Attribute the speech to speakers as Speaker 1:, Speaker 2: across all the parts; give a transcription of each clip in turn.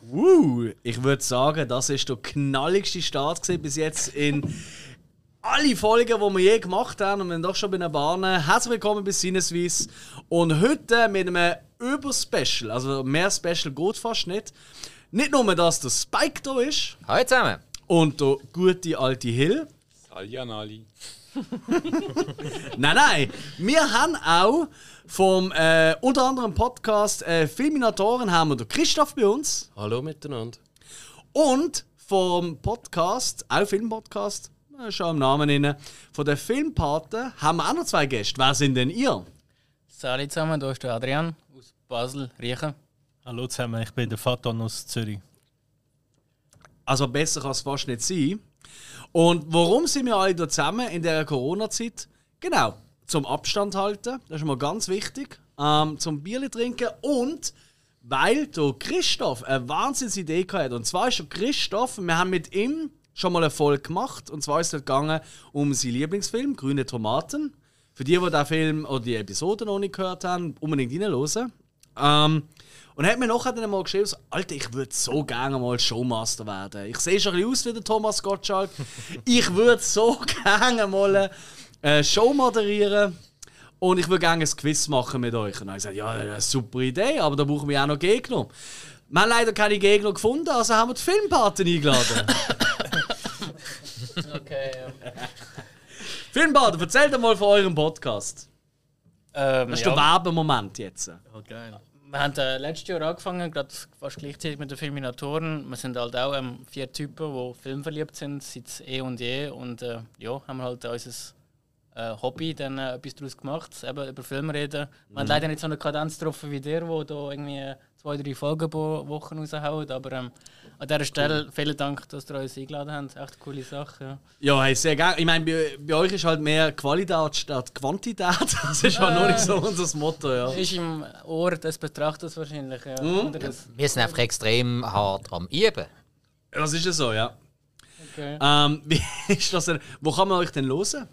Speaker 1: Woo, ich würde sagen, das ist der knalligste Start gewesen bis jetzt in alle Folgen, die wir je gemacht haben. Und wir sind doch schon bei einer Bahn. Herzlich willkommen bei Sinneswiss. Und heute mit einem Überspecial. Also mehr Special geht fast nicht. Nicht nur, dass der Spike da ist
Speaker 2: Hallo zusammen.
Speaker 1: und der gute alte Hill.
Speaker 3: Saljanali.
Speaker 1: Nein, nein. Wir haben auch vom äh, unter anderem Podcast äh, Filminatoren haben wir den Christoph bei uns
Speaker 4: Hallo miteinander.
Speaker 1: und vom Podcast, auch Filmpodcast, äh, schon im Namen drin, von der Filmpaten haben wir auch noch zwei Gäste. Wer sind denn ihr?
Speaker 5: Salut zusammen, da ist der Adrian aus Basel, Riechen.
Speaker 6: Hallo zusammen, ich bin der Faton aus Zürich.
Speaker 1: Also besser kann es fast nicht sein. Und warum sind wir alle da zusammen in der Corona-Zeit? Genau, zum Abstand halten, das ist mal ganz wichtig. Ähm, zum Bierli trinken und weil der Christoph eine Wahnsinnsidee hatte. Und zwar ist der Christoph, wir haben mit ihm schon mal eine Folge gemacht. Und zwar ist es gegangen um seinen Lieblingsfilm «Grüne Tomaten». Für die, die den Film oder die Episode noch nicht gehört haben, unbedingt reinhören. Ähm, und hat mir nachher dann mal geschrieben, so, Alter, ich würde so gerne mal Showmaster werden. Ich sehe schon ein bisschen aus wie der Thomas Gottschalk. ich würde so gerne mal eine Show moderieren. Und ich würde gerne ein Quiz machen mit euch. Und dann habe ich gesagt, ja, das ist eine super Idee, aber da brauchen wir auch noch Gegner. Wir haben leider keine Gegner gefunden, also haben wir die Filmpaten eingeladen.
Speaker 5: Okay,
Speaker 1: Filmpaten, erzählt doch mal von eurem Podcast.
Speaker 5: ja. Ähm,
Speaker 1: Das ist
Speaker 5: ja,
Speaker 1: der Werbemoment jetzt.
Speaker 5: wir haben äh, letztes Jahr angefangen, gerade fast gleichzeitig mit den Filminatoren. Wir sind halt auch ähm, vier Typen, die filmverliebt sind, seit eh und je. Und äh, ja, haben wir halt unser äh, Hobby dann äh, etwas daraus gemacht, eben über Filme reden. Wir haben leider nicht so eine Kadenz getroffen wie der, wo da irgendwie äh, zwei, drei Folgen pro Woche raushaut. Aber ähm, an dieser Stelle vielen Dank, dass ihr uns eingeladen habt. Echt coole Sache. Ja.
Speaker 1: Ja, hey, sehr gerne. Ich meine, bei, bei euch ist halt mehr Qualität statt Quantität. Das ist ja noch nicht
Speaker 4: Äh.
Speaker 1: so unser Motto, ja.
Speaker 5: Ist im Ohr des Betrachters wahrscheinlich. Ja.
Speaker 1: Hm?
Speaker 5: Oder das,
Speaker 2: Wir sind einfach extrem hart am Üben.
Speaker 1: Das ist ja so, ja.
Speaker 5: okay.
Speaker 1: Ähm, wie ist das denn? Wo kann man euch denn hören?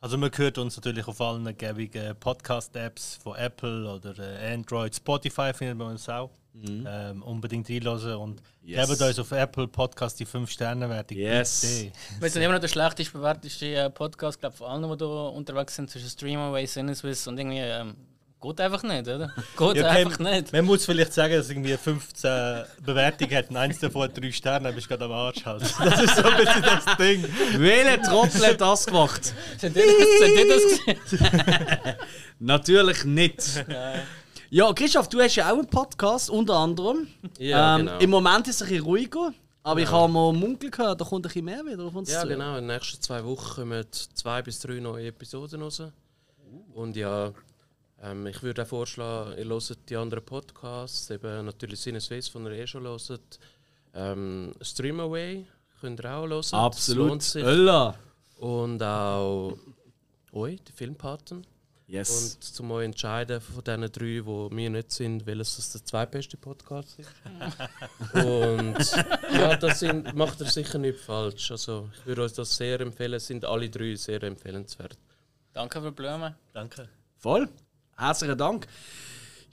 Speaker 6: Also man hört uns natürlich auf allen gängigen Podcast-Apps von Apple oder äh, Android, Spotify findet man uns auch. Ähm, unbedingt reinhören und
Speaker 1: Mhm. Yes.
Speaker 6: gebt uns auf Apple Podcast die 5-Sterne-Wertung.
Speaker 1: Yes.
Speaker 6: Bitte.
Speaker 5: Wir sind immer noch der schlechtest bewerteste äh, Podcast, glaube von allen, die hier unterwegs sind, zwischen Streamaway, Sinneswiss und irgendwie. Ähm, geht einfach nicht, oder? Geht
Speaker 6: Ja, okay,
Speaker 5: einfach nicht.
Speaker 6: Man muss vielleicht sagen, dass irgendwie 15 Bewertungen hat und eins davon hat 3 Sterne, dann bist du gerade am Arsch. Halt. Das ist so ein bisschen das Ding.
Speaker 1: Welcher Trottel hat das gemacht?
Speaker 5: Sind ihr sind ihr das gesehen?
Speaker 1: Natürlich nicht. Ja, Christoph, du hast ja auch einen Podcast, unter anderem.
Speaker 4: Ja,
Speaker 1: ähm,
Speaker 4: genau.
Speaker 1: Im Moment ist es ein bisschen ruhiger, aber ich habe mal munkeln gehört, da kommt ein bisschen mehr wieder auf uns
Speaker 4: ja,
Speaker 1: zu.
Speaker 4: genau. In den nächsten zwei Wochen kommen zwei bis drei neue Episoden raus. Und ja, ähm, ich würde auch vorschlagen, ihr hört die anderen Podcasts, eben natürlich Sinneswiss, von der ihr eh schon hört. Ähm, Streamaway könnt ihr auch hören. das lohnt
Speaker 1: Absolut. Äh.
Speaker 4: sich.
Speaker 1: Ölla.
Speaker 4: Und auch euch, die Filmpaten.
Speaker 1: Yes.
Speaker 4: Und zum euch entscheiden von diesen drei, die wir nicht sind, welches das der zweitbeste Podcast ist. Und ja, das sind, macht er sicher nicht falsch. Also ich würde euch das sehr empfehlen. Es sind alle drei sehr empfehlenswert.
Speaker 5: Danke für die Blumen.
Speaker 6: Danke.
Speaker 1: Voll. Herzlichen Dank.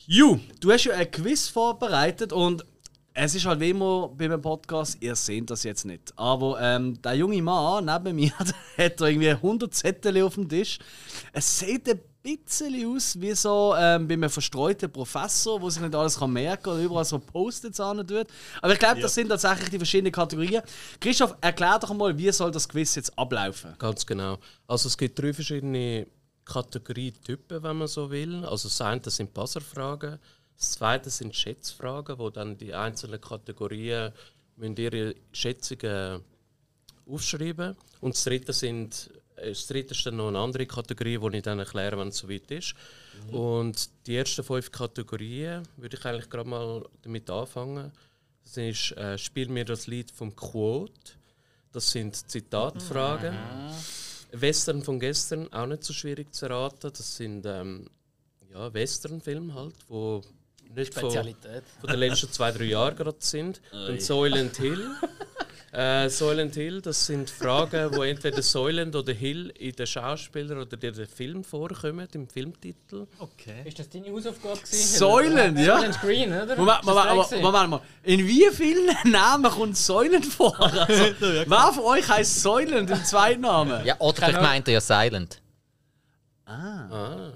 Speaker 1: Ju, du hast ja ein Quiz vorbereitet und es ist halt wie immer bei einem Podcast, ihr seht das jetzt nicht. Aber ähm, der junge Mann neben mir der hat da irgendwie 100 Zettel auf dem Tisch. Es sieht ein bisschen aus wie so ähm, bei einem verstreuten Professor, der sich nicht alles kann merken kann oder überall so Post-its tut. Aber ich glaube, das sind tatsächlich die verschiedenen Kategorien. Christoph, erklär doch mal, wie soll das Quiz jetzt ablaufen?
Speaker 4: Ganz genau. Also es gibt drei verschiedene Kategorietypen, wenn man so will. Also das eine sind Passerfragen, das zweite sind Schätzfragen, wo dann die einzelnen Kategorien müssen ihre Schätzungen aufschreiben und das dritte sind äh, das dritte ist dann noch eine andere Kategorie, die ich dann erkläre, wenn es soweit ist. Und die ersten fünf Kategorien würde ich eigentlich gerade mal damit anfangen. Das ist äh, «Spiel mir das Lied vom Quote». Das sind Zitatfragen. Western von gestern, auch nicht so schwierig zu erraten. Das sind ähm, ja, Western-Filme halt, wo nicht von,
Speaker 5: Spezialität.
Speaker 4: von den letzten zwei, drei Jahren gerade sind. Und Soylent Hill. Äh, Soylent Hill, das sind Fragen, wo entweder Soylent oder Hill in den Schauspielern oder in den Film vorkommen, im Filmtitel.
Speaker 1: Oh.
Speaker 6: Okay.
Speaker 5: Ist das deine Hausaufgabe gewesen?
Speaker 1: Säulen, ja.
Speaker 5: Silent Green, oder?
Speaker 1: Moment,
Speaker 5: Ist
Speaker 1: Moment,
Speaker 5: das der
Speaker 1: aber,
Speaker 5: gewesen?
Speaker 1: Moment mal. In wie vielen Namen kommt Säulen vor? Also, wer von euch heißt Säulen im Zweitnamen?
Speaker 2: Ja, oder vielleicht
Speaker 5: Ahnung.
Speaker 2: meint ihr ja Silent.
Speaker 5: Ah,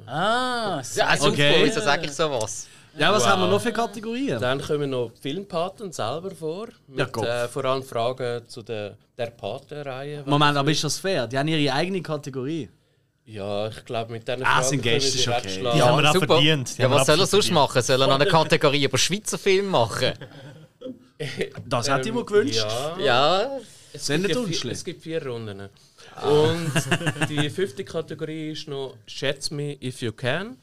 Speaker 2: Ja, also
Speaker 1: Okay.
Speaker 2: okay. wieso sage ich sowas?
Speaker 1: Ja, was haben wir noch für Kategorien?
Speaker 4: Dann kommen noch die Filmpaten selber vor,
Speaker 1: Ja,
Speaker 4: mit
Speaker 1: Gott.
Speaker 4: äh, vor allem Fragen zu der, der Patenreihe.
Speaker 1: Moment, aber ist das fair? Die haben ihre eigene Kategorie.
Speaker 4: Ja, ich glaube, mit diesen
Speaker 1: Ah, sind
Speaker 4: können
Speaker 1: Gäste,
Speaker 4: wir
Speaker 1: ist
Speaker 4: direkt
Speaker 1: okay.
Speaker 4: schlagen.
Speaker 6: Die haben wir auch
Speaker 2: Super.
Speaker 6: verdient. Die
Speaker 2: Ja,
Speaker 6: haben wir
Speaker 2: was soll er
Speaker 6: absolut
Speaker 2: sonst
Speaker 6: verdient.
Speaker 2: machen? Soll er noch eine Kategorie über Schweizer Film machen?
Speaker 1: Das hätte ich mir gewünscht.
Speaker 4: Ähm, Ja,
Speaker 2: Ja.
Speaker 4: es
Speaker 1: Sendet
Speaker 4: gibt, ja
Speaker 1: uns
Speaker 4: vier,
Speaker 1: schlecht.
Speaker 4: es gibt vier Runden.
Speaker 1: Ah.
Speaker 4: Und die fünfte Kategorie ist noch Schätz me if you can.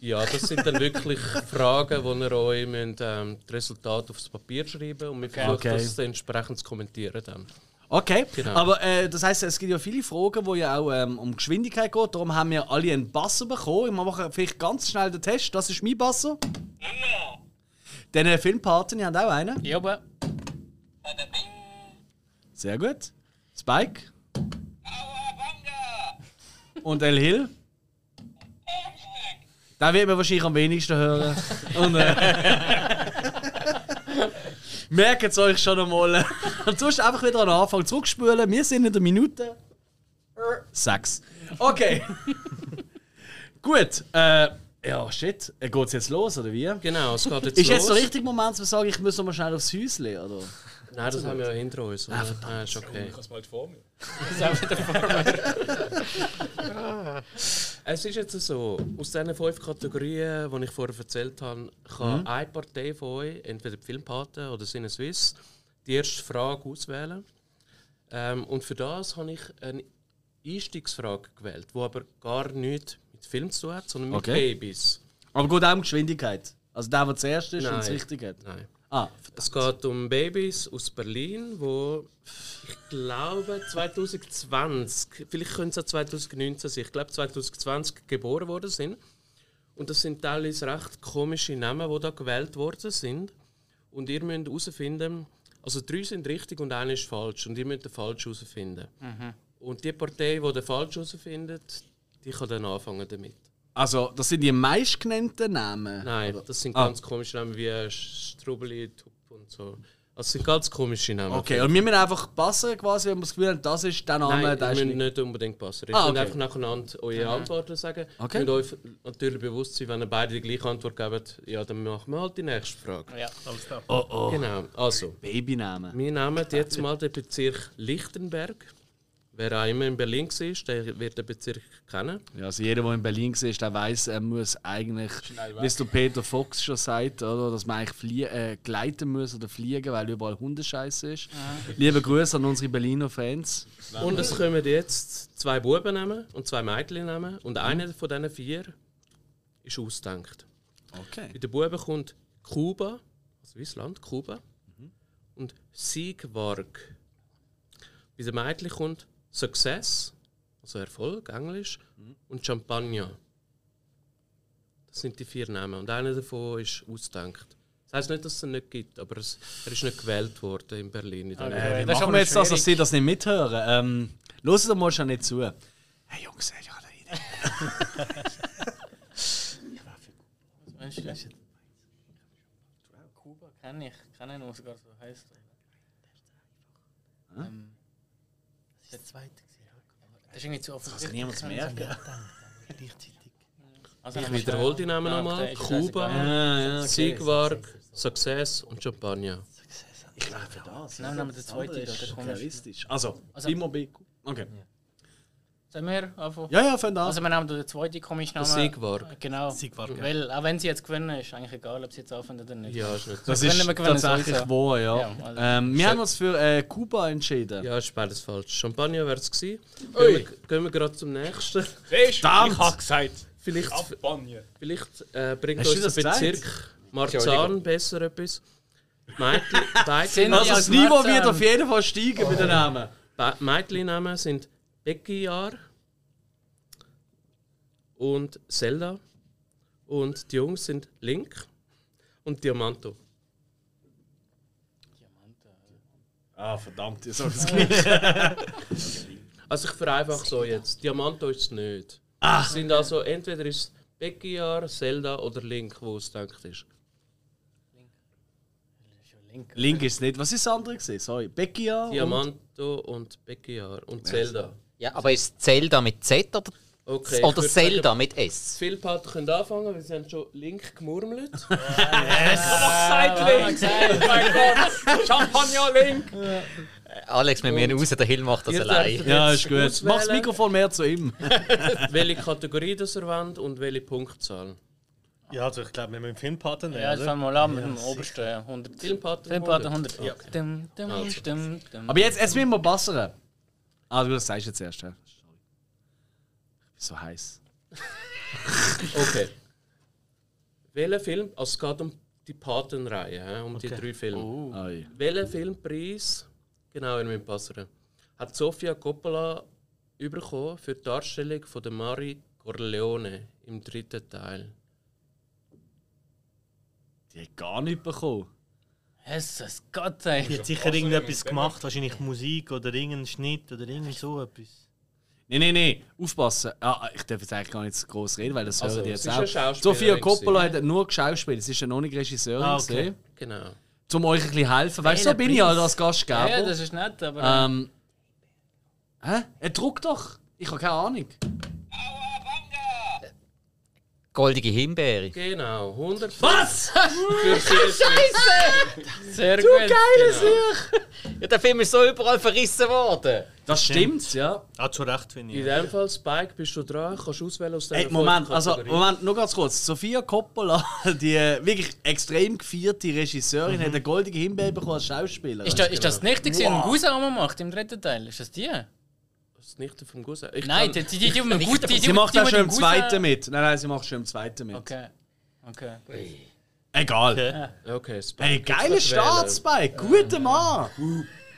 Speaker 4: Ja, das sind dann wirklich Fragen, wo ihr euch müsst, ähm, das Resultat aufs Papier schreiben und wir versuchen
Speaker 1: Okay.
Speaker 4: das dann entsprechend zu kommentieren. Dann.
Speaker 1: Okay,
Speaker 4: Genau.
Speaker 1: aber äh, das heißt, es gibt ja viele Fragen, wo ja auch ähm, um Geschwindigkeit geht. Darum haben wir alle einen Basser bekommen. Wir machen vielleicht ganz schnell den Test. Das ist mein Basser. Dann äh, Filmpaten, die haben auch einen.
Speaker 5: Ja, aber
Speaker 1: Sehr gut. Spike. Und El Hill. Da wird man wahrscheinlich am wenigsten hören. Und, äh, Merkt es euch schon einmal. Und sonst einfach wieder an den Anfang zurückspulen. Wir sind in der Minute sechs. Okay. Gut. Äh, ja, shit. Geht es jetzt los, oder wie?
Speaker 4: Genau, es geht jetzt
Speaker 1: Ist
Speaker 4: los.
Speaker 1: jetzt der richtige Moment, zu sagen, ich muss noch mal schnell aufs Häuschen, oder?
Speaker 4: Nein, das haben wir ja hinter uns. Oder? Nein, ist okay.
Speaker 3: Ich habe es mal vor mir.
Speaker 4: Es ist jetzt so, aus diesen fünf Kategorien, die ich vorher erzählt habe, kann eine Partei von euch, entweder die Filmpaten oder Sinneswiss, die erste Frage auswählen. Ähm, und für das habe ich eine Einstiegsfrage gewählt, die aber gar nichts mit Film zu tun hat, sondern mit
Speaker 1: Okay.
Speaker 4: Babys.
Speaker 1: Aber gut, auch um Geschwindigkeit. Also der, der zuerst ist und es
Speaker 4: Nein.
Speaker 1: richtig hat.
Speaker 4: Nein.
Speaker 1: Ah,
Speaker 4: Es geht um Babys aus Berlin, wo ich glaube 2020, vielleicht können es auch 2019 sein, ich glaube 2020 geboren worden sind. Und das sind teilweise recht komische Namen, die da gewählt worden sind. Und ihr müsst herausfinden, also drei sind richtig und einer ist falsch. Und ihr müsst den falsch herausfinden.
Speaker 1: Mhm.
Speaker 4: Und die Partei, die den falsch herausfindet, die kann dann anfangen damit.
Speaker 1: also das sind die meistgenannten Namen.
Speaker 4: Nein, das sind
Speaker 1: Ah.
Speaker 4: ganz komische Namen wie Strubeli, Tup und so. Das sind ganz komische Namen.
Speaker 1: Okay, und wir müssen einfach passen, quasi, wenn wir das Gefühl haben, das ist der Name,
Speaker 4: Nein,
Speaker 1: der
Speaker 4: das
Speaker 1: Ah, ist
Speaker 4: müssen
Speaker 1: nicht.
Speaker 4: nicht unbedingt passen. Ihr
Speaker 1: Ah,
Speaker 4: könnt
Speaker 1: okay.
Speaker 4: einfach nacheinander eure Antworten sagen.
Speaker 1: Okay.
Speaker 4: Ihr müsst euch natürlich bewusst sein, wenn ihr beide die gleiche Antwort gebt, ja, dann machen wir halt die nächste Frage.
Speaker 5: ja.
Speaker 1: Oh,
Speaker 4: Genau, also,
Speaker 1: Babynamen.
Speaker 4: wir nehmen jetzt mal den Bezirk Lichtenberg. Wer auch immer in Berlin war, der wird den Bezirk kennen.
Speaker 1: Ja, also jeder, der in Berlin war, der weiß, er muss eigentlich, wie es der Peter Fox schon sagt, oder, dass man eigentlich flie äh, gleiten muss oder fliegen, weil überall Hundescheiße ist.
Speaker 4: Ah.
Speaker 1: Liebe Grüße an unsere Berliner Fans.
Speaker 4: Und es kommen jetzt zwei Buben nehmen und zwei Mädchen nehmen. Und einer von diesen vier ist ausgedenkt.
Speaker 1: Okay.
Speaker 4: Bei den Buben kommt Kuba, also wie das Land, Kuba. Und Siegwarg. Bei den Mädchen kommt Success, also Erfolg, Englisch. Und Champagner. Das sind die vier Namen. Und einer davon ist ausgedenkt. Das heisst nicht, dass es ihn nicht gibt, aber es, er ist nicht gewählt worden in Berlin. In
Speaker 1: Das
Speaker 5: Äh,
Speaker 4: okay.
Speaker 5: ist
Speaker 1: machen
Speaker 5: aber
Speaker 1: wir jetzt das, dass
Speaker 5: schwierig.
Speaker 1: sie das nicht mithören. Ähm, Los doch mal schon nicht zu. Hey Jungs, ich habe eine Idee.
Speaker 5: Weißt du, weißt du? Kuba kenne ich, kenne ihn auch sogar so heißt. Ähm, das ist der zweite. gewesen, aber Das ist irgendwie zu offen. Das
Speaker 1: kann niemand merken.
Speaker 5: Also,
Speaker 4: Ich wiederhole die Namen
Speaker 5: Ah,
Speaker 4: nochmal.
Speaker 5: okay, ist
Speaker 4: Kuba,
Speaker 5: scheißegal.
Speaker 4: Siegwarg, Success und Champagner.
Speaker 1: Ich glaube das.
Speaker 5: Nein, nein, aber der zweite ist der komisch.
Speaker 1: realistisch. Also,
Speaker 5: Also-
Speaker 1: immer bei. Okay.
Speaker 5: Sollen wir anfangen?
Speaker 1: Ja, ja, von da.
Speaker 5: Also, wir nehmen den zweiten komischen Namen.
Speaker 4: Siegwarg.
Speaker 5: Genau.
Speaker 6: Siegwart, ja.
Speaker 5: Weil, auch wenn sie jetzt gewinnen, ist eigentlich egal, ob sie jetzt anfangen oder nicht.
Speaker 4: Ja, ist nicht
Speaker 1: das
Speaker 5: wir
Speaker 1: ist
Speaker 5: gewinnen, wir gewinnen
Speaker 1: tatsächlich
Speaker 5: sowieso.
Speaker 1: wahr, ja.
Speaker 5: Ja, also-
Speaker 1: ähm, wir haben uns für äh, Kuba entschieden.
Speaker 4: Ja, ist beides falsch. Champagner wäre es gewesen. Gehen wir, gehen wir gerade zum nächsten.
Speaker 3: Siehst du,
Speaker 1: Verdammt!
Speaker 3: ich habe gesagt,
Speaker 4: Vielleicht,
Speaker 3: Champagner.
Speaker 4: vielleicht äh, bringt
Speaker 1: Hast du
Speaker 4: uns
Speaker 1: das
Speaker 4: der
Speaker 1: gesagt?
Speaker 4: Bezirk Marzahn besser etwas. Mädchen- Mädchen-
Speaker 5: Sind-
Speaker 1: Also,
Speaker 5: Ja,
Speaker 1: das Niveau
Speaker 5: Marzahn.
Speaker 1: wird auf jeden Fall steigen bei den Namen.
Speaker 4: Be- Mädchennamen sind Becky-Jahr und Zelda. Und die Jungs sind Link und Diamanto.
Speaker 1: Ah, verdammt, ihr sagt das gleich.
Speaker 4: Also ich vereinfache so jetzt. Diamanto ist es nicht. Es sind also entweder ist es Beckiar, Zelda oder Link, wo es denkt ist.
Speaker 1: Link ist es nicht. Was ist das andere? Gewesen? Sorry. Beckia?
Speaker 4: Diamanto und Beckiar und Zelda.
Speaker 2: Ja, aber ist Zelda mit Z oder,
Speaker 4: Okay. ich
Speaker 2: oder
Speaker 4: würd
Speaker 2: Zelda
Speaker 4: Sagen,
Speaker 2: mit S?
Speaker 4: viele Partner können anfangen, weil sie haben schon Link gemurmelt. Oh
Speaker 5: Ah,
Speaker 2: Alex, wir müssen raus, der Hill macht das
Speaker 4: Ihr
Speaker 2: allein.
Speaker 4: dürft
Speaker 1: Ja,
Speaker 4: jetzt
Speaker 1: ist gut. Mach das
Speaker 4: auswählen,
Speaker 1: Mikrofon mehr zu ihm.
Speaker 4: Welche Kategorie das ihr wollt und welche Punktzahl.
Speaker 6: Ja, also ich glaube, wir müssen Filmpaten nehmen.
Speaker 5: Ja, jetzt
Speaker 6: oder?
Speaker 5: fangen wir mal an mit dem obersten. ja, 100.
Speaker 4: Filmpaten
Speaker 5: 100. Ja. Dum, dum,
Speaker 4: Also.
Speaker 5: dum, dum.
Speaker 1: Aber jetzt, jetzt müssen wir bassern. Ah, du das sagst jetzt erst. Ja. Sorry. Ich bin so heiß.
Speaker 4: Okay. Welcher Film, also es geht um die Patenreihe, hä, um die drei Filme.
Speaker 1: Ai.
Speaker 4: Welchen Filmpreis, genau in meinem Passeren, hat Sofia Coppola bekommen für die Darstellung von der Mari Corleone im dritten Teil?
Speaker 1: Die hat gar nichts bekommen.
Speaker 5: Jesus Gott, ey.
Speaker 6: Die hat sicher irgendetwas gemacht, wahrscheinlich Musik oder irgendeinen Schnitt oder irgend so etwas.
Speaker 1: Nein, nein, nein, aufpassen. Ah, ich darf jetzt eigentlich gar nicht groß reden, weil das
Speaker 4: Also,
Speaker 1: hören die
Speaker 4: sie
Speaker 1: jetzt
Speaker 4: ist eine
Speaker 1: auch.
Speaker 4: Schauspielerin
Speaker 1: Sophia Coppola
Speaker 4: gewesen.
Speaker 1: hat nur geschauspielt, sie ist ja noch nicht Regisseurin.
Speaker 6: Ah,
Speaker 1: Ah,
Speaker 6: okay.
Speaker 4: Genau.
Speaker 1: Um euch ein bisschen helfen. Weißt du, so
Speaker 5: Welcher
Speaker 1: bin ich ja
Speaker 5: Preis?
Speaker 1: als Gastgeber.
Speaker 5: Ja, ja, das ist nett, aber.
Speaker 1: ähm, hä? Er druckt doch. Ich habe keine Ahnung.
Speaker 2: Goldige Himbeere.
Speaker 4: Genau, 100
Speaker 1: Was?
Speaker 4: für Scheiße!
Speaker 5: Sehr gut.
Speaker 1: Geiles Licht!
Speaker 2: Ja, der Film ist so überall verrissen worden.
Speaker 1: Das stimmt, ja.
Speaker 6: Ah, zu Recht, finde
Speaker 4: In
Speaker 6: ich.
Speaker 4: dem Fall, Spike, bist du dran, kannst auswählen aus der
Speaker 1: Hey, Moment, also Moment, nur ganz kurz. Sofia Coppola, die äh, wirklich extrem gefeierte Regisseurin, hat eine goldige Himbeere bekommen als Schauspielerin.
Speaker 5: Mhm. Ist, da, ist das nicht die, die wow. Gusa macht im dritten Teil? Ist das die?
Speaker 4: Das ist nicht vom Gusen. Ich
Speaker 5: Nein, die,
Speaker 4: kann,
Speaker 5: die, die, die, die, die, die
Speaker 1: Sie macht auch schon im
Speaker 5: Gusa-
Speaker 1: zweiten mit. Nein, nein, sie macht schon im zweiten mit.
Speaker 5: Okay. Okay.
Speaker 1: Egal.
Speaker 4: Okay, Spike.
Speaker 1: Hey, geiler
Speaker 4: kannst du wählen.
Speaker 1: Start, Spike. Guter Mann.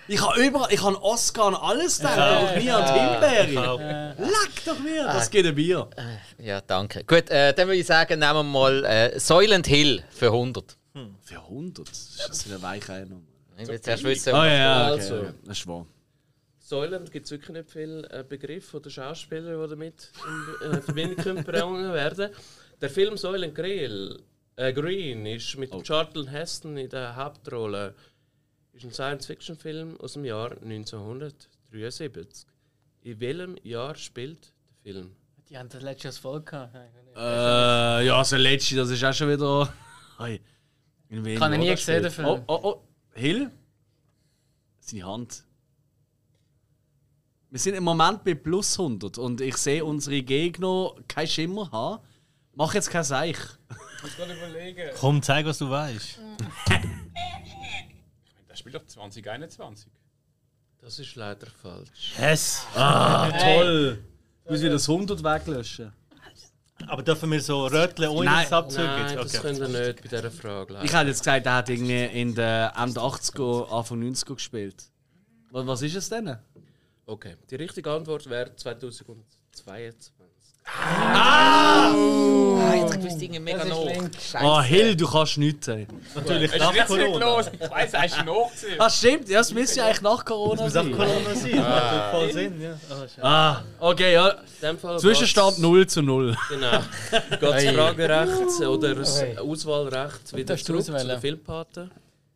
Speaker 1: Ich habe überall, ich habe Oscar an alles denken, aber nie an die Himbeere.
Speaker 6: Auch.
Speaker 1: Leck doch mir, das geht ein Bier.
Speaker 2: Ja, danke. Gut, äh, dann würde ich sagen, nehmen wir mal äh, Silent Hill für 100.
Speaker 1: Für 100? Das ist eine weiche Einung.
Speaker 2: Ich will jetzt erst wissen,
Speaker 1: Oh ja, okay.
Speaker 4: Also.
Speaker 1: Das ist wahr.
Speaker 4: Soylent gibt es wirklich nicht viele äh, Begriffe oder Schauspieler, die damit in äh, Verbindung können gebracht werden Der Film Soylent Grill, äh, Green ist mit Charlton Heston in der Hauptrolle. Ist ein Science-Fiction-Film aus dem Jahr 1973. In welchem Jahr spielt der Film?
Speaker 5: Die haben das letztes Jahr das Volk gehabt.
Speaker 1: Äh, ja, also letzte, das ist auch schon wieder. Hey, in wen
Speaker 5: Kann ich nie
Speaker 1: war das Spiel?
Speaker 5: gesehen, den Film.
Speaker 1: Oh, oh, oh, Hill? Seine Hand. Wir sind im Moment bei plus 100 und ich sehe unsere Gegner keinen Schimmer haben. Mach jetzt kein Seich.
Speaker 6: Komm, zeig, was du weißt.
Speaker 3: Der spielt doch 2021.
Speaker 4: Das ist leider falsch.
Speaker 6: Yes.
Speaker 1: Toll! Ich muss wieder das 100 weglöschen.
Speaker 6: Aber dürfen wir so röteln ohne
Speaker 1: Nein.
Speaker 6: das Abzug?
Speaker 4: Nein,
Speaker 6: jetzt?
Speaker 4: das
Speaker 6: Okay.
Speaker 4: können wir nicht bei dieser Frage
Speaker 1: Ich
Speaker 4: leider.
Speaker 1: hätte jetzt gesagt, er hat irgendwie in den Ende 80er, Anfang 90er gespielt. Ah, Wa- Was ist es denn?
Speaker 4: Okay, die richtige Antwort wäre 2022.
Speaker 2: ich wüsste irgendwie mega noch.
Speaker 1: Ah, Hill, du kannst nichts. ey.
Speaker 6: Natürlich nach Corona.
Speaker 3: los? Ich weiß, hast du noch gesehen?
Speaker 1: Ah, stimmt, ja, das müsste ja eigentlich nach Corona
Speaker 6: Nach
Speaker 1: sein.
Speaker 6: Corona sein. Macht voll Sinn, ja. Ah, scheiße.
Speaker 1: Ah, okay, ja.
Speaker 4: In dem Fall
Speaker 1: Zwischenstand
Speaker 4: geht's-
Speaker 1: 0 zu 0.
Speaker 4: Genau. Geht das Fragerecht oder das Auswahlrecht wieder
Speaker 5: Darfst du
Speaker 4: zurück zu
Speaker 5: auswählen?
Speaker 4: den Filmpaten?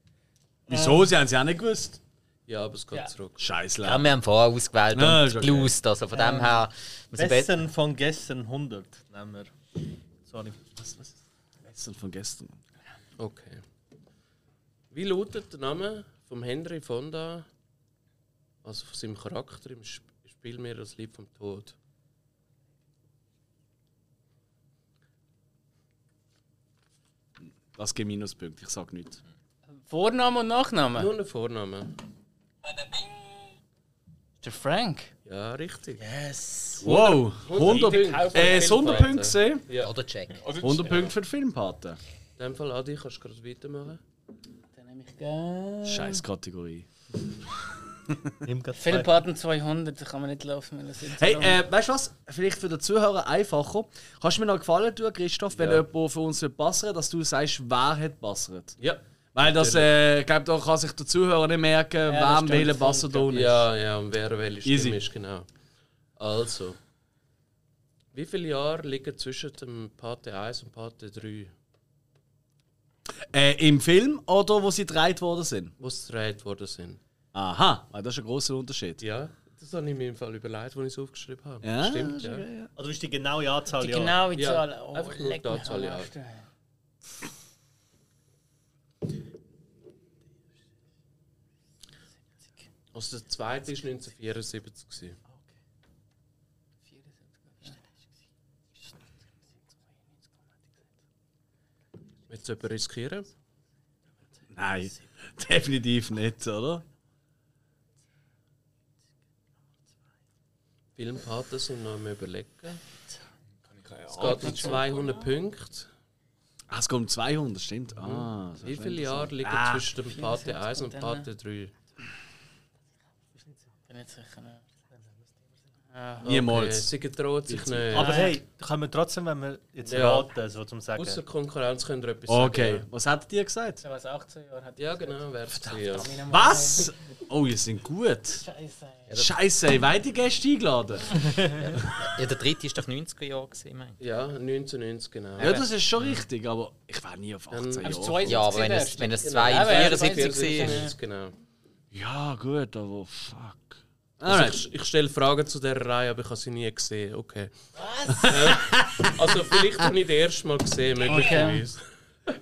Speaker 1: Wieso? Sie haben es ja auch nicht gewusst.
Speaker 4: Ja, aber es geht zurück.
Speaker 1: Scheiß
Speaker 2: Ja, wir haben vorher ausgewählt
Speaker 1: Ah,
Speaker 2: und
Speaker 1: ist okay.
Speaker 2: gelust, also von dem her... wir sind besser.
Speaker 6: Besten von gestern 100 nehmen wir. Sorry.
Speaker 1: Gestern von gestern.
Speaker 4: Okay. Wie lautet der Name von Henry Fonda, also von seinem Charakter im Sp Spiel mir das Lied vom Tod?
Speaker 1: Das gibt Minuspunkte, ich sag nichts.
Speaker 5: Vorname und Nachname?
Speaker 4: Nur ein Vorname.
Speaker 5: Der Frank.
Speaker 4: Ja, richtig.
Speaker 1: Wow, 100
Speaker 4: Punkte.
Speaker 1: Punkte. Äh, Sonderpunkte gesehen.
Speaker 2: Oder Jack.
Speaker 1: 100 Punkte für die Filmpaten.
Speaker 4: In dem Fall, Adi, kannst du gerade weitermachen.
Speaker 5: Dann nehme ich gerne.
Speaker 1: Scheiß Kategorie.
Speaker 6: Nimm grad zwei.
Speaker 5: Filmpaten 200, da kann man nicht laufen, wenn das jetzt
Speaker 1: Hey, äh, weißt du was? Vielleicht für den Zuhörer einfacher. Kannst du mir noch einen gefallen tun, Christoph, wenn
Speaker 4: Ja.
Speaker 1: jemand für uns passert, dass du sagst, wer hat passert?
Speaker 4: Ja.
Speaker 1: Weil das, äh, ich glaube, da kann sich der Zuhörer nicht merken,
Speaker 5: das
Speaker 1: wem
Speaker 5: stimmt.
Speaker 1: welcher Bassadon ist.
Speaker 4: Ja, ja, und wer welche Stimme
Speaker 1: Easy.
Speaker 4: ist, genau. Also, wie viele Jahre liegen zwischen dem Pate 1 und Pate 3,
Speaker 1: Äh, Im Film oder wo sie gedreht worden sind?
Speaker 4: wo sie gedreht worden sind?
Speaker 1: Aha, weil das ist ein großer Unterschied.
Speaker 4: Ja, das habe ich mir im Fall überlegt, als ich es aufgeschrieben habe.
Speaker 1: Ja,
Speaker 4: Stimmt,
Speaker 1: das ist
Speaker 4: ja.
Speaker 1: okay,
Speaker 6: Also ist die genaue Anzahl,
Speaker 5: Die
Speaker 6: ja.
Speaker 5: genaue
Speaker 4: Ja,
Speaker 5: Zahl. Oh,
Speaker 4: einfach nur
Speaker 5: leck
Speaker 4: die
Speaker 5: mich
Speaker 4: Zahl,
Speaker 5: am
Speaker 4: ja.
Speaker 5: Arsch, du.
Speaker 4: Also der zweite ist 1974. gewesen. Willst du jemanden riskieren?
Speaker 1: Nein, definitiv nicht, oder?
Speaker 4: Filmpaten sind noch am überlegen.
Speaker 3: Kann ich keine
Speaker 4: Es
Speaker 3: Ahnung.
Speaker 4: geht um 200 Punkte.
Speaker 1: Ah, es kommt um 200, stimmt. Ah, so
Speaker 4: Hm. Wie
Speaker 1: schlimm.
Speaker 4: viele Jahre liegen zwischen dem Pate 1 und Pate 3?
Speaker 5: Bin nicht sicher. ne.
Speaker 1: Niemals.
Speaker 4: sie getraut sich nicht.
Speaker 6: Aber hey, können wir trotzdem, wenn wir jetzt
Speaker 4: Ja.
Speaker 6: raten, so zum Sagen.
Speaker 4: Außer Konkurrenz könnt ihr etwas
Speaker 1: Okay,
Speaker 4: sagen.
Speaker 1: was hat ihr gesagt?
Speaker 5: Was 18 Jahre hat
Speaker 4: Ja, genau, wäre es ja.
Speaker 1: Was? Oh, ihr sind gut.
Speaker 5: Scheiße. ey.
Speaker 1: Scheiße, weitere Gäste eingeladen.
Speaker 2: Ja, der dritte ist doch 90er Jahre gewesen, mein.
Speaker 4: Ja, 1990, genau.
Speaker 1: Ja, also das ist schon richtig, aber ich war nie auf 18
Speaker 5: Am
Speaker 1: Jahre.
Speaker 5: 2
Speaker 2: Ja, aber wenn es, wenn es
Speaker 4: Genau.
Speaker 2: zwei
Speaker 5: Ja,
Speaker 2: in
Speaker 5: aber er
Speaker 2: 74 war.
Speaker 4: 1990, genau.
Speaker 1: Ja, gut, aber fuck.
Speaker 4: Also
Speaker 1: Alright.
Speaker 4: ich, ich stelle Fragen zu dieser Reihe, aber ich habe sie nie gesehen. Okay. Was? also vielleicht habe ich das erste Mal gesehen, möglicherweise.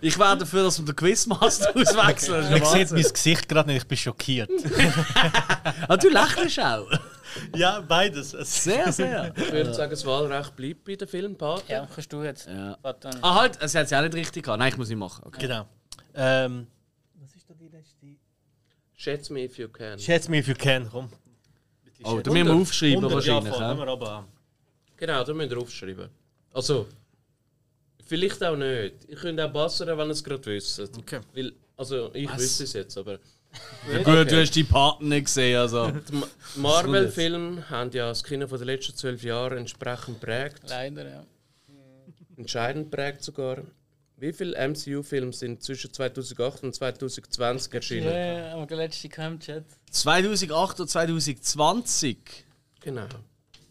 Speaker 1: Ich wäre dafür, dass wir den Quizmaster auswechseln. Das ist
Speaker 6: Man
Speaker 1: ja
Speaker 6: sieht
Speaker 1: Wahnsinn.
Speaker 6: mein Gesicht gerade nicht, ich bin schockiert.
Speaker 1: Ah, du lächelst auch.
Speaker 6: ja, beides. Es-
Speaker 1: Sehr, sehr.
Speaker 4: Ich würde sagen, das Wahlrecht bleibt bei den Filmpaten.
Speaker 5: Ja, kannst du jetzt.
Speaker 1: Ja.
Speaker 5: Warte, dann-
Speaker 1: Ah, halt, sie hat es ja auch nicht richtig gehabt. Nein, ich muss nicht machen. Okay.
Speaker 6: Genau. Ähm,
Speaker 4: Schätze mich, if you can.
Speaker 6: schätze mich, if you can, komm.
Speaker 1: Oh, da müssen wir aufschreiben wahrscheinlich.
Speaker 6: Ja,
Speaker 1: Ja,
Speaker 6: voll, wir runter.
Speaker 4: Genau, da müsst ihr aufschreiben. Also, vielleicht auch nicht. Ich könnte auch bessern, wenn ihr es gerade wisst.
Speaker 6: Okay.
Speaker 4: Weil, also, ich wüsste es jetzt, aber...
Speaker 1: ja, gut, du hast die Partner nicht gesehen. Also.
Speaker 4: Die Ma- Marvel-Filme haben ja das Kino von den letzten zwölf Jahren entsprechend prägt.
Speaker 5: Leider, ja.
Speaker 4: Entscheidend prägt sogar. Wie viele MCU-Filme sind zwischen 2008 und 2020 erschienen?
Speaker 5: Ja, aber der letzte kam Chat.
Speaker 1: 2008 und 2020.
Speaker 4: Genau.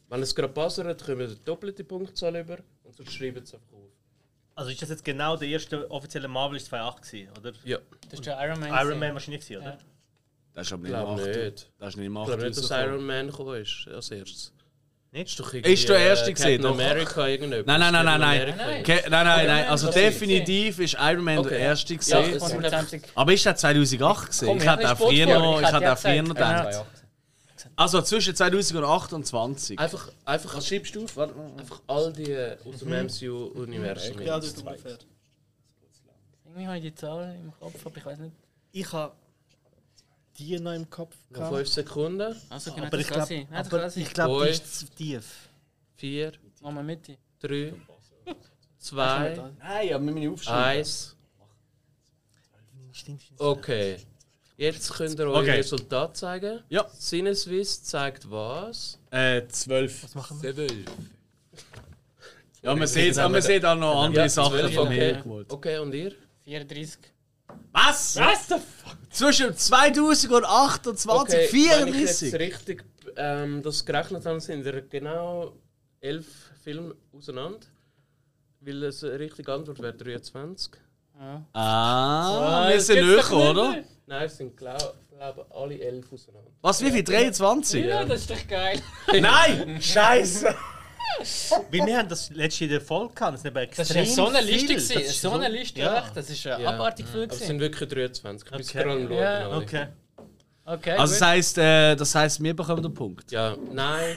Speaker 4: Wenn es gerade passiert, kommen wir die doppelte Punktzahl über und sonst schreiben sie einfach auf.
Speaker 6: Also ist das jetzt genau der erste offizielle Marvel ist 2008 gewesen, oder?
Speaker 4: Ja,
Speaker 5: Das ist der Iron Man.
Speaker 6: Iron Man wahrscheinlich gewesen, oder?
Speaker 5: Ja.
Speaker 1: Das ist aber
Speaker 4: ich
Speaker 1: nicht
Speaker 4: glaube
Speaker 1: gemacht.
Speaker 4: nicht.
Speaker 1: Das ist nicht
Speaker 4: Ich
Speaker 1: gemacht.
Speaker 4: glaube nicht, dass
Speaker 1: rausgekommen.
Speaker 4: Iron Man gekommen ist als erstes.
Speaker 6: Nicht?
Speaker 4: Ist, doch irgendwie,
Speaker 1: Ist der erste
Speaker 4: äh,
Speaker 1: gesehen,
Speaker 4: Captain
Speaker 1: doch.
Speaker 4: America irgendetwas.
Speaker 1: Nein, nein, nein, nein, nein.
Speaker 4: Captain America.
Speaker 1: Ke- Nein, nein, nein. Also
Speaker 5: das ist-
Speaker 1: definitiv ist Iron Man der
Speaker 4: Okay.
Speaker 1: erste
Speaker 4: Ja,
Speaker 1: gesehen.
Speaker 4: das sind einfach-
Speaker 5: 100%.
Speaker 1: aber ist das 2008 gesehen?
Speaker 5: Komm,
Speaker 1: ich
Speaker 5: ich hab
Speaker 1: hätte auch
Speaker 5: nicht
Speaker 1: früher
Speaker 5: Sport
Speaker 1: noch, ich
Speaker 5: vor, ich
Speaker 1: hätte auch
Speaker 5: hab
Speaker 1: früher
Speaker 5: ja
Speaker 1: noch
Speaker 5: gesagt.
Speaker 1: gedacht. Also zwischen 2008 und 20.
Speaker 4: einfach, einfach, Was schreibst du auf? Einfach all die äh, aus dem MCU-Universum. Ja,
Speaker 5: Irgendwie habe ich die Zahl im Kopf, aber ich weiß nicht.
Speaker 7: Ich habe die noch im Kopf.
Speaker 4: noch 5 Sekunden.
Speaker 5: Also, genau,
Speaker 7: Aber ich
Speaker 5: das
Speaker 7: glaube,
Speaker 5: Nein, das kann sein.
Speaker 7: ich glaube,
Speaker 4: Boy.
Speaker 7: die ist zu tief.
Speaker 4: 4,
Speaker 5: Machen wir mit.
Speaker 4: 3, 2,
Speaker 1: Nein, aber wir müssen
Speaker 4: 1. Okay. Jetzt könnt ihr euer
Speaker 1: Okay.
Speaker 4: Resultat zeigen.
Speaker 1: Ja.
Speaker 4: Sinneswiss zeigt was?
Speaker 1: Äh, 12.
Speaker 4: Seven.
Speaker 1: Ja, man sieht, aber man sieht auch noch andere
Speaker 4: Ja,
Speaker 1: Sachen
Speaker 4: zwölf,
Speaker 1: von mir.
Speaker 4: okay. Okay, und ihr?
Speaker 5: 34.
Speaker 1: Was? Was? Zwischen 2008 und 2034?
Speaker 4: Wenn ich jetzt richtig ähm, das gerechnet habe, sind wir genau elf Filme auseinander. Weil es eine richtige Antwort wäre 23.
Speaker 1: ah,
Speaker 4: Ah,
Speaker 1: wir
Speaker 4: das
Speaker 1: sind
Speaker 4: gibt's
Speaker 1: näher,
Speaker 4: doch
Speaker 1: oder?
Speaker 4: Nein, es sind glaube glaub, alle elf auseinander.
Speaker 1: Was, wie viel? 23?
Speaker 5: das ist doch geil.
Speaker 1: Nein! Scheiße!
Speaker 6: Weil wir haben das letzte in der Folge gehabt, das ist aber extrem
Speaker 5: Das war so eine Liste.
Speaker 6: viel.
Speaker 5: gewesen,
Speaker 6: Das ist
Speaker 5: So eine Liste,
Speaker 6: ja.
Speaker 5: echt. Das ist äh,
Speaker 4: Ja.
Speaker 5: abartig viel.
Speaker 4: Aber es
Speaker 5: gewesen.
Speaker 4: sind wirklich 23. Ich bin
Speaker 6: Okay.
Speaker 4: gerade am Schauen.
Speaker 5: Ja.
Speaker 4: alle.
Speaker 6: Okay.
Speaker 5: Okay,
Speaker 1: Also das
Speaker 5: gut.
Speaker 1: heisst, äh, das heisst, wir bekommen den Punkt.
Speaker 4: Ja, nein,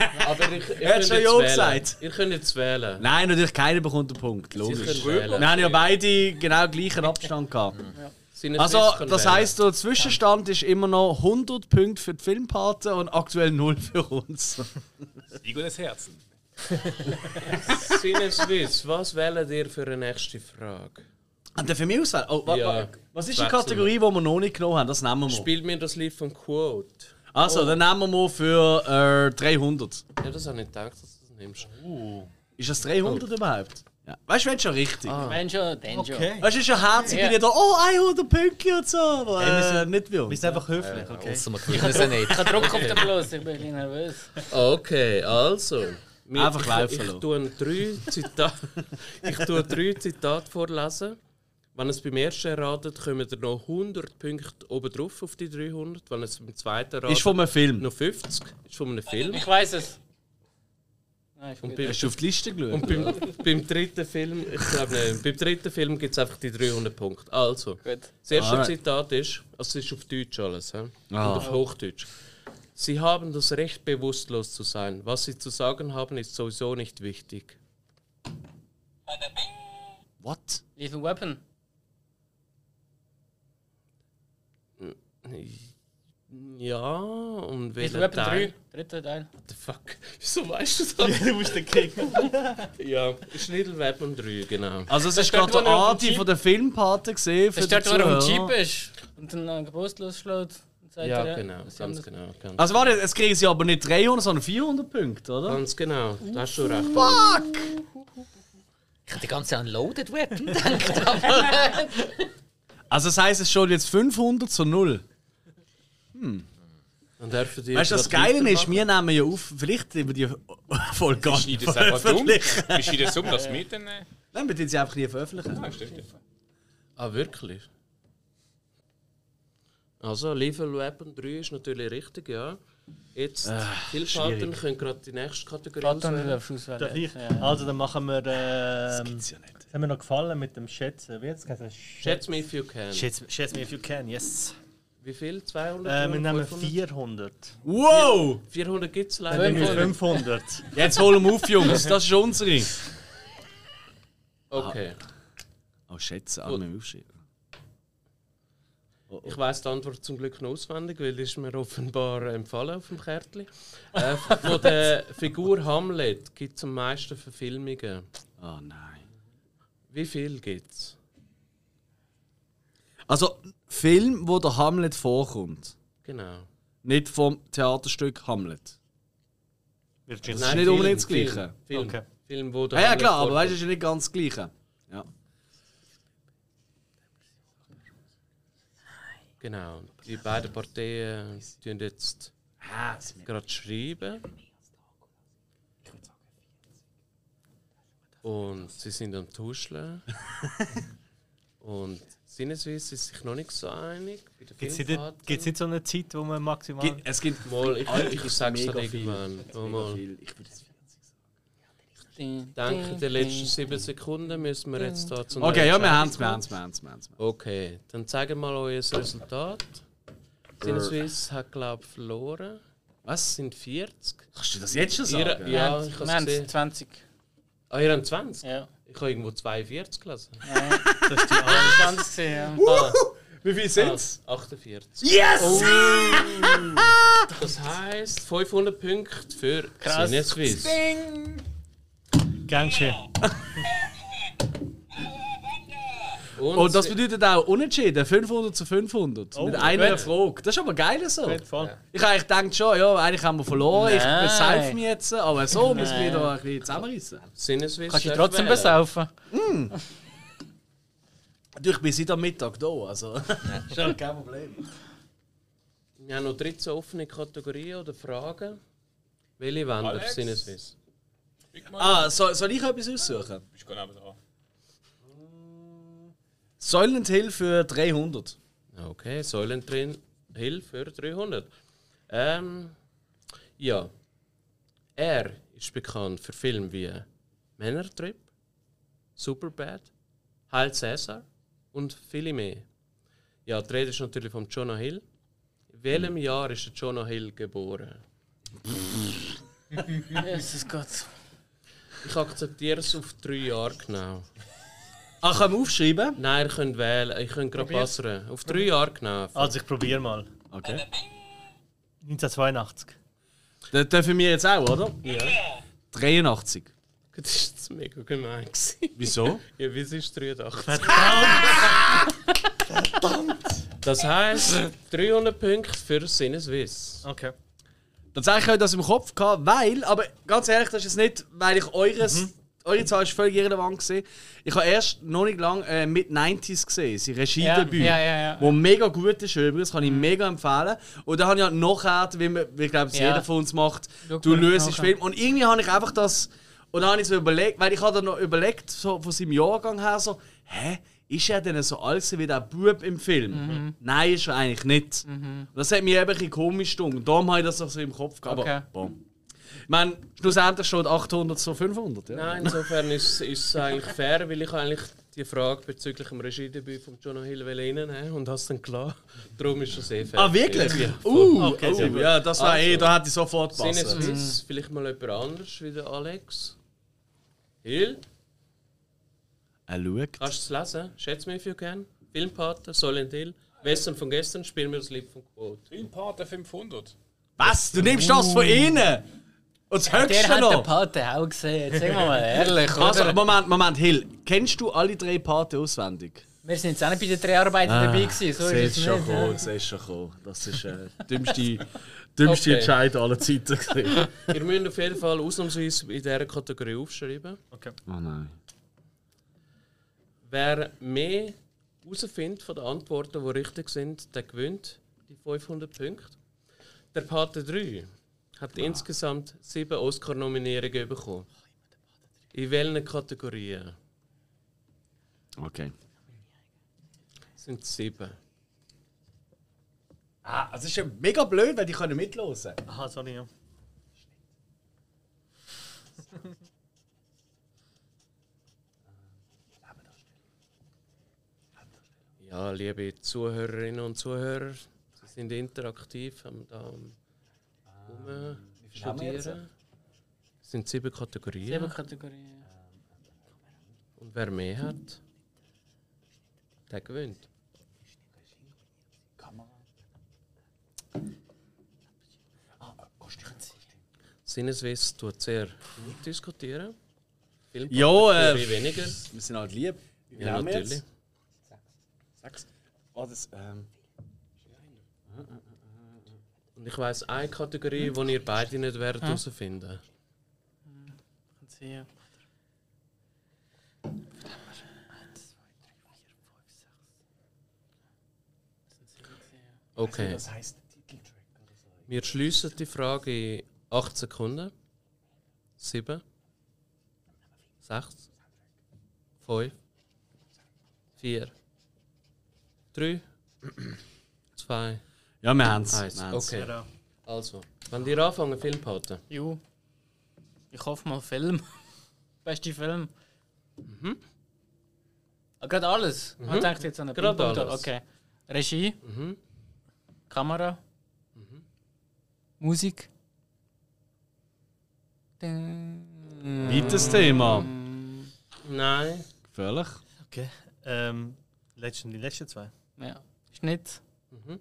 Speaker 4: aber ich, ich
Speaker 1: Er hat schon Ja gesagt.
Speaker 4: Ihr könnt jetzt wählen.
Speaker 1: Nein, natürlich keiner bekommt den Punkt,
Speaker 4: Sie können
Speaker 1: logisch.
Speaker 4: wählen.
Speaker 1: Wir haben ja beide genau gleichen Abstand gehabt.
Speaker 4: Sinneswiss
Speaker 1: Also,
Speaker 4: können
Speaker 1: das
Speaker 4: wählen.
Speaker 1: heisst, der Zwischenstand ist immer noch 100 Punkte für die Filmpaten und aktuell 0 für uns.
Speaker 3: Ego des Herzens.
Speaker 4: Sinneswiss, was wählt ihr für eine nächste Frage?
Speaker 1: Und dann für mich auswählen. Oh, wa- wa-
Speaker 4: Ja.
Speaker 1: was ist die Kategorie, die wir noch nicht genommen haben? Das nehmen wir. mal.
Speaker 4: Spielt mir das Lied von Quote.
Speaker 1: Also, dann nehmen wir mal für äh, 300.
Speaker 4: Ja, das habe ich nicht gedacht, dass du das nimmst.
Speaker 1: Ist das 300 überhaupt? Ja. Weißt du, wenn schon richtig.
Speaker 5: Wenn schon, dann schon.
Speaker 1: Weißt du, ist schon herzig, wenn
Speaker 5: Ja.
Speaker 1: ich da, oh, 100 Pünktchen und so. Aber,
Speaker 7: Hey, wir
Speaker 1: äh,
Speaker 7: sind-
Speaker 1: nicht wir.
Speaker 7: Bist einfach höflich, okay?
Speaker 2: Ausser wir gewinnen sie nicht.
Speaker 5: Ich habe Druck auf den Bloß, ich bin ein bisschen nervös.
Speaker 4: Okay, also. Wir-
Speaker 1: Einfach laufen
Speaker 4: Ich, ich
Speaker 1: lassen.
Speaker 4: tue ein drei Zitate. ich tue drei Zitate vorlesen. Wenn es beim ersten erratet, kommen da noch 100 Punkte oben drauf auf die 300. Wenn es beim zweiten erratet,
Speaker 1: Ist von einem Film.
Speaker 4: noch 50. Ist von einem Film.
Speaker 5: Ich weiß es. Nein, ist
Speaker 4: Und
Speaker 5: gut.
Speaker 4: beim,
Speaker 1: Hast du auf die Liste geschaut?
Speaker 4: und beim, beim dritten Film, ich glaube nicht, beim dritten Film gibt es einfach die 300 Punkte. Also,
Speaker 5: gut.
Speaker 4: das erste
Speaker 1: Alright.
Speaker 4: Zitat ist, also es ist auf Deutsch alles, hä?
Speaker 1: Ah.
Speaker 4: und auf Hochdeutsch. Sie haben das Recht, bewusstlos zu sein. Was Sie zu sagen haben, ist sowieso nicht wichtig.
Speaker 1: What?
Speaker 5: Little Weapon.
Speaker 4: Ja,
Speaker 5: Little
Speaker 4: und welcher
Speaker 5: Weapon
Speaker 4: Teil?
Speaker 5: 3. Dritter Teil.
Speaker 4: What the fuck? Wieso weißt du das? Ja, du musst den kicken. ja, ist Little Weapon 3, genau.
Speaker 1: Also, es ist
Speaker 5: dort,
Speaker 1: gerade der
Speaker 5: wo er auf dem
Speaker 1: Adi
Speaker 5: Jeep-
Speaker 1: von der Filmpate gesehen.
Speaker 5: Das ist dort, wo er auf dem Jeep ist und dann äh, bewusstlos schlägt. und sagt
Speaker 4: Ja,
Speaker 5: er,
Speaker 4: genau,
Speaker 5: Sie haben
Speaker 4: ganz
Speaker 5: das-
Speaker 4: genau. Ganz,
Speaker 1: Also, warte, jetzt kriegen sie aber nicht 300, sondern 400 Punkte, oder?
Speaker 4: ganz genau, da hast du recht.
Speaker 2: Ich habe die ganze Unloaded Weapon gedacht.
Speaker 1: Also, das heisst, es steht jetzt 500 zu 0.
Speaker 4: Dann dürfen die
Speaker 1: Weißt du, das
Speaker 4: grad
Speaker 1: Geile ist,
Speaker 4: weitermachen.
Speaker 1: wir nehmen ja auf, vielleicht über die Folge gar
Speaker 3: Ich
Speaker 1: nicht
Speaker 3: das einfach um.
Speaker 1: veröffentlichen.
Speaker 3: Ich schiebe das um, dass wir dann. äh,
Speaker 1: Nein, wir tun sie einfach nie veröffentlichen.
Speaker 3: Ah, stimmt. ja.
Speaker 4: Ah, wirklich? Also, Level Weapon 3 ist natürlich richtig, ja. Jetzt, viele Schalten können gerade die nächste Kategorie
Speaker 5: Platon
Speaker 4: auswählen.
Speaker 5: darfst du
Speaker 6: Darf
Speaker 5: auswählen.
Speaker 6: ich? Also, dann machen wir.
Speaker 1: Das
Speaker 6: Ähm,
Speaker 1: gibt's ja nicht.
Speaker 6: das haben wir noch gefallen mit dem Schätzen. Wie jetzt gesagt?
Speaker 4: Schätz me if you can.
Speaker 6: Schätz, schätz me if you can, yes.
Speaker 4: Wie viel? 200?
Speaker 6: Äh, wir nehmen
Speaker 4: 500?
Speaker 6: 400.
Speaker 1: Wow!
Speaker 4: 400 gibt es leider
Speaker 6: Dann nehmen wir
Speaker 4: nicht.
Speaker 6: 500.
Speaker 1: Jetzt holen wir auf, Jungs, das ist unsere.
Speaker 4: Okay,
Speaker 1: Oh, schätze, alle müssen aufschreiben.
Speaker 4: ich weiss die Antwort zum Glück noch auswendig, weil die ist mir offenbar empfallen auf dem Kärtchen. Äh, von der Figur Hamlet gibt es am meisten Verfilmungen.
Speaker 1: Oh nein.
Speaker 4: Wie viel gibt es?
Speaker 1: Also, Film, wo der Hamlet vorkommt.
Speaker 4: Genau.
Speaker 1: Nicht vom Theaterstück Hamlet.
Speaker 6: Virginia.
Speaker 1: ist nicht unbedingt das Gleiche.
Speaker 4: Film,
Speaker 6: Okay.
Speaker 4: Film, wo der
Speaker 1: Ah Ja, ja
Speaker 4: Hamlet
Speaker 1: klar, aber
Speaker 4: vorkommt.
Speaker 1: weißt du, es ist ja nicht ganz das Gleiche. Ja.
Speaker 4: Genau, die beiden Parteien tun jetzt gerade schreiben. Und sie sind am Tuscheln. Und sinnesweise ist sich noch nicht so einig. bei der
Speaker 6: Gibt es nicht, gibt's nicht so eine Zeit, wo man maximal.
Speaker 1: Gibt- Es gibt
Speaker 4: Mal, ich,
Speaker 1: Alter,
Speaker 4: ich,
Speaker 1: gibt's
Speaker 4: sag's dir
Speaker 1: mega viel.
Speaker 4: irgendwann. Mal, mal. Ich
Speaker 1: viel. Ich würde es
Speaker 4: denke, in den letzten sieben Sekunden müssen wir jetzt da zum
Speaker 1: Okay, ja, wir haben es, wir haben es, wir haben es, wir haben es.
Speaker 4: Okay, dann zeigen wir mal euer Resultat. Sinnesweise hat, glaube ich, verloren. Was? Sind 40?
Speaker 1: Kannst du das jetzt schon
Speaker 4: Ihr-
Speaker 1: sagen?
Speaker 4: ja,
Speaker 5: Ja,
Speaker 4: ich
Speaker 5: wir
Speaker 4: habe
Speaker 5: haben
Speaker 4: gesehen.
Speaker 5: 20.
Speaker 4: Ah, ihr habt 20?
Speaker 5: Ja,
Speaker 4: Ich habe irgendwo 42 gelesen.
Speaker 5: das ist anders gesehen. Ja. Oh,
Speaker 1: Wie viel
Speaker 4: Ah,
Speaker 1: sind's? Oh.
Speaker 4: 48.
Speaker 1: Yes!
Speaker 4: Das heisst 500 Punkte für
Speaker 5: Krass.
Speaker 4: Sinneswiss.
Speaker 6: Gern geschehen.
Speaker 1: Und Oh, das Oh, bedeutet auch unentschieden, 500 zu 500. mit einer Frage. Das ist aber geil so.
Speaker 6: Voll.
Speaker 1: Ich habe gedacht schon, ja, eigentlich haben wir verloren,
Speaker 5: Nein.
Speaker 1: ich besaufe mich jetzt, aber so müssen wir
Speaker 5: Nein.
Speaker 1: da ein bisschen zusammenreißen.
Speaker 4: Sinneswiss.
Speaker 5: Kannst du
Speaker 4: darf
Speaker 5: trotzdem
Speaker 4: wählen.
Speaker 5: besaufen?
Speaker 1: Natürlich bin ich seit am Mittag da, also. Schon kein Problem.
Speaker 4: Wir haben noch 13 offene Kategorien oder Fragen. Welche wollen auf
Speaker 3: Alex?
Speaker 4: Sinneswiss?
Speaker 1: Ah, soll, soll ich etwas aussuchen?
Speaker 3: Bist du gerade dran?
Speaker 1: Silent Hill für 300.
Speaker 4: Okay, Säulen drin. Hill für 300. Ähm, ja. Er ist bekannt für Filme wie Männertrip, Superbad, Heil Caesar und viele mehr. Ja, die Rede ist natürlich von Jonah Hill. In welchem Jahr ist der Jonah Hill geboren?
Speaker 5: Jesus Gott.
Speaker 4: Ich akzeptiere es auf drei Jahre genau.
Speaker 1: Ah, können wir aufschreiben?
Speaker 4: Nein, ihr könnt wählen. Ich könnt gerade passen. Auf drei Jahre genau.
Speaker 6: Also, ich probiere mal.
Speaker 1: Okay.
Speaker 6: 1982.
Speaker 1: Das dürfen wir jetzt auch, oder? Ja. 83.
Speaker 4: Das ist mega gemein. gewesen.
Speaker 1: Wieso?
Speaker 4: Ja, wie ist 83? Verdammt! Das heisst 300 Punkte für Sinneswiss.
Speaker 6: Okay.
Speaker 5: Mhm.
Speaker 1: Tatsächlich habe ich das im Kopf gehabt, weil, aber ganz ehrlich, das ist jetzt nicht, weil ich eures eure Zahl war völlig irrelevant. Gewesen. Ich habe erst noch nicht lange äh, Mid-90s gesehen, sein Regiedebüt.
Speaker 5: Ja, ja, ja, ja.
Speaker 1: Wo mega gut ist übrigens, kann ich mega empfehlen. Und da habe ich halt nachher, wie, man- wie ich glaube, es
Speaker 5: Ja.
Speaker 1: jeder von uns macht,
Speaker 5: Schau
Speaker 1: du
Speaker 5: mal
Speaker 1: löst
Speaker 5: nachher.
Speaker 1: Film. Und irgendwie habe ich einfach das. Und dann habe ich so überlegt, weil ich habe dann noch überlegt, so von seinem Jahrgang her, so, hä? Ist er denn so alt gewesen wie der Bub im Film? Nein, ist er eigentlich nicht. Und Das hat mich eben ein bisschen komisch gestimmt. Und darum habe ich das noch so im Kopf gehabt.
Speaker 5: Okay.
Speaker 1: Aber, boom. Ich meine, schlussendlich steht 800 zu 500, ja?
Speaker 4: Nein, insofern ist, ist es eigentlich fair, weil ich eigentlich die Frage bezüglich dem Regiedebüt von Jonah Hill reinnehmen und hast dann klar. Darum ist das eh fair.
Speaker 1: Ah, wirklich?
Speaker 4: Ja.
Speaker 1: Uh,
Speaker 4: Okay,
Speaker 1: oh,
Speaker 4: sehr gut.
Speaker 1: ja, das war eh,
Speaker 4: Also.
Speaker 1: da hätte ich sofort
Speaker 4: Sind
Speaker 1: passen.
Speaker 4: jetzt Swiss vielleicht mal jemand anders wie der Alex? Hill,
Speaker 1: Er schaut.
Speaker 4: kannst du es lesen? Schätze mich, if you can. Filmpater, Silent Hill. Western von gestern, spielen wir das Lied von Quote.
Speaker 3: Filmpate 500.
Speaker 1: Was? Du nimmst das von ihnen? Und das
Speaker 5: Der
Speaker 1: Höchste
Speaker 5: hat den
Speaker 1: noch?
Speaker 5: Pate auch gesehen, jetzt sagen wir mal ehrlich.
Speaker 1: Also,
Speaker 5: Oder?
Speaker 1: Moment, Moment, Hill, kennst du alle drei Paten auswendig?
Speaker 5: Wir sind jetzt auch nicht bei den Dreharbeiten dabei gewesen, so ist es nicht. ja.
Speaker 1: das ist schon gekommen. Das ist äh, die dümmste, dümmste
Speaker 4: Okay.
Speaker 1: Entscheidung aller Zeiten. gewesen.
Speaker 4: Ihr müsst auf jeden Fall ausnahmsweise in dieser Kategorie aufschreiben.
Speaker 1: oh nein.
Speaker 4: Wer mehr herausfindet von den Antworten, die richtig sind, der gewinnt die 500 Punkte. Der Pate 3 hat insgesamt sieben Oscar-Nominierungen bekommen. In welchen Kategorien
Speaker 1: Okay.
Speaker 4: sind es sieben?
Speaker 1: Ah, das ist ja mega blöd, weil die können mitlosen.
Speaker 7: Aha, sorry, ja.
Speaker 4: Ja, liebe Zuhörerinnen und Zuhörer, Sie sind interaktiv, haben da um am Rum- studieren. Es sind sieben Kategorien.
Speaker 5: Sieben Kategorien.
Speaker 4: Und wer mehr hat, der gewinnt. Sinneswiss tut sehr gut diskutieren. Filmpaten
Speaker 1: Ja, äh,
Speaker 4: viel weniger.
Speaker 1: Wir sind halt lieb. Wie viel
Speaker 4: Ja,
Speaker 1: haben wir
Speaker 4: natürlich.
Speaker 1: jetzt? Sechs. Oh, das, ähm,
Speaker 4: Und ich weiss eine Kategorie, die ihr beide nicht
Speaker 1: Ah.
Speaker 4: werdet herausfinden.
Speaker 5: Kannst du sehen.
Speaker 4: Okay.
Speaker 1: das heisst Titeltrack.
Speaker 4: Wir schließen die Frage in 8 Sekunden. 7, 6, 5, 4, 3, 2,
Speaker 1: Ja, wir haben es.
Speaker 4: 1. Okay. Also, wenn ihr anfangen, Film halten.
Speaker 5: Jo. Ich hoffe mal Film. Beste Film. Mhm. Ah, gerade alles. Man denkt jetzt an den
Speaker 4: Gerade
Speaker 5: Pinpointer.
Speaker 4: alles.
Speaker 5: Okay. Regie. Kamera. Musik. Ding.
Speaker 1: Weites Thema.
Speaker 4: Nein.
Speaker 1: Gefährlich.
Speaker 7: Okay. Ähm, letzten, die letzten zwei.
Speaker 5: Ja. Schnitt.
Speaker 4: Mhm.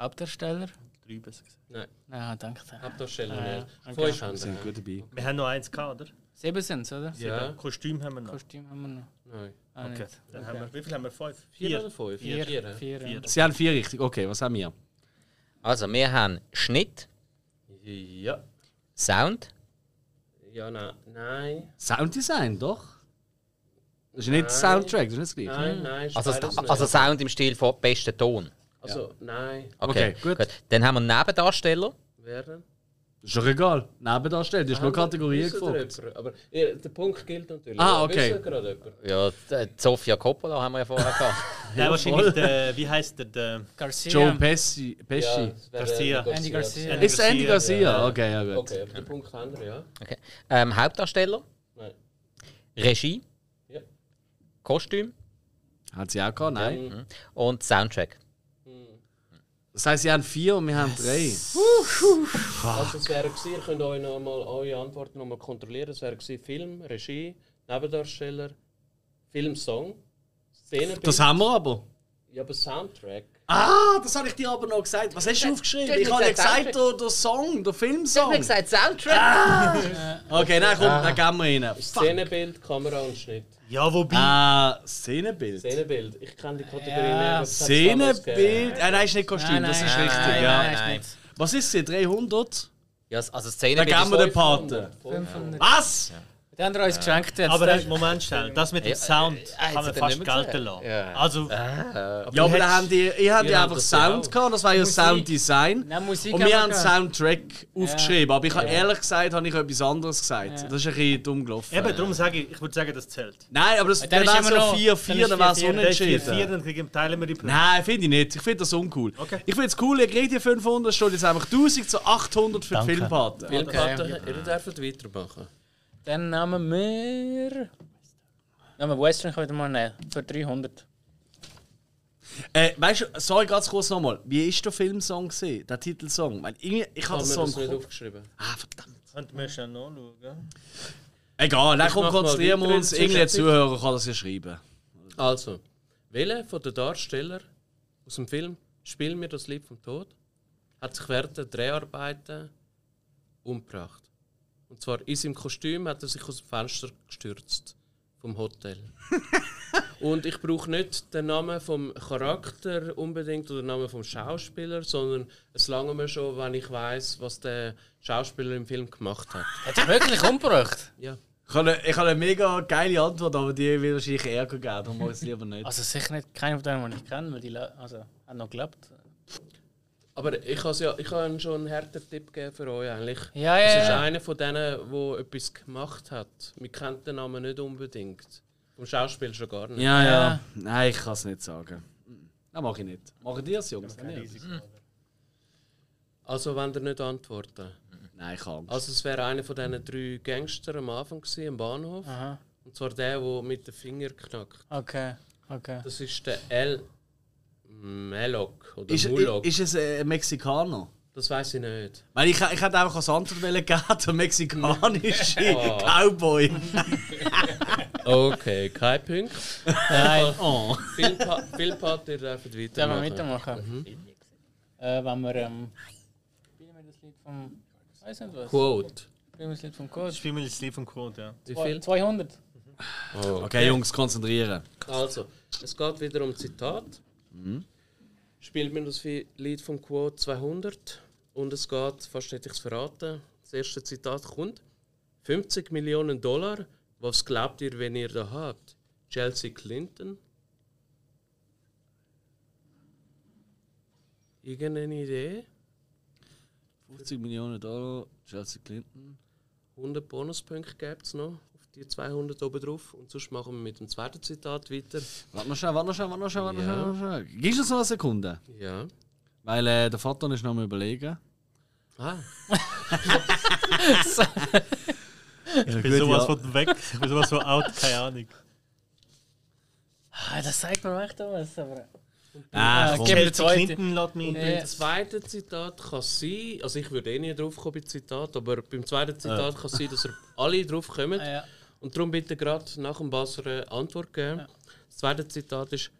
Speaker 5: Hauptdarsteller.
Speaker 7: Drei besser gesagt.
Speaker 5: Nein, danke.
Speaker 4: Habt ihr Stellen
Speaker 5: Ah,
Speaker 4: nicht.
Speaker 5: okay.
Speaker 4: Fünf
Speaker 1: Wir sind
Speaker 4: Hände.
Speaker 1: gut dabei.
Speaker 7: Wir haben noch eins gehabt, oder?
Speaker 5: Sieben sind's, oder?
Speaker 4: Ja.
Speaker 7: Kostüm haben wir noch.
Speaker 5: Kostüm haben wir noch.
Speaker 4: Nein.
Speaker 5: Ah,
Speaker 7: Okay.
Speaker 5: nicht.
Speaker 7: Dann haben wir, wie viel haben wir? Fünf?
Speaker 4: Vier oder fünf?
Speaker 5: Vier.
Speaker 4: Vier.
Speaker 5: Vier.
Speaker 7: Vier.
Speaker 1: Sie haben vier richtig. Okay, was haben wir?
Speaker 2: Also, wir haben Schnitt,
Speaker 4: Ja.
Speaker 2: Sound,
Speaker 4: Ja, nein. Nein.
Speaker 1: Sounddesign, doch? Das ist nicht
Speaker 4: Nein.
Speaker 1: Soundtrack, das ist nicht das gleiche.
Speaker 4: Nein, nein. ist
Speaker 2: also,
Speaker 4: beides nicht.
Speaker 2: also Sound im Stil von besten Ton.
Speaker 4: also nein.
Speaker 2: Okay,
Speaker 1: Okay, gut.
Speaker 2: Dann haben wir Nebendarsteller.
Speaker 4: Wer denn?
Speaker 1: Das ist doch egal. Nebendarstellung, das ist nur
Speaker 4: Ah,
Speaker 1: Kategorien
Speaker 4: Wissen ihr
Speaker 1: gefragt.
Speaker 4: jemanden? Aber ja, der Punkt eh, gilt natürlich.
Speaker 1: Ah,
Speaker 4: Wir
Speaker 1: okay.
Speaker 4: wissen gerade jemanden.
Speaker 2: Ja, die Sofia Coppola haben wir ja vorher gehabt.
Speaker 7: Nein, wahrscheinlich der, wie heißt der? der
Speaker 5: Garcia.
Speaker 1: Joe Pesci.
Speaker 4: Ja,
Speaker 1: Pesci.
Speaker 4: es wäre
Speaker 7: Garcia.
Speaker 5: Andy Garcia.
Speaker 1: Ist es Andy Garcia?
Speaker 4: Ja.
Speaker 1: Okay, ja gut.
Speaker 4: Okay, aber den Punkt haben wir, ja.
Speaker 2: Okay. Ähm, Hauptdarsteller,
Speaker 4: Nein.
Speaker 2: Regie,
Speaker 4: Ja.
Speaker 2: Kostüm
Speaker 1: Hat sie auch gehabt? Nein.
Speaker 2: und Soundtrack.
Speaker 1: Das heisst, sie haben vier und wir haben drei.
Speaker 4: Also es wäre gewesen, ihr könnt euch noch mal eure Antworten nochmal kontrollieren. Es wäre gewesen, Film, Regie, Nebendarsteller, Filmsong, Szenenbild,
Speaker 1: Das haben wir aber.
Speaker 4: ja, aber Soundtrack.
Speaker 1: Ah, das habe ich dir aber noch gesagt. Was hast du aufgeschrieben?
Speaker 2: du
Speaker 1: Ich habe dir
Speaker 2: gesagt,
Speaker 1: gesagt, der, der Song, der
Speaker 2: Ich habe
Speaker 1: Filmsong. Ah!
Speaker 2: gesagt Soundtrack.
Speaker 1: Okay, nein, komm, dann gehen wir rein. Fuck.
Speaker 4: Szenenbild, Kamera und Schnitt.
Speaker 7: ja, wobei.
Speaker 1: Ah, Szenenbild.
Speaker 4: Szenenbild, ich kenne die Kategorie
Speaker 5: Ja.
Speaker 4: nicht. was hat's damals gegeben?
Speaker 1: Szenenbild. Ah, nein, ist nicht Kostüm,
Speaker 5: Nein,
Speaker 1: das
Speaker 5: nein,
Speaker 1: ist
Speaker 5: nein,
Speaker 1: richtig.
Speaker 5: nein,
Speaker 1: Ja.
Speaker 5: nein, ist
Speaker 2: nein.
Speaker 5: nicht.
Speaker 1: Was ist sie? 300?
Speaker 2: Ja, also
Speaker 1: Dann
Speaker 2: Szenenbild
Speaker 1: geben wir den Paten.
Speaker 4: 500.
Speaker 5: 500.
Speaker 1: Was?
Speaker 5: Dann haben wir uns geschenkt. Jetzt
Speaker 7: Aber
Speaker 5: der-
Speaker 7: äh, Moment schnell, das mit dem
Speaker 2: Ja,
Speaker 7: Sound kann
Speaker 2: äh, hat er
Speaker 7: man
Speaker 2: nicht
Speaker 7: fast
Speaker 2: mehr
Speaker 7: gelten
Speaker 2: gesagt.
Speaker 7: lassen.
Speaker 2: Ja. Ah,
Speaker 7: Also,
Speaker 1: Ja, aber da
Speaker 7: hättest-
Speaker 1: haben die, ich hatte
Speaker 4: ihr habt
Speaker 1: einfach
Speaker 4: das
Speaker 1: Sound
Speaker 4: ja auch.
Speaker 1: gehabt, das war ja
Speaker 5: Musik.
Speaker 1: Sounddesign.
Speaker 5: Nein, Musik
Speaker 1: Und wir haben
Speaker 5: wir
Speaker 1: Soundtrack aufgeschrieben, aber ich habe ehrlich gesagt, habe ich etwas anderes gesagt.
Speaker 5: Ja.
Speaker 1: Das ist ein bisschen dumm gelaufen.
Speaker 7: eben darum sage ich, ich würde sagen, das zählt.
Speaker 1: Nein, aber das,
Speaker 5: Dann
Speaker 1: dann
Speaker 5: ist
Speaker 1: wäre es
Speaker 5: immer
Speaker 1: ja
Speaker 5: noch-
Speaker 1: 4-4, dann
Speaker 5: dann
Speaker 1: wäre es
Speaker 5: ist 4-4.
Speaker 7: Wenn es die vier,
Speaker 1: unentschieden.
Speaker 7: dann kriegen- teilen wir die Punkte.
Speaker 1: Nein, finde ich nicht. Ich finde das uncool.
Speaker 7: Okay.
Speaker 1: Ich finde es cool, ihr kriegt die 500, steht jetzt einfach 1000 zu 800 für die
Speaker 6: Danke.
Speaker 1: Filmpaten.
Speaker 4: Ihr
Speaker 5: Okay.
Speaker 4: dürft- ihr dürft weitermachen.
Speaker 5: Dann nehmen wir. Nehmen wir Western können wir mal nehmen. Für 300.
Speaker 1: Äh, weißt du, sorry, ganz kurz nochmal. Wie ist der Filmsong gesehen? Der Titelsong? Weil irgendwie, ich habe das
Speaker 4: Haben wir
Speaker 1: so im
Speaker 4: das nicht
Speaker 1: Kopf.
Speaker 4: aufgeschrieben?
Speaker 1: Ah, verdammt.
Speaker 7: Könnten wir schon nachschauen.
Speaker 1: Egal, dann komm,
Speaker 4: mach mal
Speaker 1: konzentrieren wir
Speaker 4: weiter
Speaker 1: uns.
Speaker 4: in der
Speaker 1: Irgendein Zuhörer kann das ja schreiben.
Speaker 4: Also, welcher von den Darstellern aus dem Film Spiel mir das Lied vom Tod hat sich während der Dreharbeiten umgebracht? Und zwar in seinem Kostüm hat er sich aus dem Fenster gestürzt vom Hotel. Und ich brauche nicht den Namen vom Charakter unbedingt oder den Namen vom Schauspieler, sondern es lange mir schon, wenn ich weiß, was der Schauspieler im Film gemacht hat.
Speaker 5: Hat er wirklich umgebracht?
Speaker 4: Ja.
Speaker 1: Ich habe eine, ich habe eine mega geile Antwort, aber die will wahrscheinlich Ärger geben. Darum mache ich es lieber nicht.
Speaker 5: Also sicher nicht keiner von denen, den ich kenne, weil die le- also, haben noch gelebt.
Speaker 4: Aber ich habe ja, ich habe schon einen harten Tipp gegeben für euch eigentlich.
Speaker 5: Ja,
Speaker 4: Es
Speaker 1: Äh,
Speaker 5: ja.
Speaker 4: ist
Speaker 5: ja.
Speaker 4: einer von denen, der etwas gemacht hat. Wir kennen den Namen nicht unbedingt. Vom Schauspiel schon gar nicht.
Speaker 1: Ja, ja.
Speaker 5: Ja.
Speaker 1: Nein, ich kann es nicht sagen. Nein, mache ich nicht. Machen die es, Jungs? Habt ihr etwas?
Speaker 4: Also wenn er nicht antworten.
Speaker 1: Nein, ich kann.
Speaker 4: Also es wäre einer von diesen drei Gangster am Anfang gewesen, am Bahnhof.
Speaker 5: Aha.
Speaker 4: Und zwar der, der mit dem Finger knackt.
Speaker 5: Okay. Okay.
Speaker 4: Das ist der El Melok oder
Speaker 1: Ist,
Speaker 4: Mulok.
Speaker 1: ist es äh, ein Mexikaner?
Speaker 4: das weiß ich nicht.
Speaker 1: Weil ich, ich hätte einfach als Antwort wollen geben, der mexikanische
Speaker 4: Oh.
Speaker 1: Cowboy.
Speaker 4: Okay, kein Punkt.
Speaker 5: Nein.
Speaker 1: Oh.
Speaker 4: Viel, pa viel Part, ihr dürft
Speaker 5: Sollen wir
Speaker 4: weitermachen.
Speaker 5: weitermachen? Äh, wenn wir. Ähm, spielen wir das Lied vom. Weiß nicht was.
Speaker 4: Quote.
Speaker 5: Spielen wir das Lied vom Coach?
Speaker 7: Spielen wir das Lied vom Code, ja.
Speaker 4: Wie viel?
Speaker 5: 200.
Speaker 1: Okay, Jungs, konzentrieren.
Speaker 4: Also, es geht wieder um Zitat. Spielt mir das Lied vom Quote 200 und es geht, fast hätte ich es verraten, das erste Zitat kommt. 50 Millionen Dollar, was glaubt ihr, wenn ihr da habt? Chelsea Clinton? Irgendeine Idee?
Speaker 1: 50 Millionen Dollar, Chelsea Clinton.
Speaker 4: 100 Bonuspunkte gibt es noch auf die 200 oben drauf und sonst machen wir mit dem zweiten Zitat weiter.
Speaker 1: Warte noch schnell, warte noch schnell, warte noch schnell, warte noch
Speaker 4: Ja.
Speaker 1: schnell, warte noch schnell. Gibst du uns noch eine Sekunde?
Speaker 4: Ja.
Speaker 1: Weil äh, der Vater ist noch mal überlegen.
Speaker 4: Ah,
Speaker 1: Ich
Speaker 7: Ich bin sowas von weg, ich bin sowas von out, keine Ahnung.
Speaker 5: Ah, das sagt mir echt was. Aber.
Speaker 1: Ah,
Speaker 5: Äh,
Speaker 1: komm.
Speaker 5: gib mir die
Speaker 7: Chelsea
Speaker 5: zweite.
Speaker 7: Clinton lässt mich.
Speaker 5: Ja.
Speaker 4: Beim zweiten Zitat kann es sein, also ich würde eh nie drauf kommen bei Zitat, aber beim zweiten Zitat kann es sein, dass ihr alle drauf kommen.
Speaker 5: Ah, ja.
Speaker 4: Und darum bitte gerade nach dem Basser eine Antwort geben. Das zweite Zitat ist: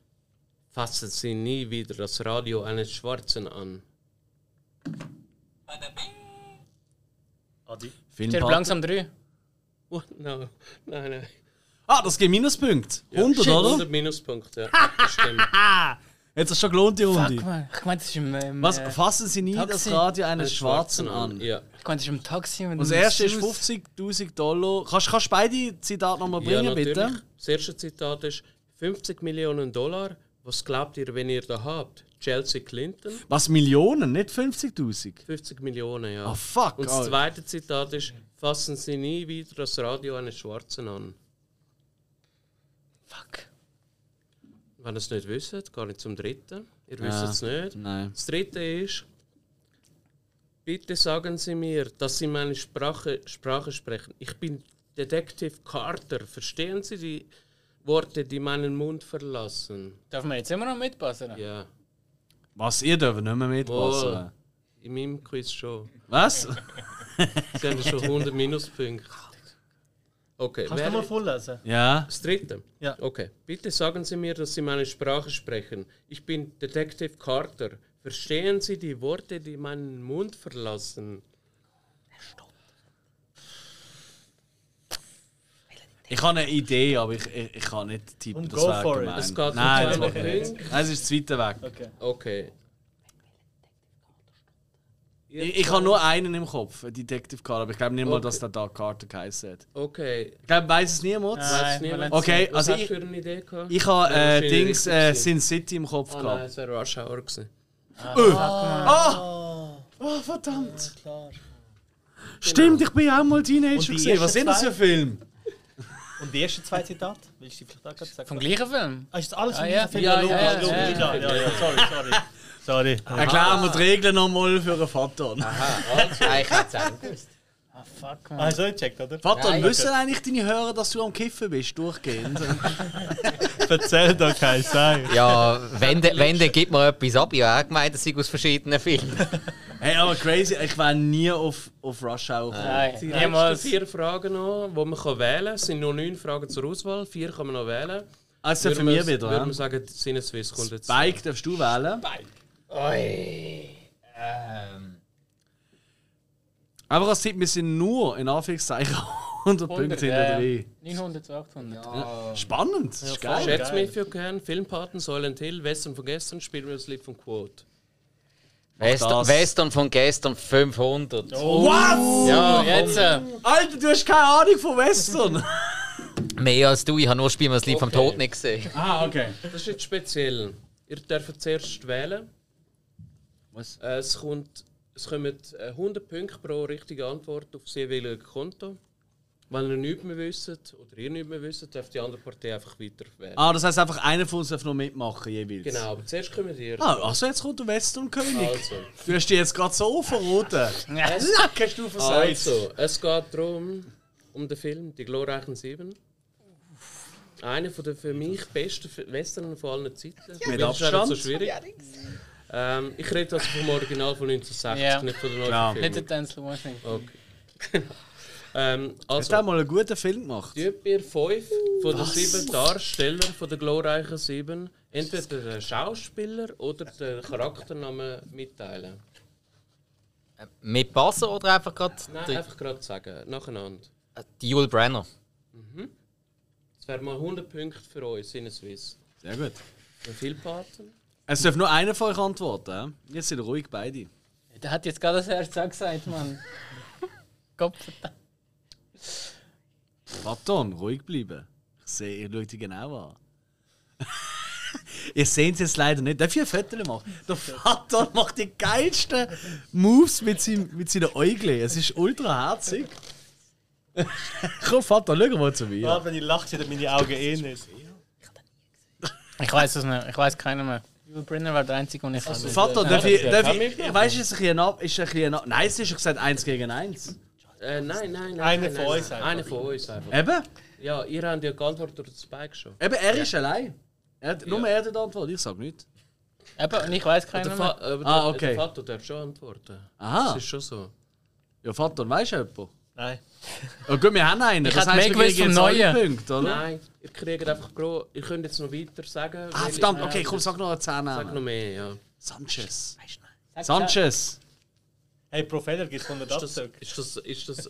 Speaker 4: Fassen Sie nie wieder das Radio eines Schwarzen an.
Speaker 7: Adi.
Speaker 5: Stirb
Speaker 1: Filmpate.
Speaker 5: langsam 3.
Speaker 4: What? No. Nein, nein.
Speaker 1: Ah, das gibt Minuspunkte. 100, oder?
Speaker 4: 100 Minuspunkte, ja. Das Stimmt.
Speaker 1: Jetzt hast du schon gelohnt, die
Speaker 5: Fuck,
Speaker 1: Runde.
Speaker 5: man. Ich meine, das ist im. Ähm,
Speaker 1: Was?
Speaker 5: äh,
Speaker 1: Fassen Sie nie das
Speaker 5: Taxi.
Speaker 1: Radio eines Äh, Schwarzen an.
Speaker 4: Ja.
Speaker 5: Ich meine, das ist im Taxi.
Speaker 1: Und das erste ist 50.000 Dollar. Kannst kannst du beide Zitate nochmal
Speaker 4: ja,
Speaker 1: bringen,
Speaker 4: natürlich.
Speaker 1: bitte?
Speaker 4: Das erste Zitat ist: 50 Millionen Dollar, was glaubt ihr, wenn ihr da habt? Chelsea Clinton?
Speaker 1: Was, Millionen, nicht 50.000?
Speaker 4: 50 Millionen, ja.
Speaker 1: Ah, fuck.
Speaker 4: Und das
Speaker 1: Alter.
Speaker 4: zweite Zitat ist: Fassen Sie nie wieder das Radio eines Schwarzen an.
Speaker 5: Fuck.
Speaker 4: Wenn ihr es nicht wisst, gar nicht zum dritten. Ihr wisst
Speaker 1: Ja.
Speaker 4: es nicht.
Speaker 1: Nein.
Speaker 4: Das dritte ist: Bitte sagen Sie mir, dass Sie meine Sprache, Sprache sprechen. Ich bin Detective Carter. Verstehen Sie die Worte, die meinen Mund verlassen?
Speaker 5: Dürfen wir jetzt immer noch mitpassen?
Speaker 4: Ja,
Speaker 1: Was, ihr dürft nicht mehr mitpassen.
Speaker 4: Wohl. in meinem Quiz schon.
Speaker 1: Was?
Speaker 4: Sie haben schon 100 Minuspunkte. Okay,
Speaker 7: Kannst du
Speaker 4: wer-
Speaker 7: mal vorlesen?
Speaker 1: Ja.
Speaker 4: Das dritte?
Speaker 7: Ja.
Speaker 4: Okay. Bitte sagen Sie mir, dass Sie meine Sprache sprechen. Ich bin Detective Carter. Verstehen Sie die Worte, die meinen Mund verlassen?
Speaker 1: Ich habe eine Idee, aber ich, ich, ich kann nicht tippen.
Speaker 7: Und
Speaker 1: das
Speaker 7: go
Speaker 1: wäre
Speaker 7: for it.
Speaker 1: gemein.
Speaker 4: Es geht um
Speaker 1: Nein, das
Speaker 4: zwei
Speaker 1: mache ich nicht.
Speaker 4: Punkte.
Speaker 1: Nein, Es ist das zweite weg.
Speaker 7: Okay.
Speaker 4: Okay.
Speaker 1: Ich, ich habe nur einen im Kopf, einen Detective Card, aber ich glaube nicht mal, dass der Dark Carter geheißen hat.
Speaker 4: Okay.
Speaker 1: Ich glaube, weiß es niemand.
Speaker 4: Weiss niemand.
Speaker 5: Okay.
Speaker 1: Okay,
Speaker 4: Was
Speaker 1: also
Speaker 4: hast du
Speaker 1: ich,
Speaker 4: für eine Idee gehabt?
Speaker 1: ich habe äh,
Speaker 4: Nein, das
Speaker 1: Dings
Speaker 4: war
Speaker 1: äh,
Speaker 4: richtig.
Speaker 1: Sin City im Kopf
Speaker 4: Ah nein,
Speaker 1: gehabt.
Speaker 4: es wäre Rush Hour gewesen.
Speaker 5: Ah,
Speaker 1: Oh,
Speaker 6: Genau.
Speaker 1: verdammt! Stimmt, ich bin ja auch mal Teenager
Speaker 7: Und die
Speaker 1: gesehen. Was
Speaker 7: ersten
Speaker 1: sind das für
Speaker 7: zwei?
Speaker 1: Film?
Speaker 7: Und die ersten zwei Zitate? Willst du die vielleicht auch gerade sagen?
Speaker 5: Vom gleichen Film?
Speaker 7: Ah, ist das alles
Speaker 5: Ah,
Speaker 7: von
Speaker 5: ja.
Speaker 7: diesem Film?
Speaker 5: Ja, ja,
Speaker 7: logisch,
Speaker 5: ja, Ah.
Speaker 7: logisch,
Speaker 5: ja.
Speaker 7: ja, ja, ja, sorry, sorry. sorry.
Speaker 1: Erklären wir die Regeln nochmal für einen Vater.
Speaker 2: Ah, ich hätte es auch gewusst.
Speaker 5: Ah, fuck,
Speaker 7: Ah,
Speaker 5: man.
Speaker 7: hast du auch gecheckt, oder?
Speaker 1: Vater,
Speaker 2: Nein.
Speaker 1: müssen eigentlich deine Hörer, dass du am Kiffen bist, durchgehend?
Speaker 7: Erzähl doch kein Sein.
Speaker 2: Ja, wenn, de, wenn dann gibt mir etwas ab. Ich habe auch gemeint, das sei aus verschiedenen Filmen.
Speaker 1: hey, aber crazy, ich wäre nie auf, auf Rush Hour gekommen.
Speaker 5: Nein,
Speaker 4: Die letzten
Speaker 5: niemals.
Speaker 4: vier Fragen noch, die man kann wählen kann. Es sind nur neun Fragen zur Auswahl. Vier kann man noch wählen.
Speaker 1: Also für mich wieder.
Speaker 4: Würde
Speaker 1: ja.
Speaker 4: man sagen, die Sinneswiss kommt jetzt.
Speaker 1: Bike darfst du wählen.
Speaker 2: Oi. Ähm,
Speaker 1: Aber es sieht, wir sind nur in Anführungszeichen 100 Punkte hinter
Speaker 5: äh,
Speaker 1: drin.
Speaker 5: 900 zu 800.
Speaker 1: Spannend, das ist geil.
Speaker 4: Schätze mich für gern. Filmpaten, Silent Hill, Western von gestern, spielen wir das Lied von Quote.
Speaker 1: das.
Speaker 2: Western, Western von gestern 500.
Speaker 1: Oh. Was?
Speaker 5: Ja, jetzt. äh,
Speaker 1: Alter, du hast keine Ahnung von Western.
Speaker 2: Mehr als du, ich habe nur Spiel das Lied vom Tod nicht gesehen.
Speaker 1: ah, okay.
Speaker 4: Das ist jetzt speziell. Ihr dürft zuerst wählen.
Speaker 1: Was?
Speaker 4: Äh, Es, kommt, es kommen äh, 100 Punkte pro richtige Antwort auf das jeweilige Konto. Wenn ihr nichts mehr wisst oder ihr nichts mehr wisst, dürft die andere Partei einfach weiter wählen.
Speaker 1: Ah, das heisst einfach, einer von uns darf noch mitmachen jeweils.
Speaker 4: Genau, aber zuerst kommen ihr.
Speaker 1: Ah, also jetzt kommt der Westernkönig.
Speaker 4: Also,
Speaker 1: Du hast dich jetzt gerade so verroten. Ah, Lack, hast du versagt.
Speaker 4: also, es geht darum, um den Film Die glorreichen Sieben. Einer von der für mich besten F- Western von allen Zeiten. Mit
Speaker 1: Abstand.
Speaker 4: So schwierig. Ähm, ich rede also vom Original von 1960,
Speaker 5: Ja.
Speaker 4: nicht von den neuen
Speaker 1: Klar.
Speaker 5: Nicht der
Speaker 4: Filmen.
Speaker 5: Denzel Washington.
Speaker 4: Ähm,
Speaker 1: Hast
Speaker 4: also,
Speaker 1: du auch mal einen guten Film gemacht?
Speaker 4: Tut mir fünf von den sieben Darstellern von der glorreichen Sieben entweder den Schauspieler oder den Charakternamen mitteilen.
Speaker 2: Äh, Mit Basser oder einfach gerade
Speaker 4: Nein,
Speaker 2: die-
Speaker 4: einfach gerade sagen, nacheinander.
Speaker 2: die Yul Brenner?
Speaker 4: Das wären mal 100 Punkte für euch, Sinneswiss.
Speaker 1: Sehr gut.
Speaker 4: Für viele Paten.
Speaker 1: Es darf nur einer von euch antworten. ja? Jetzt sind ruhig beide.
Speaker 5: Der hat jetzt gerade das Herz auch gesagt, Mann. Kopf.
Speaker 1: Platon, ruhig bleiben. Ich sehe, ihr schaut die genau an. ihr seht es jetzt leider nicht. Darf ich ein Foto machen? Der Vater macht die geilsten Moves mit, seinem, mit seinen Äugeln. Es ist ultra herzig. Komm, Vater, schau mal zu mir.
Speaker 7: Ja, Ah, wenn ich lache, sind meine Augen eh nicht.
Speaker 5: Ich weiß es nicht, ich weiß keiner mehr. Will Brenner war der Einzige, den ich also,
Speaker 1: Vater, darf ich. Darf ich weißt du, es ist ein bisschen ab. Ist ein bisschen ab nein, es ist schon gesagt 1 gegen 1.
Speaker 4: Äh, nein, nein, nein.
Speaker 7: Einer
Speaker 4: nein,
Speaker 7: von
Speaker 4: nein,
Speaker 7: uns
Speaker 4: nein.
Speaker 7: einfach.
Speaker 4: Einer von uns einfach.
Speaker 1: Eben?
Speaker 4: Ja, ihr habt ja geantwortet durch den Spike schon.
Speaker 1: Eben, er ist allein. Er, hat- nur er hat die Antwort, ich sag nichts.
Speaker 5: Eben, und ich weiß keiner
Speaker 4: Der,
Speaker 5: mehr.
Speaker 4: Fa aber der-
Speaker 1: Ah, okay.
Speaker 4: der Vater darf schon antworten.
Speaker 1: Aha.
Speaker 4: Das ist schon so.
Speaker 1: Ja, Vater, weißt du jemand?
Speaker 7: Nein.
Speaker 1: Ja, gut, wir haben einen.
Speaker 5: Ich
Speaker 1: das
Speaker 5: hätte
Speaker 1: heisst,
Speaker 5: mehr
Speaker 1: wir
Speaker 5: gewusst
Speaker 1: kriegen
Speaker 5: vom
Speaker 1: jetzt alle
Speaker 5: Neuen.
Speaker 1: Punkte, oder?
Speaker 4: Nein, ihr kriegt einfach pro. Ihr könnt jetzt noch weiter sagen.
Speaker 1: Ah,
Speaker 4: weil-
Speaker 1: verdammt,
Speaker 4: Ja,
Speaker 1: okay, komm, sag noch einen
Speaker 4: Sag noch
Speaker 1: Zehnnamen.
Speaker 4: mehr, ja.
Speaker 1: Sanchez.
Speaker 5: Sag-
Speaker 1: Sanchez.
Speaker 7: Hey, Pro Fehler gibt 100
Speaker 4: Ist das,
Speaker 7: Abzüge.
Speaker 4: ist das, ist das,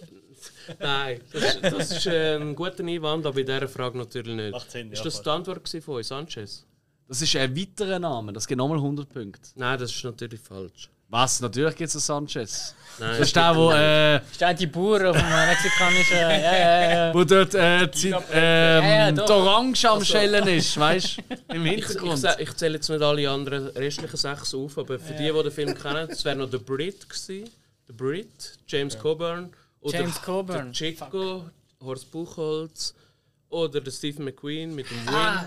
Speaker 4: nein, das, das ist äh, ein guter Einwand, aber in dieser Frage natürlich nicht.
Speaker 7: Macht Sinn,
Speaker 4: ist
Speaker 7: ja,
Speaker 4: das
Speaker 7: voll.
Speaker 4: die Antwort gewesen von euch, Sanchez?
Speaker 1: Das ist ein weiterer Name, das gibt nochmal 100 Punkte.
Speaker 4: Nein, das ist natürlich falsch.
Speaker 1: Was? Natürlich gibt es einen Sanchez.
Speaker 4: Nein,
Speaker 1: Das ist der, wo, äh,
Speaker 5: Ist der die Bauer auf dem mexikanischen. Ja, ja, ja.
Speaker 1: wo dort äh, die,
Speaker 5: Ja, ja,
Speaker 1: ähm,
Speaker 5: doch.
Speaker 1: die Orange am Schellen ist, weißt du? Im
Speaker 4: ich, ich,
Speaker 1: Hintergrund.
Speaker 4: zäh- ich zähle jetzt nicht alle anderen restlichen sechs auf, aber für die, die den Film kennen, das wäre noch der Brit gewesen, der Brit, James Coburn oder
Speaker 5: James Coburn.
Speaker 4: der Chico, Horst Buchholz oder der Stephen McQueen mit dem Win.
Speaker 5: Ah,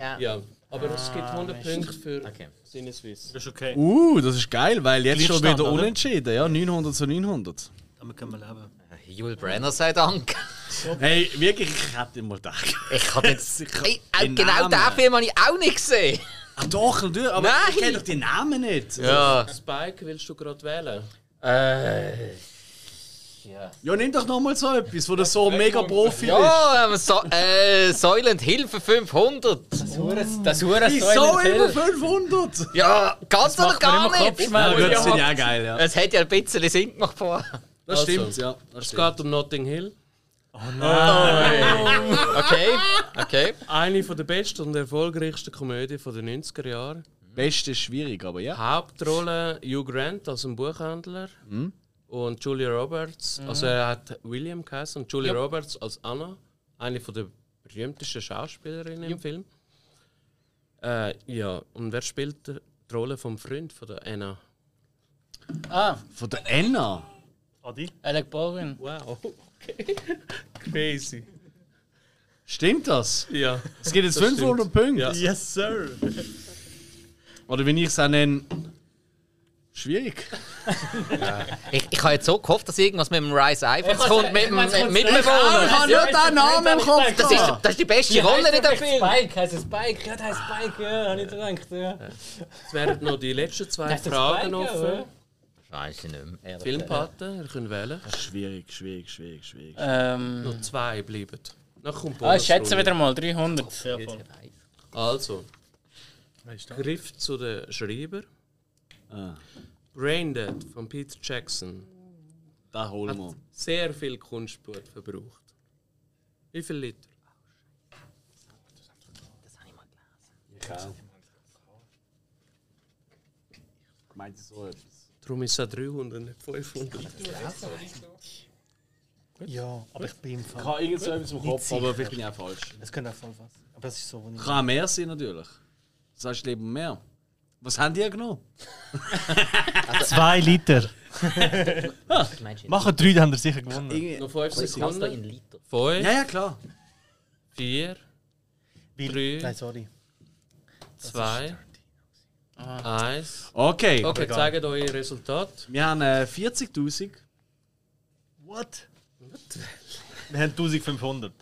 Speaker 2: ja.
Speaker 4: ja. Aber es gibt 100 Punkte für
Speaker 2: Okay.
Speaker 4: Sinneswiss.
Speaker 7: Das ist okay.
Speaker 1: Uh, das ist geil, weil jetzt schon
Speaker 7: Gleichstand,
Speaker 1: wieder
Speaker 7: oder?
Speaker 1: unentschieden. Ja, 900 zu 900.
Speaker 7: Aber können wir leben.
Speaker 2: Yul Brenner sei Dank.
Speaker 1: Hey, wirklich, ich hätte immer gedacht.
Speaker 2: Ich habe jetzt.
Speaker 1: Sicher.
Speaker 2: Ey,
Speaker 1: Den
Speaker 2: genau
Speaker 1: Namen.
Speaker 2: diesen Film habe ich auch nicht gesehen.
Speaker 1: Ach doch, natürlich, aber
Speaker 2: Nein.
Speaker 1: ich kenne doch die Namen nicht.
Speaker 2: Ja.
Speaker 4: Spike, willst du gerade wählen?
Speaker 2: Äh. Ja.
Speaker 1: Ja, nimm doch nochmal so etwas, wo du so mega Profi bist.
Speaker 2: Ja, ähm, so, äh, Silent Hill für 500.
Speaker 5: Das Huren, das Huren
Speaker 1: Wieso
Speaker 5: Silent
Speaker 1: immer
Speaker 5: Hill.
Speaker 1: 500
Speaker 2: Ja, ganz oder
Speaker 5: macht man
Speaker 2: gar
Speaker 5: immer
Speaker 2: nicht.
Speaker 5: Kopfschmerzen.
Speaker 1: gut, das sind ja auch geil, ja.
Speaker 2: Es hat ja ein bisschen Sinn gemacht vorher.
Speaker 1: Das
Speaker 4: Also.
Speaker 1: stimmt, ja. Das
Speaker 4: Es
Speaker 1: stimmt.
Speaker 4: geht um Notting Hill.
Speaker 2: Okay, okay.
Speaker 4: Eine von der besten und erfolgreichsten Komödien der 90er Jahre.
Speaker 1: Beste ist schwierig, aber ja.
Speaker 4: Hauptrolle Hugh Grant als ein Buchhändler und Julia Roberts. Also er hat William geheißen und Julia Roberts als Anna, eine von der berühmtesten Schauspielerinnen im Film. Äh, ja, und wer spielt die Rolle vom Freund von der Anna?
Speaker 5: Ah,
Speaker 1: Von der Anna.
Speaker 6: Adi?
Speaker 5: Alec Baldwin.
Speaker 4: Wow, okay. Crazy.
Speaker 1: Stimmt das?
Speaker 4: Ja.
Speaker 1: Es gibt jetzt
Speaker 4: Das
Speaker 1: 500 Punkte.
Speaker 4: Ja.
Speaker 6: Yes, sir!
Speaker 1: Oder wenn ich es auch nenne, schwierig.
Speaker 2: Ich, ich habe jetzt so gehofft, dass irgendwas mit dem Rise Iphone
Speaker 5: Ich
Speaker 2: kommt,
Speaker 5: weiß-
Speaker 2: mit
Speaker 5: ich
Speaker 2: dem
Speaker 5: weiß, was-
Speaker 1: Ich
Speaker 2: Mitbewohner.
Speaker 1: habe nur den Namen im Kopf.
Speaker 2: Das ist, das ist die beste Rolle in dem Film.
Speaker 7: Spike, heißt es Spike? Ja, der heißt Spike, ja, habe ich gedacht. Ja.
Speaker 4: Jetzt wären noch die letzten zwei
Speaker 7: Heißt der
Speaker 4: Fragen
Speaker 7: Spike,
Speaker 4: offen.
Speaker 7: ja, oder?
Speaker 2: Scheiße nicht mehr.
Speaker 4: Filmpaten, ihr könnt wählen.
Speaker 1: Schwierig, schwierig, schwierig, schwierig.
Speaker 5: Ähm,
Speaker 4: Noch zwei bleiben. Dann kommt
Speaker 5: ah, ich schätze
Speaker 4: Bonusrunde.
Speaker 5: wieder mal 300. Ja, voll.
Speaker 4: Also, Griff zu den Schreiber.
Speaker 1: Ah.
Speaker 4: Braindead von Peter Jackson
Speaker 1: Da holen
Speaker 4: hat
Speaker 1: wir.
Speaker 4: sehr viel Kunstblut verbraucht. Wie viel Liter?
Speaker 1: Meint ihr so etwas?
Speaker 4: Darum ist es auch 300, nicht 500.
Speaker 7: ja, aber ich bin im
Speaker 1: Ich
Speaker 7: Fall.
Speaker 1: habe irgend so etwas im Kopf, aber vielleicht bin ich auch falsch.
Speaker 7: Es könnte auch voll was. Aber das ist so, wo ich.
Speaker 1: Kann auch mehr sein, natürlich. Das heißt, lieber mehr. Was haben die genommen?
Speaker 6: Zwei Liter.
Speaker 5: Ah,
Speaker 2: Meinst du,
Speaker 6: Machen drei, dann haben wir sicher gewonnen.
Speaker 1: Irgendwie-
Speaker 4: Noch 5
Speaker 2: kannst da
Speaker 4: Sekunden.
Speaker 2: in Liter?
Speaker 4: 5,
Speaker 1: Ja, ja, klar.
Speaker 4: 4,
Speaker 6: Weil-
Speaker 4: Drei.
Speaker 6: Nein,
Speaker 7: Nein, sorry.
Speaker 4: 2, 1.
Speaker 1: Okay.
Speaker 4: Okay, zeigt euer Resultat.
Speaker 1: Wir haben äh, 40.000.
Speaker 6: What? Wir haben 1500.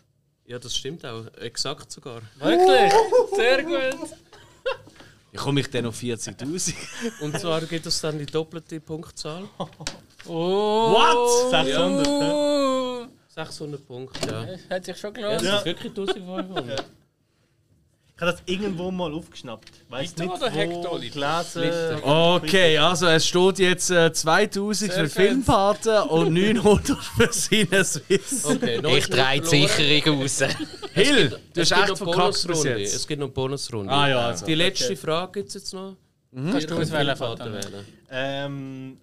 Speaker 4: Ja, das stimmt auch. Exakt sogar.
Speaker 5: Wirklich? Sehr gut.
Speaker 1: Ich komme ich dann auf 40.000.
Speaker 4: Und zwar gibt es dann die doppelte Punktzahl.
Speaker 5: Oh,
Speaker 1: What?
Speaker 6: 600, ne?
Speaker 4: 600 Punkte, ja.
Speaker 5: das hat sich schon
Speaker 4: Ja,
Speaker 5: gelohnt.
Speaker 4: das ist wirklich 1500.
Speaker 6: Ich habe das irgendwo mal aufgeschnappt. Weißt
Speaker 3: Liter
Speaker 6: nicht,
Speaker 3: oder
Speaker 6: wo
Speaker 3: Hektoliter?
Speaker 6: gelesen.
Speaker 1: Okay, also es steht jetzt äh, 2000 für
Speaker 5: Sehr gut.
Speaker 1: Filmpaten und 900 für Sinneswiss.
Speaker 4: Okay, noch
Speaker 2: Ich
Speaker 4: ist nicht
Speaker 2: drehe die
Speaker 4: verloren.
Speaker 2: Sicherung raus.
Speaker 1: Hill, du
Speaker 4: Es
Speaker 1: hast
Speaker 4: gibt
Speaker 1: echt
Speaker 4: noch
Speaker 1: verkackt bis
Speaker 4: Bonusrunde.
Speaker 1: jetzt.
Speaker 4: Es gibt noch eine Bonusrunde.
Speaker 1: Ah ja, also.
Speaker 4: Die letzte Frage gibt es jetzt noch.
Speaker 5: Kannst du auswählen, Vater.
Speaker 4: Vater wählen.
Speaker 6: Ähm,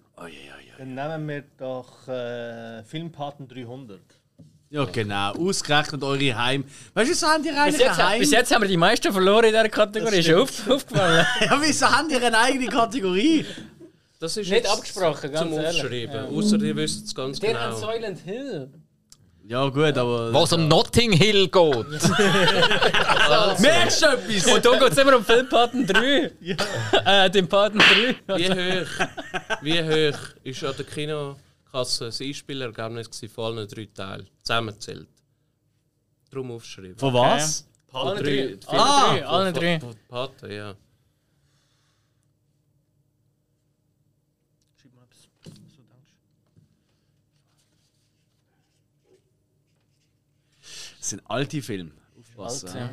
Speaker 6: dann nehmen wir doch äh, Filmpaten 300.
Speaker 1: Ja, genau. Ausgerechnet eure Heim. Weißt du, wieso haben die
Speaker 5: Bis
Speaker 1: eigentlich
Speaker 5: jetzt,
Speaker 1: ein Heim?
Speaker 5: bis jetzt haben wir die meisten verloren in dieser Kategorie. Ist auf, aufgefallen.
Speaker 1: Ja, wieso haben die eine eigene Kategorie?
Speaker 4: Das ist
Speaker 5: Nicht
Speaker 4: jetzt
Speaker 5: abgesprochen, ganz
Speaker 4: zum
Speaker 5: ehrlich.
Speaker 4: Aufschreiben. Außer ihr wisst es ganz genau.
Speaker 5: Silent Hill.
Speaker 1: Ja, gut, aber.
Speaker 2: Was um Notting Hill geht.
Speaker 1: Merkst du etwas?
Speaker 5: Und da geht es immer um Filmpaten 3. äh, den Paten 3.
Speaker 4: Wie hoch, wie hoch ist an der Kinokasse das Einspielergebnis gewesen von allen drei Teilen zusammengezählt? Drum aufschreiben.
Speaker 1: Von was?
Speaker 5: Alle drei. Ah, Alle drei.
Speaker 4: Filme. Von-
Speaker 5: Alle drei.
Speaker 4: von- von Paten, ja.
Speaker 1: Das sind alte Filme. Aufpassen.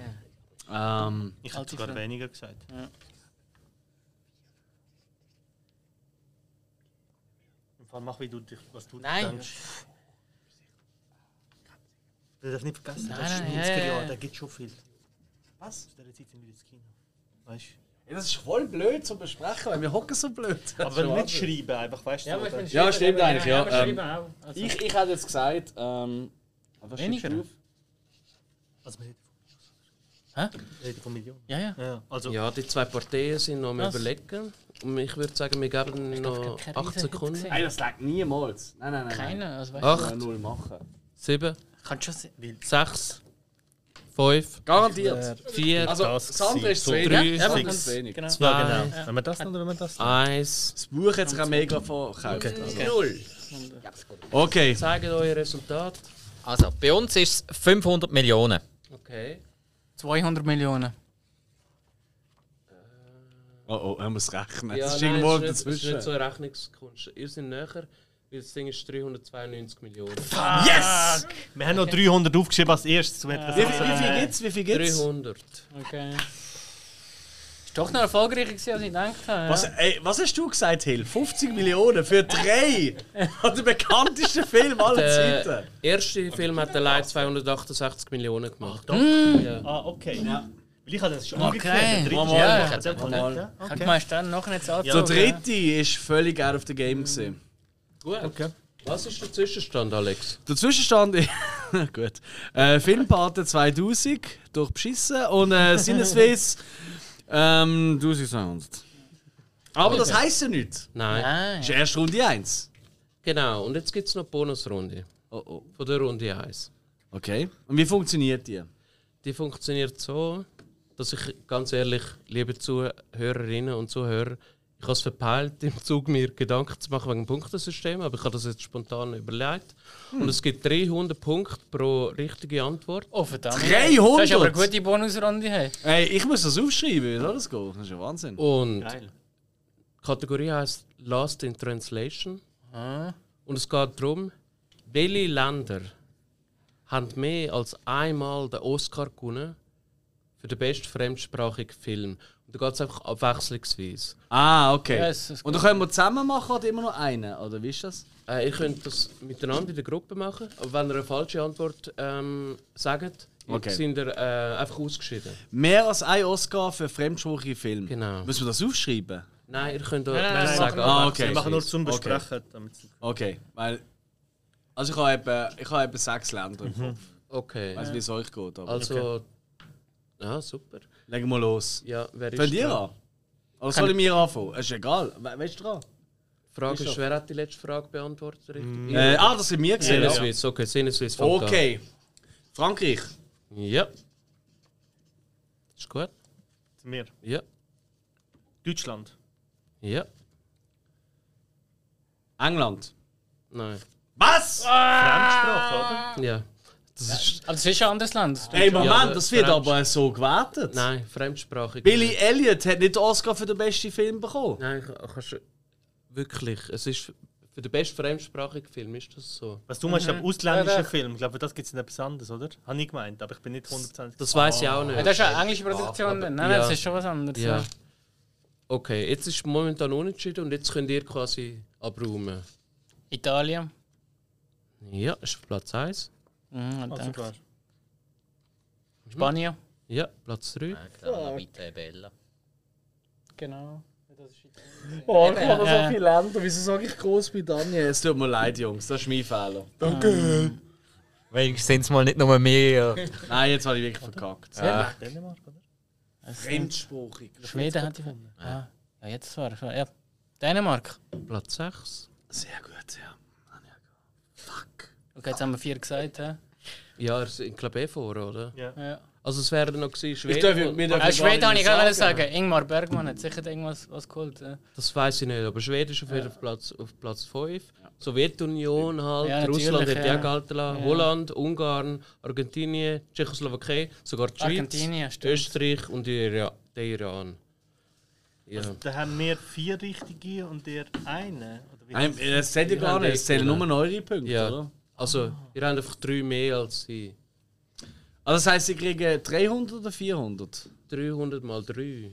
Speaker 1: Ähm,
Speaker 6: Ich habe sogar weniger gesagt. Im Fall mach, wie du dich, was du
Speaker 5: Nein.
Speaker 6: denkst. Du darfst nicht vergessen, das
Speaker 5: Nein,
Speaker 6: ist
Speaker 5: nein,
Speaker 6: 90er
Speaker 5: ja, ja,
Speaker 6: Jahre,
Speaker 5: ja.
Speaker 6: da gibt schon viel. Was? Aus dieser Zeit sind wir ins Kino. Weißt du?
Speaker 1: ja, das ist voll blöd zu besprechen, weil wir hocken so blöd.
Speaker 6: Aber nicht schreiben, einfach weißt du. oder?
Speaker 1: Ja, stimmt eigentlich, ja. Ähm,
Speaker 5: Also,
Speaker 1: ich, ich hätte jetzt gesagt, ähm. was schreibst
Speaker 5: Weniger?
Speaker 1: du auf?
Speaker 6: also, wir reden von
Speaker 5: Hä?
Speaker 6: Wir reden von Millionen.
Speaker 5: ja, ja.
Speaker 6: Ja, also,
Speaker 4: Ja, die zwei Parteien sind noch am
Speaker 5: Was?
Speaker 4: überlegen. Und ich würde sagen, wir geben noch
Speaker 5: ich hab keine
Speaker 4: 8
Speaker 5: Riesen
Speaker 4: Sekunden.
Speaker 5: gesehen.
Speaker 1: Nein, das lag niemals. Nein, nein, nein. nein.
Speaker 5: Keiner. Also, weißt
Speaker 4: Ach.
Speaker 5: du,
Speaker 1: Kann man Null machen.
Speaker 4: 7,
Speaker 5: kann schon sein.
Speaker 4: 6, 5,
Speaker 1: Garantiert.
Speaker 4: 4,
Speaker 1: Also,
Speaker 6: Das
Speaker 1: das andere ist zu
Speaker 6: war
Speaker 1: wenig.
Speaker 4: drei,
Speaker 1: Ja, aber
Speaker 6: sechs.
Speaker 1: ganz wenig.
Speaker 5: Genau.
Speaker 6: ja,
Speaker 4: 2,
Speaker 6: genau. Wenn wir das noch oder wenn wir das noch?
Speaker 4: 1.
Speaker 1: Das Buch hat sich auch mega verkauft. Okay.
Speaker 4: Null.
Speaker 1: okay.
Speaker 4: Zeigt euer Resultat.
Speaker 2: Also, bei uns ist es 500 Millionen.
Speaker 4: Okay.
Speaker 5: 200 Millionen.
Speaker 1: Oh oh, er muss rechnen.
Speaker 4: Ja,
Speaker 1: das ist
Speaker 4: nein,
Speaker 1: irgendwo
Speaker 4: es ist nicht, es ist
Speaker 1: dazwischen.
Speaker 4: nicht so eine Rechnungskunst. Ihr seid näher, weil das Ding ist 392 Millionen.
Speaker 1: yes!
Speaker 6: Wir haben noch 300 aufgeschrieben als erstes. Um etwas
Speaker 1: Wie,
Speaker 6: zu
Speaker 1: viel- wie viel gibt's? Wie viel gibt's?
Speaker 4: 300.
Speaker 5: Okay. Ist doch noch erfolgreicher gewesen, als ich gedacht habe.
Speaker 1: Was,
Speaker 5: Ja.
Speaker 1: ey, was hast du gesagt, Hill? 50 Millionen für drei von den bekanntesten Film aller
Speaker 4: Der
Speaker 1: Zeiten.
Speaker 4: erste Film hat allein 268 Millionen gemacht.
Speaker 6: Ah, okay.
Speaker 7: Weil ich habe das schon
Speaker 5: Okay.
Speaker 7: umgekehrt. Der dritte
Speaker 5: Mal,
Speaker 7: Stern,
Speaker 5: mal.
Speaker 7: ich habe den
Speaker 1: Mal, mal.
Speaker 7: dritte.
Speaker 5: Okay.
Speaker 7: Okay.
Speaker 5: Meinst du dann noch nicht so
Speaker 1: Der dritte ist völlig out of the game gesehen. Ah,
Speaker 4: Gut. Was ist der Zwischenstand, Alex?
Speaker 1: Der Zwischenstand ist. gut. Äh, Filmpate 2000 durch Beschissen und äh, Sinneswiss ähm, 1600. Aber das heisst ja nichts.
Speaker 4: Nein.
Speaker 5: Nein.
Speaker 1: Das ist erst Runde 1.
Speaker 4: Genau, und jetzt gibt es noch die Bonusrunde
Speaker 1: Oh, oh.
Speaker 4: von der Runde 1.
Speaker 1: Okay. Und wie funktioniert die?
Speaker 4: Die funktioniert so, dass ich ganz ehrlich, liebe Zuhörerinnen und Zuhörer, ich habe es verpeilt, im Zug mir Gedanken zu machen wegen dem Punktesystem, aber ich habe das jetzt spontan überlegt. Und es gibt 300 Punkte pro richtige Antwort.
Speaker 5: Oh, verdammt.
Speaker 1: 300?
Speaker 5: Das ist aber eine gute Bonusrunde. Hey.
Speaker 1: Ey, ich muss das aufschreiben, wie soll das gehen? Das ist ja Wahnsinn.
Speaker 4: Und
Speaker 7: Geil.
Speaker 4: die Kategorie heißt Last in Translation. Und es geht darum, welche Länder haben mehr als einmal den Oscar gewonnen für den besten fremdsprachigen Film. Und da geht es einfach abwechslungsweise.
Speaker 1: Ah, okay.
Speaker 5: Ja, es ist
Speaker 1: und dann
Speaker 5: gut.
Speaker 1: können wir zusammen machen oder immer nur einen, oder wie ist das?
Speaker 4: Äh, ihr könnt das miteinander in der Gruppe machen, aber wenn ihr eine falsche Antwort ähm, sagt,
Speaker 1: Okay.
Speaker 4: sind ihr äh, einfach ausgeschieden.
Speaker 1: Mehr als ein Oscar für fremdsprachige Filme.
Speaker 4: Genau.
Speaker 1: Müssen wir das aufschreiben?
Speaker 4: Nein, ihr könnt auch
Speaker 5: Nein, nein, nein,
Speaker 4: nicht sagen.
Speaker 1: Ah, okay.
Speaker 6: Wir
Speaker 4: abwechslungsweise.
Speaker 6: machen nur zum Besprechen. damit es-
Speaker 1: Okay, weil. Also ich habe etwa, ich habe etwa sechs Länder im Kopf. Ich
Speaker 4: Okay.
Speaker 1: weiß, wie es euch geht, aber.
Speaker 4: Also. Ja, super.
Speaker 1: Legen wir los.
Speaker 4: Ja, wer ist
Speaker 1: Fangt ihr
Speaker 4: dran?
Speaker 1: an? Oder soll ich mir anfangen? Es ist egal. We weißt du dran?
Speaker 4: Frage ist, wer hat die letzte Frage beantwortet? Richtig?
Speaker 1: Äh, ah, das sind wir gesehen. Ja,
Speaker 4: Sinneswiss, okay, Sinneswiss. fängt an.
Speaker 1: Okay. Frankreich.
Speaker 4: Ja. Ist gut?
Speaker 6: Mir.
Speaker 4: Ja.
Speaker 6: Deutschland.
Speaker 4: Ja.
Speaker 1: England.
Speaker 4: Nein.
Speaker 1: Was?
Speaker 4: Ah,
Speaker 6: Fremdsprache, oder?
Speaker 4: Ja. Das ist,
Speaker 5: Also, es ist ein anderes Land.
Speaker 1: Ey, Moment,
Speaker 4: Ja, äh,
Speaker 1: das wird
Speaker 4: French.
Speaker 1: aber so gewertet.
Speaker 4: nein, fremdsprachig.
Speaker 1: Billy Elliot hat nicht den Oscar für den besten Film bekommen.
Speaker 4: Nein, ka- kannst Wirklich, es ist... Für den besten fremdsprachigen Film ist das so.
Speaker 6: Was du meinst, mhm. ausländischer
Speaker 5: Ja, ja.
Speaker 6: Film. Ich glaube, das gibt es nicht etwas anderes, oder? Habe ich gemeint, aber ich bin nicht 100%.
Speaker 4: Das weiß ich auch nicht.
Speaker 5: Ja, das ist eine englische Produktion.
Speaker 4: aber-
Speaker 5: nein, nein, das
Speaker 4: ja.
Speaker 5: ist schon was anderes.
Speaker 4: Ja. Okay, jetzt ist momentan unentschieden und jetzt könnt ihr quasi abräumen.
Speaker 5: Italien.
Speaker 4: Ja, ist auf Platz 1.
Speaker 5: Mhm,
Speaker 4: Also,
Speaker 5: und
Speaker 6: Ah,
Speaker 5: dann
Speaker 6: sogar.
Speaker 5: Spanien.
Speaker 4: Ja, Platz 3.
Speaker 2: Klar, bitte, Bella.
Speaker 5: Genau. Das ist
Speaker 1: Oh, ich habe so viele Länder. Wieso sage ich Großbritannien? Es tut mir leid, Jungs. Das ist mein Fehler.
Speaker 2: Wenigstens sind es mal nicht nur mehr.
Speaker 1: Nein, jetzt habe ich wirklich verkackt. Äh,
Speaker 2: Ja.
Speaker 6: Dänemark, oder?
Speaker 1: Fremdsprachig.
Speaker 5: Schweden Also, hat die Ah, ja, jetzt war es. Ja. Dänemark.
Speaker 4: Platz 6.
Speaker 1: Sehr gut, ja. Ah, ja. Fuck.
Speaker 5: Okay, jetzt haben wir vier gesagt. hä?
Speaker 4: Ja, es sind glaube ich eh vor, oder?
Speaker 5: Ja.
Speaker 4: Also es wäre noch gewesen, Schweden.
Speaker 1: darf ja- wir
Speaker 4: und-
Speaker 1: dürfen-
Speaker 5: Äh, Schweden
Speaker 1: gar
Speaker 5: habe
Speaker 1: nicht
Speaker 5: ich gerade
Speaker 1: sagen.
Speaker 5: sagen. Ingmar Bergmann hat sicher irgendwas was geholt. hä?
Speaker 4: Das weiß ich nicht, aber Schweden ist auf jeden Fall Platz, auf Platz 5. Sowjetunion halt,
Speaker 5: Ja, natürlich,
Speaker 4: Russland hat ja
Speaker 5: ja.
Speaker 4: gelten lassen, Holland, Ungarn, Argentinien, Tschechoslowakei, sogar die
Speaker 5: Argentinien,
Speaker 4: Schweiz,
Speaker 5: stimmt.
Speaker 4: Österreich und der Ira- der Iran. Ja.
Speaker 6: Also, Da haben wir vier richtige und ihr eine. Oder wie
Speaker 1: Nein,
Speaker 6: heißt es?
Speaker 1: das zählt ja gar nicht. Es zählen nur neue Punkte,
Speaker 4: ja.
Speaker 1: oder?
Speaker 4: Also, ihr habt einfach drei mehr als sie.
Speaker 1: Also das heisst, sie kriegen 300 oder 400?
Speaker 4: 300 mal 3.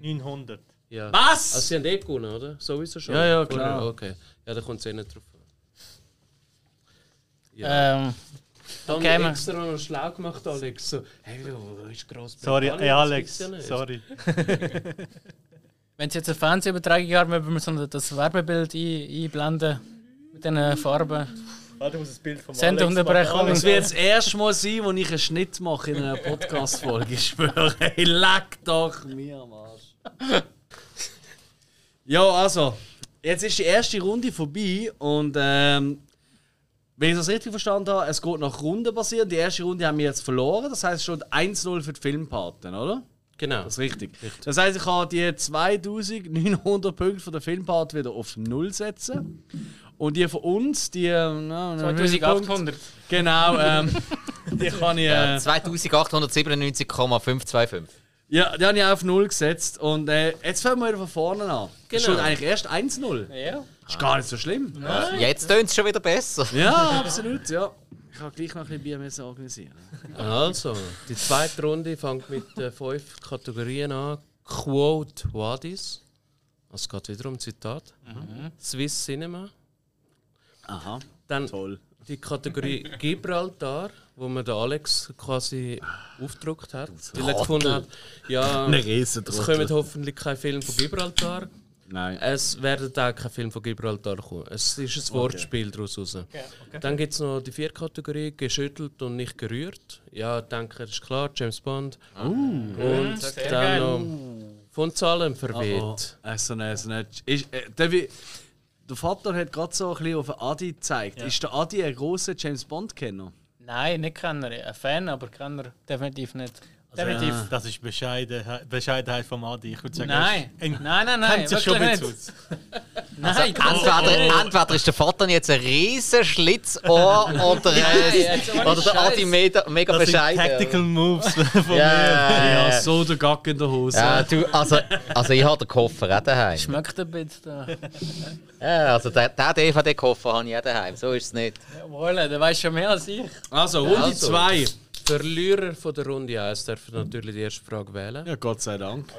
Speaker 6: 900.
Speaker 4: Ja.
Speaker 1: Was?
Speaker 4: Also, sie haben eh gewonnen, oder? Sowieso schon.
Speaker 1: Ja, ja,
Speaker 4: Vorher?
Speaker 1: klar.
Speaker 4: Okay. Ja, da kommt es eh nicht drauf an.
Speaker 5: Ähm,
Speaker 4: Dann
Speaker 5: Okay, man.
Speaker 4: extra noch schlau gemacht, Alex. So, hey, wo wo ist
Speaker 6: Sorry,
Speaker 4: Großbritannien?
Speaker 6: ey,
Speaker 4: Das
Speaker 6: Alex.
Speaker 4: gibt's ja nicht.
Speaker 6: Sorry.
Speaker 5: wenn es jetzt eine Fernsehübertragung gab, würden wir so das Werbebild ein, einblenden. Mit diesen Farben.
Speaker 6: Warte, ich muss ein Bild vom
Speaker 5: Sendeunterbrechung.
Speaker 1: Das wird das erste Mal sein, wo ich einen Schnitt mache in einer Podcast-Folge. Ich schwöre, ey, leck doch mir am Arsch. Ja, also, jetzt ist die erste Runde vorbei und ähm, wenn ich das richtig verstanden habe, es geht nach Runden basiert. Die erste Runde haben wir jetzt verloren, das heißt schon 1-0 für die Filmpaten, oder?
Speaker 4: Genau.
Speaker 1: Das ist richtig. Das heisst, ich kann die 2900 Punkte von der Filmpart wieder auf Null setzen. Und die von uns, die. äh, na, na,
Speaker 5: 2800.
Speaker 1: Genau, ähm, die kann ich.
Speaker 2: Ja,
Speaker 1: Äh,
Speaker 2: 2897,525.
Speaker 1: ja, die habe ich auf Null gesetzt. Und äh, jetzt fangen wir wieder von vorne an. Genau.
Speaker 4: Genau.
Speaker 1: Schon eigentlich erst 1-0.
Speaker 5: Ja.
Speaker 1: Ist gar nicht so schlimm.
Speaker 2: Ja, jetzt tönt es schon wieder besser.
Speaker 1: Ja, absolut, ja. Ich kann gleich noch ein bisschen Bier müssen organisieren.
Speaker 4: Also, die zweite Runde fängt mit äh, fünf Kategorien an. Quote Wadis. Es geht wieder um Zitat. Swiss Cinema.
Speaker 1: Aha,
Speaker 4: Dann
Speaker 1: toll.
Speaker 4: die Kategorie Gibraltar, die wo mir der Alex quasi aufgedruckt hat. Weil er gefunden hat, ja,
Speaker 1: Eine riesen
Speaker 4: es kommen hoffentlich kein Film von Gibraltar.
Speaker 1: Nein.
Speaker 4: Es werden auch kein Film von Gibraltar kommen. Es ist ein Wortspiel daraus raus. Dann gibt es noch die vier Kategorien, geschüttelt und nicht gerührt. Ja, ich denke, das ist klar, James Bond. Und dann
Speaker 5: geil.
Speaker 4: noch von Zahlen verweht.
Speaker 1: Oh, äh, so eine, so eine, ist, äh, darf ich, der Vater hat gerade so ein bisschen auf den Adi gezeigt. Ist der Adi ein großer James Bond-Kenner?
Speaker 5: Nein, nicht Kenner. Ein Fan, aber Kenner definitiv nicht.
Speaker 1: Also,
Speaker 5: definitiv.
Speaker 6: Definitiv. Das ist Bescheidenheit, Bescheidenheit vom Adi. Ich würde sagen,
Speaker 5: Nein.
Speaker 1: äh,
Speaker 6: er ist-
Speaker 5: nein, nein, nein,
Speaker 6: kennt sich schon
Speaker 5: wirklich
Speaker 6: mit
Speaker 5: nicht.
Speaker 6: aus.
Speaker 1: Also,
Speaker 5: Nein,
Speaker 2: Entweder, entweder ist der Vater jetzt ein riesen Schlitzohr oder, äh,
Speaker 5: jetzt ohne
Speaker 2: oder der Adi
Speaker 5: Scheiß.
Speaker 2: mega, mega
Speaker 6: Das sind
Speaker 2: bescheiden.
Speaker 6: Tactical Moves von
Speaker 2: Ja,
Speaker 1: Ja,
Speaker 2: ja,
Speaker 1: so der Gack in der Hose.
Speaker 2: ja, du, also, also ich habe den Koffer auch
Speaker 1: oh.
Speaker 2: daheim.
Speaker 5: Schmeckt ein bisschen. da.
Speaker 2: Ja, also den, den DVD-Koffer habe ich auch daheim, so ist es nicht.
Speaker 5: Jawohl, der weiß schon mehr als ich.
Speaker 1: Also, Runde 2.
Speaker 4: Verlierer von der Runde 1 dürfen natürlich die erste Frage wählen.
Speaker 1: Ja, Gott sei Dank.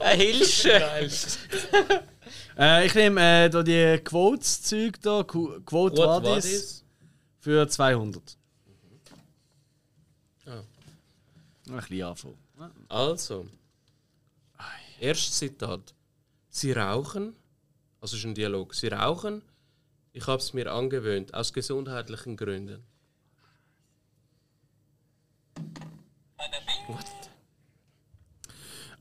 Speaker 2: Eine Hilsche!
Speaker 1: Äh, ich nehme äh, da die Quotes-Zeug da, Qu- Quote
Speaker 4: What
Speaker 1: Vadis, für 200.
Speaker 4: Mhm. Ah.
Speaker 1: Ein bisschen anfangen.
Speaker 4: Also, erstes Zitat. Sie rauchen, also es ist ein Dialog, sie rauchen, ich habe es mir angewöhnt, aus gesundheitlichen Gründen.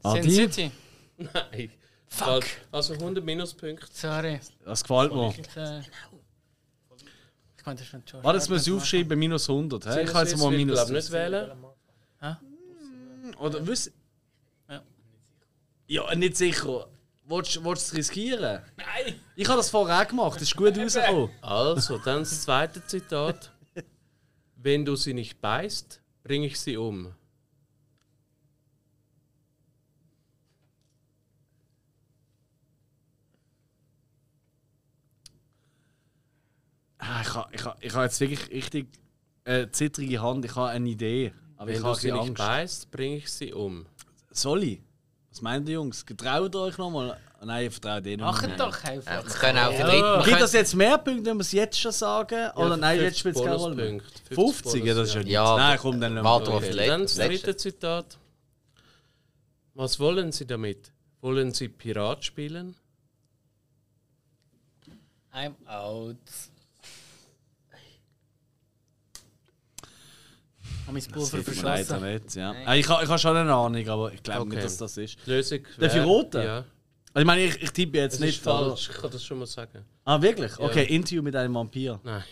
Speaker 5: Sin
Speaker 1: Adi,
Speaker 5: City.
Speaker 4: Nein. Fuck. Also 100 Minuspunkte.
Speaker 5: Sorry.
Speaker 1: das gefällt mir.
Speaker 5: Ich, äh, ich meine, das ist nicht George.
Speaker 1: Warte, jetzt muss ich
Speaker 5: Orwell.
Speaker 1: aufschreiben, minus 100. hä? Ich kann jetzt
Speaker 4: Sinneswiss
Speaker 1: mal
Speaker 4: wird,
Speaker 1: minus
Speaker 4: glaub, nicht wählen.
Speaker 1: Oder wisst
Speaker 5: Ja.
Speaker 1: Ja, nicht sicher. Willst willst du es riskieren? Nein! Ich habe das vorher auch gemacht, das ist gut rausgekommen.
Speaker 4: Also, dann das zweite Zitat. Wenn du sie nicht beißt, bringe ich sie um.
Speaker 1: Ah, Ich habe ich ha, ich ha jetzt wirklich richtig äh, zittrige Hand, ich habe eine Idee. Aber
Speaker 4: Wenn
Speaker 1: ich
Speaker 4: du
Speaker 1: habe
Speaker 4: sie
Speaker 1: keine
Speaker 4: nicht
Speaker 1: Angst.
Speaker 4: beißt, bringe ich sie um.
Speaker 1: Soll ich? Was meint ihr Jungs? Getraut ihr euch nochmal? Nein, ich vertraue denen nicht.
Speaker 5: Mach doch
Speaker 2: Ja,
Speaker 5: einfach.
Speaker 2: wir können auch den dritten.
Speaker 1: Gibt
Speaker 2: wir
Speaker 1: das jetzt mehr Punkte, wenn wir es jetzt schon sagen? Oder Oh, nein, jetzt
Speaker 4: 50
Speaker 1: spielt es keine Rolle. mehr.
Speaker 4: Bonuspunkte. 50
Speaker 1: 50? Ja, das ist ja
Speaker 4: Bonus,
Speaker 1: nichts.
Speaker 2: Ja,
Speaker 1: nein, komm, dann lassen wir
Speaker 2: warte
Speaker 1: es.
Speaker 2: auf den
Speaker 4: Okay, dann das
Speaker 2: letzten.
Speaker 4: dritte Zitat. Was wollen Sie damit? Wollen Sie Pirat spielen?
Speaker 5: I'm out. Ich habe mein Pulver
Speaker 1: Tut mir leid,
Speaker 5: verschlossen.
Speaker 1: nicht, ja. Ah, Ich habe ich ha schon eine Ahnung, aber ich glaube
Speaker 4: Okay.
Speaker 1: nicht, dass das ist.
Speaker 4: Die Lösung
Speaker 1: Der
Speaker 4: wäre-
Speaker 1: Pirote?
Speaker 4: Ja.
Speaker 1: Also, ich meine, ich, ich tippe jetzt
Speaker 4: Das
Speaker 1: nicht.
Speaker 4: ist falsch, ich kann das schon mal sagen.
Speaker 1: Ah, wirklich? Okay, Interview mit einem Vampir.
Speaker 4: Nein.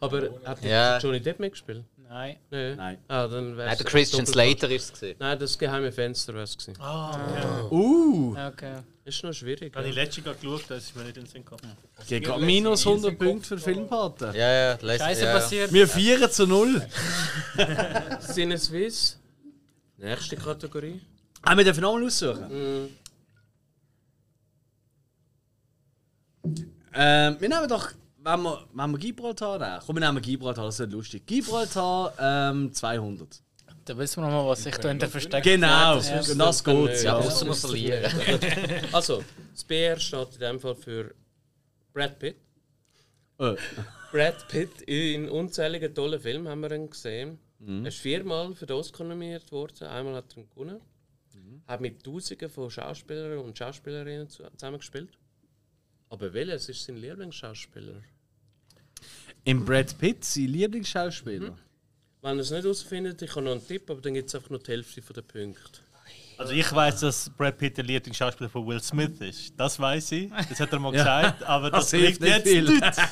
Speaker 4: Aber hat
Speaker 2: Ja.
Speaker 4: ja. Johnny Depp mitgespielt?
Speaker 5: Nein.
Speaker 4: Nein.
Speaker 1: Nein.
Speaker 4: Ah, dann wär's
Speaker 2: Nein, der Christian
Speaker 4: doppelt
Speaker 2: Slater ist es. gewesen.
Speaker 4: falsch. Nein, das geheime Fenster wäre es gewesen.
Speaker 1: Uh,
Speaker 5: Okay.
Speaker 4: Ist noch schwierig.
Speaker 6: Ich habe die
Speaker 4: Ja.
Speaker 6: letzte gerade geschaut, das ist mir nicht in den Sinn gekommen.
Speaker 1: geht gerade minus 100 Punkte für Filmpaten.
Speaker 2: Ja, ja, der letzte.
Speaker 5: Scheiße
Speaker 2: ja.
Speaker 5: passiert.
Speaker 1: Wir 4 zu 0.
Speaker 4: Sinneswiss. Nächste Kategorie.
Speaker 1: Ah, wir dürfen nochmal aussuchen. Ähm, wir nehmen doch, wenn wir, wenn wir Gibraltar nehmen. Komm, wir nehmen Gibraltar, das ist lustig. Gibraltar ähm, 200.
Speaker 5: Da wissen wir nochmal, was sich da hinter versteckt.
Speaker 1: Genau,
Speaker 5: Ja.
Speaker 1: das, das geht.
Speaker 2: Ja,
Speaker 1: Ja.
Speaker 2: muss man verlieren.
Speaker 4: äh, Also, das BR steht in dem Fall für Brad Pitt.
Speaker 1: Äh,
Speaker 4: Brad Pitt in unzähligen tollen Filmen haben wir ihn gesehen.
Speaker 2: Mhm.
Speaker 4: Er ist viermal für den Oscar nominiert worden. Einmal hat er ihn gewonnen.
Speaker 2: Mhm.
Speaker 4: Hat mit Tausenden von Schauspielern und Schauspielerinnen zu- zusammengespielt. Aber welches ist sein Lieblingsschauspieler?
Speaker 1: Im Brad Pitt, sein Lieblingsschauspieler.
Speaker 4: Wenn ihr es nicht herausfindet, ich habe noch einen Tipp, aber dann gibt es einfach nur die Hälfte der Punkte.
Speaker 6: Also ich weiß, dass Brad Pitt der Lieblingsschauspieler von Will Smith ist. Das weiß ich. Das hat er mal gesagt. Aber das,
Speaker 1: Das hilft
Speaker 6: liegt
Speaker 1: nicht
Speaker 6: jetzt
Speaker 1: viel.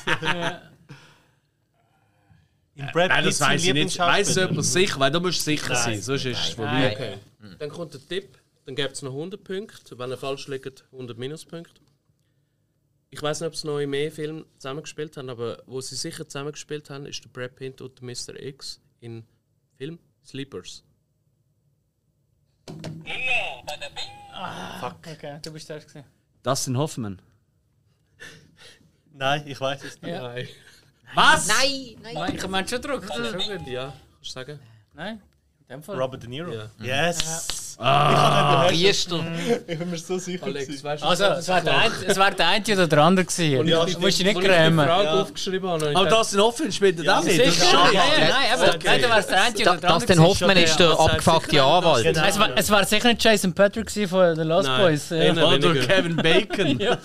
Speaker 6: nicht. In Brad
Speaker 1: Nein, das
Speaker 6: Pitt sein
Speaker 1: weiß ich nicht. Weiß es
Speaker 6: Lieblingsschauspieler.
Speaker 1: jemand sicher? Weil da musst du sicher sein, sonst ist es vorbei.
Speaker 4: Okay. Dann kommt der Tipp, dann gibt es noch 100 Punkte. Wenn er falsch liegt, 100 Minuspunkte. Ich weiß nicht, ob sie noch in mehr Filmen zusammengespielt haben, aber wo sie sicher zusammengespielt haben, ist der Brad Pitt und der Mr. X in Film Sleepers.
Speaker 5: Okay, du bist zuerst gewesen.
Speaker 1: Dustin Hoffman.
Speaker 6: Nein, ich weiß es nicht.
Speaker 5: Ja.
Speaker 4: Nein.
Speaker 1: Was?
Speaker 2: Nein, nein.
Speaker 5: Nein, ich habe meinen schon gedruckt. Das ist schon gut.
Speaker 4: Ja, kannst du sagen?
Speaker 5: Nein, in dem Fall.
Speaker 6: Robert De Niro.
Speaker 4: Ja.
Speaker 6: Yes.
Speaker 5: Alex.
Speaker 2: Priester.
Speaker 5: Mhm.
Speaker 6: Ich bin mir so sicher.
Speaker 4: Alex, weißt du,
Speaker 5: Also, es wäre der, ein, es wär der eine oder der andere gewesen. Ja, du musst dich nicht
Speaker 4: ich die
Speaker 5: grämen.
Speaker 4: Frage aufgeschrieben habe. Ah, und
Speaker 1: Aber
Speaker 4: ich dachte,
Speaker 1: das sind offen Äh, spielt ihr das nicht. Das ist
Speaker 5: Sicher,
Speaker 1: schon
Speaker 5: nein,
Speaker 1: nicht.
Speaker 5: nein, nein, aber nein, dann wäre es der eine
Speaker 2: Da-
Speaker 5: oder der Genau.
Speaker 2: Das
Speaker 5: andere
Speaker 2: dann
Speaker 5: gewesen.
Speaker 2: Hoffmann ist der abgefuckte Anwalt.
Speaker 5: Es war, es war sicher nicht Jason Patrick gewesen von den Lost
Speaker 4: Nein.
Speaker 5: Boys. eh. Ja.
Speaker 4: Nein, nein.
Speaker 1: Oder
Speaker 4: weniger.
Speaker 1: Kevin Bacon.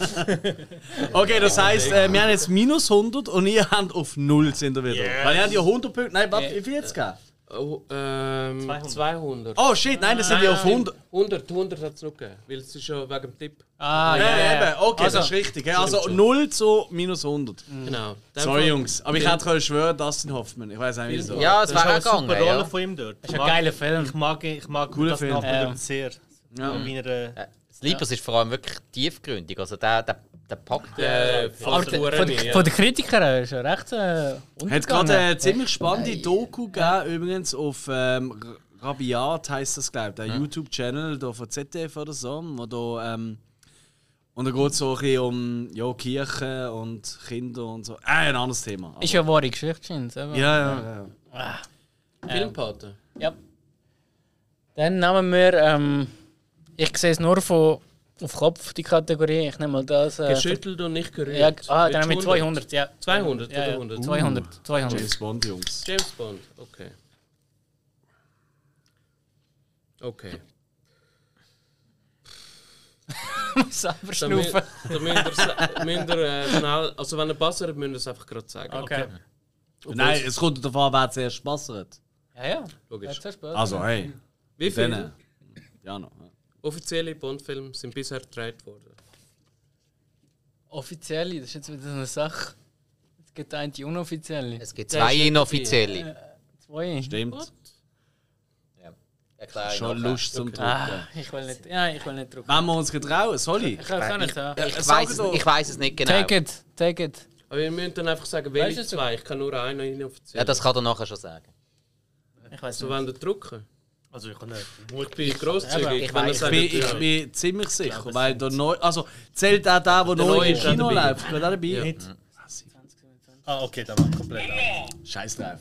Speaker 1: Okay, das heisst, äh, wir haben jetzt minus 100 und ihr habt auf 0 sind wir wieder. Weil ihr habt ja 100 Punkte. Nein, warte, wie viel jetzt gegeben?
Speaker 4: Oh, ähm, 200. 200.
Speaker 1: Oh shit, nein, das sind ja auf 100.
Speaker 4: 100, 100 hat es noch gegeben, weil es ist ja wegen dem Tipp.
Speaker 5: Ah,
Speaker 1: Ja,
Speaker 5: ja, ja.
Speaker 1: eben, okay,
Speaker 5: Also-
Speaker 1: das ist richtig. ja. Also 0 zu minus 100.
Speaker 4: Genau. Dem
Speaker 1: Sorry,
Speaker 4: Fall-
Speaker 1: Jungs. Aber ich hätte können schwören, das sind Hoffmann. Ich weiß nicht wieso.
Speaker 2: Ja, es
Speaker 6: Das war
Speaker 2: wäre
Speaker 6: eine
Speaker 2: auch
Speaker 6: super
Speaker 2: gegangen.
Speaker 6: Rolle
Speaker 2: Ja.
Speaker 6: von ihm dort.
Speaker 5: Das ist ein geiler Film.
Speaker 6: Ich mag, ich mag
Speaker 1: Cooler
Speaker 6: das
Speaker 1: Film.
Speaker 6: Nachbild
Speaker 5: Ja.
Speaker 6: sehr.
Speaker 1: Ja.
Speaker 6: Von meiner,
Speaker 2: Äh, Sleepers ist vor allem wirklich tiefgründig. Also der, der, der packt. Äh,
Speaker 5: Aber
Speaker 4: Fast
Speaker 5: de- von,
Speaker 4: Huren,
Speaker 5: de-
Speaker 4: ja.
Speaker 5: von den Kritikern ist er recht äh,
Speaker 1: Hat gerade eine ziemlich spannende Doku gegeben, übrigens auf ähm, R- Rabiat heißt das, glaube ich, der YouTube-Channel da von ZDF oder so, wo da, ähm, und da geht es so ein bisschen um ja, Kirche und Kinder und so. Äh, ein anderes Thema. aber-
Speaker 5: Ist ja wahre Geschichte, scheint
Speaker 1: ja, ja, ja.
Speaker 4: ähm, Filmpaten.
Speaker 5: Ja. Dann nehmen wir, ähm, ich sehe es nur von, auf Kopf, die Kategorie. Ich nehme mal das. Äh,
Speaker 4: Geschüttelt und nicht
Speaker 5: Ja,
Speaker 4: gerührt.
Speaker 5: ah,
Speaker 4: Willst
Speaker 5: dann
Speaker 4: du
Speaker 5: haben wir 200, ja.
Speaker 4: 200
Speaker 5: ja,
Speaker 4: oder
Speaker 5: ja.
Speaker 4: 100?
Speaker 5: 200, 200.
Speaker 1: James Bond, Jungs.
Speaker 4: James Bond, okay. Okay.
Speaker 5: Selber
Speaker 4: Dann, mü
Speaker 5: schnaufen.
Speaker 4: dann müsst ihr, sa- müsst ihr äh, schnell, also wenn ihr Buzzer habt, müsst ihr es einfach gerade sagen.
Speaker 5: Okay.
Speaker 1: Nein, es kommt darauf an, wer zuerst Spaß hat.
Speaker 5: Ja, ja.
Speaker 4: Logisch.
Speaker 5: Jetzt hast du Spaß.
Speaker 1: Also, hey,
Speaker 4: Wie viele
Speaker 1: dann. Ja, noch.
Speaker 4: offizielle Bond-Filme sind bisher gedreht worden?
Speaker 5: Offizielle, das ist jetzt wieder so eine Sache. Es gibt eine die unoffizielle.
Speaker 2: es gibt zwei inoffizielle.
Speaker 5: Zwei.
Speaker 1: Stimmt.
Speaker 2: Erklär ich
Speaker 1: Schon
Speaker 2: nachher.
Speaker 1: Lust zum Drucken.
Speaker 5: Ah, ich will nicht, ja, ich will nicht drauf.
Speaker 1: Wenn wir uns getrauen, sorry.
Speaker 5: Ich kann es auch nicht sagen.
Speaker 2: Ich
Speaker 1: Sag
Speaker 2: weiß es,
Speaker 1: doch.
Speaker 2: ich weiss es nicht genau.
Speaker 5: Take it, take it.
Speaker 4: Aber ihr müsst dann einfach sagen, welche
Speaker 5: Weißt du,
Speaker 4: zwei. Ich kann nur einen inoffiziell.
Speaker 2: Ja, das kann er nachher schon sagen.
Speaker 5: Ich weiß
Speaker 4: so
Speaker 5: nicht.
Speaker 4: wollen ihr drucken?
Speaker 6: also ich kann nicht.
Speaker 4: Ich bin grosszügig.
Speaker 2: ich
Speaker 4: wenn ihr
Speaker 2: weiss-
Speaker 4: sagt,
Speaker 1: bin, ich
Speaker 4: ja.
Speaker 1: bin ziemlich sicher, weil der neu, also zählt auch der, der neu
Speaker 4: Neue
Speaker 1: im
Speaker 4: ist auch
Speaker 1: Kino
Speaker 4: dabei.
Speaker 1: läuft, gerade auch dabei.
Speaker 6: Ah, okay, dann war komplett aus.
Speaker 1: Scheiß drauf.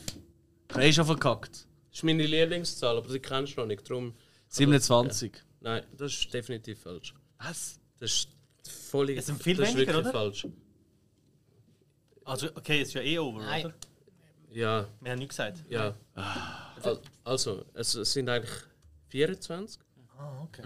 Speaker 1: Ich habe eh schon verkackt.
Speaker 4: Das ist meine Lieblingszahl, aber die kennst du noch nicht. Drum.
Speaker 1: 27.
Speaker 4: Nein, das ist definitiv falsch.
Speaker 1: Was?
Speaker 4: Das ist voll.
Speaker 6: Es sind viel
Speaker 4: das ist
Speaker 6: weniger,
Speaker 4: wirklich
Speaker 6: oder?
Speaker 4: falsch.
Speaker 6: Also, okay, ist ja eh over, oder?
Speaker 4: Ja,
Speaker 6: Wir haben nichts gesagt.
Speaker 4: ja. Al- Also, es es sind eigentlich 24.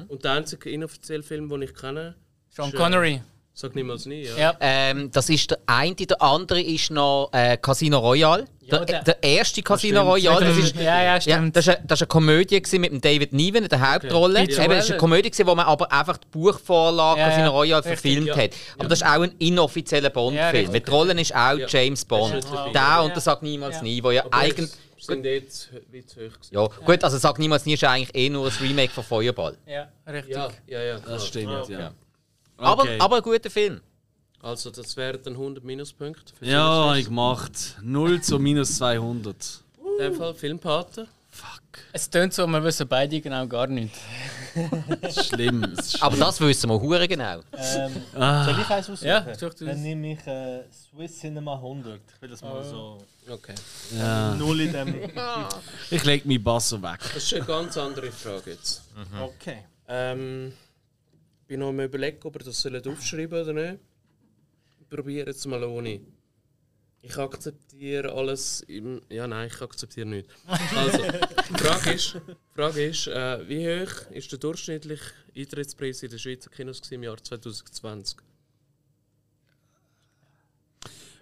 Speaker 4: Und der einzige inoffizielle Film, den ich kenne,
Speaker 5: Sean
Speaker 4: Schön.
Speaker 5: Connery.
Speaker 4: sag niemals nie. Ja.
Speaker 5: Ja.
Speaker 2: Ähm, das ist der eine, der andere ist noch äh, Casino Royale.
Speaker 5: Ja,
Speaker 2: der,
Speaker 5: der-
Speaker 2: der erste Casino Royale, das ist
Speaker 5: ja, ja,
Speaker 2: Ja,
Speaker 5: stimmt.
Speaker 2: das war eine, das ist eine Komödie gewesen mit dem David Niven in der Hauptrolle.
Speaker 5: Peter
Speaker 2: Eben, das ist
Speaker 5: Weller.
Speaker 2: eine Komödie, gewesen, wo man aber einfach die Buchvorlage
Speaker 5: Ja,
Speaker 2: ja, Casino
Speaker 5: ja.
Speaker 2: Royale verfilmt
Speaker 4: ja.
Speaker 2: hat. Aber das ist auch ein inoffizieller
Speaker 5: Ja,
Speaker 2: Bond-Film.
Speaker 5: richtig.
Speaker 2: mit Rollen ist auch
Speaker 4: Ja.
Speaker 2: James Bond.
Speaker 4: Das ist dabei.
Speaker 2: Der und
Speaker 5: Ja.
Speaker 2: der sagt niemals
Speaker 5: Ja.
Speaker 2: nie, wo ja
Speaker 4: Aber
Speaker 2: eigentlich.
Speaker 4: jetzt sind jetzt wie zu hoch. gewesen.
Speaker 2: Ja, gut, also sagt niemals nie ist eigentlich eh nur ein Remake von Feuerball.
Speaker 5: Ja, richtig.
Speaker 4: Ja, ja, ja. klar.
Speaker 1: Das stimmt, ja.
Speaker 2: Aber,
Speaker 1: Okay.
Speaker 2: aber ein guter Film.
Speaker 4: Also, das wären dann 100 Minuspunkte. Für
Speaker 1: Ja, habe ich gemacht. 0 zu minus 200.
Speaker 4: In dem Fall Filmpaten.
Speaker 5: Es tönt so, wir wissen beide genau gar nicht.
Speaker 1: Schlimm. Es ist
Speaker 2: Aber das wissen wir hure genau.
Speaker 6: Ähm, Soll ich eins aussuchen?
Speaker 5: Ja, such du
Speaker 6: Dann
Speaker 5: aus.
Speaker 6: nehme ich äh, Swiss Cinema 100. Ich will das mal so.
Speaker 4: Okay.
Speaker 6: Null in dem.
Speaker 1: schlimm. ich leg meinen Basso weg.
Speaker 4: Das ist eine ganz andere Frage jetzt.
Speaker 6: Okay.
Speaker 4: Ähm, ich bin noch am überlegen, ob wir das sollen aufschreiben oder nicht. Ich probiere jetzt mal ohne. Ich akzeptiere alles im... Ja, nein, ich akzeptiere nichts. Also, die Frage ist, die Frage ist äh, wie hoch ist der durchschnittliche Eintrittspreis in den Schweizer Kinos gewesen im Jahr 2020?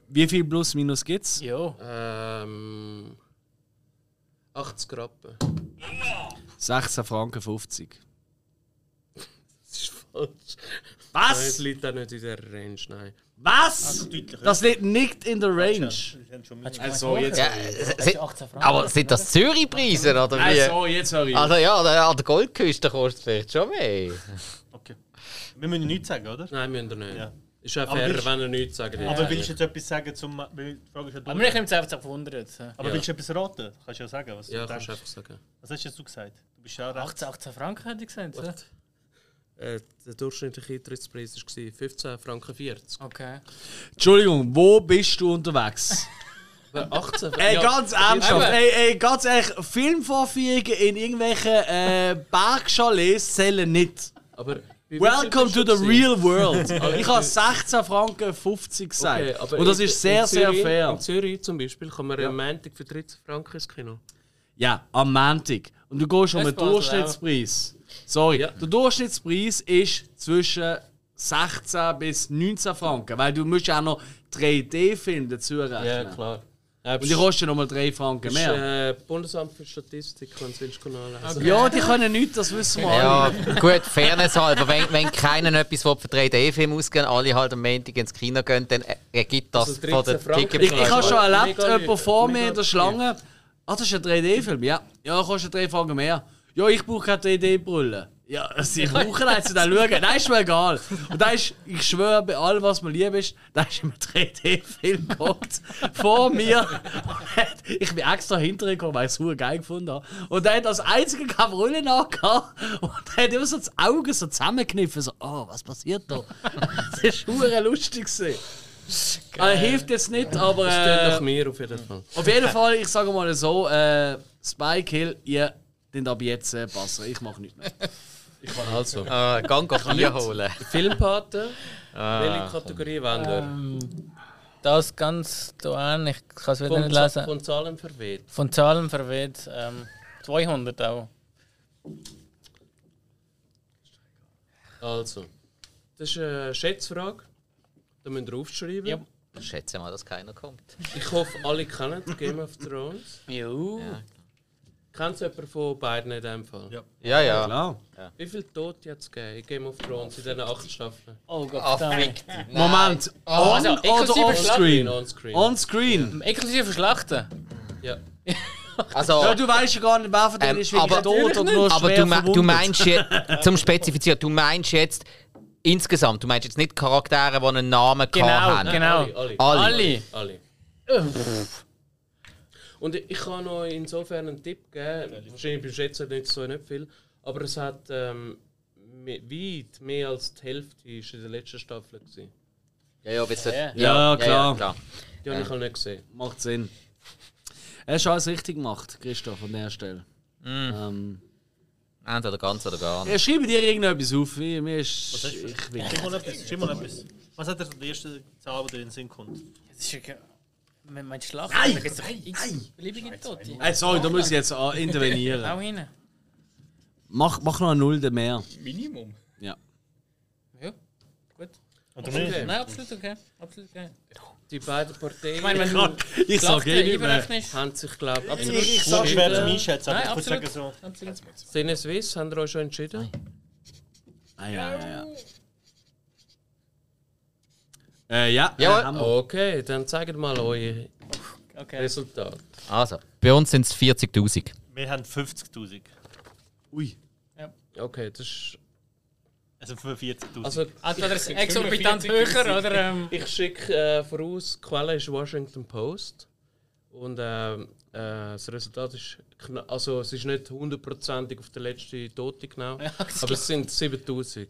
Speaker 1: Wie viel plus minus gibt's?
Speaker 5: Jo.
Speaker 4: Ähm... 80 Rappen.
Speaker 1: 16 Franken 50.
Speaker 4: Das ist falsch. Nein, es
Speaker 1: Was?
Speaker 4: liegt auch nicht in dieser Range, nein.
Speaker 1: Was?
Speaker 6: Deutlich.
Speaker 1: Das liegt nicht in der Range.
Speaker 6: Wir haben schon meine.
Speaker 1: Also jetzt.
Speaker 2: Ja, äh, sind- aber sind das Zürich-Preise oder wie?
Speaker 1: Also, jetzt höre ich.
Speaker 2: Also ja, da- an der Goldküste kostet es vielleicht schon mehr.
Speaker 6: Okay. Wir müssen nichts sagen, oder?
Speaker 4: Nein, müsst ihr nicht.
Speaker 6: Ja.
Speaker 4: Ist auch
Speaker 6: Aber
Speaker 4: fair,
Speaker 6: willst-
Speaker 4: wenn ihr nichts sagt.
Speaker 6: Aber willst du jetzt etwas sagen zum. Weil die Frage ist ja
Speaker 5: Aber
Speaker 6: durch.
Speaker 5: mich nimmt es einfach auf 100. äh.
Speaker 6: Aber
Speaker 4: Ja.
Speaker 6: willst du etwas raten? Kannst du ja sagen, was
Speaker 4: Ja,
Speaker 6: du
Speaker 4: kannst
Speaker 6: denkst.
Speaker 4: du einfach sagen.
Speaker 6: Was hast du jetzt gesagt? Du bist ja auch recht.
Speaker 5: 18, 18 Franken hätte ich gesagt. oder?
Speaker 4: Äh, der durchschnittliche Eintrittspreis war 15 Franken 40.
Speaker 5: Okay.
Speaker 1: Entschuldigung, wo bist du unterwegs?
Speaker 4: 18
Speaker 1: Ey,
Speaker 4: ja,
Speaker 1: ganz ernsthaft. Ey, ey, ganz ehrlich, Filmvorführungen in irgendwelchen äh, Bergchalets zählen nicht.
Speaker 4: aber wie viel
Speaker 1: Welcome
Speaker 4: bist
Speaker 1: to
Speaker 4: du
Speaker 1: the
Speaker 4: gewesen?
Speaker 1: real world. Ich habe 16 Franken 50 gesagt.
Speaker 4: Also Okay, aber
Speaker 1: Und das
Speaker 4: in-
Speaker 1: ist sehr,
Speaker 4: in
Speaker 1: sehr
Speaker 4: Zürich-
Speaker 1: fair.
Speaker 4: In Zürich zum Beispiel kann man am Montag für 13 Franken ins Kino.
Speaker 1: Ja, am Montag. Und du gehst um den
Speaker 5: Das passt
Speaker 1: Durchschnittspreis. Sorry,
Speaker 4: Ja.
Speaker 1: der Durchschnittspreis ist zwischen 16 bis 19 Franken, weil du musst ja auch noch 3D-Filme dazu rechnen.
Speaker 4: Ja, klar. Äh,
Speaker 1: Und die kosten nochmal 3 Franken
Speaker 4: ist,
Speaker 1: mehr.
Speaker 4: äh, Bundesamt für Statistik, wenn du willst, nachlesen.
Speaker 1: Ja, die können nichts, das wissen wir alle.
Speaker 2: Ja, gut, Fairness halber. Wenn, wenn keiner etwas will für 3D-Film ausgeben alle halt am Montag ins Kino gehen, dann äh, ergibt das
Speaker 4: Also
Speaker 2: von der
Speaker 4: 13 Franken.
Speaker 1: Ich,
Speaker 2: Ticketpreis.
Speaker 1: ich habe schon erlebt,
Speaker 4: Mega
Speaker 1: jemand vor
Speaker 4: Leute,
Speaker 1: mir in
Speaker 4: mega
Speaker 1: der Schlange. Ah, das ist ein 3D-Film, ja. Ja, kostet 3 Franken mehr. Ja, ich brauche keine 3D-Brille. Ja, sie brauchen jetzt zu dann schauen. Nein, ist mir egal. Und da ist, ich schwöre, bei allem, was mir lieb ist, da ist immer 3D-Film geguckt. vor mir. Ich bin extra hinterher gekommen, weil ich es super geil gefunden habe. Und der hat als einziger keine Brille nachgehabt. Und der hat immer so das Auge so zusammengekniffen. So, oh, was passiert da? Das ist super lustig. gewesen. Äh, hilft jetzt nicht, aber.
Speaker 4: Äh,
Speaker 1: Äh,
Speaker 4: nach mir auf jeden Fall.
Speaker 1: auf jeden Fall, ich sage mal so, äh, Spike Hill, ihr den ab jetzt äh, passen. Ich mache nichts mehr.
Speaker 4: Also,
Speaker 2: Ah, gang go Bier holen.
Speaker 4: Filmpaten, Ah, welche Kategorie wollen wir?
Speaker 5: Ähm, Das ganz da an, ich kann es wieder
Speaker 4: Von,
Speaker 5: nicht
Speaker 4: Z-
Speaker 5: lesen.
Speaker 4: von Zahlen verweht.
Speaker 5: Von Zahlen verweht, ähm, 200 auch.
Speaker 4: Also, das ist eine Schätzfrage. Da müsst ihr aufschreiben.
Speaker 5: Ja.
Speaker 2: Ich schätze mal, dass keiner kommt.
Speaker 4: Ich hoffe, alle kennen Game of Thrones.
Speaker 5: Juhu.
Speaker 4: Kennt es jemand von beiden in dem Fall?
Speaker 2: Ja, ja.
Speaker 1: Klar.
Speaker 4: Wie viele Tote hat es gegeben in Game of Thrones in diesen acht Staffeln?
Speaker 5: Oh Gott,
Speaker 2: Ah,
Speaker 5: verdammt.
Speaker 2: fick dich.
Speaker 1: Moment, on
Speaker 5: also,
Speaker 1: oder
Speaker 5: inklusive
Speaker 1: off-screen?
Speaker 4: On-screen.
Speaker 1: On-screen.
Speaker 5: Inklusive Schlachten.
Speaker 4: Ja.
Speaker 2: Also,
Speaker 1: Ja, du weißt ja gar nicht, wer von denen
Speaker 2: Ähm,
Speaker 1: ist wirklich
Speaker 2: aber-
Speaker 1: tot oder nur
Speaker 2: aber
Speaker 1: schwer
Speaker 2: du, me- du
Speaker 1: verwundet.
Speaker 2: meinst jetzt, zum Spezifizieren, du meinst jetzt insgesamt, du meinst jetzt nicht Charaktere, die einen Namen gehabt
Speaker 5: Genau,
Speaker 2: haben.
Speaker 5: genau.
Speaker 4: Alle, alle.
Speaker 2: Alle.
Speaker 5: Alle.
Speaker 4: Alle. Und ich kann noch insofern einen Tipp geben, wahrscheinlich beim Schätzen nicht so nicht viel, aber es hat ähm, me- weit mehr als die Hälfte ist in der letzten Staffel. Gewesen.
Speaker 2: Ja, ja, bis ja,
Speaker 1: Ja, klar.
Speaker 4: Die habe ich auch nicht gesehen.
Speaker 1: Macht Sinn. Er ist alles richtig gemacht, Christoph, an der Stelle.
Speaker 2: Mhm.
Speaker 1: Ähm,
Speaker 2: Entweder ganz oder gar nicht.
Speaker 1: ja, schreibe dir irgendetwas auf. Mir mir ist. Ich will.
Speaker 6: Schieb mal etwas. Schieb mal etwas. Was hat er von der ersten Zahl, die dir in den Sinn kommt?
Speaker 5: Das ist ja. Wenn man Schlachten.
Speaker 1: Ei,
Speaker 5: da gibt's doch x beliebige Tote.
Speaker 1: Ey, sorry, da muss ich jetzt äh, intervenieren.
Speaker 5: Auch hin.
Speaker 1: Mach, mach noch eine Null mehr.
Speaker 3: Minimum.
Speaker 1: Ja.
Speaker 5: Ja, gut.
Speaker 6: Und du nicht?
Speaker 5: Nein, absolut okay. Absolut okay.
Speaker 4: Die beiden Parteien
Speaker 5: Ich meine, wenn du
Speaker 1: Ich sag eh nicht mehr.
Speaker 5: überrechnest.
Speaker 4: haben sich, glaube ich, absolut
Speaker 6: Ich äh, sag schwer zum Einschätzen, aber
Speaker 5: Nein,
Speaker 6: ich würde sagen
Speaker 5: absolut.
Speaker 6: so.
Speaker 5: absolut.
Speaker 4: Szene Swiss, haben wir euch schon entschieden?
Speaker 1: Ah, ja, ja, ja. Äh, ja.
Speaker 2: Jawohl.
Speaker 1: Äh, haben wir.
Speaker 4: Okay, dann zeigt mal euer
Speaker 5: Okay.
Speaker 4: Resultat.
Speaker 2: Also, bei uns sind es 40.000.
Speaker 6: Wir haben 50.000.
Speaker 1: Ui.
Speaker 4: Okay, das ist.
Speaker 6: Also 45.000.
Speaker 4: Also,
Speaker 5: Entweder ist es exorbitant höher oder. Ähm,
Speaker 4: ich schicke äh, voraus, die Quelle ist Washington Post. Und ähm, äh, das Resultat ist. kna- Also, es ist nicht hundertprozentig auf der letzten Tote genau. aber es sind 7000.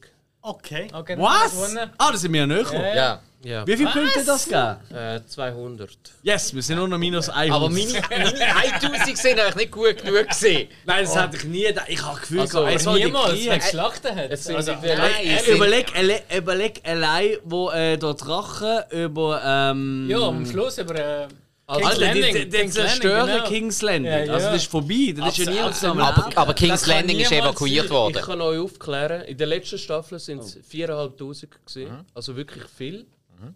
Speaker 5: okay,
Speaker 6: okay.
Speaker 5: dann haben wir
Speaker 1: Was?
Speaker 5: gewonnen.
Speaker 1: Ah, da sind wir ja näher. gekommen.
Speaker 2: Ja.
Speaker 4: Ja,
Speaker 1: Wie viele Punkte hat das gegeben?
Speaker 4: äh, 200.
Speaker 1: Yes, wir sind nur noch minus 1.
Speaker 2: Aber meine, meine 1000 sind eigentlich nicht gut genug gewesen.
Speaker 1: Nein, das hätte ich nie gedacht. Ich habe Gefühl
Speaker 4: Also,
Speaker 1: gehabt, ey, soll die
Speaker 5: Niemals, wenn
Speaker 1: Krieg-
Speaker 5: es Schlachten hat.
Speaker 4: Es sind
Speaker 5: Also,
Speaker 4: in der
Speaker 2: Nein, es
Speaker 1: Ey,
Speaker 2: sind-
Speaker 1: Überleg, alle- überleg allein, wo äh, der Drache über. Ähm,
Speaker 5: ja, am Schluss über. Äh, King's
Speaker 1: Alter, die-
Speaker 5: Landing,
Speaker 1: die- die
Speaker 5: King's Landing,
Speaker 1: zerstören
Speaker 5: genau.
Speaker 1: King's Landing.
Speaker 5: Ja, ja.
Speaker 1: Also, äh, das ist vorbei. Das ist ja nie
Speaker 4: Absolut.
Speaker 1: zusammen.
Speaker 2: Aber, aber King's
Speaker 4: Das kann
Speaker 2: Landing ist
Speaker 4: niemand
Speaker 2: evakuiert
Speaker 4: sein.
Speaker 2: worden.
Speaker 4: Ich kann euch aufklären, in der letzten Staffel sind es 4'500 gewesen, also wirklich viel.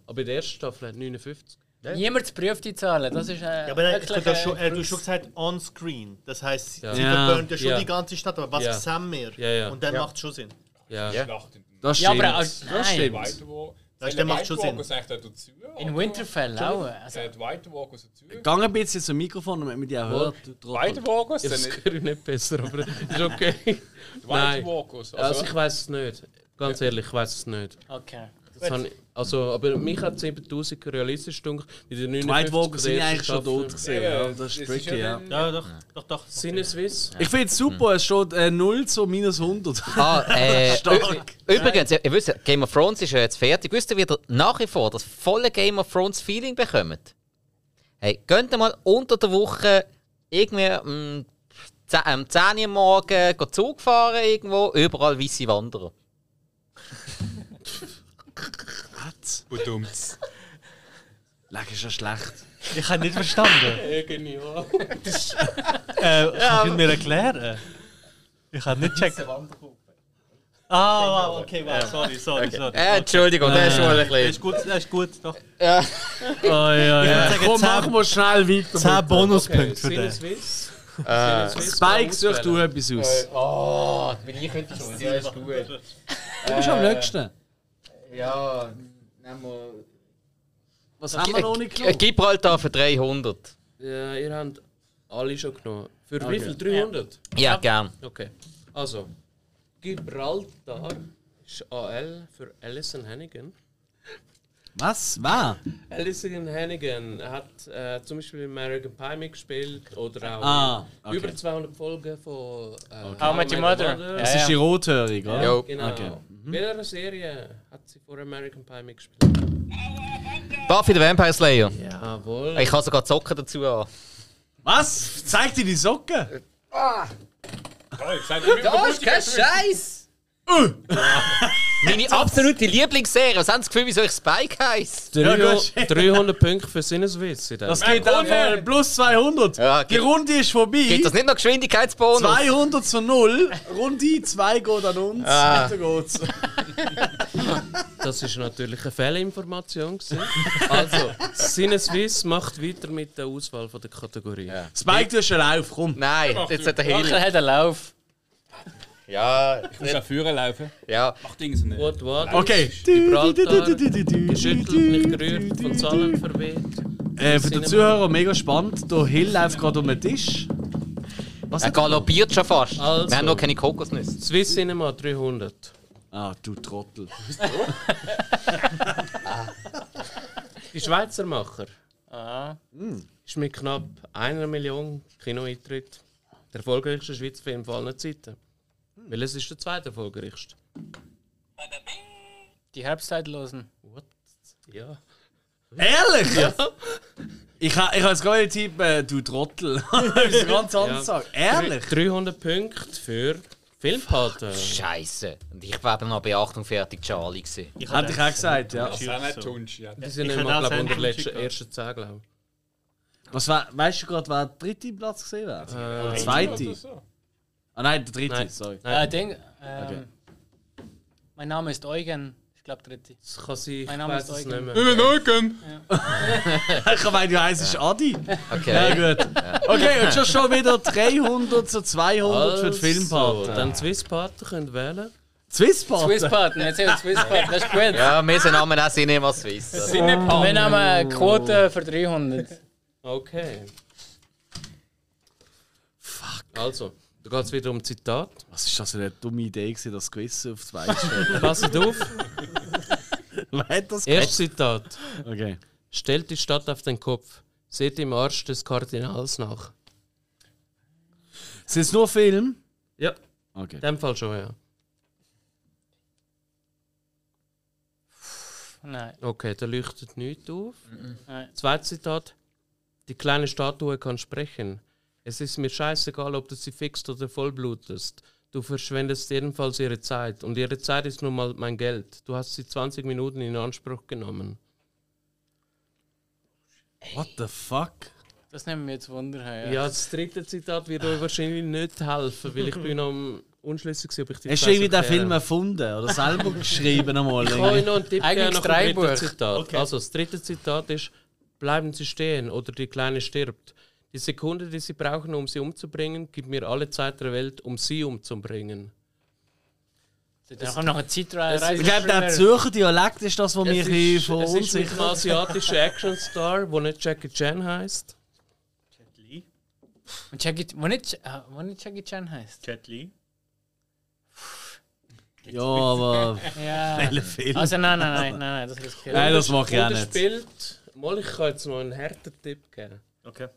Speaker 4: Aber in der ersten Staffel 59.
Speaker 5: Niemand prüft die Zahlen. Das ist. Äh,
Speaker 6: Ja, aber nein, ich
Speaker 5: wirklich,
Speaker 6: hab das
Speaker 5: äh,
Speaker 6: schon, äh, du hast schon gesagt, on-screen. Das heisst, sie
Speaker 1: Ja.
Speaker 6: verböhnt ja schon
Speaker 4: Ja.
Speaker 6: die ganze Stadt, aber was
Speaker 4: Ja.
Speaker 6: sehen wir?
Speaker 4: Ja, ja.
Speaker 6: Und dann macht es schon Sinn.
Speaker 4: Ja.
Speaker 3: Schlachten.
Speaker 1: Das
Speaker 5: Ja,
Speaker 1: stimmt.
Speaker 5: aber
Speaker 1: das
Speaker 5: als- nein.
Speaker 1: stimmt.
Speaker 3: White Walk.
Speaker 6: Das
Speaker 3: Zählen
Speaker 6: macht schon
Speaker 3: White
Speaker 6: Sinn.
Speaker 3: Walkers eigentlich dazu, oder?
Speaker 5: In Winterfell auch. Also,
Speaker 3: Zählt White Walkers dazu?
Speaker 1: Gang ein bisschen zum Mikrofon, damit man dich auch hört. du Trottel.
Speaker 3: White Walkers?
Speaker 4: Ja,
Speaker 3: Dann
Speaker 4: das
Speaker 3: nicht
Speaker 4: höre ich nicht besser, aber das ist okay.
Speaker 3: White
Speaker 4: Nein.
Speaker 3: Walkers.
Speaker 4: Also
Speaker 3: Also,
Speaker 4: ich weiß es nicht. Ganz ehrlich, ich weiß es nicht.
Speaker 5: okay.
Speaker 4: Das habe ich, also, aber mich hat 7000 realistisch gedacht. In den
Speaker 1: Die
Speaker 4: 59
Speaker 1: White Walker sind
Speaker 4: der ersten
Speaker 1: eigentlich schon
Speaker 4: Staffel.
Speaker 1: tot gesehen. Ja, das
Speaker 3: es
Speaker 1: ist
Speaker 3: ist
Speaker 1: tricky,
Speaker 3: schon
Speaker 1: ja.
Speaker 3: ein-
Speaker 6: Ja, doch, doch, doch.
Speaker 4: Sinne Swiss?
Speaker 1: Ich finde es super, es steht äh, 0 zu minus 100.
Speaker 2: Ah, äh,
Speaker 1: Stark.
Speaker 2: ü- übrigens, ihr ihr wisst, ja, Game of Thrones ist ja jetzt fertig. Wisst ihr, wie ihr nach wie vor das volle Game of Thrones Feeling bekommt? Hey, könnt ihr mal unter der Woche irgendwie um 10 am 10 Uhr am morgen go Zug fahren irgendwo, überall weiße Wanderer.
Speaker 3: Bedummt.
Speaker 1: Leck ist ja schlecht.
Speaker 6: Ich habe nicht verstanden.
Speaker 4: Irgendwie, ja. genau.
Speaker 6: äh, kannst du mir erklären? Ich habe nicht gecheckt. Ah, okay, Ähm. wow, sorry, sorry, sorry.
Speaker 2: Äh, Entschuldigung, das ist schon ein
Speaker 6: Das
Speaker 2: bisschen.
Speaker 6: ist gut, das ist gut, doch.
Speaker 2: Ja.
Speaker 6: Oh, ja, ja. Ich
Speaker 1: Komm, machen
Speaker 6: würde sagen,
Speaker 1: wir schnell
Speaker 6: 10,
Speaker 1: weiter.
Speaker 6: Bonuspunkte für
Speaker 4: Sinne
Speaker 6: den.
Speaker 4: Swiss.
Speaker 2: Äh,
Speaker 1: Spike, such du etwas aus.
Speaker 2: oh, weil ich könnte schon. Ja, ist gut.
Speaker 1: Du bist am nächsten.
Speaker 2: Ja, nehmen wir.
Speaker 1: Was haben wir noch nicht genommen?
Speaker 2: Gibraltar halt für 300.
Speaker 4: Ja, ihr habt alle schon genommen. Für
Speaker 1: Okay.
Speaker 4: wie viel? 300?
Speaker 2: Ja, gern.
Speaker 4: Okay. Also, Gibraltar ist AL für Alison Hannigan.
Speaker 1: Was? Wer?
Speaker 4: Alison Hannigan hat äh, zum Beispiel in American Pie mitgespielt oder auch
Speaker 1: Ah, okay.
Speaker 4: über 200 Folgen von äh,
Speaker 5: How I Met Your Mother.
Speaker 1: Das ist die Rothörige, oder?
Speaker 2: Jo.
Speaker 4: Genau.
Speaker 1: Okay.
Speaker 4: Welcher Serie hat sie vor American Pie mitgespielt?
Speaker 2: Buffy the Vampire Slayer.
Speaker 4: Jawohl.
Speaker 2: Ich kann sogar die Socken dazu an.
Speaker 1: Was? Zeig dir die Socken!
Speaker 2: Das ist kein Scheiß! Meine absolute Lieblingsserie. Was haben Sie das Gefühl, wieso ich Spike heiße?
Speaker 4: 300,
Speaker 1: gut.
Speaker 4: 300 Punkte für Sinneswitz. in dem
Speaker 1: Das geht einfach plus 200.
Speaker 2: Ja,
Speaker 1: die
Speaker 2: geht-
Speaker 1: Runde ist vorbei.
Speaker 2: Gibt das nicht noch Geschwindigkeitsbonus?
Speaker 1: 200 zu 0. Runde 2 geht an uns.
Speaker 2: Ah.
Speaker 1: Weiter geht's.
Speaker 4: Das ist natürlich eine Fehlinformation. gewesen. also, Sinneswiss macht weiter mit der Auswahl von der Kategorie.
Speaker 1: Spike, du hast einen Lauf, komm.
Speaker 2: Nein, jetzt hat er
Speaker 5: Michael
Speaker 2: Hilfe.
Speaker 5: hat einen Lauf.
Speaker 2: Ja,
Speaker 3: Muss auch führen laufen.
Speaker 2: ja.
Speaker 3: Macht Dings nicht.
Speaker 4: What, what?
Speaker 1: Okay.
Speaker 4: Gibraltar, geschüttelt, nicht gerührt, von Zahlen verweht.
Speaker 1: Äh, für den Zuhörer mega spannend. Der Hill läuft gerade um den Tisch. Was
Speaker 2: Er
Speaker 1: hat er?
Speaker 2: galoppiert schon fast.
Speaker 4: Also.
Speaker 2: Wir haben noch keine Kokosnüsse.
Speaker 4: Swiss Cinema 300.
Speaker 1: Ah, du Trottel.
Speaker 4: Die Schweizer Macher
Speaker 5: Ah.
Speaker 4: ist mit knapp einer Million Kinoeintritt der erfolgreichste Schweizer Film von allen Zeiten. Weil es ist der zweite erfolgreichste.
Speaker 5: Die Herbstzeitlosen.
Speaker 4: Ja.
Speaker 1: Ehrlich? Ich ha, ich als geile Typ, äh, du Trottel. das ist ganz anders sagen. Ehrlich?
Speaker 4: 300 Punkte für Filmpaten.
Speaker 2: Scheiße. Und ich war dann noch Beachtung fertig Charlie gewesen.
Speaker 1: Hätte ich auch gesagt, ja.
Speaker 3: Das ist auch nicht Tunsch. Ja.
Speaker 4: Die sind
Speaker 6: Ich
Speaker 4: nicht
Speaker 6: hätte
Speaker 4: mal,
Speaker 6: auch
Speaker 4: glaube ich,
Speaker 6: sagen,
Speaker 4: unter den letzten,
Speaker 6: Chicago.
Speaker 4: ersten 10, glaube ich.
Speaker 1: Was war, weißt du gerade, wer der dritte Platz gesehen
Speaker 4: Äh,
Speaker 1: wäre? Der zweite? Ah nein, der dritte,
Speaker 4: Nein.
Speaker 1: sorry.
Speaker 4: Nein.
Speaker 5: Äh, Ding, ähm, Mein Name ist Eugen. Ich glaube, dritte.
Speaker 4: Das kann sein, ich
Speaker 5: Mein Name
Speaker 4: weiß
Speaker 5: ist
Speaker 4: es nicht
Speaker 5: Eugen.
Speaker 4: mehr.
Speaker 1: Ich meine, du heisst Adi. Ja,
Speaker 2: Okay.
Speaker 1: gut. Okay, und schon schon wieder 300 zu 200 für die
Speaker 4: Also,
Speaker 1: Filmpaten.
Speaker 4: Dann Swissparten könnt wählen.
Speaker 1: Swisspaten?
Speaker 5: Swissparten, jetzt haben wir Swissparten, das ist gut.
Speaker 2: Ja, wir sind Namen auch Cinema Swiss.
Speaker 5: Wir nehmen eine Quote für 300.
Speaker 4: Okay. Fuck. Also, da geht es wieder um Zitat.
Speaker 1: Was ist das für eine dumme Idee, gewesen, das Quiz auf zwei zu stellen?
Speaker 4: Passet auf.
Speaker 1: Wer hat das gemacht?
Speaker 4: Erstes Zitat.
Speaker 1: Okay.
Speaker 4: Stellt die Stadt auf den Kopf. Seht im Arsch des Kardinals nach.
Speaker 1: Sind es nur Filme?
Speaker 4: Ja.
Speaker 1: Okay.
Speaker 4: In dem Fall schon, ja.
Speaker 5: Nein.
Speaker 4: Okay, da leuchtet nichts auf.
Speaker 5: Nein.
Speaker 4: Zweites Zitat. Die kleine Statue kann sprechen. Es ist mir scheißegal, ob du sie fixst oder vollblutest. Du verschwendest jedenfalls ihre Zeit. Und ihre Zeit ist nun mal mein Geld. Du hast sie 20 Minuten in Anspruch genommen.
Speaker 1: What the fuck?
Speaker 5: Das nehmen wir jetzt Wunder her.
Speaker 4: Ja,
Speaker 5: Ja.
Speaker 4: das dritte Zitat wird euch wahrscheinlich nicht helfen, weil ich bin am unschlüssig gewesen, ob ich die
Speaker 1: Hast du
Speaker 4: Fresse
Speaker 1: irgendwie den
Speaker 4: erkläre.
Speaker 1: Film erfunden oder selber geschrieben einmal?
Speaker 4: Ich kann euch
Speaker 1: irgendwie?
Speaker 4: noch einen Tipp
Speaker 5: Eigentlich
Speaker 4: geben nach
Speaker 5: drei
Speaker 4: dem dritten
Speaker 5: Buch.
Speaker 4: Zitat. Also das dritte Zitat ist, bleiben Sie stehen oder die Kleine stirbt. Die Sekunde, die Sie brauchen, um sie umzubringen, gibt mir alle Zeit der Welt, um sie umzubringen.
Speaker 5: Da kommt noch eine
Speaker 4: Es ist-
Speaker 5: Zeitreise.
Speaker 1: Ich glaube, der Zürcher Dialekt ist das, was mir ein bisschen
Speaker 4: es ist mit einem
Speaker 1: verunsichert.
Speaker 4: asiatischen Actionstar, der nicht Jackie Chan heißt.
Speaker 5: Und Jackie, wo nicht, äh, wo nicht Jackie Chan heißt.
Speaker 7: Jet Li.
Speaker 1: Ja, aber.
Speaker 5: Ja.
Speaker 1: Film.
Speaker 5: Also nein, nein, nein, nein, nein das riskiert.
Speaker 1: Nein, das mache ich auch
Speaker 4: Und er
Speaker 1: nicht.
Speaker 4: spielt... Mal, ich kann jetzt noch einen harten Tipp geben.
Speaker 7: Okay.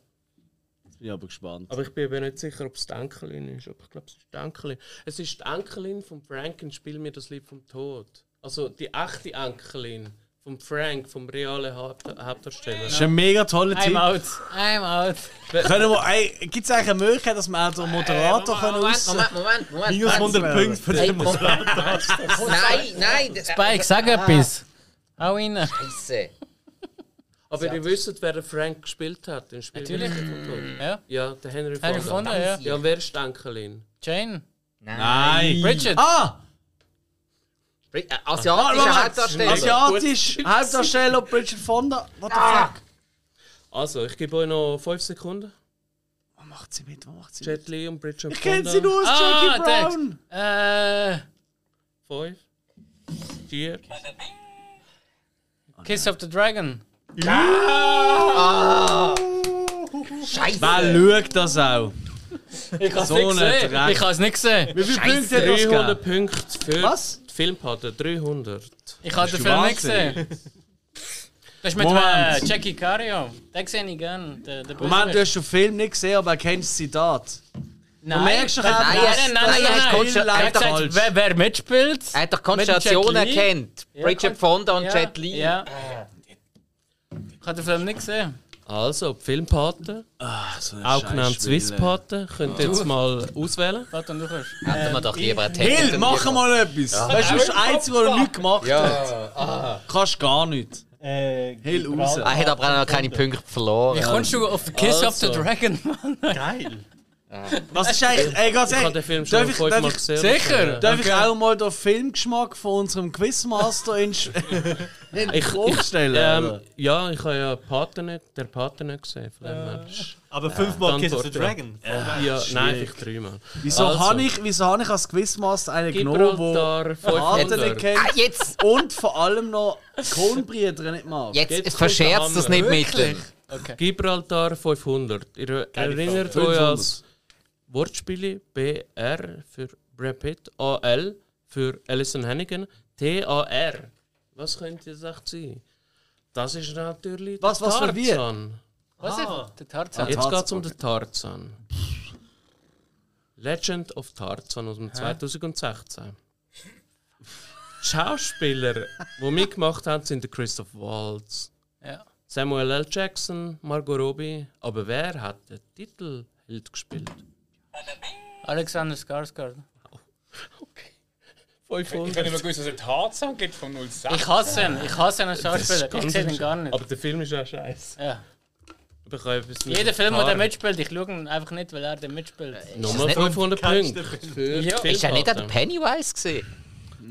Speaker 1: Ich bin aber gespannt.
Speaker 4: Aber ich bin eben nicht sicher, ob es die Enkelin ist. Aber ich glaube, es ist die Enkelin. Es ist die Enkelin von Franken, spiel mir das Lied vom Tod. Also die echte Enkelin von vom Frank, vom realen Haupt Hauptdarsteller.
Speaker 1: Das ist ein mega toller
Speaker 5: I'm
Speaker 1: Tipp.
Speaker 5: out, I'm out.
Speaker 1: Können wir, ey, gibt es eigentlich eine Möglichkeit, dass wir auch den Moderator können
Speaker 2: Moment,
Speaker 1: aus...
Speaker 2: Moment, Moment, Moment.
Speaker 1: Minus 100 Punkte für
Speaker 2: Hey,
Speaker 1: den Moderator.
Speaker 2: nein, nein. das-
Speaker 5: Spike, sag etwas. Ah. Hau rein.
Speaker 2: Scheisse. Äh,
Speaker 4: Aber ihr wisst, wer den Frank gespielt hat im Spiel.
Speaker 5: Natürlich. Ja,
Speaker 4: Ja, der Henry
Speaker 5: Henry
Speaker 4: Fonda.
Speaker 5: Fonda, ja.
Speaker 4: Ja, und wer ist die Enkelin?
Speaker 5: Jane,
Speaker 1: Nein.
Speaker 5: Bridget.
Speaker 1: Ah!
Speaker 2: Bri- äh,
Speaker 1: ah
Speaker 2: Asiatischer
Speaker 1: Moment.
Speaker 2: Hauptdarsteller.
Speaker 1: Asiatisch, Hauptdarsteller, Bridget Fonda. What the
Speaker 4: Ah.
Speaker 1: fuck?
Speaker 4: Also, ich gebe euch noch 5 Sekunden.
Speaker 1: Was macht sie mit? Was macht sie mit?
Speaker 4: Jet Li und Bridget
Speaker 1: Ich kenne sie nur aus
Speaker 5: Ah,
Speaker 1: Jackie Brown.
Speaker 5: Äh,
Speaker 4: 5, 4,
Speaker 5: Kiss of the Dragon.
Speaker 2: Scheisse.
Speaker 1: Wer schaut das auch?
Speaker 5: Ich hab's
Speaker 1: So
Speaker 5: nicht
Speaker 1: ein
Speaker 5: gesehen.
Speaker 1: Dreck.
Speaker 5: Ich hab's nicht gesehen.
Speaker 1: Wie viele Punkte hat das
Speaker 4: 300
Speaker 1: gegeben?
Speaker 4: Punkte für
Speaker 1: Was?
Speaker 4: die Filmpaten. 300.
Speaker 5: Ich hab
Speaker 1: Bist
Speaker 5: den
Speaker 1: du
Speaker 5: Film nicht
Speaker 1: wahnsinnig?
Speaker 5: gesehen. Das ist mit
Speaker 1: Moment.
Speaker 5: äh, Jackie Cario. Den sehe ich gern. Der, der
Speaker 1: Moment, du
Speaker 5: Bösewicht.
Speaker 1: hast den Film nicht gesehen, aber erkennst das Zitat.
Speaker 5: Nein,
Speaker 1: merkst doch
Speaker 5: das-
Speaker 1: auch,
Speaker 5: nein,
Speaker 1: dass-
Speaker 5: nein, nein,
Speaker 2: dass-
Speaker 5: nein,
Speaker 2: dass-
Speaker 5: nein.
Speaker 2: dass-
Speaker 5: Er hat
Speaker 1: dass-
Speaker 5: gesagt, wer, wer mitspielt.
Speaker 2: Er hat doch
Speaker 5: Mit dem
Speaker 2: Konstellationen
Speaker 5: Jet Li.
Speaker 2: erkannt. Bridget
Speaker 5: Kon-
Speaker 2: Fonda und
Speaker 5: Ja,
Speaker 2: Jet Li.
Speaker 5: Ja. Ich habe den Film nicht gesehen.
Speaker 4: Also, die Filmpaten,
Speaker 1: So ein
Speaker 4: auch
Speaker 1: Scheiß
Speaker 4: genannt
Speaker 1: Spiel,
Speaker 4: Swisspaten, könnt ihr jetzt mal auswählen.
Speaker 5: Warte, du kannst.
Speaker 2: Hätten wir doch lieber einen
Speaker 1: ey.
Speaker 2: Techniker.
Speaker 1: Hill, mach mal etwas! Weißt du, du bist das Einzige, was er nicht gemacht hat. Kannst gar nichts.
Speaker 7: Äh,
Speaker 1: Hill raus.
Speaker 6: Ah,
Speaker 7: Gibraltar.
Speaker 2: Er hat aber auch noch keine Punkte verloren.
Speaker 5: Wie kommst du auf Kiss of the
Speaker 4: Also.
Speaker 5: Dragon, Mann?
Speaker 7: Geil.
Speaker 1: Was ist eigentlich. Ey, ganz
Speaker 4: Ich habe den
Speaker 1: ehrlich.
Speaker 4: Film
Speaker 1: darf
Speaker 4: schon
Speaker 1: ich-
Speaker 4: fünfmal
Speaker 1: darf ich-
Speaker 4: gesehen.
Speaker 5: Sicher!
Speaker 1: Darf ich auch mal den Filmgeschmack von unserem Quizmaster in, in
Speaker 4: Ich-
Speaker 1: Frage stellen?
Speaker 4: Ähm,
Speaker 1: oder?
Speaker 4: ja, ich habe ja Paten nicht, der Paten nicht gesehen. Von dem her.
Speaker 1: Äh,
Speaker 7: Aber fünfmal Kiss of the
Speaker 4: Antwort, ja.
Speaker 7: Dragon.
Speaker 4: ja, nein, vielleicht dreimal.
Speaker 1: wieso
Speaker 4: also.
Speaker 1: habe ich, wieso habe ich als Quizmaster einen genommen, der
Speaker 4: Gibraltar,
Speaker 1: Arten
Speaker 4: 500.
Speaker 1: nicht
Speaker 4: Jetzt
Speaker 1: kennt
Speaker 2: Ah, jetzt!
Speaker 1: und vor allem noch Kornbrüder nicht mag?
Speaker 2: Jetzt
Speaker 4: kommt
Speaker 2: verscherzt
Speaker 4: der
Speaker 2: das
Speaker 4: Hammer.
Speaker 2: nicht mit dem.
Speaker 4: Gibraltar 500. Ihr erinnert euch als Wortspiele BR für Brad Pitt, AL für Alison Hannigan, TAR. Was könnte das echt sein? Das ist natürlich
Speaker 1: Was-
Speaker 4: der
Speaker 1: was für wir?
Speaker 4: Tarzan.
Speaker 5: Was ist? Der Tarzan.
Speaker 4: Jetzt
Speaker 1: Tarzan,
Speaker 4: geht es um den Tarzan. Legend of Tarzan aus dem 2016. Die Schauspieler, die mitgemacht haben, sind der Christoph Waltz,
Speaker 5: Ja.
Speaker 4: Samuel L. Jackson, Margot Robbie. Aber wer hat den Titelheld gespielt?
Speaker 5: Alexander Skarsgård.
Speaker 4: 500.
Speaker 3: Ich habe nicht mal gewusst, dass es Tarzan gibt von 06.
Speaker 5: Ich hasse ihn. Ich hasse ihn als Schauspieler. Ich sehe ihn gar nicht.
Speaker 4: Aber der Film ist ja scheiße.
Speaker 5: Ja.
Speaker 4: Aber ich habe etwas mit
Speaker 5: Jeder
Speaker 4: dem
Speaker 5: Film, wo der
Speaker 4: Tar-
Speaker 5: mitspielt, ich schaue ihn einfach nicht, weil er den mitspielt.
Speaker 2: Ist das
Speaker 4: Nochmal
Speaker 2: nicht-
Speaker 4: 500 Punkte. Für
Speaker 5: Ja.
Speaker 4: die
Speaker 2: Ist er nicht an der
Speaker 4: Filmpaten.
Speaker 2: Pennywise gesehen?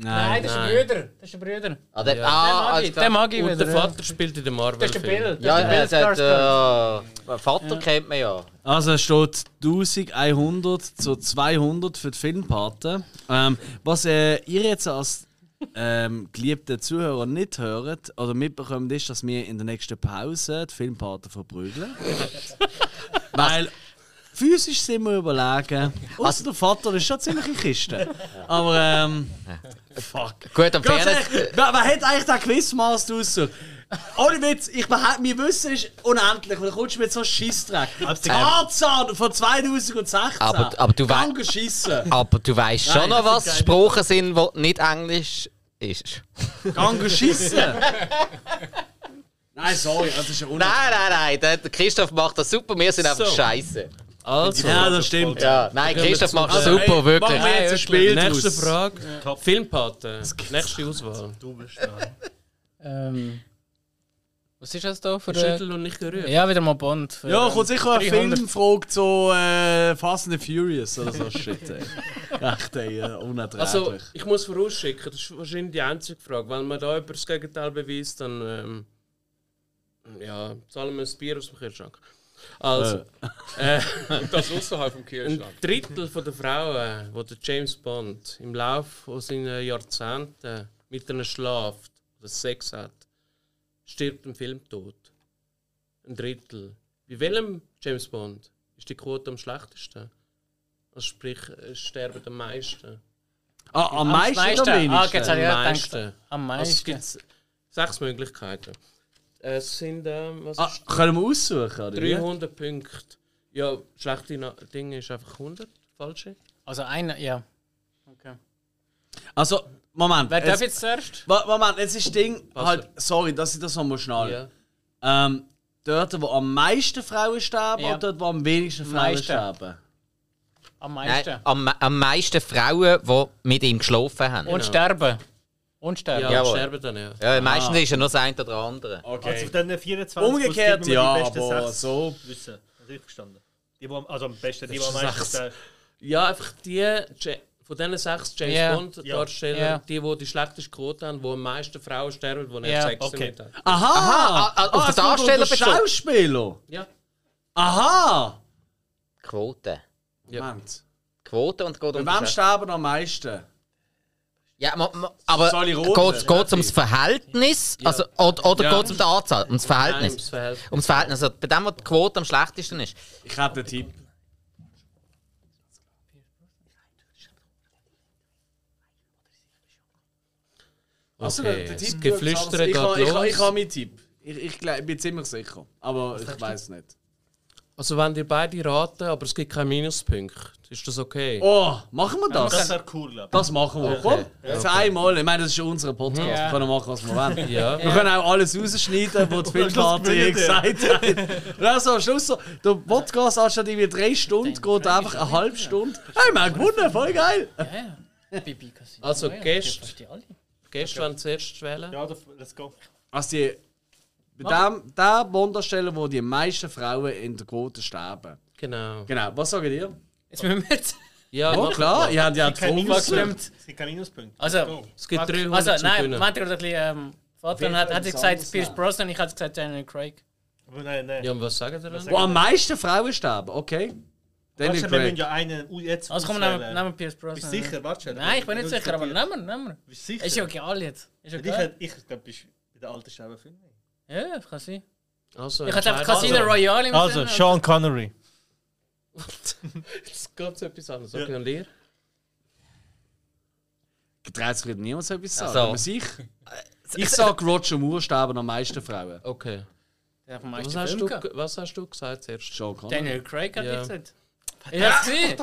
Speaker 5: Nein, das ist ein Brüder. Das ist ein Brüder.
Speaker 2: Ah, der, ah,
Speaker 5: mag
Speaker 2: also-
Speaker 5: ich. Den mag ich
Speaker 4: Und der
Speaker 5: wieder. ja.
Speaker 4: Vater spielt in den
Speaker 5: Das ist der
Speaker 4: Marvel-Film.
Speaker 5: Bill.
Speaker 2: Ja,
Speaker 5: das
Speaker 2: er
Speaker 5: ist der Bill
Speaker 2: sagt,
Speaker 5: Skarsgård.
Speaker 2: äh, Vater kennt man ja.
Speaker 1: Also es steht 1100 zu 200 für die Filmpaten. Ähm, was äh, ihr jetzt als ähm, geliebte Zuhörer nicht hört oder mitbekommt, ist, dass wir in der nächsten Pause die Filmpaten verprügeln. Weil physisch sind wir überlegen. Außer der Vater ist schon ziemlich in Kiste. Aber ähm,
Speaker 2: Gut, am
Speaker 1: ganz
Speaker 2: Fairness.
Speaker 1: ehrlich, wer, wer hat eigentlich den Quizmaster ausgesucht? Ohne Witz, ich behaupte, mein Wissen ist unendlich. Und dann kommst du mit so einem Scheissdreck. Tarzan von 2016.
Speaker 2: Aber- aber du
Speaker 1: Gang
Speaker 2: wei-
Speaker 1: geschissen.
Speaker 2: Aber du weißt
Speaker 1: Nein,
Speaker 2: schon noch,
Speaker 1: das
Speaker 2: was Sprachen sind, die nicht Englisch ist.
Speaker 1: Gang geschissen. Nein, sorry, das ist ja unnötig.
Speaker 2: Nein, nein, nein, der der Christoph macht das super, wir sind einfach
Speaker 4: So.
Speaker 2: scheiße.
Speaker 4: Also,
Speaker 1: Ja, das stimmt.
Speaker 2: Ja, nein,
Speaker 4: wir
Speaker 2: Christoph
Speaker 4: zu-
Speaker 2: macht das
Speaker 4: Also,
Speaker 2: super,
Speaker 1: ey,
Speaker 2: wirklich.
Speaker 1: machen wir jetzt ein Spiel draus.
Speaker 4: Nächste Frage. Filmpaten. Nächste Auswahl.
Speaker 7: Du bist da.
Speaker 5: Ähm, Was ist das da für ein.
Speaker 4: Schüttel und nicht gerührt.
Speaker 5: Ja, wieder mal Bond. Für,
Speaker 1: Ja,
Speaker 5: ähm,
Speaker 1: kommt sicher eine
Speaker 5: 300.
Speaker 1: Filmfrage zu äh, Fast and the Furious oder so Shit. Ey. Echt, ey, äh, unerträglich.
Speaker 4: Also, ich muss vorausschicken, das ist wahrscheinlich die einzige Frage. Wenn man da über das Gegenteil beweist, dann ähm, ja, zahlen wir ein Bier aus dem Kühlschrank. Also,
Speaker 3: Äh.
Speaker 4: äh,
Speaker 3: Das außerhalb vom
Speaker 4: ein
Speaker 3: Kühlschrank.
Speaker 4: Drittel von der Frauen, die der James Bond im Laufe seiner Jahrzehnte mit einer schlaft oder Sex hat, stirbt im Filmtod. Ein Drittel. Bei welchem James Bond ist die Quote am schlechtesten? Also sprich, es sterben am meisten.
Speaker 1: ah, am, meisten
Speaker 5: meisten.
Speaker 1: oder am
Speaker 5: Ah, jetzt
Speaker 1: wenigsten?
Speaker 5: hab ich
Speaker 4: am
Speaker 5: ja gedacht.
Speaker 4: meisten.
Speaker 5: Am
Speaker 4: Also es
Speaker 5: meisten.
Speaker 4: gibt sechs Möglichkeiten. Es sind ähm, was
Speaker 1: Ah,
Speaker 4: ist,
Speaker 1: können wir aussuchen, oder? wie?
Speaker 4: 300 Punkte. Ja, schlechte Na Dinge ist einfach 100, falsche.
Speaker 5: Also einer, ja.
Speaker 1: Also, Moment.
Speaker 5: Wer darf
Speaker 1: jetzt-
Speaker 5: jetzt zuerst?
Speaker 1: Wa- Moment, jetzt ist das Ding
Speaker 4: Passt
Speaker 1: halt. Sorry, dass ich das nochmal schnall.
Speaker 4: Ja.
Speaker 1: Ähm, dort, wo am meisten Frauen sterben
Speaker 5: Ja.
Speaker 1: oder dort, wo am wenigsten Frauen
Speaker 5: Meisten.
Speaker 1: sterben?
Speaker 5: Am
Speaker 2: Nein,
Speaker 5: meisten.
Speaker 2: am, me- am meisten Frauen, die mit ihm geschlafen haben.
Speaker 5: Und sterben. Und
Speaker 4: Ja,
Speaker 5: sterben.
Speaker 2: Jawohl.
Speaker 4: sterben dann ja.
Speaker 2: ja, meistens ist ja nur das eine oder andere.
Speaker 1: Ah. Okay.
Speaker 6: Also auf diesen 24
Speaker 1: Umgekehrt,
Speaker 6: muss ich
Speaker 1: ja,
Speaker 6: immer die besten
Speaker 1: aber
Speaker 6: sechs
Speaker 1: so.
Speaker 6: Wissen. Habe ich richtig verstanden? Die, die, am- also am besten, die, die am
Speaker 4: Das ist
Speaker 6: meisten.
Speaker 4: sechs. Ja, einfach die, Ja- von diesen sechs James
Speaker 5: Ja.
Speaker 4: Bond-Darsteller,
Speaker 5: Ja.
Speaker 4: die, die die schlechteste Quote haben, die am meisten Frauen sterben, die nicht
Speaker 5: Ja.
Speaker 4: Sex
Speaker 6: Okay.
Speaker 4: damit haben.
Speaker 1: Aha!
Speaker 2: Aha, a- a- auf
Speaker 1: es
Speaker 2: den
Speaker 1: geht um
Speaker 2: Darsteller
Speaker 1: den
Speaker 2: bezogen.
Speaker 1: Schauspieler!
Speaker 4: Ja.
Speaker 1: Aha!
Speaker 2: Quote.
Speaker 4: Ja.
Speaker 1: Moment.
Speaker 2: Quote und geht um
Speaker 1: Bei wem
Speaker 2: die-
Speaker 1: sterben am meisten?
Speaker 2: Ja, ma, ma, aber
Speaker 1: Soll ich roten?
Speaker 2: geht es ums Verhältnis? Also, oder oder
Speaker 6: Ja.
Speaker 2: geht es um die Anzahl? Ums Verhältnis?
Speaker 4: Nein, ums Verhältnis.
Speaker 2: Ums Verhältnis. Also, bei dem, wo die Quote am schlechtesten ist.
Speaker 1: Ich habe den Tipp. Also,
Speaker 4: Okay,
Speaker 1: der
Speaker 4: das
Speaker 1: Tipp
Speaker 4: Geflüster
Speaker 1: ich,
Speaker 4: geht
Speaker 1: habe- ich, habe- ich
Speaker 4: los.
Speaker 1: habe meinen Tipp. Ich, ich, glaub- ich bin ziemlich sicher. Aber ich weiß nicht.
Speaker 4: Also wenn ihr beide raten, aber es gibt keinen Minuspunkt, ist das okay?
Speaker 1: Oh, machen wir das?
Speaker 6: Das wäre cool, glaube
Speaker 1: Das machen wir. Komm, zweimal. Ich meine, das ist ja unser Podcast. Wir können machen, was wir wollen.
Speaker 4: Ja.
Speaker 1: Wir können auch alles rausschneiden, was die Filmkarte je gesagt hat. Und dann so am Schluss so, der Podcast anstatt irgendwie drei Stunden, geht einfach eine halbe Stunde. Hey, wir haben gewonnen, voll geil!
Speaker 5: Ja, ja. Bibi Casino.
Speaker 4: Also,
Speaker 5: ja,
Speaker 4: Gäste.
Speaker 5: das verstehe ich alle.
Speaker 4: Gestern wollen zuerst wählen.
Speaker 6: ich. Ja, das- let's go.
Speaker 1: Also die, bei dem, der Bonddarsteller, wo die meisten Frauen in der Quote sterben.
Speaker 4: Genau.
Speaker 1: Genau, was sagt ihr?
Speaker 5: Jetzt müssen wir jetzt.
Speaker 4: Ja,
Speaker 1: Oh
Speaker 4: mach
Speaker 1: klar,
Speaker 4: mal.
Speaker 1: ihr habt ja die
Speaker 5: Was
Speaker 1: Frauen
Speaker 5: stimmt?
Speaker 6: Es gibt keinen Minuspunkt.
Speaker 5: Also,
Speaker 4: Es gibt 300
Speaker 5: also
Speaker 4: zum
Speaker 5: nein,
Speaker 4: Gewinnen.
Speaker 5: Matt hat gerade ein bisschen. Ähm, Vater hat, hat er gesagt Pierce Brosnan, ich hatte gesagt Daniel Craig.
Speaker 6: Aber nein, nein.
Speaker 4: Ja, und was sagen ihr dann?
Speaker 1: Wo am meisten Frauen sterben, okay. Daniel
Speaker 6: Weißt du, wir müssen
Speaker 1: Craig.
Speaker 6: ja einen uh, jetzt
Speaker 5: Also komm, nehmen
Speaker 6: auswählen.
Speaker 5: wir- nehmen wir Pierce Brosnan.
Speaker 6: Bist du sicher? Warte schnell.
Speaker 5: Nein, ich bin nicht
Speaker 6: Wir
Speaker 5: sicher, aber
Speaker 6: diskutieren.
Speaker 5: nehmen wir, nehmen
Speaker 6: Bist du
Speaker 5: wir.
Speaker 6: sicher?
Speaker 5: Ist ja egal jetzt. Ist ja
Speaker 6: Ich
Speaker 5: egal.
Speaker 6: hätte, ich glaube, du bist bei der alten Scheibe viel mehr.
Speaker 5: Ja, kann sein.
Speaker 4: Also,
Speaker 5: Ich hatte einfach Casino
Speaker 4: entscheiden.
Speaker 5: Royale im
Speaker 6: Also,
Speaker 5: Sinn.
Speaker 6: Sean Connery.
Speaker 4: Jetzt gibt es etwas anderes. Okay, und ihr?
Speaker 1: Traut sich wieder niemand so etwas zu sagen.
Speaker 2: Also.
Speaker 1: Aber sich? Ich sage, Roger Moore sterben am meisten Frauen.
Speaker 4: Okay.
Speaker 5: Der hat am
Speaker 4: Was
Speaker 5: meisten
Speaker 4: hast,
Speaker 5: Filme
Speaker 4: du,
Speaker 5: gehabt.
Speaker 4: ge- was hast du gesagt zuerst?
Speaker 1: Sean Connery.
Speaker 5: Daniel Craig hat
Speaker 4: Ja.
Speaker 5: ich gesagt. Ich hab's gesehen.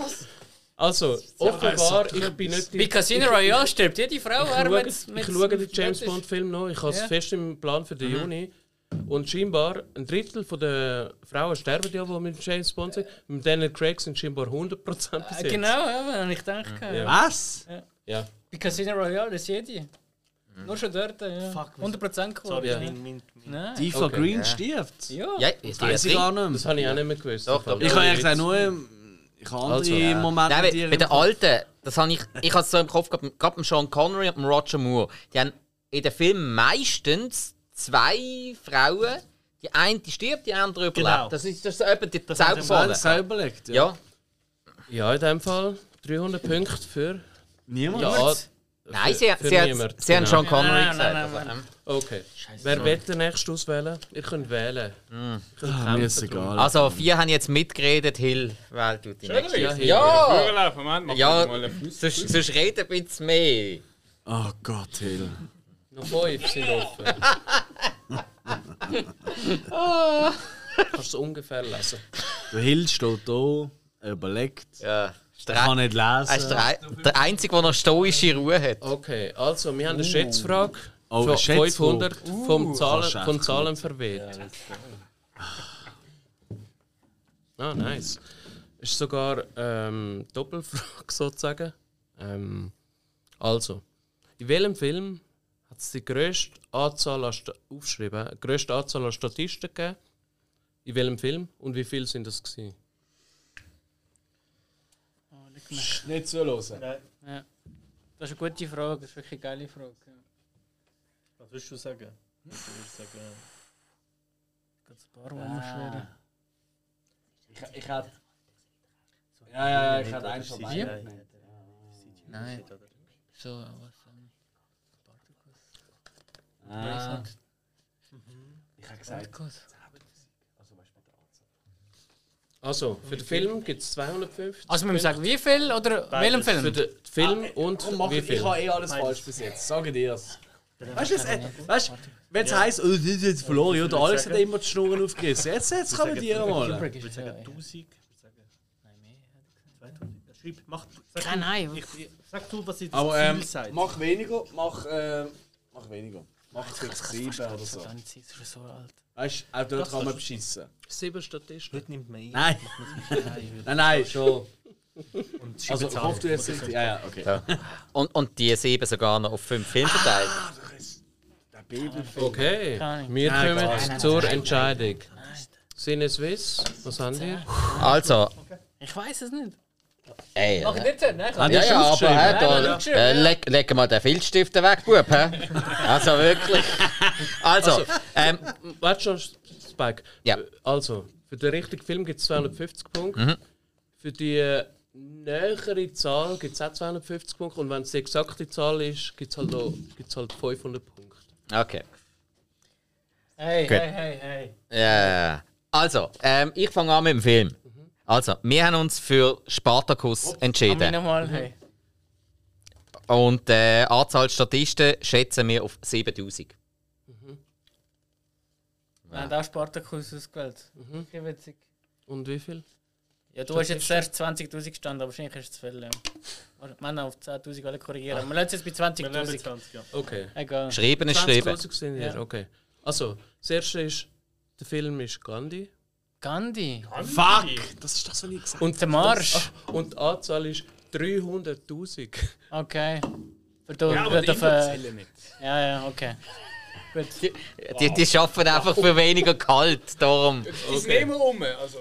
Speaker 4: Also, offenbar, ich bin nicht
Speaker 5: Bei Casino Royale stirbt jede Frau
Speaker 4: Ich
Speaker 5: er
Speaker 4: schaue,
Speaker 5: mit,
Speaker 4: ich
Speaker 5: mit-
Speaker 4: schaue den
Speaker 5: mit-
Speaker 4: James Bond Film noch. Ich habe es
Speaker 5: Ja. Mhm.
Speaker 4: fest im Plan für den Juni. Und scheinbar ein Drittel von der Frauen sterben ja, die mit James Bond sind. Mit Daniel Craig sind scheinbar 100%
Speaker 5: Ah,
Speaker 4: besetzt.
Speaker 5: Äh. Genau, ja, habe ich gedacht. Ja.
Speaker 1: Was?
Speaker 4: Ja.
Speaker 5: Bei Casino Royale ist jede. Nur schon dort, ja.
Speaker 6: Fuck,
Speaker 5: 100%
Speaker 6: Sorry,
Speaker 5: geworden.
Speaker 4: Ja.
Speaker 6: mein, mein, mein.
Speaker 5: Nein.
Speaker 1: Tifa
Speaker 4: Okay.
Speaker 1: Green stirbt?
Speaker 5: Ja.
Speaker 2: Ja, jetzt
Speaker 1: Weiß ich gar nicht
Speaker 4: Das
Speaker 1: mehr.
Speaker 4: habe ich auch nicht mehr gewusst.
Speaker 2: Doch, doch.
Speaker 1: Ich habe ehrlich gesagt nur... Ich habe andere
Speaker 4: Also,
Speaker 1: also,
Speaker 4: ja.
Speaker 1: Momente
Speaker 2: Nein,
Speaker 1: die
Speaker 2: bei,
Speaker 1: ihr
Speaker 2: bei den Alten, das habe ich, ich habe es so im Kopf gehabt, gerade mit Sean Connery und mit Roger Moore. Die haben in den Filmen meistens zwei Frauen, die eine die stirbt, die andere überlebt.
Speaker 6: Genau.
Speaker 2: Das ist, das ist so etwa die
Speaker 6: haben sie im
Speaker 1: Fall
Speaker 2: Zaubersäule.
Speaker 1: selber überlegt. Ja.
Speaker 2: Ja,
Speaker 4: Ja, in dem Fall 300 Punkte für.
Speaker 1: Niemand?
Speaker 4: Ja,
Speaker 2: nein, sie,
Speaker 4: Für
Speaker 2: sie, hat,
Speaker 4: niemand,
Speaker 2: sie haben
Speaker 4: genau.
Speaker 2: Sean Connery
Speaker 5: Nein, nein,
Speaker 2: gesagt.
Speaker 5: nein,
Speaker 2: also,
Speaker 5: nein.
Speaker 2: ähm,
Speaker 4: okay. Wer will den nächsten auswählen? Ihr könnt wählen.
Speaker 1: Ah, Mir ist egal.
Speaker 2: also, vier haben jetzt mitgeredet, Hill, weil du die nächste.
Speaker 3: Ja,
Speaker 2: Ja!
Speaker 3: Vorlaufen, Moment, mach
Speaker 2: Ja.
Speaker 3: mal einen Fuß.
Speaker 2: Sonst, sonst reden ein bisschen mehr.
Speaker 1: Oh Gott, Hill.
Speaker 4: Noch fünf sind offen. Kannst du es ungefähr lesen?
Speaker 1: Der Hill steht da, er überlegt.
Speaker 2: Ja.
Speaker 1: Er kann nicht
Speaker 2: Er ist
Speaker 1: lesen.
Speaker 2: der, Ei- der Einzige, der noch stoische Ruhe hat.
Speaker 4: Okay, also wir haben eine Schätzfrage.
Speaker 1: Uh. Oh,
Speaker 4: von
Speaker 1: eine Schätzfrage.
Speaker 4: 500 vom Zahlen,
Speaker 1: Fast echt
Speaker 4: von Zahlen verweht. Ah, nice. Ist sogar ähm, Doppelfrage sozusagen. Ähm, also, in welchem Film hat es die grösste Anzahl an, Sta aufschreiben, die grösste Anzahl an Statisten gegeben? In welchem Film und wie viele sind das gewesen?
Speaker 5: Oh,
Speaker 1: Nicht zuhören.
Speaker 5: Das ist eine gute Frage, das ist wirklich eine geile Frage. Ja.
Speaker 6: Was würdest du sagen? Ich würde sagen,
Speaker 5: Ganz ein paar, die wir schwören.
Speaker 1: Ich, ich hätte. Ja, ja, ja, ich hätte eins von
Speaker 6: Sie-
Speaker 1: beiden.
Speaker 6: Nein.
Speaker 1: genommen.
Speaker 5: Nein. So, äh, was? Ähm,
Speaker 1: Ah,
Speaker 5: Bracelet.
Speaker 1: ich hätte gesagt.
Speaker 5: Gut.
Speaker 4: Also, für den Film gibt es 250.
Speaker 1: Ah.
Speaker 5: Also, wir müssen sagen, wie viel oder welchen
Speaker 4: Für
Speaker 5: Film?
Speaker 4: den Film und
Speaker 1: äh, Komm, mach,
Speaker 4: wie
Speaker 1: ich
Speaker 4: viel?
Speaker 1: habe eh alles falsch bis jetzt. Sag dir es. Weißt du, es- äh, weißt du, wenn es heisst, oh, das ist jetzt verloren, oder Alex hat immer die Schnurren aufgerissen. Jetzt, jetzt kann man dir mal.
Speaker 6: ich würde sagen 1000. Ich würde sagen, nein, mehr. 2000. Das ist
Speaker 7: Schreib, mach. Sag,
Speaker 5: Nein, nein.
Speaker 7: Ich, ich, sag du, was ich das
Speaker 1: Aber
Speaker 7: Ziel
Speaker 1: ähm,
Speaker 7: sagt.
Speaker 1: mach weniger, mach, äh, mach weniger. Mach flexibel oder so.
Speaker 5: Verdammt, sie ist schon so alt.
Speaker 1: Weißt du, auch dort kann man beschissen.
Speaker 4: Sieben Statisten.
Speaker 7: Heute nimmt man ihn.
Speaker 1: Nein, nein, nein, schon.
Speaker 7: Und schreib
Speaker 1: Also,
Speaker 7: jetzt
Speaker 1: ich
Speaker 7: an.
Speaker 1: hoffe, du jetzt richtig. Ja, ja, okay.
Speaker 2: Und, und die sieben sogar noch auf fünf Filme verteilt.
Speaker 1: Der Bibelfilm.
Speaker 4: Okay,
Speaker 5: Keine.
Speaker 4: wir
Speaker 1: Nein,
Speaker 4: kommen
Speaker 1: egal.
Speaker 4: zur Entscheidung. Sinneswiss, was haben wir?
Speaker 2: Also,
Speaker 5: Ich weiß es nicht.
Speaker 2: ey.
Speaker 5: Mach ich nicht so. Nein,
Speaker 4: Ah,
Speaker 1: Haben
Speaker 2: Ja,
Speaker 1: die
Speaker 2: ja, aber
Speaker 1: aufgeschrieben?
Speaker 4: halt-
Speaker 2: hey,
Speaker 5: Nein, nein,
Speaker 2: da,
Speaker 5: nein.
Speaker 2: äh, leg, leg mal den Filzstift weg, Bub. hä? Also wirklich. Also, ähm,
Speaker 4: Warte schon, Spike.
Speaker 2: Ja.
Speaker 4: Also, für den richtigen Film gibt es 250 Punkte. Für die äh, nähere Zahl gibt es auch 250 Punkte. Und wenn es die exakte Zahl ist, gibt es halt, noch- gibt's halt 500 Punkte.
Speaker 2: okay.
Speaker 5: Hey,
Speaker 2: Gut.
Speaker 5: hey, hey, hey.
Speaker 2: Ja. Also, ähm, ich fange an mit dem Film. Also, wir haben uns für Spartacus
Speaker 5: Komm
Speaker 2: entschieden.
Speaker 5: nochmal. Hey.
Speaker 2: Und äh, Anzahl Statisten schätzen wir auf 7000.
Speaker 5: Wir haben auch Spartakus ausgewählt. Wie witzig.
Speaker 4: Und wie viel?
Speaker 5: Mhm. Ja, du hast jetzt erst 20.000 gestanden, aber wahrscheinlich ist es zu viel. Ja. Warte, Männer auf 10.000 alle korrigieren. Wir lassen es jetzt bei
Speaker 7: Wir nehmen
Speaker 5: 20.000.
Speaker 7: 20, ja.
Speaker 4: Okay.
Speaker 5: Egal.
Speaker 2: Schreiben ist schreiben.
Speaker 4: 20.000 sind wir, okay. Also, das erste ist, der Film ist Gandhi.
Speaker 5: Gandhi.
Speaker 1: Fuck! Das ist das, was ich gesagt
Speaker 4: Und
Speaker 5: Der Marsch.
Speaker 4: Das, und die Anzahl ist 300.000.
Speaker 5: Okay. Für du,
Speaker 3: Ja, aber die
Speaker 5: für-
Speaker 3: zählen nicht.
Speaker 5: ja, ja, okay. Gut.
Speaker 2: Die, die schaffen einfach für weniger Gehalt, darum.
Speaker 3: Das nehmen wir um. Also,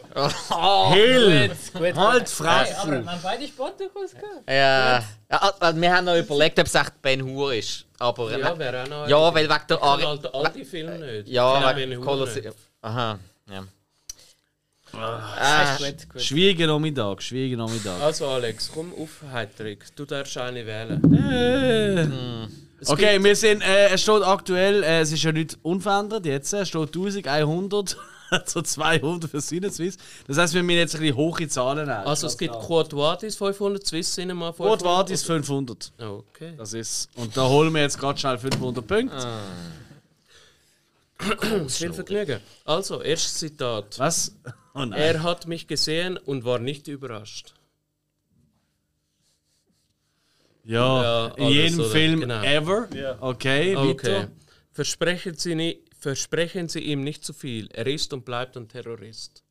Speaker 2: Oh,
Speaker 1: Hill! Halt
Speaker 5: Gut. Hey, aber wir
Speaker 1: fressen!
Speaker 5: haben beide Spartakus gehabt.
Speaker 2: ja. Ja, also, wir haben noch überlegt, ob es echt Ben Hur ist. Aber äh,
Speaker 4: Ja, wäre auch noch.
Speaker 2: ja, weil wegen der Ari
Speaker 4: Ari. Halt all die Filme nicht.
Speaker 2: Ja,
Speaker 4: Ich kenne auch Ben Hur
Speaker 2: Kolosseum.
Speaker 4: nicht.
Speaker 2: Aha. Ja. Äh,
Speaker 5: Gut, gut.
Speaker 1: Schwieriger Nachmittag, schwieriger Nachmittag.
Speaker 4: Also, Alex, komm auf Heiterung. Du darfst eine wählen. Es
Speaker 1: Okay, wir sind, äh, es steht aktuell, äh, es ist ja nicht unverändert jetzt, äh, es steht 1100 zu 200 für Sinneswiss. Das heisst, wir müssen jetzt ein bisschen hohe Zahlen nehmen.
Speaker 4: Also es gibt Quad Vadis 500, Swiss Cinema 500.
Speaker 1: Rot wart ist 500.
Speaker 4: Okay.
Speaker 1: Das ist. Und da holen wir jetzt gerade schnell 500 Punkte.
Speaker 4: Viel Vergnügen. Also, erstes Zitat.
Speaker 1: Was? Oh nein.
Speaker 4: Er hat mich gesehen und war nicht überrascht.
Speaker 1: ja,
Speaker 4: Ja,
Speaker 1: in
Speaker 4: alles,
Speaker 1: jedem
Speaker 4: oder?
Speaker 1: Film
Speaker 4: Genau.
Speaker 1: ever. Okay,
Speaker 4: Okay.
Speaker 1: weiter.
Speaker 4: Versprechen Sie, nie, versprechen Sie ihm nicht zu viel. Er ist und bleibt ein Terrorist.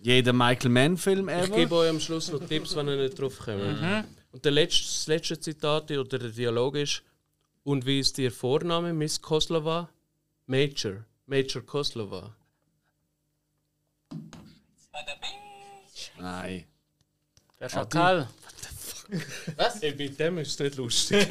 Speaker 1: Jeder Michael Mann-Film
Speaker 4: Ich
Speaker 1: ever.
Speaker 4: gebe euch am Schluss noch Tipps, wenn ihr nicht drauf kommt. Und der letzte, das letzte Zitat oder der Dialog ist: Und wie ist Ihr Vorname, Miss Koslova? Major. Major Koslova.
Speaker 1: Nein.
Speaker 5: Der Schakal.
Speaker 4: Mit dem ist es nicht lustig.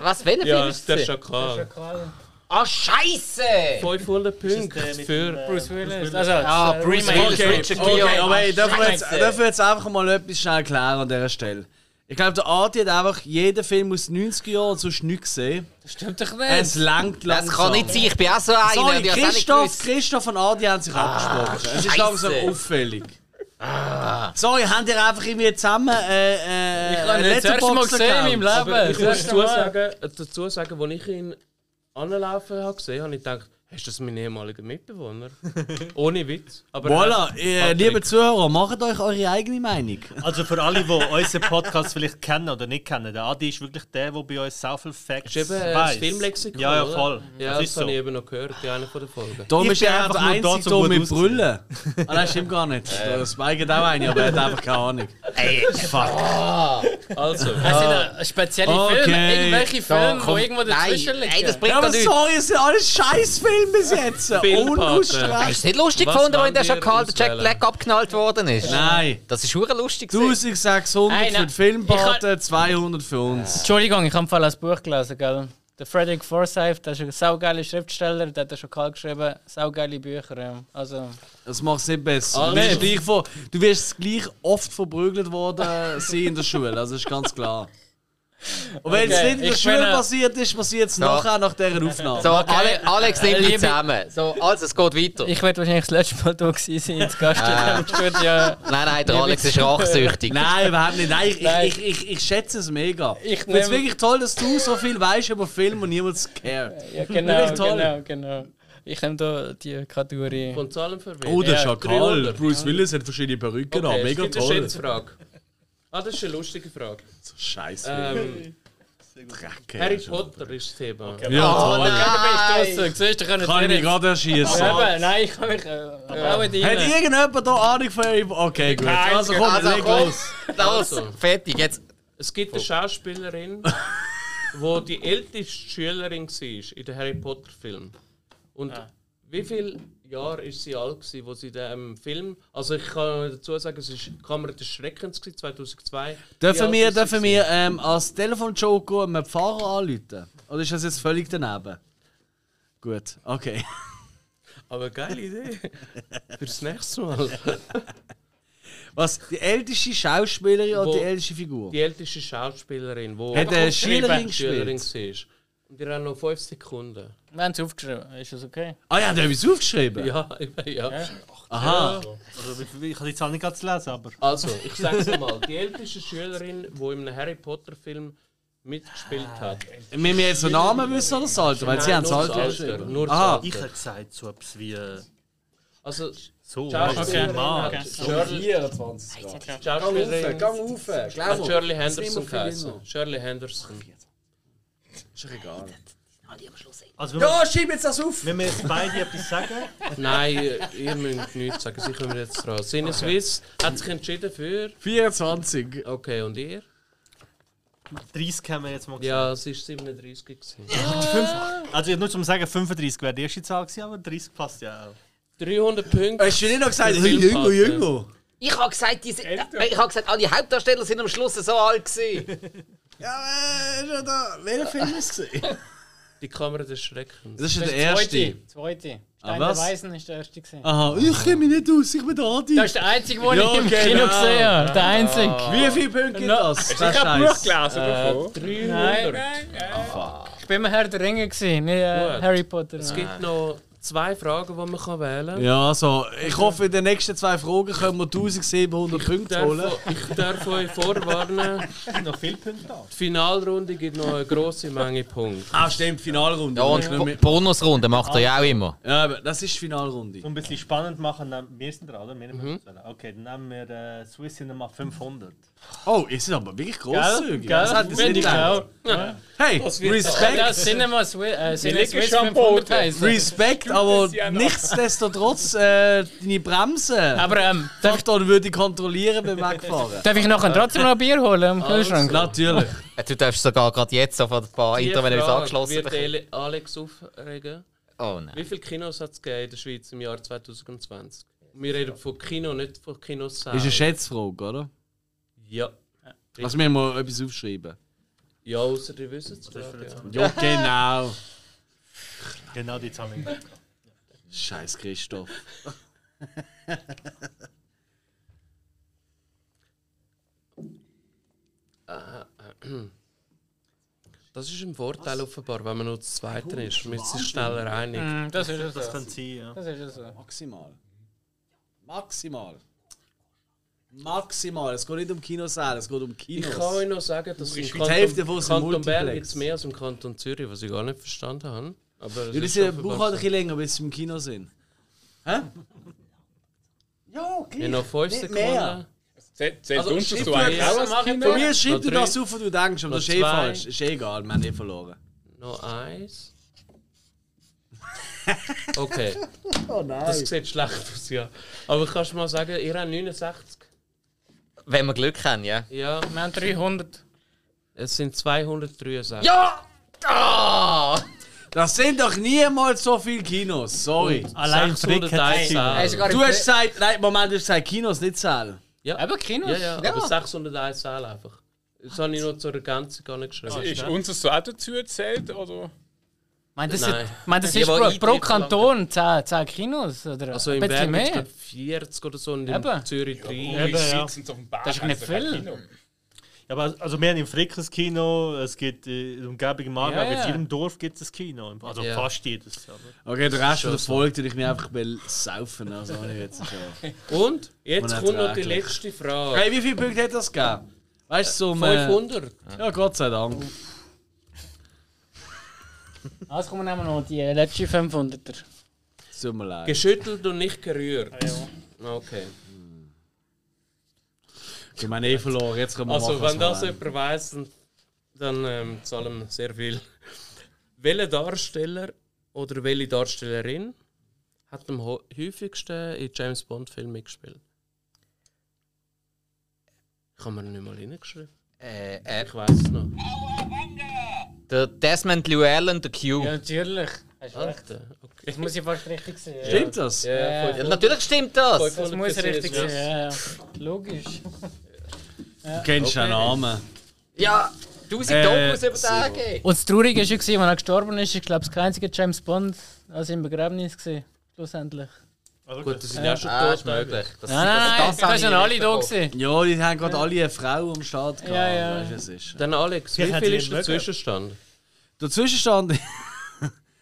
Speaker 2: was, welcher
Speaker 4: ja,
Speaker 2: Film
Speaker 4: ist
Speaker 2: ist
Speaker 4: der
Speaker 2: es?
Speaker 4: Schakal.
Speaker 2: Ah, Scheiße!
Speaker 4: 500 Punkte
Speaker 7: der mit
Speaker 4: für.
Speaker 5: Bruce Willis. Also, ah,
Speaker 2: Ah, Bruce Willis,
Speaker 1: Äh, Okay,
Speaker 2: Richard Gere.
Speaker 1: okay aber hey, dürfen wir, jetzt,
Speaker 2: Ah, Scheiße.
Speaker 1: dürfen wir jetzt einfach mal etwas schnell klären an dieser Stelle. Ich glaube, der Arti hat einfach jeden Film aus den 90er Jahren und sonst nichts gesehen.
Speaker 5: Das stimmt doch
Speaker 1: Es
Speaker 5: nicht.
Speaker 1: langt langsam.
Speaker 2: Das kann nicht sein, ich bin auch so einer.
Speaker 1: Sorry,
Speaker 2: und ich hab's auch nicht
Speaker 1: Christoph,
Speaker 2: gewusst.
Speaker 1: Christoph und Adi haben sich abgesprochen. Es ist langsam
Speaker 2: Scheisse.
Speaker 1: auffällig. Sorry, habt ihr einfach irgendwie zusammen äh, äh,
Speaker 5: Ich habe ihn jetzt das erste Mal
Speaker 1: Letterboxd-Account?
Speaker 5: gesehen in meinem Leben.
Speaker 4: Aber ich
Speaker 5: Das erste
Speaker 4: muss
Speaker 5: Mal.
Speaker 4: dazu sagen, dazu sagen, als ich ihn anlaufen habe gesehen, habe ich gedacht, hast du das mein ehemaliger Mitbewohner? Ohne Witz. Aber
Speaker 1: Voilà, äh,
Speaker 4: Patrick.
Speaker 1: liebe Zuhörer, macht euch eure eigene Meinung.
Speaker 6: Also für alle, die unseren Podcast vielleicht kennen oder nicht kennen, der Adi ist wirklich der, der bei uns sehr viel Facts
Speaker 4: Das ist eben äh, das
Speaker 6: weiss.
Speaker 4: Filmlexikon.
Speaker 6: Ja, ja,
Speaker 4: oder?
Speaker 6: voll. das
Speaker 4: Ja, das,
Speaker 6: ist
Speaker 4: habe ich
Speaker 6: so.
Speaker 4: eben noch gehört in einer von der Folgen.
Speaker 1: Tom
Speaker 6: Ich
Speaker 1: ist
Speaker 6: bin
Speaker 1: ja einfach
Speaker 6: einfach nur
Speaker 1: einzig
Speaker 6: da,
Speaker 1: da,
Speaker 6: um gut
Speaker 1: mit
Speaker 6: auszusehen.
Speaker 1: Brüllen. Ah, nein, stimmt gar nicht. Der Spike hat auch eine, aber er hat einfach keine Ahnung.
Speaker 2: Ey,
Speaker 4: Also,
Speaker 5: Das sind äh, spezielle
Speaker 1: Okay.
Speaker 5: Filme. Irgendwelche Filme,
Speaker 2: komm,
Speaker 5: die irgendwo dazwischen
Speaker 2: nein,
Speaker 5: liegen.
Speaker 2: ey, das bringt
Speaker 1: Ja,
Speaker 2: doch
Speaker 1: aber
Speaker 2: nichts.
Speaker 1: sorry, es sind alles Scheißfilme bis jetzt.
Speaker 4: Filmpaten.
Speaker 2: Hast du
Speaker 1: Unausstrahlt.
Speaker 2: es nicht lustig
Speaker 4: Was
Speaker 2: gefunden, als
Speaker 4: wollen
Speaker 2: in der
Speaker 4: wir
Speaker 2: Schakal der Jack
Speaker 4: auswählen?
Speaker 2: Black abgeknallt worden ist?
Speaker 1: Nein.
Speaker 2: Das ist hure lustig. gewesen.
Speaker 1: 1600
Speaker 5: Nein,
Speaker 1: für
Speaker 5: nein.
Speaker 1: die Filmpaten, 200 für uns.
Speaker 5: Entschuldigung, ich habe im Fall ein Buch gelesen, gell? Der Frederick Forsyth, der ist ein saugeiler Schriftsteller, der hat den Schakal geschrieben, saugeile Bücher. ja. Also,
Speaker 1: Das macht es nicht besser.
Speaker 4: Also.
Speaker 1: Du wirst, gleich vor, du wirst gleich oft verprügelt worden sein in der Schule, also ist ganz klar. Und wenn es
Speaker 5: Okay,
Speaker 1: nicht in der
Speaker 5: ich
Speaker 1: Schule
Speaker 5: bin, äh,
Speaker 1: passiert ist, passiert es nachher nach dieser Aufnahme.
Speaker 2: So, Ale Alex,
Speaker 1: Äh,
Speaker 2: nimm dich
Speaker 5: Liebe-
Speaker 2: zusammen. So, also, es geht weiter.
Speaker 5: ich werde wahrscheinlich das letzte Mal da gewesen sein, als Gast in diesem Studio.
Speaker 2: Nein, nein, der Alex ist rachsüchtig.
Speaker 1: Nein, überhaupt nicht. Nein, ich,
Speaker 5: Nein.
Speaker 1: Ich, ich, ich schätze es mega. Ich
Speaker 5: Ich
Speaker 1: finde es
Speaker 5: nehm-
Speaker 1: wirklich toll, dass du so viel weißt über Film und niemand es cared.
Speaker 5: Ja,
Speaker 1: Wirklich
Speaker 5: genau,
Speaker 1: toll.
Speaker 5: genau, genau. Ich nehme da die Kategorie.
Speaker 4: Von Zahlen für wen?
Speaker 1: Oh, der
Speaker 5: Ja,
Speaker 1: Schakal.
Speaker 4: 300.
Speaker 1: Bruce Willis hat verschiedene Perücken an. Mega
Speaker 4: das ist
Speaker 1: toll.
Speaker 4: jetzt Frage. Ah, das ist eine lustige Frage.
Speaker 1: Scheiße.
Speaker 4: Ähm,
Speaker 1: Dreck, ey.
Speaker 4: Harry Potter ist das Thema.
Speaker 2: Oh,
Speaker 1: Ja,
Speaker 2: Ah,
Speaker 1: toll.
Speaker 5: Draussen, siehst du, können
Speaker 1: Kann ich mich
Speaker 5: nicht.
Speaker 1: gerade erschießen.
Speaker 5: Eben, nein, ich kann mich. Äh, auch in die
Speaker 1: Hat
Speaker 5: rein.
Speaker 1: irgendjemand da Ahnung von Harry Potter? Okay, gut. Also komm,
Speaker 2: Also
Speaker 1: leg
Speaker 2: komm.
Speaker 1: los.
Speaker 2: Los,
Speaker 4: Also.
Speaker 2: fertig, jetzt.
Speaker 4: Es gibt
Speaker 1: Oh.
Speaker 4: eine Schauspielerin, wo die älteste Schülerin war in den Harry Potter Film. Und wie viele Jahre ist sie alt gewesen, wo sie dem Film? Also ich kann dazu sagen, es ist Kamera des Schreckens gewesen, 2002. Wie
Speaker 1: Dürfen
Speaker 4: alt
Speaker 1: wir,
Speaker 4: ist sie
Speaker 1: dürfen wir ähm, als Telefonjoker einen Pfarrer anrufen? Oder ist das jetzt völlig daneben? Gut, okay.
Speaker 4: gewesen? Aber geile Idee. Fürs nächste Mal.
Speaker 1: Was? Die älteste Schauspielerin oder
Speaker 4: Wo-
Speaker 1: die älteste Figur?
Speaker 4: Die älteste Schauspielerin, wo
Speaker 1: Hat eine Schülerin
Speaker 4: Schülerin
Speaker 1: gespielt?
Speaker 4: war. Und ihr habt noch 5 Sekunden.
Speaker 5: Wir haben es aufgeschrieben. Ist das okay?
Speaker 1: Ah ja, da habe ich es aufgeschrieben.
Speaker 4: Ja, ja.
Speaker 1: Aha.
Speaker 6: Also, ich- ich kann die Zahl nicht ganz lesen, aber.
Speaker 4: Also, ich sag's mal. Die älteste Schülerin, die in einem Harry Potter Film mitgespielt hat.
Speaker 1: Müssen wir jetzt den Namen wissen oder das Alter? Weil sie
Speaker 4: Nein,
Speaker 1: haben das
Speaker 4: nur das
Speaker 1: Alter
Speaker 4: Alter,
Speaker 1: geschrieben.
Speaker 4: nur das
Speaker 1: Aha.
Speaker 4: Alter.
Speaker 6: Ich hätte gesagt, so etwas wie. äh,
Speaker 4: Also,
Speaker 6: So,
Speaker 4: Schauspielerin
Speaker 6: Mann.
Speaker 4: hat
Speaker 1: 24.
Speaker 4: Shirley-
Speaker 1: auf.
Speaker 4: Schauspielerin hat Shirley
Speaker 1: nimm
Speaker 4: Henderson
Speaker 1: mal viel
Speaker 4: geheißen.
Speaker 1: hin.
Speaker 4: Shirley Henderson.
Speaker 1: Ist doch egal.
Speaker 6: Also, wenn, wir,
Speaker 1: Oh, schieb jetzt das auf!
Speaker 6: wenn wir jetzt beide etwas sagen,
Speaker 4: Nein, ihr- ihr müsst nichts sagen, sie kommen jetzt dran. Sinne Swiss hat sich entschieden für.
Speaker 1: 24.
Speaker 4: Okay, und ihr?
Speaker 6: 30 haben wir jetzt mal gesagt.
Speaker 4: Ja, es war 37 gewesen.
Speaker 6: Also, nur zum Sagen, 35 wäre die erste Zahl gewesen, aber 30 passt ja auch.
Speaker 4: 300 Punkte.
Speaker 1: Hast du nicht noch gesagt,
Speaker 4: Für
Speaker 1: hey, jünger,
Speaker 4: Filmpartner.
Speaker 1: jünger?
Speaker 2: Ich habe gesagt, diese, ich habe gesagt, alle Hauptdarsteller sind am Schluss so alt gewesen.
Speaker 1: Ja, äh, ist ja da. Welcher Film ist es? Das
Speaker 4: Die Kamera des Schreckens.
Speaker 1: ist ja der
Speaker 5: Das ist
Speaker 1: erste.
Speaker 5: Zweite.
Speaker 1: Ah,
Speaker 5: Stein der
Speaker 1: was?
Speaker 5: Weisen ist der erste. gewesen.
Speaker 1: Aha, ich komme nicht aus, ich bin der Adi.
Speaker 5: Das ist der einzige, den
Speaker 1: Ja,
Speaker 5: ich im
Speaker 1: genau.
Speaker 5: Kino gesehen habe. Der einzige.
Speaker 1: Wie viele Punkte gibt das?
Speaker 3: Ich habe Buch gelesen davon.
Speaker 4: 300.
Speaker 5: Ich bin mir Herr der Ringe, gewesen, nicht äh,
Speaker 4: Gut.
Speaker 5: Harry Potter.
Speaker 4: Es gibt noch zwei Fragen, die man kann wählen kann.
Speaker 1: Ja, so. Ich hoffe, in den nächsten zwei Fragen können wir 1700 Punkte holen.
Speaker 4: Darf, ich darf euch vorwarnen,
Speaker 6: Noch viele Punkte an.
Speaker 4: die Finalrunde gibt noch eine grosse Menge Punkte.
Speaker 1: Ah, stimmt, Finalrunde.
Speaker 2: Ja, und Bo- Bonusrunde macht er ja auch immer.
Speaker 1: ja, aber das ist die Finalrunde.
Speaker 6: Um ein bisschen spannend machen, nehmen- wir sind dran, oder? Wir nehmen das. Okay, dann nehmen wir äh, Swiss Cinema 500.
Speaker 1: Oh, ihr seid aber wirklich großzügig. Das hat es
Speaker 5: Bin
Speaker 1: nicht
Speaker 5: ich
Speaker 1: gedacht.
Speaker 5: auch.
Speaker 1: Hey,
Speaker 4: wird
Speaker 5: Ja,
Speaker 1: Respekt.
Speaker 5: Cinema Swiss, äh, Cinema
Speaker 3: liegen
Speaker 5: Swiss
Speaker 3: schon am Boden.
Speaker 5: 500 heißen.
Speaker 1: Respekt, aber
Speaker 3: das ja noch.
Speaker 1: nichtsdestotrotz, äh, deine Bremse.
Speaker 5: Aber ähm, darf, ich,
Speaker 1: Faktor würde ich kontrollieren beim Wegfahren.
Speaker 5: darf ich nachher trotzdem noch ein Bier holen am Kühlschrank?
Speaker 1: Natürlich.
Speaker 2: Äh, Du darfst sogar gerade jetzt so von ein paar
Speaker 4: Die
Speaker 2: Intro, wenn er uns
Speaker 4: Frage
Speaker 2: angeschlossen
Speaker 4: wird
Speaker 2: bekommt.
Speaker 4: Ale- Alex aufregen.
Speaker 2: Oh nein.
Speaker 4: Wie viele Kinos hat es gegeben in der Schweiz im Jahr 2020? Wir reden von Kino, nicht von Kinosaal.
Speaker 1: Ist eine Schätzfrage, oder?
Speaker 4: Ja.
Speaker 1: Also, wir müssen mal etwas aufschreiben.
Speaker 4: Ja, außer die wissen es gerade, ja.
Speaker 1: Ja, genau.
Speaker 6: Genau die Zahl. haben wir.
Speaker 1: Scheiß Christoph.
Speaker 4: Das ist ein Vorteil offenbar, wenn man nur zu zweit ist. Man ist sich schneller einig.
Speaker 5: Mm, Das ist es.
Speaker 6: Das
Speaker 5: so.
Speaker 6: könnte sein, ja.
Speaker 5: Das ist es. so.
Speaker 1: Maximal. Maximal. Maximal. Es geht nicht um Kinosäle, es geht um
Speaker 4: Ich
Speaker 1: Kinos.
Speaker 4: kann euch noch sagen, dass im
Speaker 1: Die Hälfte von
Speaker 4: Kanton,
Speaker 1: uns sind
Speaker 4: Kanton Bern
Speaker 1: Multiplex.
Speaker 4: gibt es mehr als im Kanton Zürich, was ich gar nicht verstanden habe. Aber es
Speaker 1: ja, die
Speaker 4: ist
Speaker 1: sind-
Speaker 4: offenbar
Speaker 1: brauchen halt ein
Speaker 4: so.
Speaker 1: bisschen länger, bis sie im Kino sind. Hä? Ja, okay.
Speaker 4: Ja, noch fünf Sekunden.
Speaker 3: Zählt zählt
Speaker 1: Also,
Speaker 3: uns das
Speaker 1: Schrift-
Speaker 3: so eigentlich auch als
Speaker 5: Machen
Speaker 3: Kinder?
Speaker 1: Von mir schreib
Speaker 4: Noch
Speaker 1: dir
Speaker 4: drei.
Speaker 1: das auf, was du denkst, aber
Speaker 4: Noch
Speaker 1: das ist eh
Speaker 4: zwei.
Speaker 1: falsch. Ist eh egal, wir haben eh verloren.
Speaker 4: Noch eins. Okay. Das sieht schlecht aus, ja. Aber kannst du mal sagen, ihr habt 69?
Speaker 2: Wenn wir Glück haben, ja.
Speaker 4: Ja,
Speaker 5: Wir haben 300.
Speaker 4: es sind 263.
Speaker 2: Ja! Ah!
Speaker 1: Das sind doch niemals so viele Kinos, sorry.
Speaker 6: Allein Frick hat es.
Speaker 4: 613.
Speaker 6: Ja,
Speaker 1: Du hast gesagt, nein, Moment, du hast gesagt Kinos, nicht Säle.
Speaker 5: Aber Kinos?
Speaker 4: Ja, ja,
Speaker 2: Ja.
Speaker 4: aber 601 Zahlen einfach. Das habe ich noch zur Ergänzung gar nicht geschrieben.
Speaker 3: Ist unser so auch dazu gezählt? Oder?
Speaker 5: Mein, das,
Speaker 4: Nein.
Speaker 5: sind, mein, das
Speaker 2: Die,
Speaker 5: ist
Speaker 2: die
Speaker 5: pro,
Speaker 2: Eintritt
Speaker 5: pro Kanton 10, 10 Kinos. Oder
Speaker 4: also
Speaker 5: ein
Speaker 4: in
Speaker 5: bisschen
Speaker 4: Bern gibt
Speaker 5: mehr.
Speaker 4: es 40 oder so und in
Speaker 5: Eben.
Speaker 4: Zürich 3.
Speaker 3: Ohne
Speaker 6: ja.
Speaker 3: Sitzen's auf dem also Berg.
Speaker 5: Das ist nicht viel.
Speaker 6: aber also wir haben im Frick ein Kino, es gibt äh, in der Umgebung im Aargau,
Speaker 5: Ja,
Speaker 6: in
Speaker 5: ja.
Speaker 6: jedem Dorf gibt es ein Kino. Also
Speaker 4: Ja.
Speaker 6: fast jedes. Aber.
Speaker 1: Okay, der Rest von der Folge tue ich mir einfach saufen. Also, ich jetzt schon.
Speaker 4: Und jetzt kommt noch die
Speaker 1: Unerträglich.
Speaker 4: letzte Frage.
Speaker 1: Hey, wie viele Punkte hat das gegeben? Weißt du, so um, äh,
Speaker 4: 500.
Speaker 1: Ja, Gott sei Dank.
Speaker 5: Also kommen wir noch die letzte 500er.
Speaker 1: Es tut mir leid.
Speaker 4: Geschüttelt und nicht gerührt. Okay.
Speaker 1: Ich meine, eh verloren. Jetzt können wir
Speaker 4: Also,
Speaker 1: machen, was
Speaker 4: wenn
Speaker 1: wir
Speaker 4: das
Speaker 1: wollen.
Speaker 4: jemand weiss, dann- dann ähm, zahlen wir sehr viel. Welcher Darsteller oder welche Darstellerin hat am ho- häufigsten in James Bond-Filmen mitgespielt? Ich habe mir nicht mal hingeschrieben.
Speaker 2: Äh, äh,
Speaker 4: Ich weiß es noch.
Speaker 2: der Desmond Llewellyn, der Q.
Speaker 5: Ja, natürlich. Hast du recht.
Speaker 4: Alter, okay.
Speaker 5: Das muss ich fast richtig sehen.
Speaker 1: Stimmt das?
Speaker 4: Ja,
Speaker 2: Ja, natürlich stimmt das.
Speaker 5: Das muss richtig
Speaker 4: Ja.
Speaker 5: sein. Ja, ja. Logisch.
Speaker 1: Du kennst den Namen.
Speaker 2: Ja, tausend
Speaker 1: Äh,
Speaker 2: Dokus über den geben.
Speaker 5: Und das Traurige war, ja, als er gestorben ist, ich glaube, das einzige James Bond also im Begräbnis gewesen. Schlussendlich.
Speaker 4: Gut, das sind
Speaker 5: Ja.
Speaker 4: ja schon
Speaker 2: Ah,
Speaker 4: tot.
Speaker 2: ist möglich. Das,
Speaker 5: Nein, nein, nein.
Speaker 2: das- das
Speaker 5: Das waren
Speaker 2: habe ich
Speaker 5: schon alle
Speaker 2: nicht
Speaker 5: da.
Speaker 2: mitbekommen.
Speaker 5: Gewesen.
Speaker 1: Ja, die haben gerade alle eine Frau am Start gehabt.
Speaker 5: Ja, ja.
Speaker 1: Weißt, du, es ist.
Speaker 4: Dann Alex,
Speaker 6: Vielleicht
Speaker 4: wie
Speaker 6: hat
Speaker 4: viel
Speaker 6: sie
Speaker 4: ist
Speaker 6: ihn
Speaker 4: der
Speaker 6: mögen.
Speaker 4: Zwischenstand?
Speaker 1: Der Zwischenstand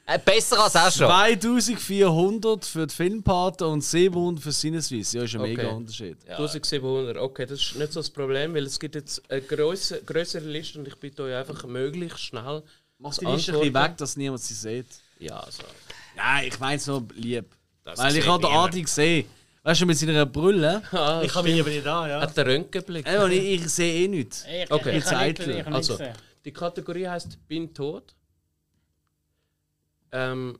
Speaker 2: Äh, besser als auch schon.
Speaker 1: 2400 für die Filmpaten und 700 für Sinneswiss. Ja, ist ein
Speaker 4: Okay.
Speaker 1: mega Unterschied.
Speaker 4: 1700, okay, das ist nicht so das Problem, weil es gibt jetzt eine grösse- grössere Liste und ich bitte euch einfach möglichst schnell.
Speaker 1: Mach's
Speaker 4: Die
Speaker 1: alles ein
Speaker 4: Antworten.
Speaker 1: bisschen weg, dass niemand sie sieht.
Speaker 4: Ja, also.
Speaker 1: Nein, ich mein's nur lieb.
Speaker 4: Das
Speaker 1: Weil ich
Speaker 4: sieht
Speaker 1: habe den
Speaker 4: niemand.
Speaker 1: Adi gesehen. Weißt du, mit seiner Brille.
Speaker 4: Ah,
Speaker 6: Ich habe mich aber nicht an, ja.
Speaker 4: hat der Röntgenblick.
Speaker 1: Ey, und ich, ich sehe eh nichts.
Speaker 5: Ich,
Speaker 4: Okay.
Speaker 5: ich kann nicht,
Speaker 1: Zeitler.
Speaker 5: ich kann nicht
Speaker 4: Also,
Speaker 5: sehen.
Speaker 4: die Kategorie heißt Bin tot. Ähm,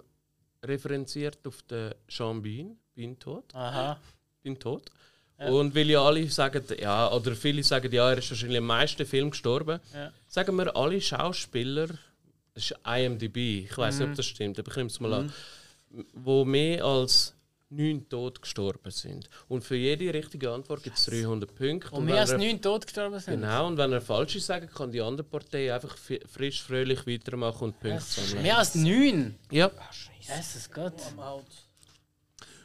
Speaker 4: referenziert auf den Sean Bean, Bin tot.
Speaker 5: Aha.
Speaker 4: Bin tot. Und weil ja alle sagen, ja, oder viele sagen, ja, er ist wahrscheinlich am meisten Film gestorben.
Speaker 5: Ja.
Speaker 4: Sagen wir, alle Schauspieler, das ist IMDb, ich weiß
Speaker 5: Mhm.
Speaker 4: nicht, ob das stimmt, aber ich nehme es mal an, wo mehr als neun tot gestorben sind. Und für jede richtige Antwort gibt es 300 Punkte.
Speaker 5: Und mehr als
Speaker 4: wenn er-
Speaker 5: neun tot gestorben sind.
Speaker 4: Genau, und wenn er falsch ist, sagen, kann die andere Partei einfach fi- frisch, fröhlich weitermachen und Punkte sammeln.
Speaker 5: Mehr als neun?
Speaker 4: Ja,
Speaker 5: Jesus Gott.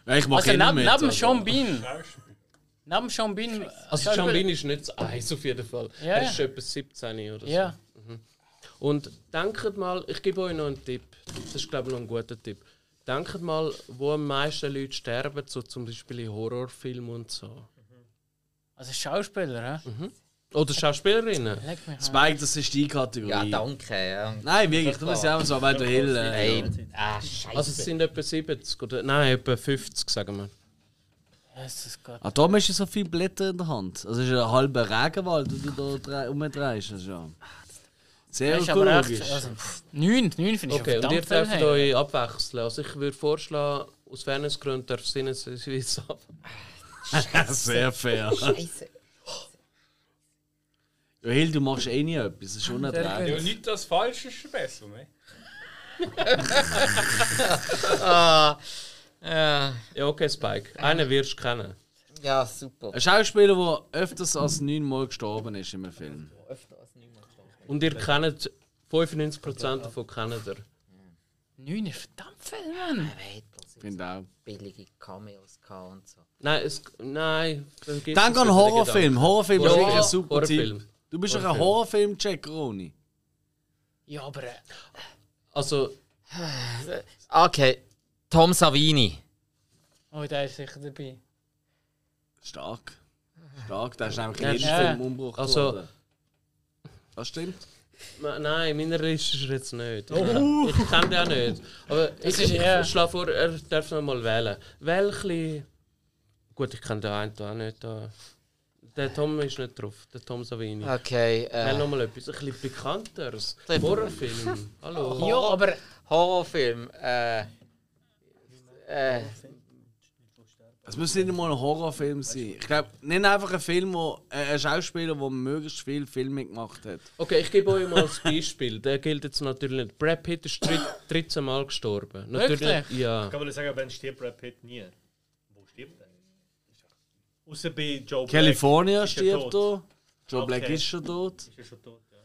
Speaker 1: Ja, ich mach
Speaker 5: Also
Speaker 1: eh nicht
Speaker 5: neben,
Speaker 1: mit.
Speaker 5: neben Sean Bean. Neben Sean Bean.
Speaker 4: also Sean Bean ist nicht das Eis auf jeden Fall.
Speaker 5: Ja,
Speaker 4: Er
Speaker 5: ja.
Speaker 4: ist etwa 17 oder so.
Speaker 5: Ja.
Speaker 4: Und denkt mal, ich gebe euch noch einen Tipp. Das ist, glaube ich, noch ein guter Tipp. Denkt mal, wo am meisten Leute sterben, so zum Beispiel in Horrorfilmen und so.
Speaker 5: Also Schauspieler, hä?
Speaker 4: Oder Schauspielerinnen.
Speaker 5: Leck mich an.
Speaker 1: Spike, das ist die Kategorie.
Speaker 2: Ja, danke. Ja.
Speaker 1: Nein, wirklich, du musst ja auch so, weil der Hill. Äh,
Speaker 2: Ey, ah, scheiße.
Speaker 4: Also es sind etwa 70 oder nein, etwa 50, sagen wir.
Speaker 5: Jesus Gott.
Speaker 1: ah, da hast du so viele Blätter in der Hand. Das ist ein halber Regenwald, den du da drei- umdrehst. Das ist ja sehr
Speaker 5: Das ist aber
Speaker 1: ökologisch.
Speaker 5: echt. Also, pff, neun, neun finde ich okay,
Speaker 4: Okay, und ihr
Speaker 5: verdammt
Speaker 4: dürft
Speaker 5: viel. hey.
Speaker 4: euch abwechseln. Also ich würde vorschlagen, aus Fairnessgründen darf Sinnes ab.
Speaker 1: sehr fair.
Speaker 2: Scheiße.
Speaker 1: Ja, Hill, du machst eh nie etwas. Das ist
Speaker 3: Ja,
Speaker 1: unerträglich.
Speaker 3: nicht das Falsche ist schon besser, ne?
Speaker 2: Ah, ja.
Speaker 4: Ja, okay, Spike. Einen wirst du kennen.
Speaker 2: Ah. ja, super.
Speaker 1: Ein Schauspieler, der öfters als neunmal gestorben ist in einem Film.
Speaker 4: Und ihr kennt 95% davon kennt ihr.
Speaker 5: Neun ist verdammt viel, Mann.
Speaker 1: Finde auch.
Speaker 2: billige Cameos gehabt und so.
Speaker 4: Nein, es, nein. vergiss
Speaker 1: Denk
Speaker 4: es
Speaker 1: an
Speaker 4: über den
Speaker 1: Horrorfilm.
Speaker 4: Gedanken.
Speaker 1: Horrorfilm ist
Speaker 4: Ja,
Speaker 1: wirklich ein super
Speaker 4: Horrorfilm.
Speaker 1: Tipp. Du bist doch ein
Speaker 4: Horrorfilm.
Speaker 1: Horrorfilm-Check, Roni.
Speaker 5: Ja, aber. äh,
Speaker 4: Also,
Speaker 2: Okay, Tom Savini.
Speaker 5: Oh, der ist sicher dabei.
Speaker 1: Stark. Stark, da ist nämlich
Speaker 4: Ja,
Speaker 1: jeden
Speaker 5: stimmt.
Speaker 1: Film umbruch
Speaker 4: Also-
Speaker 1: geworden. Das stimmt.
Speaker 4: Ma- Nein, meiner Liste ist er jetzt nicht. Ich, ich kenne den auch nicht. Aber ich,
Speaker 5: Oh. ist
Speaker 4: ich
Speaker 5: eher-
Speaker 4: schlage vor, er darf noch mal wählen. Welche. Gut, ich kenne den einen da auch nicht. Da. Der Tom ist nicht drauf, der Tom Savini.
Speaker 5: Ah.
Speaker 4: Wähl
Speaker 2: Okay,
Speaker 4: noch
Speaker 2: äh,
Speaker 4: mal etwas ein bisschen bekannteres.
Speaker 2: Ein-
Speaker 4: Horrorfilm. Hallo.
Speaker 5: Ja, aber.
Speaker 2: Horrorfilm. Äh, äh,
Speaker 1: Es muss nicht mal ein Horrorfilm sein. Ich glaube, nenn einfach einen Film, wo, äh, einen Schauspieler, der möglichst viel Filme gemacht hat.
Speaker 4: Okay, ich gebe euch mal ein Beispiel. Der gilt jetzt natürlich nicht. Brad Pitt ist dritt- 13 Mal gestorben. Natürlich,
Speaker 5: Wirklich?
Speaker 4: Ja.
Speaker 6: Ich kann mal sagen, wenn stirbt Brad Pitt nie. Wo stirbt er? Außer bei Joe Black.
Speaker 1: California
Speaker 6: Ist ja
Speaker 1: stirbt
Speaker 6: tot.
Speaker 1: da. Joe Black
Speaker 6: Okay.
Speaker 1: ist schon tot.
Speaker 6: Ist er schon tot, ja.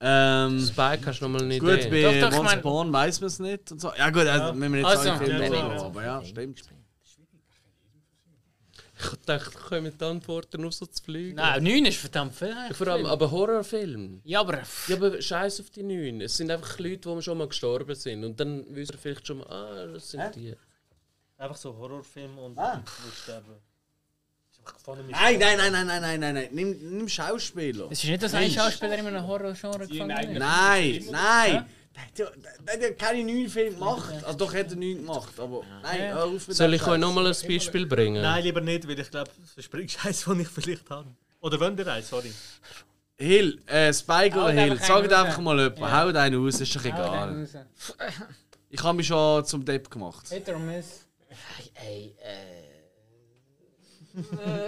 Speaker 1: Ähm,
Speaker 4: Spike, hast du noch mal eine
Speaker 1: gut,
Speaker 4: Idee?
Speaker 1: bei
Speaker 5: Doch, doch, ich
Speaker 1: Once
Speaker 5: mein-
Speaker 1: Upon weiss man es nicht. Und so. Ja gut, also, wenn wir jetzt
Speaker 5: Also,
Speaker 1: alle Filme
Speaker 6: ja,
Speaker 1: machen,
Speaker 6: ja.
Speaker 1: aber ja, stimmt.
Speaker 4: Ich dachte, kommen die Antworten raus zu fliegen.
Speaker 5: Nein, neun ist verdammt viel. hey.
Speaker 4: Vor allem, aber Horrorfilm.
Speaker 5: Ja, aber. pff,
Speaker 4: Ja, aber scheiß auf die Neun. Es sind einfach Leute, die schon mal gestorben sind. Und dann wissen wir vielleicht schon mal, ah, das sind die.
Speaker 6: Einfach so Horrorfilm und ah. wo sterben. Ist einfach gefallen mir.
Speaker 1: Nein, nein, nein, nein, nein, nein, nein, nein. Nimm, nimm Schauspieler.
Speaker 5: nou, Es ist nicht, dass ein Schauspieler in einem Horror-Genre gefangen ist.
Speaker 1: Nein, nein. Der hat ja keine neuen Filme gemacht. Also doch hat er neun gemacht, aber nein, hör auf mit
Speaker 4: Soll
Speaker 1: dem
Speaker 4: ich
Speaker 1: Scheiß.
Speaker 4: euch nochmal ein Beispiel
Speaker 1: Äh.
Speaker 4: bringen?
Speaker 6: Nein, lieber nicht, weil ich glaube, es verspringst eins, das ich vielleicht habe. Oder wollt ihr eins? Sorry.
Speaker 1: Hill, äh, Spike oder
Speaker 5: Haut
Speaker 1: Hill,
Speaker 5: einfach
Speaker 1: sagt
Speaker 5: einen
Speaker 1: einfach
Speaker 5: raus.
Speaker 1: mal jemanden.
Speaker 5: Ja.
Speaker 1: Haut einen aus, ist doch
Speaker 6: Nou,
Speaker 5: Nou,
Speaker 1: egal. Ich habe mich schon zum Depp gemacht.
Speaker 5: Hit or miss.
Speaker 2: Ey, äh.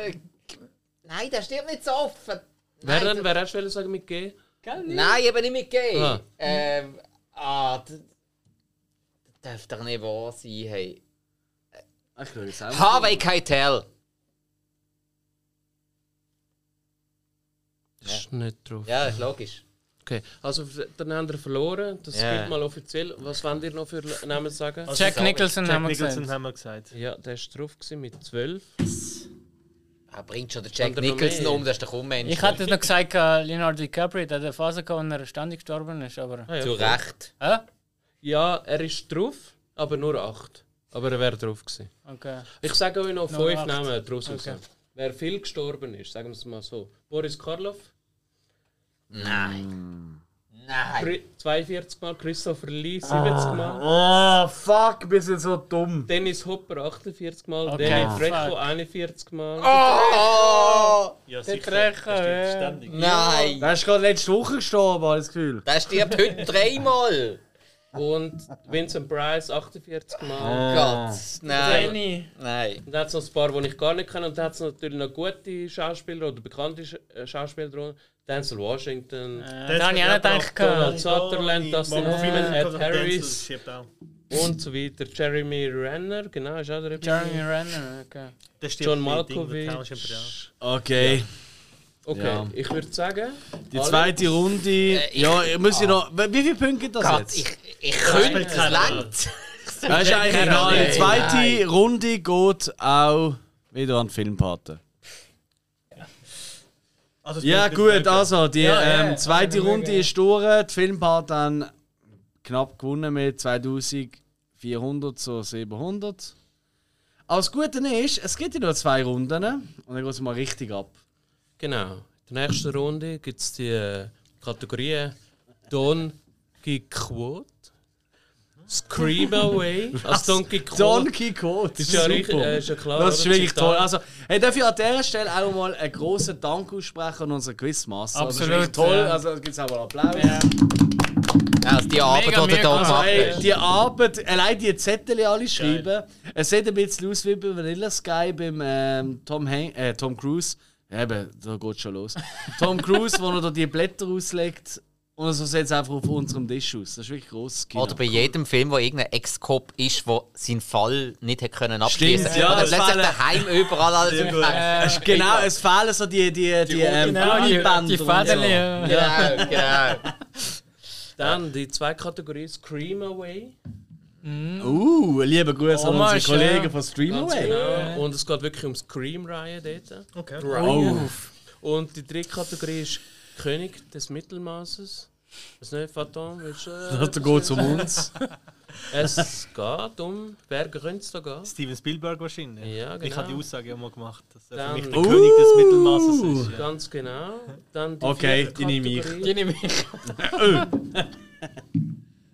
Speaker 2: äh, Nein, der stirbt nicht so offen.
Speaker 4: Wer,
Speaker 2: Nein,
Speaker 4: denn, wer hast du wollen sagen mit G?
Speaker 6: Nou,
Speaker 2: Nein, eben nicht mit Gay.
Speaker 4: Ah.
Speaker 2: Ähm, ah, das darf doch nicht wahr sein, hey.
Speaker 1: Ich schaue jetzt auch mal.
Speaker 2: Harvey Keitel.
Speaker 4: Ist nicht drauf.
Speaker 2: Ja, ist logisch.
Speaker 4: Okay, also f- dann haben wir verloren. Das
Speaker 2: Ja. Also-
Speaker 4: gilt mal offiziell. Was wollt ihr noch für L- Namen sagen?
Speaker 5: Jack Nicholson
Speaker 6: Jack
Speaker 5: haben wir
Speaker 6: Nicholson
Speaker 5: gesagt.
Speaker 6: haben wir gesagt.
Speaker 4: Ja, der ist drauf gewesen mit 12.
Speaker 2: Er bringt schon den Jack
Speaker 4: Und der noch
Speaker 2: Nicholson
Speaker 4: mehr.
Speaker 2: um, das ist doch unmenschlich.
Speaker 5: Ich hatte noch gesagt, äh, Leonardo DiCaprio der hat eine Phase gehabt, in der er ständig gestorben ist, aber...
Speaker 4: Ah, ja.
Speaker 2: Zu Recht.
Speaker 5: Hä?
Speaker 4: ja, er ist drauf, aber nur 8. Aber er wäre drauf gewesen.
Speaker 5: Okay.
Speaker 4: Ich sage euch noch
Speaker 5: Nur
Speaker 4: 5
Speaker 5: acht.
Speaker 4: Namen draus. raus.
Speaker 5: Okay.
Speaker 4: Wer viel gestorben ist, sagen wir es mal so. Boris Karloff,
Speaker 2: Nein. Nein.
Speaker 4: Kri- 42 Mal, Christopher Lee 70 Mal,
Speaker 1: Oh, fuck, wir sind so dumm.
Speaker 4: Dennis Hopper 48 Mal,
Speaker 5: Okay,
Speaker 4: Danny
Speaker 5: fuck.
Speaker 4: Trejo 41 Mal.
Speaker 2: Ah. Oh,
Speaker 6: Ja,
Speaker 5: Trecker,
Speaker 4: äh,
Speaker 5: ja.
Speaker 6: ständig.
Speaker 2: Nein.
Speaker 1: Der ist gerade letzte Woche gestorben, habe ich das Gefühl.
Speaker 2: Der stirbt heute dreimal.
Speaker 4: Und Vincent Price 48 Mal.
Speaker 2: Gott, nein.
Speaker 5: Penny.
Speaker 2: Nein.
Speaker 4: Und dann hat es noch ein paar, die ich gar nicht kenne. Und dann hat es natürlich noch gute Schauspieler oder bekannte Sch äh, Schauspieler drunter. Denzel Washington,
Speaker 5: Äh, da habe ich auch nicht gedacht.
Speaker 4: Donald
Speaker 5: gehabt.
Speaker 4: Sutherland, Dustin Hoffman, Ed Harris
Speaker 6: Der
Speaker 4: und so weiter. Jeremy Renner, genau, ist auch dabei.
Speaker 5: Jeremy Renner, okay.
Speaker 6: stirbt
Speaker 4: John
Speaker 6: mit Ding,
Speaker 4: Malkovich.
Speaker 6: mit Couch Imperial.
Speaker 1: Okay,
Speaker 4: Okay,
Speaker 1: Ja.
Speaker 4: ich würde sagen,
Speaker 1: die zweite Runde. ja, ich muss ich noch. Wie viele Punkte gibt das
Speaker 2: Äh, Ah. Gott,
Speaker 1: jetzt?
Speaker 2: ich, ich könnte es
Speaker 6: keine Ahnung.
Speaker 2: langt.
Speaker 1: Das ist eigentlich egal. Die
Speaker 2: Nein.
Speaker 1: zweite Runde geht auch wieder an die Filmpaten.
Speaker 6: Also, es
Speaker 1: Ja,
Speaker 6: bringt nicht
Speaker 1: gut,
Speaker 6: mehr.
Speaker 1: also die
Speaker 5: Ja, ja,
Speaker 1: ähm, zweite Runde ist durch. Die Filmpaten haben knapp gewonnen mit 2400 zu 700. Aber das Gute ist, es gibt ja nur zwei Runden ne? und dann geht es mal richtig ab.
Speaker 4: genau, in der nächsten Runde gibt es die äh, Kategorie Donkey Quote, Scream Away, also Donkey Quote.
Speaker 1: Donkey Quote.
Speaker 4: Ist ja richtig, äh, ist ja klar,
Speaker 1: Das ist
Speaker 4: oder?
Speaker 1: wirklich
Speaker 4: Zitat.
Speaker 1: toll. Also, hey, darf ich an dieser Stelle auch mal einen grossen Dank aussprechen an unseren Quizmaster.
Speaker 5: Absolut,
Speaker 1: Das ist wirklich toll.
Speaker 5: ja.
Speaker 1: Also, da gibt es auch mal Applaus.
Speaker 2: Also die Arbeit,
Speaker 5: Mega,
Speaker 2: die der
Speaker 5: mega.
Speaker 2: da
Speaker 5: Also,
Speaker 2: gemacht
Speaker 1: Hey,
Speaker 2: hat.
Speaker 1: Äh, die Arbeit, allein die Zettel alle schreiben. Es sieht ein bisschen aus wie bei Vanilla Sky beim ähm, Tom, Han äh, Tom Cruise. Eben, da geht schon los. Tom Cruise, wo er da die Blätter auslegt. Und so sieht es einfach auf unserem Tisch aus. Das ist wirklich gross. Kino.
Speaker 2: Oder bei jedem Film, wo irgendein Ex-Cop ist, der seinen Fall nicht hätte können abschließen
Speaker 1: Stimmt, ja,
Speaker 2: Und
Speaker 1: das
Speaker 2: dann plötzlich
Speaker 1: Fall-
Speaker 2: daheim überall alles
Speaker 6: Sehr
Speaker 2: im
Speaker 6: gut.
Speaker 2: Fenster.
Speaker 1: Es- Genau, es fehlen so die, die, die, ähm, Gummibänder
Speaker 5: Ah, die
Speaker 1: und so.
Speaker 5: Fäden. ja.
Speaker 2: Genau, genau.
Speaker 4: Dann die zwei Kategorien Scream Away.
Speaker 1: Uh, lieber Gruß an
Speaker 5: Oma
Speaker 1: unsere
Speaker 5: ist,
Speaker 1: Kollegen
Speaker 5: ja.
Speaker 1: von
Speaker 4: Ganz
Speaker 1: Streamaway.
Speaker 4: genau. Und es geht wirklich um Scream-Reihe dort.
Speaker 6: Okay.
Speaker 1: Oh.
Speaker 4: Und die dritte Kategorie ist König des Mittelmaßes. Was nicht, Faton? willst du, äh,
Speaker 1: Das geht um uns.
Speaker 4: Es geht um, wer könnte es da gehen?
Speaker 6: Steven Spielberg wahrscheinlich.
Speaker 4: Ja,
Speaker 6: Ich
Speaker 4: genau.
Speaker 6: habe die Aussage ja mal gemacht, dass er
Speaker 4: Dann-
Speaker 6: für mich der
Speaker 1: Uh.
Speaker 6: König des Mittelmaßes ist. Ja.
Speaker 4: Ganz genau. Dann die
Speaker 1: Okay,
Speaker 4: vierte
Speaker 1: die nehme ich. Äh.
Speaker 4: Kategorie.
Speaker 5: Die nehme ich.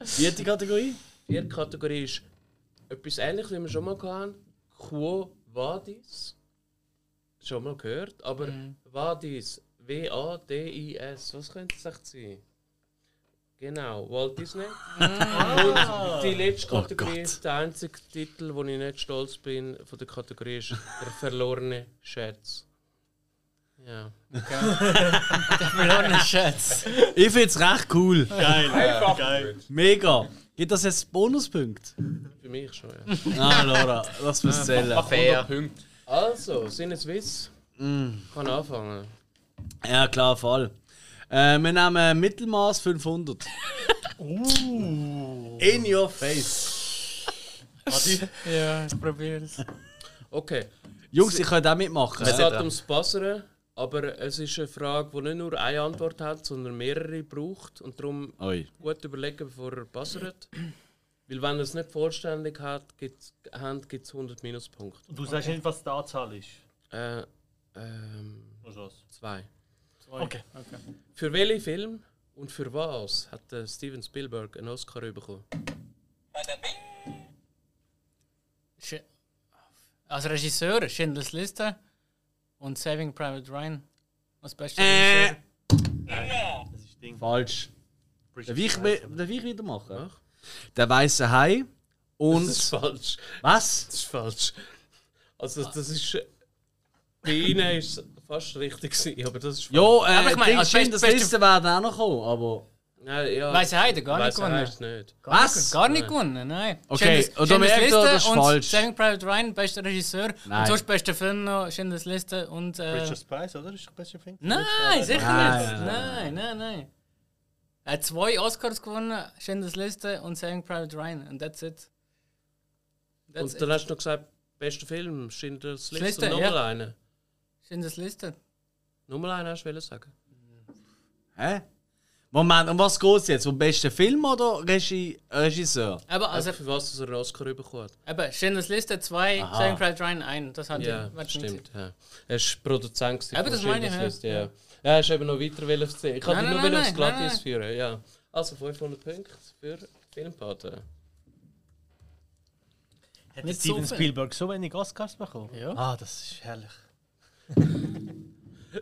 Speaker 1: Vierte Kategorie?
Speaker 4: Die vierte Kategorie ist etwas ähnliches, wie wir schon mal hatten. Quo Vadis. Schon mal gehört, aber Vadis. W-A-D-I-S. Was könnte es echt sein? Genau, Walt Disney. Und die letzte
Speaker 1: Oh
Speaker 4: Kategorie,
Speaker 1: Gott.
Speaker 4: der einzige Titel, wo ich nicht stolz bin, von der Kategorie ist Der verlorene Schätz. Ja.
Speaker 5: Verlorene Schätze.
Speaker 1: Ich finde es recht cool.
Speaker 6: Geil, geil.
Speaker 1: Mega. Gibt das jetzt Bonuspunkt?
Speaker 4: Für mich schon, ja.
Speaker 1: Ah, Laura, lass mich zählen.
Speaker 2: Fair.
Speaker 4: Also, sind es Wiss? Kann anfangen.
Speaker 1: Ja, klar, Fall. Äh, wir nehmen Mittelmaß 500.
Speaker 5: Uh.
Speaker 1: In your face.
Speaker 5: Ja, ich probiere es.
Speaker 4: Okay.
Speaker 1: Jungs, ich könnte auch mitmachen.
Speaker 4: Es
Speaker 1: ja.
Speaker 4: geht ums Buzzern, aber es ist eine Frage, die nicht nur eine Antwort hat, sondern mehrere braucht. Und darum
Speaker 1: Oi.
Speaker 4: gut überlegen, bevor ihr buzzert. Weil wenn ihr es nicht vollständig habt, gibt es 100 Minuspunkte.
Speaker 6: Und du sagst nicht, was die Anzahl ist.
Speaker 4: Äh, ähm,
Speaker 6: Oder was?
Speaker 4: zwei.
Speaker 5: Okay.
Speaker 4: Für welchen Film Und für was hat der Steven Spielberg einen Oscar bekommen?
Speaker 5: Sch- Als Regisseur Schindlers Liste und Saving Private Ryan als bester
Speaker 6: Eh,
Speaker 5: Regisseur.
Speaker 1: Falsch. Darf ich, mi- darf ich wieder machen? Der weiße Hai und.
Speaker 4: Das ist falsch.
Speaker 1: was?
Speaker 4: Das ist falsch. Also
Speaker 5: Ah.
Speaker 4: das, das ist... Bei Ihnen ist es fast richtig gewesen, aber das ist falsch.
Speaker 1: Ja, äh,
Speaker 5: Aber ich
Speaker 1: ich
Speaker 5: meine,
Speaker 1: meine,
Speaker 5: als
Speaker 1: schön,
Speaker 5: best-
Speaker 1: das
Speaker 5: beste-
Speaker 1: Liste werden auch noch kommen, aber.
Speaker 4: Nein, ja.
Speaker 5: Weiss er heute gar nicht
Speaker 4: Weiss er
Speaker 5: gewonnen.
Speaker 4: heute nicht.
Speaker 5: Gar nicht-
Speaker 1: Was?
Speaker 5: Gar nicht gewonnen, nein.
Speaker 1: Okay,
Speaker 5: Schindlers-
Speaker 1: und da
Speaker 5: Schindlers
Speaker 1: merkt ihr, das ist
Speaker 5: und
Speaker 1: falsch.
Speaker 5: Saving Private Ryan, bester Regisseur.
Speaker 1: Nein.
Speaker 5: Und sonst bester Film noch, Schindlers Liste und... Äh,
Speaker 6: Richard Spice, oder? Ist der beste Film?
Speaker 5: nein, sicher
Speaker 1: Nein,
Speaker 5: nicht. Nein, nein, nein. Er hat zwei Oscars gewonnen, Schindlers Liste und Saving Private Ryan. And that's it. That's
Speaker 4: Und dann hast du noch gesagt, bester Film, Schindlers Liste,
Speaker 5: äh, Liste,
Speaker 4: und nochmal
Speaker 5: ja.
Speaker 4: einen.
Speaker 5: it. Schindlers Liste.
Speaker 4: Nochmal einen hast du wollen sagen.
Speaker 1: Hä? Moment, um was geht es jetzt? Um besten Film oder Regie, Regisseur?
Speaker 5: Aber also,
Speaker 4: Also für was, dass er einen Oscar bekommen hat.
Speaker 5: aber Schindlers Liste 2, Saving Private Ryan 1. Das hat
Speaker 4: Ja,
Speaker 5: die- hat nicht
Speaker 4: stimmt. Ja. Er ist Produzent gewesen
Speaker 5: Eben, das
Speaker 4: von
Speaker 5: meine ich,
Speaker 4: Schindlers
Speaker 5: ja.
Speaker 4: Liste, ja. Ja, ist eben noch weiter wollen erzählen. Ich kann
Speaker 5: Nein,
Speaker 4: dich
Speaker 5: nein,
Speaker 4: nur
Speaker 5: nein,
Speaker 4: wollen aufs
Speaker 5: nein, nein,
Speaker 4: Glatteis
Speaker 5: nein.
Speaker 4: führen, ja. Also 500 Punkte für Filmpaten.
Speaker 6: Hat
Speaker 5: Nicht
Speaker 6: Steven
Speaker 5: so viel.
Speaker 6: Spielberg so wenig Oscars bekommen?
Speaker 5: Ja.
Speaker 6: Ah, das ist herrlich.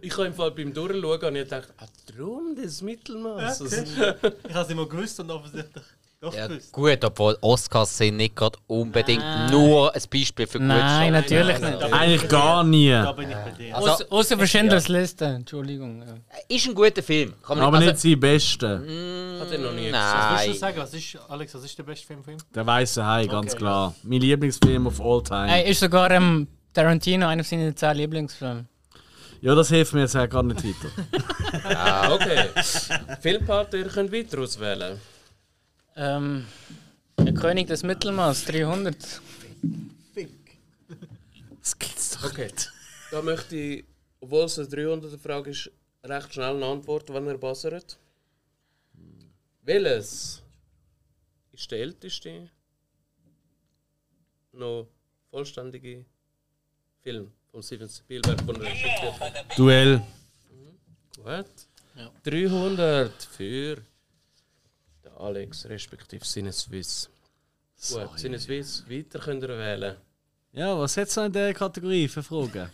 Speaker 4: Ich habe im Fall beim Durchschauen und ich gedacht, ah, drum das Mittelmaß. Also,
Speaker 6: Ich habe es immer gewusst und offensichtlich doch
Speaker 2: Ja,
Speaker 6: gewusst.
Speaker 2: gut, obwohl Oscars sind nicht gerade unbedingt nur ein Beispiel für
Speaker 5: Nein,
Speaker 2: Gutes.
Speaker 5: natürlich nicht.
Speaker 1: Eigentlich gar nie.
Speaker 6: Da bin ich bei dir.
Speaker 2: Also-
Speaker 5: Außer außer für Schindlers Liste, Entschuldigung. ja.
Speaker 2: Ist ein guter Film. Kann man
Speaker 1: Aber
Speaker 2: also-
Speaker 1: nicht sein Beste.
Speaker 4: hat er noch nie
Speaker 2: Nein.
Speaker 6: sagen? Was ist, Alex, was ist der beste Film von ihm?
Speaker 1: Der weiße Hai, ganz klar. Mein Lieblingsfilm of all time.
Speaker 5: Ey, ist sogar ähm, Tarantino einer seiner zehn Lieblingsfilme.
Speaker 1: Ja, das hilft mir jetzt auch gar nicht weiter.
Speaker 4: Ah, okay. Filmpaten, ihr könnt weiter auswählen.
Speaker 5: Ähm, der König des Mittelmaß, 300.
Speaker 1: Das gibt's doch.
Speaker 4: Okay. Da möchte ich, obwohl es eine 300er Frage ist, recht schnell eine Antwort, wenn er buzzert. Welches ist der älteste noch vollständige Film von Steven Spielberg von Regisseur?
Speaker 1: Duell.
Speaker 4: Mhm. Gut. 300 für den Alex, respektive seine Swiss.
Speaker 1: Oh,
Speaker 4: Gut, seine Swiss, weiter könnt ihr wählen.
Speaker 1: Ja, was hat's noch in der Kategorie für Fragen?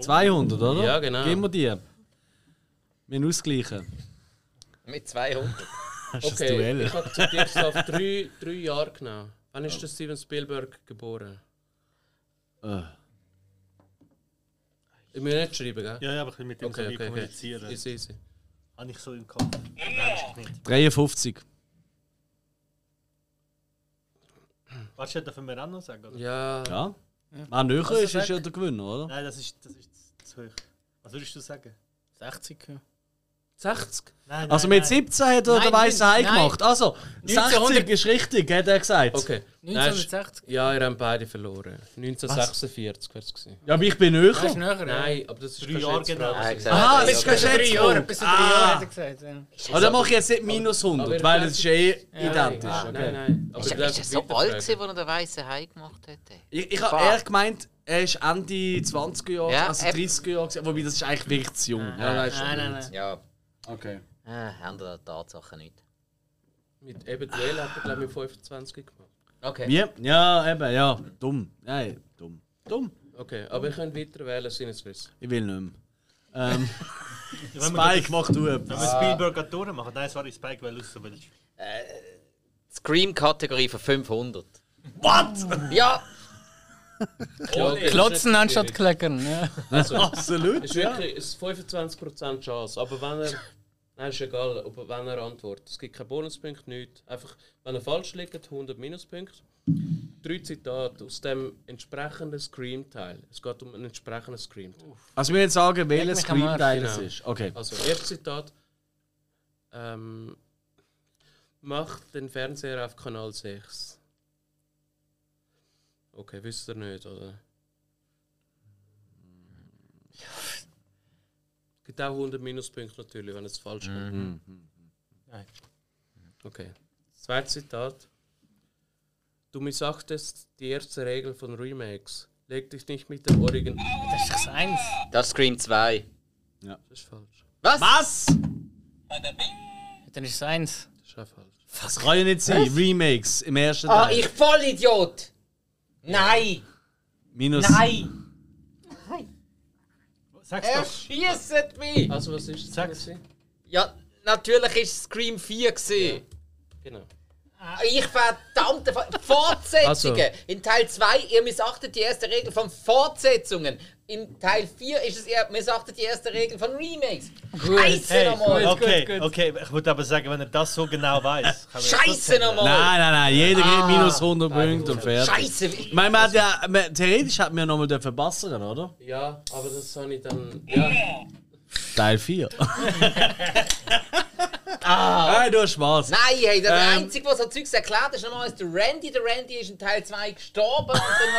Speaker 1: 200, oder?
Speaker 4: Ja, genau.
Speaker 1: Geben wir die. Wir ausgleichen.
Speaker 2: Mit 200.
Speaker 1: Das ist ein
Speaker 4: Okay,
Speaker 1: Duell.
Speaker 4: ich habe zu dir gesagt, drei, drei Jahre genau. Wann ist der Steven Spielberg geboren?
Speaker 1: Äh,
Speaker 4: Ich muss nicht schreiben, gell?
Speaker 6: Ja, ja, aber ich will mit ihm so
Speaker 4: Okay, okay,
Speaker 6: okay,
Speaker 4: okay.
Speaker 6: kommunizieren.
Speaker 4: Easy, easy.
Speaker 6: Habe ich so im Kopf. Nein, ist nicht.
Speaker 1: 53.
Speaker 6: Warte, dürfen wir auch noch sagen? Oder?
Speaker 4: Ja,
Speaker 1: Ja. Wer näher
Speaker 5: Also
Speaker 1: ist, ist ja der Gewinner, oder?
Speaker 6: Nein, das ist, das ist zu hoch. Was würdest du sagen?
Speaker 5: 60.
Speaker 4: 60.
Speaker 6: Nein,
Speaker 1: Also mit 17 hat er
Speaker 5: Nein,
Speaker 1: den weißen Hai
Speaker 5: nein.
Speaker 1: gemacht. Also, 60
Speaker 5: 1900
Speaker 1: ist richtig, hat er gesagt.
Speaker 4: Okay. Nein, ist-
Speaker 5: 1960.
Speaker 4: Ja, ihr habt beide verloren. 1946 wäre es gewesen.
Speaker 1: Ja, aber ich bin näher.
Speaker 5: Das ist näher. Nein.
Speaker 4: Nein, aber das ist
Speaker 6: Drei Jahre genau.
Speaker 2: Nein, ich sag-
Speaker 1: Aha, das
Speaker 5: Bis
Speaker 1: ist Ah.
Speaker 5: zu
Speaker 1: kein
Speaker 5: drei Jahren.
Speaker 1: Schätzpunkt.
Speaker 5: Bis zu drei Jahren, hat er gesagt. Ja.
Speaker 1: Aber dann mache ich jetzt nicht minus 100,
Speaker 4: Aber-
Speaker 1: weil es ist eh
Speaker 4: Nein,
Speaker 1: identisch.
Speaker 4: nein,
Speaker 1: Okay.
Speaker 4: nein. Aber
Speaker 2: Ist,
Speaker 4: ihr dürft
Speaker 2: ist er so
Speaker 4: weiter
Speaker 2: alt,
Speaker 4: fragen.
Speaker 2: gewesen, als er den weißen Hai gemacht hat? ey?
Speaker 1: Ich, ich habe eher gemeint, er ist Ende 20er Jahre,
Speaker 2: Ja,
Speaker 1: also
Speaker 2: eben.
Speaker 1: 30er Jahre, gewesen, wobei das ist eigentlich wirklich zu jung. Ja, nein, ist schon
Speaker 5: Nein, nein,
Speaker 1: alt.
Speaker 5: nein.
Speaker 2: Ja,
Speaker 1: Okay.
Speaker 2: äh, haben da Tatsachen nicht.
Speaker 4: Mit eben Duell hat er, glaube ich, 25 gemacht.
Speaker 2: Okay.
Speaker 1: Wie? Ja, eben, ja. Dumm. Nein, dumm. Dumm.
Speaker 4: Okay, aber ihr könnt weiter wählen, seine Swiss.
Speaker 1: Ich will nicht mehr. Ähm,
Speaker 6: Wenn wir,
Speaker 1: Spike, mach du
Speaker 6: wenn
Speaker 1: etwas.
Speaker 6: wir Spielberg gerade durchmachen. Nein, sorry, Spike, weil du raus willst.
Speaker 2: Scream-Kategorie von 500. What? Ja,
Speaker 4: Ja,
Speaker 5: Klotzen anstatt kleckern. Ja.
Speaker 1: Absolut.
Speaker 4: ist wirklich ist 25% Chance. Aber wenn er. Nein, ist egal, ob, wenn er antwortet. Es gibt keinen Bonuspunkt, nichts. Einfach, wenn er falsch liegt, 100 Minuspunkte. Drei Zitate aus dem entsprechenden Scream-Teil. Es geht um einen entsprechenden Scream-Teil.
Speaker 1: Also, wir müssen sagen, welches
Speaker 5: Leck mich am Arsch.
Speaker 1: Screen-Teil es
Speaker 4: Genau.
Speaker 1: ist. Okay.
Speaker 4: Also, erstes Zitat. Ähm, mach den Fernseher auf Kanal 6. Okay, wisst ihr nicht, oder? Es gibt auch 100 Minuspunkte natürlich, wenn es falsch kommt.
Speaker 6: Nein.
Speaker 4: Okay. Zweites Zitat. Du missachtest die erste Regel von Remakes. Leg dich nicht mit dem Original.
Speaker 5: Das ist das Eins.
Speaker 2: das ist Scream 2.
Speaker 4: Das ist falsch.
Speaker 2: Was?
Speaker 1: Was?
Speaker 5: Jetzt Dann ist es eins.
Speaker 4: Das ist auch falsch.
Speaker 1: Das kann ja nicht sein. Remakes im ersten
Speaker 2: Ah,
Speaker 1: Teil.
Speaker 2: ich Vollidiot! Nein!
Speaker 1: Minus.
Speaker 2: Nein!
Speaker 6: Sag's
Speaker 2: Er
Speaker 6: doch.
Speaker 2: schiesset mich!
Speaker 4: Also, was ist das?
Speaker 6: Sag's.
Speaker 4: gewesen?
Speaker 2: Ja, natürlich war Scream 4. gewesen.
Speaker 4: Genau.
Speaker 2: Ich verdammte Ver Fortsetzungen!
Speaker 4: Also.
Speaker 2: In Teil 2, ihr missachtet die erste Regel von Fortsetzungen. In Teil 4 ist es, ihr missachtet die erste Regel von Remakes. Scheiße
Speaker 6: Hey,
Speaker 2: nochmal!
Speaker 6: okay, okay, ich würde aber sagen, wenn er das so genau weiß.
Speaker 2: Scheiße nochmal!
Speaker 1: Nein, nein, nein. Jeder
Speaker 2: Ah.
Speaker 1: geht minus 100 Punkte und fertig.
Speaker 2: Scheiße! wie-
Speaker 1: Mein, man hat ja, man, theoretisch hätten wir nochmal verbessern, oder?
Speaker 4: Ja, aber das habe ich dann. Ja,
Speaker 1: Teil 4. Ah. Nein, du hast Spaß.
Speaker 2: Nein, hey, der
Speaker 1: Ähm.
Speaker 2: Einzige, der so Zeugs erklärt, ist nochmal ist der Randy. Der Randy ist in Teil 2 gestorben und dann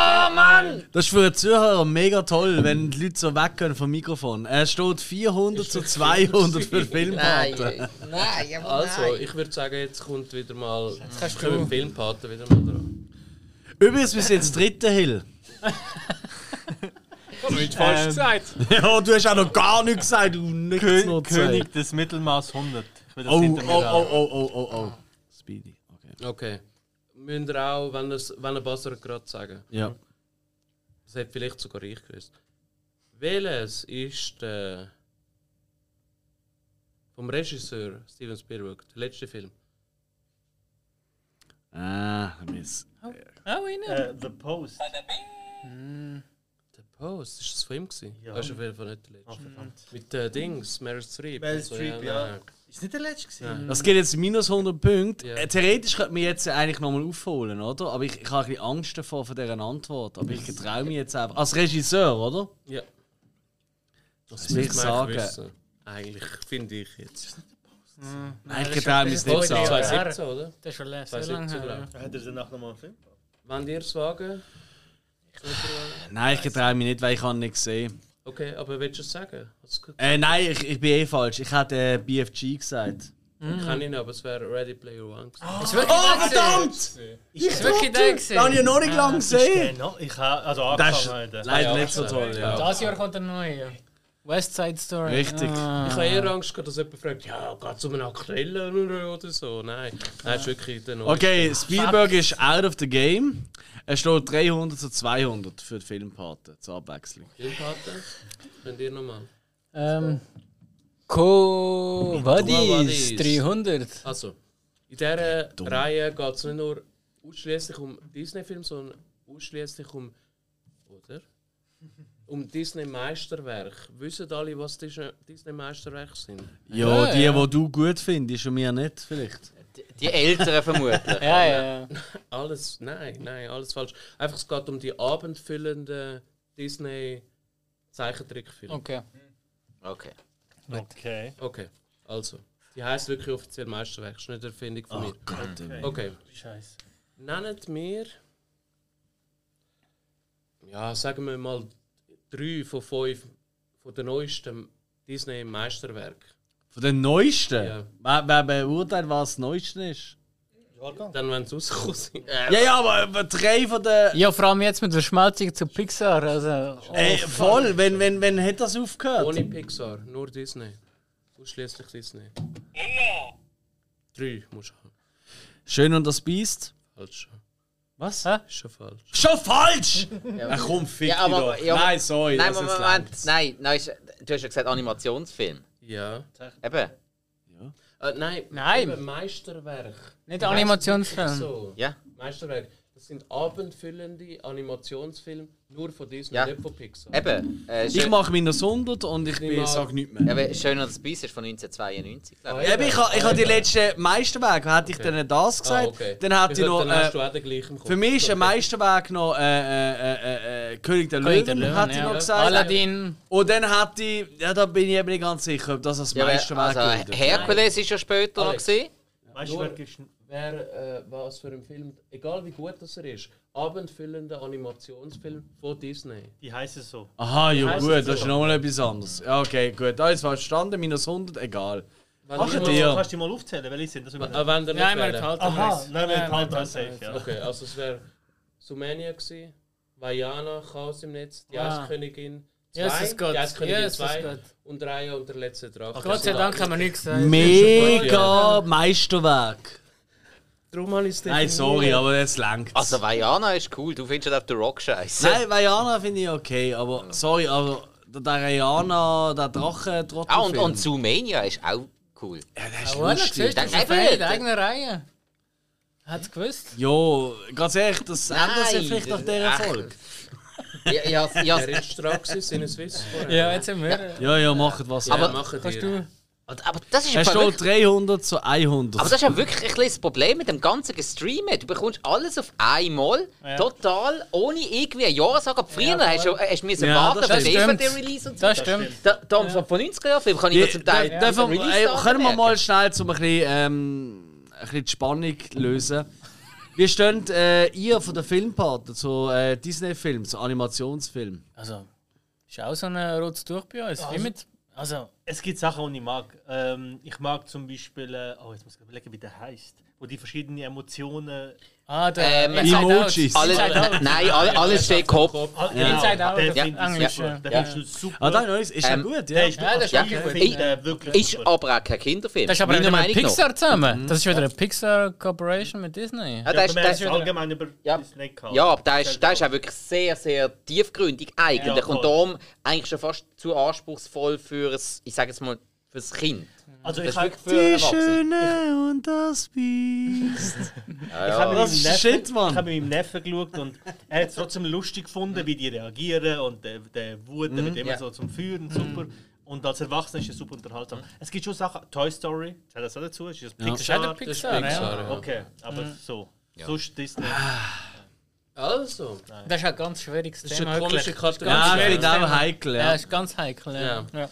Speaker 2: nachher. Oh Mann!
Speaker 1: Das ist für einen Zuhörer mega toll, wenn die Leute so weggehen vom Mikrofon. Er steht 400 zu 200 für
Speaker 2: Nein,
Speaker 1: Filmpaten.
Speaker 2: hey, nein, aber
Speaker 4: also,
Speaker 2: nein.
Speaker 4: ich würde sagen, jetzt kommt wieder mal. Jetzt kannst du mit Filmpaten wieder mal dran.
Speaker 1: Übrigens, wir sind jetzt dritter Hill.
Speaker 5: Ähm,
Speaker 3: Nicht falsch gesagt.
Speaker 1: Ja, du hast auch noch gar nichts gesagt, du
Speaker 6: Kö
Speaker 1: Nichtsnutzer.
Speaker 6: König des Mittelmaß 100. Ich will das
Speaker 1: Oh, oh,
Speaker 6: hinter mir
Speaker 1: oh,
Speaker 6: haben.
Speaker 1: oh, oh, oh, oh. Speedy. Okay.
Speaker 4: Okay. Müsst ihr auch, wenn es wenn ihr Basser gerade sagen.
Speaker 1: Ja.
Speaker 4: Das hätte vielleicht sogar ich gewusst. Welches ist der. vom Regisseur Steven Spielberg, der letzte Film?
Speaker 1: Ah, Mist.
Speaker 5: Oh, innen.
Speaker 6: Äh, The Post.
Speaker 4: Der Post, ist das von ihm gewesen?
Speaker 6: Ja.
Speaker 4: Das ist auf jeden Fall nicht der letzte.
Speaker 6: Oh, verdammt.
Speaker 4: Mit äh, Dings, Meryl Streep.
Speaker 6: Meryl
Speaker 4: und so,
Speaker 6: Streep, ja. Ist nicht der letzte gewesen?
Speaker 1: Das geht jetzt minus 100 Punkte.
Speaker 4: Ja.
Speaker 1: Äh, Theoretisch könnte man jetzt eigentlich nochmal aufholen, oder? Aber ich, ich habe ein bisschen Angst davor von dieser Antwort. Aber ich traue mich jetzt einfach. Als Regisseur, oder?
Speaker 4: Ja. Das
Speaker 1: will ich
Speaker 4: müsste man
Speaker 1: sagen.
Speaker 4: eigentlich wissen. Eigentlich finde ich jetzt.
Speaker 1: Nein,
Speaker 5: das
Speaker 1: ich
Speaker 5: ist
Speaker 1: traue
Speaker 5: schon-
Speaker 1: mich
Speaker 5: das
Speaker 1: es nicht
Speaker 5: ist schon
Speaker 1: zu
Speaker 5: ein
Speaker 1: sagen.
Speaker 5: bisschen
Speaker 4: 2017, oder?
Speaker 5: Das ist schon le- sehr
Speaker 4: 2017,
Speaker 5: lange her.
Speaker 4: glaube
Speaker 5: ja.
Speaker 4: ich.
Speaker 6: Hat er danach nochmal einen Film?
Speaker 4: Wenn ihr es wagen.
Speaker 1: Nein, ich traue mich nicht, weil ich habe ihn nicht gesehen
Speaker 4: Okay, aber willst du es sagen? Hat's gut-
Speaker 1: äh, Nein, ich, ich bin eh falsch. Ich hätte äh, BFG gesagt.
Speaker 4: Ich kann ihn, aber es wäre Ready Player One. gewesen.
Speaker 1: Ah,
Speaker 5: Ist wirklich oh,
Speaker 1: verdammt!
Speaker 5: Ist wirklich der
Speaker 1: Den habe ich ja
Speaker 5: gesehen. Ah,
Speaker 1: noch nicht lange gesehen.
Speaker 6: Genau, ich habe also
Speaker 1: Das ist
Speaker 6: angefangen. heute.
Speaker 1: leider nicht so toll, ja.
Speaker 5: Das Jahr kommt der neue. West Side Story.
Speaker 1: Richtig.
Speaker 4: Ich
Speaker 5: Ah.
Speaker 4: habe eher Angst, gehabt, dass jemand fragt, ja, geht es um einen Aquarellen oder oder so? Nein, nein, ist wirklich der neue.
Speaker 1: Okay, Spielberg ist out of the game. Er steht 300 zu 200 für die Filmpaten zur Abwechslung.
Speaker 4: Filmpaten. Könnt ihr nochmal?
Speaker 5: Ähm, Co Vadis
Speaker 4: Vadis.
Speaker 5: 300.
Speaker 4: Also, in dieser Reihe geht es nicht nur ausschließlich um Disney-Filme, sondern ausschließlich um. Oder? Um Disney-Meisterwerk. Wissen alle, was Dis- Disney-Meisterwerke sind?
Speaker 1: Ja,
Speaker 5: Ja,
Speaker 1: die,
Speaker 5: ja.
Speaker 1: die du gut findest und mir nicht, vielleicht.
Speaker 2: Die Älteren vermutlich.
Speaker 5: Ja, ja.
Speaker 4: Alles, nein, nein, alles falsch. Einfach, es geht um die abendfüllenden Disney-Zeichentrickfilme.
Speaker 5: Okay.
Speaker 2: Okay.
Speaker 6: Okay.
Speaker 4: Okay, also. Die heisst wirklich offiziell Meisterwerk, das ist nicht eine Erfindung von mir.
Speaker 1: Gott, ey.
Speaker 4: Okay,
Speaker 5: Scheiße.
Speaker 4: nennt mir. Ja, sagen wir mal drei von fünf von den neuesten Disney-Meisterwerk.
Speaker 1: Von den neuesten?
Speaker 4: Ja.
Speaker 1: Wer, wer beurteilt, was das neueste ist?
Speaker 5: Oh.
Speaker 4: Dann, wenn es rausgekommen sind. Äh,
Speaker 1: Ja, ja, aber, aber drei von den.
Speaker 5: Ja, vor allem jetzt mit der Schmelzung zu Pixar. Also, oh,
Speaker 1: Ey, voll, wenn, wenn, wenn hat das aufgehört?
Speaker 4: Ohne Pixar, nur Disney. Ausschließlich Disney. Drei halt musst du haben.
Speaker 1: Schön und das Biest.
Speaker 4: Falsch.
Speaker 1: Was?
Speaker 4: Ist schon falsch.
Speaker 1: Schon falsch! Ja, komm, fick
Speaker 2: Ja, aber-
Speaker 1: dich doch.
Speaker 2: ja, aber-
Speaker 1: nein, sorry,
Speaker 2: Nein,
Speaker 1: das ist
Speaker 2: Moment, Moment. Nein, nein, ist- du hast ja gesagt Animationsfilm.
Speaker 4: Ja.
Speaker 2: Eben.
Speaker 4: Äh, nein,
Speaker 5: Nein.
Speaker 4: eben Meisterwerk.
Speaker 5: nicht Animationsfilm.
Speaker 4: So.
Speaker 2: Ja.
Speaker 4: Meisterwerk. Das sind abendfüllende Animationsfilme nur von Disney,
Speaker 2: Ja.
Speaker 4: nicht von Pixar.
Speaker 2: Eben. Äh,
Speaker 1: Ich
Speaker 2: schön,
Speaker 1: mache minus 100 und ich
Speaker 4: mal-
Speaker 1: bin, sage nichts mehr.
Speaker 2: eben Schön und das Biest ist von 1992, glaube ich.
Speaker 1: Eben, ich habe ich ha die letzten Meisterwerke, hätte ich
Speaker 4: Okay.
Speaker 1: dann das
Speaker 4: Ah,
Speaker 1: gesagt, dann hätte ich
Speaker 4: Ja,
Speaker 1: noch...
Speaker 4: Dann hast
Speaker 1: Äh,
Speaker 4: du auch den gleichen im Kopf.
Speaker 1: für mich ist ein Meisterwerk noch äh, äh, äh, äh, König der
Speaker 5: König
Speaker 1: Löwen,
Speaker 5: der Löwen,
Speaker 1: hätte ich
Speaker 5: ja.
Speaker 1: noch gesagt.
Speaker 5: Aladdin.
Speaker 1: Und dann hätte ich... Ja, da bin ich eben nicht ganz sicher, ob das das
Speaker 2: Ja, aber-
Speaker 1: Meisterwerk
Speaker 2: also,
Speaker 1: gilt.
Speaker 2: Herkules war ja später noch.
Speaker 4: Alex.
Speaker 2: Gewesen.
Speaker 6: Weißt du,
Speaker 4: Nur-
Speaker 6: wer ist ein-
Speaker 4: Wer, äh, was für ein Film, egal wie gut das er ist, abendfüllender Animationsfilm von Disney.
Speaker 6: die heißen so?
Speaker 1: Aha, ja
Speaker 4: heisst
Speaker 1: gut,
Speaker 4: das
Speaker 1: das ist
Speaker 4: so?
Speaker 1: nochmal etwas anderes. Ja, okay, gut, alles verstanden, minus 100, egal.
Speaker 4: Wenn
Speaker 1: Ach,
Speaker 4: ihr
Speaker 1: ja.
Speaker 4: mal-
Speaker 1: dir.
Speaker 6: Kannst du die mal aufzählen? Welche sind das überhaupt?
Speaker 4: Äh, wenn ihr nicht
Speaker 5: Nein, wir
Speaker 4: wählen.
Speaker 5: enthalten
Speaker 6: Aha,
Speaker 5: uns.
Speaker 6: nein, wir
Speaker 5: Nein,
Speaker 6: behalten das
Speaker 5: behalten
Speaker 6: safe, ja.
Speaker 4: Okay, also es wäre Sumania gewesen, Vajana, Chaos im Netz, die
Speaker 5: Ah.
Speaker 4: Eiskönigin,
Speaker 5: Ja, es ist gut.
Speaker 4: Die eins können
Speaker 5: Ja,
Speaker 4: die
Speaker 5: es ist
Speaker 4: zwei
Speaker 5: gut.
Speaker 4: und drei und der letzte drauf.
Speaker 5: Gott sei Dank haben wir nichts äh. gesagt.
Speaker 1: Mega Meisterwerk.
Speaker 4: Darum habe ich es
Speaker 1: Nein, sorry, aber jetzt langt.
Speaker 2: Also, Vajana ist cool, du findest auf der Rock scheiße.
Speaker 1: Nein, Vajana finde ich okay, aber sorry, aber der- der Rihanna, der Drache, trotzdem.
Speaker 2: Ah, und, und Ah, oh, Zoomania ist auch cool.
Speaker 1: das ist
Speaker 5: Voilà, siehst
Speaker 1: lustig.
Speaker 5: du, das ist ein
Speaker 2: Eben.
Speaker 5: Fan der eigenen Reihe. Hat's gewusst?
Speaker 1: Jo, ganz ehrlich, das ändert sich
Speaker 2: Nein,
Speaker 1: vielleicht nach
Speaker 2: das-
Speaker 1: dieser
Speaker 2: ach.
Speaker 1: Folge.
Speaker 2: Ja, ja, ja,
Speaker 4: Er ist dran gewesen, in Swiss. vorher.
Speaker 5: Ja, jetzt sind wir.
Speaker 1: Ja, ja, macht was.
Speaker 2: Aber-
Speaker 1: ihr wollt.
Speaker 4: machen
Speaker 5: Kannst
Speaker 4: die.
Speaker 5: du.
Speaker 2: Und- aber das ist
Speaker 1: es
Speaker 2: einfach
Speaker 1: steht
Speaker 2: wirklich,
Speaker 1: 300 zu 100.
Speaker 2: aber das ist ja wirklich ein bisschen das Problem mit dem ganzen Streamen. Du bekommst alles auf einmal, total, ohne irgendwie ein Jahresabgabe. Früher hast du hast du müssen
Speaker 1: Ja,
Speaker 2: warten
Speaker 1: das
Speaker 2: auf den
Speaker 5: stimmt.
Speaker 2: DVD-Release und so.
Speaker 5: Das stimmt.
Speaker 2: Da, da haben wir von 90er Jahren Film kann ich
Speaker 1: Die-
Speaker 2: ja zum Teil
Speaker 1: dür- dürfen wir-
Speaker 2: Release-Daten
Speaker 1: ey, Können wir mal
Speaker 2: merken.
Speaker 1: schnell zum ein bisschen, ähm, ein bisschen die Spannung lösen. Wie steht äh, ihr von den Filmpartner zu äh, Disney-Filmen, zu Animationsfilmen?
Speaker 5: Also, ist auch so ein rotes Tuch bei uns. Wie mit. Also,
Speaker 6: Es gibt Sachen, die ich mag. Ähm, ich mag zum Beispiel, äh, oh, jetzt muss ich überlegen, wie der heißt, wo die verschiedenen Emotionen.
Speaker 5: ah, der
Speaker 2: Ähm,
Speaker 5: Inside Out.
Speaker 1: Emojis.
Speaker 2: Alles,
Speaker 5: Inside Out.
Speaker 2: nein, alles, alles steht Kopf.
Speaker 6: Ah,
Speaker 5: Inside Out,
Speaker 6: Den
Speaker 5: ja,
Speaker 6: finde ich
Speaker 5: Englisch,
Speaker 6: super.
Speaker 5: ja.
Speaker 6: Den
Speaker 2: Ja.
Speaker 6: findest du super.
Speaker 1: Ah, nein, nein, ist ist ja
Speaker 2: Ähm,
Speaker 1: gut, ja.
Speaker 6: Der ist
Speaker 5: Ja, das ist wirklich
Speaker 6: wirklich gut.
Speaker 5: gut.
Speaker 6: Ich finde den wirklich
Speaker 2: Ist
Speaker 6: super.
Speaker 2: aber auch kein Kinderfilm.
Speaker 5: Das ist aber
Speaker 2: Meiner
Speaker 5: wieder mit
Speaker 2: Meinung nach.
Speaker 5: Pixar zusammen. Das ist wieder eine Pixar Corporation mit Disney.
Speaker 2: Ja,
Speaker 6: Ja,
Speaker 2: der
Speaker 6: aber
Speaker 2: ist,
Speaker 6: wir
Speaker 2: der
Speaker 6: haben
Speaker 2: ist,
Speaker 6: es allgemein über
Speaker 2: Ja.
Speaker 6: Disney gehabt.
Speaker 2: ja, aber der ist, der ist auch wirklich sehr, sehr tiefgründig eigentlich.
Speaker 6: Ja, voll.
Speaker 2: und darum eigentlich schon fast zu anspruchsvoll für ein, ich sage jetzt mal, für das Kind.
Speaker 6: Also
Speaker 2: Das
Speaker 6: ich
Speaker 2: ist
Speaker 6: habe
Speaker 2: wirklich für Erwachsene.
Speaker 1: Schöne und das Biest.
Speaker 6: Ich habe
Speaker 1: Das
Speaker 6: mit
Speaker 1: ist
Speaker 6: meinem
Speaker 1: shit,
Speaker 6: Neffen-
Speaker 1: Mann.
Speaker 6: Ich habe mit meinem Neffen geschaut und er hat es trotzdem lustig gefunden, wie die reagieren und der, der Wut mit immer
Speaker 2: Mhm. Ja. Mhm.
Speaker 6: so zum Führen, super. Und als Erwachsener ist es super unterhaltsam. Es gibt schon Sachen, Toy Story, zählt das auch dazu? Ist das
Speaker 5: Das ist auch der
Speaker 6: Pixar?
Speaker 5: Pixar. ja.
Speaker 6: Okay, aber
Speaker 2: Mhm.
Speaker 6: so. Sonst Disney.
Speaker 4: Also,
Speaker 5: Das ist ein ganz schwieriges
Speaker 4: das ist
Speaker 5: Thema.
Speaker 4: eine komische
Speaker 5: wirklich.
Speaker 4: Kategorie.
Speaker 1: Ja, ich
Speaker 5: schwer.
Speaker 1: finde auch heikel.
Speaker 5: Ja,
Speaker 1: Ja.
Speaker 5: ist ganz heikel. Ja. Ja.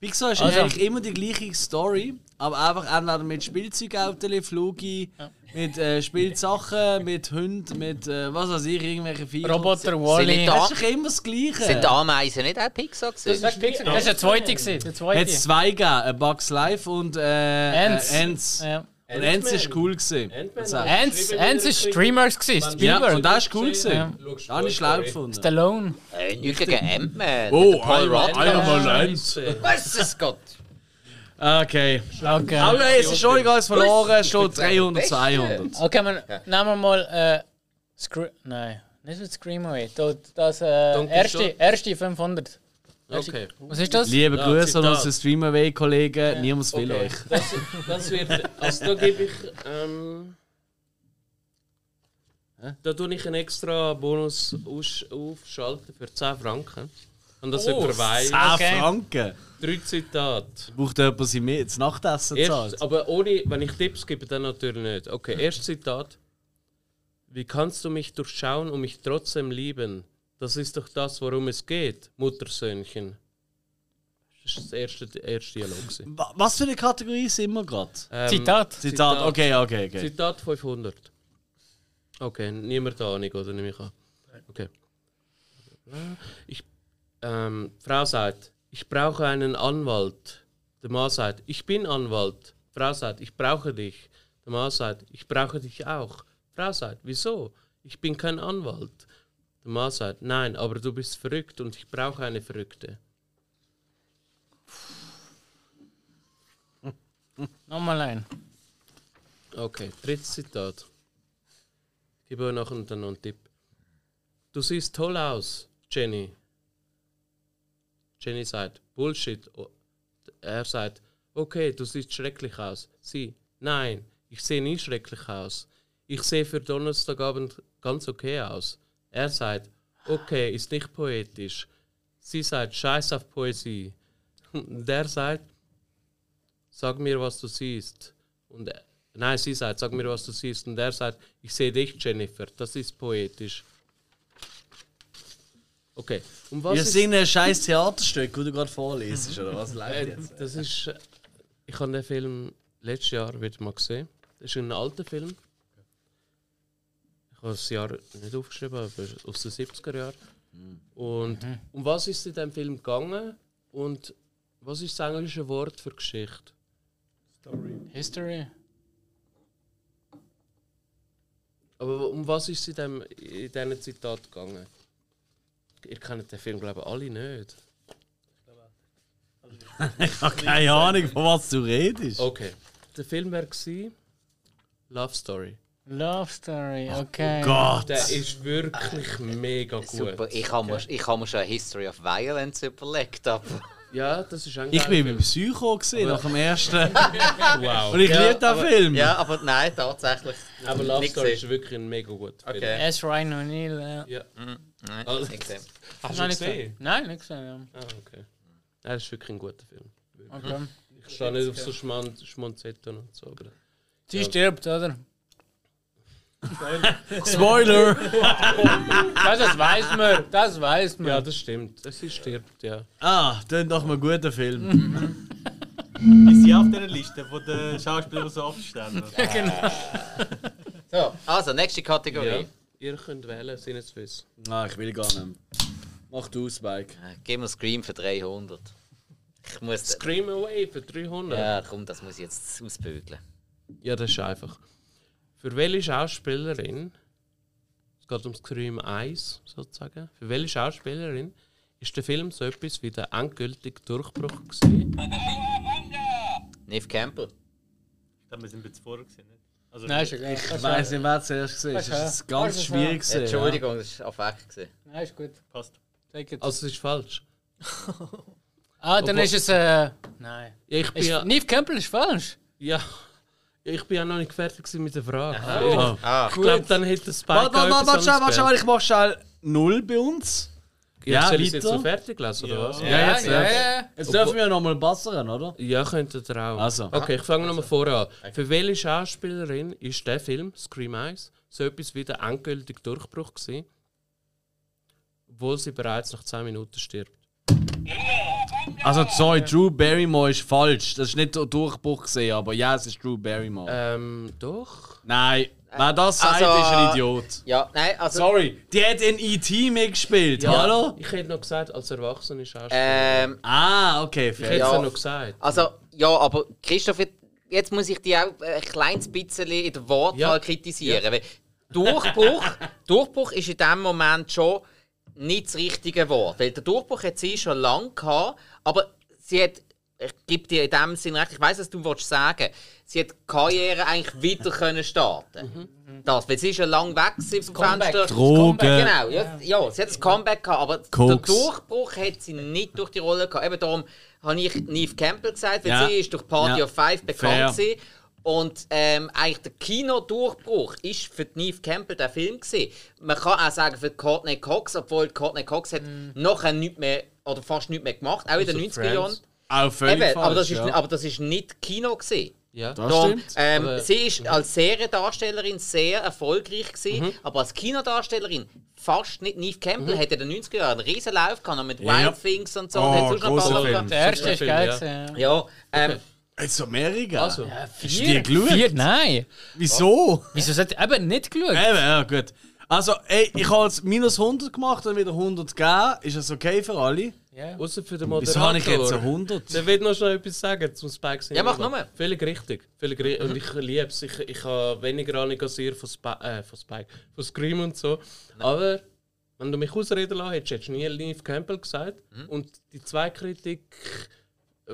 Speaker 1: Pixar ist
Speaker 5: Also-
Speaker 1: eigentlich immer die gleiche Story, aber einfach entweder mit Spielzeugautos, Flugi, mit äh, Spielsachen, mit Hunden, mit äh, was weiß ich, irgendwelchen Viecher.
Speaker 5: Roboter
Speaker 2: sind
Speaker 5: Wally.
Speaker 2: da-
Speaker 5: Das
Speaker 1: Das ist doch immer das Gleiche.
Speaker 2: Sind die Ameisen nicht auch Pixar gewesen?
Speaker 5: ist Pixar. Das ist der zweite gewesen. Der
Speaker 1: Hat es
Speaker 5: zweite.
Speaker 1: zwei gegeben, äh, Bugs Life und äh,
Speaker 5: Ants.
Speaker 1: Äh, Ants.
Speaker 5: Ja.
Speaker 1: Und Ants ist cool gewesen.
Speaker 4: Ant-Man.
Speaker 1: Also,
Speaker 5: Eins, eins ist Streamers gewesen.
Speaker 1: Ja,
Speaker 5: Spielberg.
Speaker 1: und das ist cool gewesen.
Speaker 5: Ja.
Speaker 1: Das habe ich schlau gefunden.
Speaker 5: Stallone.
Speaker 2: Äh, nicht gegen Ant-Man.
Speaker 1: Oh,
Speaker 2: Der Paul
Speaker 1: einmal-
Speaker 2: Rudd.
Speaker 1: einmal eins.
Speaker 4: Scheiße.
Speaker 2: Weiß es Gott.
Speaker 1: Okay.
Speaker 5: Okay.
Speaker 1: Aber es ist schon egal, es verloren, es steht
Speaker 2: find's
Speaker 1: 300 zu
Speaker 2: am
Speaker 1: 100.
Speaker 5: Okay, man, nehmen wir mal. Äh, Scre Nein, nicht mit Scream Away. Da- Das äh,
Speaker 4: Donkey
Speaker 5: erste,
Speaker 4: Shot.
Speaker 5: erste 500.
Speaker 4: Okay.
Speaker 5: Was ist das?
Speaker 1: Liebe
Speaker 4: Ja,
Speaker 1: Grüße an
Speaker 4: Zitat.
Speaker 1: unsere Streamerway-Kollegen, niemand will
Speaker 4: Okay,
Speaker 1: euch.
Speaker 4: Das, das wird. Also da gebe ich. Ähm, da tue ich einen extra Bonus aus, aufschalten für 10 Franken. Und das
Speaker 5: Oh,
Speaker 4: überweise
Speaker 1: 10
Speaker 4: ich.
Speaker 5: Okay.
Speaker 1: Ah, Franken!
Speaker 4: Drei Zitate.
Speaker 1: Braucht jemand sie mehr das Nachtessen
Speaker 4: Erst,
Speaker 1: zahlt?
Speaker 4: aber ohne, wenn ich Tipps gebe, dann natürlich nicht. Okay, erstes Zitat. Wie kannst du mich durchschauen und mich trotzdem lieben? Das ist doch das, worum es geht, Muttersöhnchen. Das war das erste, erste Dialog. gewesen.
Speaker 1: Wa- Was für eine Kategorie sind wir gerade?
Speaker 4: Ähm,
Speaker 5: Zitat.
Speaker 1: Zitat, okay, okay, okay.
Speaker 4: Zitat 500. Okay, niemand Ahnung, oder nehme ich an. Okay. Ich, ähm, die Frau sagt, ich brauche einen Anwalt. Der Mann sagt, ich bin Anwalt. Die Frau sagt, ich brauche dich. Der Mann sagt, ich brauche dich auch. Die Frau sagt, wieso? Ich bin kein Anwalt. Der Mann sagt, nein, aber du bist verrückt und ich brauche eine Verrückte.
Speaker 5: Nochmal ein.
Speaker 4: Okay, drittes Zitat. Ich gebe euch nachher dann noch einen Tipp. Du siehst toll aus, Jenny. Jenny sagt, Bullshit. O- Er sagt, okay, du siehst schrecklich aus. Sie, nein, ich sehe nie schrecklich aus. Ich sehe für Donnerstagabend ganz okay aus. Er sagt, okay, ist nicht poetisch. Sie sagt, scheiß auf Poesie. Und er sagt, sag mir, was du siehst. Und er, nein, sie sagt, sag mir, was du siehst. Und er sagt, ich sehe dich, Jennifer. Das ist poetisch. Okay. Und was
Speaker 1: Wir
Speaker 4: ist-
Speaker 1: singen ein scheiß Theaterstück, das du gerade vorlesest, oder was läuft
Speaker 4: Äh,
Speaker 1: jetzt?
Speaker 4: das ist. äh, Ich habe den Film letztes Jahr wieder mal gesehen. Das ist ein alter Film. Ich habe das Jahr nicht aufgeschrieben, aber aus den 70er Jahren. Und um was ist es in diesem Film gegangen? Und was ist das englische Wort für Geschichte?
Speaker 5: History.
Speaker 4: Aber um was ist es in, dem, in diesen Zitat gegangen? Ihr kennt den Film, glaube ich, alle nicht.
Speaker 1: Ich habe keine Ahnung, von was du redest.
Speaker 4: Okay. Der Film war Love Story.
Speaker 5: Love Story, okay.
Speaker 1: Oh Gott!
Speaker 4: Der ist wirklich mega gut.
Speaker 2: Super, ich habe mir, ich habe mir schon History of Violence überlegt, aber...
Speaker 4: Ja, das ist ein
Speaker 1: Ich
Speaker 4: geiler
Speaker 1: bin beim
Speaker 4: Film.
Speaker 1: Psycho gewesen, nach dem ersten.
Speaker 4: Wow.
Speaker 1: Und ich liebe den
Speaker 2: aber,
Speaker 1: Film.
Speaker 2: Ja, aber nein, tatsächlich.
Speaker 4: Aber Love
Speaker 2: Nicht
Speaker 4: Story
Speaker 2: gesehen.
Speaker 4: ist wirklich ein mega gut. Film.
Speaker 2: Okay.
Speaker 5: S. Ryan O'Neill. Ja.
Speaker 4: Ja.
Speaker 2: Nein,
Speaker 4: Also-
Speaker 2: nicht gesehen.
Speaker 4: Hast du
Speaker 5: Nein,
Speaker 4: ihn
Speaker 5: nicht
Speaker 4: gesehen?
Speaker 5: gesehen. Nein, nicht gesehen.
Speaker 1: Mhm.
Speaker 4: Ah, okay. Ja, das ist wirklich ein guter Film.
Speaker 5: Ja. Okay.
Speaker 4: Ich stehe nicht auf so Schmand- Schmonzetten und so. Aber
Speaker 5: Sie stirbt, oder?
Speaker 1: Spoiler!
Speaker 5: Ja, das weiß man, das weiß man.
Speaker 4: ja, das stimmt. Sie stirbt, ja.
Speaker 1: Ah, dann doch mal guter
Speaker 4: Mhm.
Speaker 1: Film.
Speaker 7: Ist sie auf dieser Liste von den Schauspielern, die so oft sterben?
Speaker 2: So,
Speaker 5: Genau.
Speaker 2: also, nächste Kategorie.
Speaker 4: ja. Ihr könnt wählen, sind es fürs.
Speaker 1: Ah, ich will gar nicht. mehr. Mach du, Spike.
Speaker 2: Gib mir Scream für 300. Ich muss...
Speaker 4: Scream Away für 300.
Speaker 2: Ja, komm, das muss ich jetzt ausbügeln.
Speaker 4: Ja, das ist einfach. Für welche Schauspielerin, es geht um Scream 1 sozusagen, für welche Schauspielerin ist der Film so etwas wie der endgültige Durchbruch gewesen?
Speaker 2: Neve Campbell.
Speaker 7: Dann sind wir jetzt vorher gesehen. nicht? Also,
Speaker 5: Nein, ist egal.
Speaker 1: Ich weiß nicht, wer zuerst war. Das ist ganz
Speaker 5: Weißt du,
Speaker 1: schwierig. gewesen, ja.
Speaker 2: Entschuldigung, das war auf Weg. gewesen.
Speaker 5: Nein, ist gut.
Speaker 7: passt.
Speaker 5: Take it.
Speaker 4: Also, es ist falsch.
Speaker 5: ah, dann
Speaker 4: Obwohl-
Speaker 5: ist es. Äh, nein.
Speaker 4: Ja, ich bin
Speaker 5: Ist,
Speaker 4: ja,
Speaker 5: Neve Campbell ist falsch.
Speaker 4: ja, ich bin ja noch nicht fertig gewesen mit der Frage.
Speaker 1: Oh.
Speaker 4: Ich glaube, dann hätte der Spike
Speaker 1: Warte, warte, warte,
Speaker 4: auch
Speaker 1: warte,
Speaker 4: etwas
Speaker 1: schnell, warte,
Speaker 4: anderes
Speaker 1: schnell, ich mach schnell null bei uns.
Speaker 4: gewählt. Ja,
Speaker 1: Ja,
Speaker 4: soll ich es jetzt
Speaker 1: weiter.
Speaker 4: so fertig lassen, oder was?
Speaker 5: Ja, ja, ja.
Speaker 1: Jetzt dürfen wir nochmal bessern, oder?
Speaker 4: Ja, könnt ihr auch.
Speaker 1: Also.
Speaker 4: Okay, ich fange nochmal vor an. Für welche Schauspielerin ist der Film, Scream 1, so etwas wie der endgültige Durchbruch gewesen, obwohl sie bereits nach 10 Minuten stirbt?
Speaker 1: Also, sorry, Drew Barrymore ist falsch. Das ist nicht der Durchbruch gesehen, aber ja, es ist Drew Barrymore.
Speaker 4: Ähm, doch.
Speaker 1: Nein, wer das sagt,
Speaker 2: also,
Speaker 1: ist ein Idiot.
Speaker 2: Ja, nein, also.
Speaker 1: Sorry, die hat in E.T. mitgespielt, hallo? Äh,
Speaker 4: Ich hätte noch gesagt, als erwachsene Schauspielerin.
Speaker 2: Ähm,
Speaker 1: Ah, okay,
Speaker 4: ich
Speaker 1: fair.
Speaker 4: hätte es
Speaker 2: ja.
Speaker 4: ja noch gesagt.
Speaker 2: also, ja, aber Christoph, jetzt- jetzt muss ich dich auch ein kleines bisschen in der Wortwahl
Speaker 4: Ja.
Speaker 2: kritisieren. Weil Durchbruch, Durchbruch ist in dem Moment schon nicht das richtige Wort. Weil der Durchbruch hat sie schon lange gehabt, aber sie hat. Ich gebe dir in dem Sinn recht, ich weiß, was du willst sagen Sie hat die Karriere eigentlich wieder können starten Das, weil sie schon lange weg war vom Fenster.
Speaker 1: Drogen.
Speaker 2: Genau, ja, ja, sie hat ein Comeback gehabt, aber
Speaker 1: Koks.
Speaker 2: der Durchbruch hat sie nicht durch die Rolle gehabt. Eben darum habe ich Neve Campbell gesagt, weil
Speaker 1: Ja.
Speaker 2: sie ist durch Party
Speaker 1: Ja.
Speaker 2: of Five bekannt
Speaker 1: Fair.
Speaker 2: war. Und ähm, eigentlich der Kinodurchbruch ist für die Neve Campbell der Film gewesen. Man kann auch sagen für Courtney Cox, obwohl Courtney Cox hat
Speaker 1: Mhm.
Speaker 2: nachher nichts mehr oder fast nichts mehr gemacht, auch in den 90er Jahren.
Speaker 4: Friends.
Speaker 1: Auch völlig
Speaker 2: Eben,
Speaker 1: Also falsch.
Speaker 2: aber, das ist,
Speaker 1: ja.
Speaker 2: aber das ist nicht Kino gewesen.
Speaker 4: Ja.
Speaker 1: das
Speaker 2: Darum,
Speaker 1: Ah, stimmt.
Speaker 2: ähm,
Speaker 4: Aber-
Speaker 2: sie ist als Seriendarstellerin sehr erfolgreich gewesen,
Speaker 1: Mhm.
Speaker 2: aber als Kinodarstellerin fast nicht. Neve Campbell hatte in den 90er Jahren einen riesen Lauf gehabt, noch mit
Speaker 1: Ja.
Speaker 2: Wild Things und so.
Speaker 1: Oh,
Speaker 2: und hat sonst noch ein paar
Speaker 1: großer
Speaker 2: Sachen
Speaker 1: Film.
Speaker 5: Der
Speaker 2: gehabt.
Speaker 5: erste ist
Speaker 4: Film,
Speaker 5: geil.
Speaker 4: ja.
Speaker 5: gewesen, Ja.
Speaker 2: Ja, ähm,
Speaker 1: Jetzt Amerika?
Speaker 4: Also,
Speaker 1: Hast du die geschaut?
Speaker 5: Vier, nein.
Speaker 1: Wieso?
Speaker 5: Wieso sollte eben nicht
Speaker 4: Äh.
Speaker 5: geschaut?
Speaker 1: Eben, ja, gut. Also, ey, ich habe jetzt minus 100 gemacht und wieder 100 gegeben. Ist das okay für alle?
Speaker 4: außer für den
Speaker 1: Wieso
Speaker 4: Moderator.
Speaker 1: habe ich jetzt 100?
Speaker 4: Der will noch schnell etwas sagen zum Spike Cinema.
Speaker 2: Ja, mach nur.
Speaker 4: Völlig richtig. Völlig richtig. Und ich liebe es. Ich, ich habe weniger Ahnung als ihr von, Spi äh, von Spike, von Scream und so. Aber wenn du mich ausreden lassen hättest, hättest du nie Liv Campbell gesagt.
Speaker 2: Mhm.
Speaker 4: Und die zwei Kritik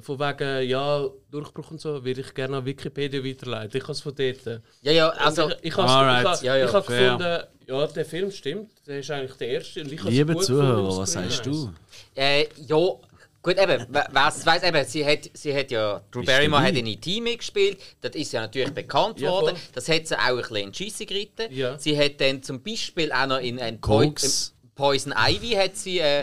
Speaker 4: von wegen, ja, Durchbruch und so, würde ich gerne an Wikipedia weiterleiten. Ich habe es von dort.
Speaker 2: ja, ja,
Speaker 4: Also,
Speaker 2: also,
Speaker 4: ich, ich habe
Speaker 1: Alright.
Speaker 4: ich,
Speaker 2: Ja, ja,
Speaker 4: ich habe
Speaker 1: fair.
Speaker 4: gefunden, ja, der Film stimmt. Der ist eigentlich der erste. Und ich habe es
Speaker 1: Liebe
Speaker 4: gut
Speaker 1: Zuhörer,
Speaker 4: gefunden,
Speaker 1: was
Speaker 4: Scream
Speaker 1: sagst
Speaker 4: eins.
Speaker 1: du?
Speaker 2: äh, ja, gut, eben, wer wer es weiss, eben, sie hat, sie hat ja, Drew Barrymore
Speaker 1: dabei?
Speaker 2: hat in E.T. mitgespielt, das ist ja natürlich bekannt
Speaker 4: Ja,
Speaker 2: worden,
Speaker 4: voll.
Speaker 2: das hat sie auch ein bisschen in die Scheisse geritten.
Speaker 4: Ja.
Speaker 2: Sie hat dann zum Beispiel auch noch in, in
Speaker 1: Koks. Mhm.
Speaker 2: Poi- Poison Ivy hat sie äh,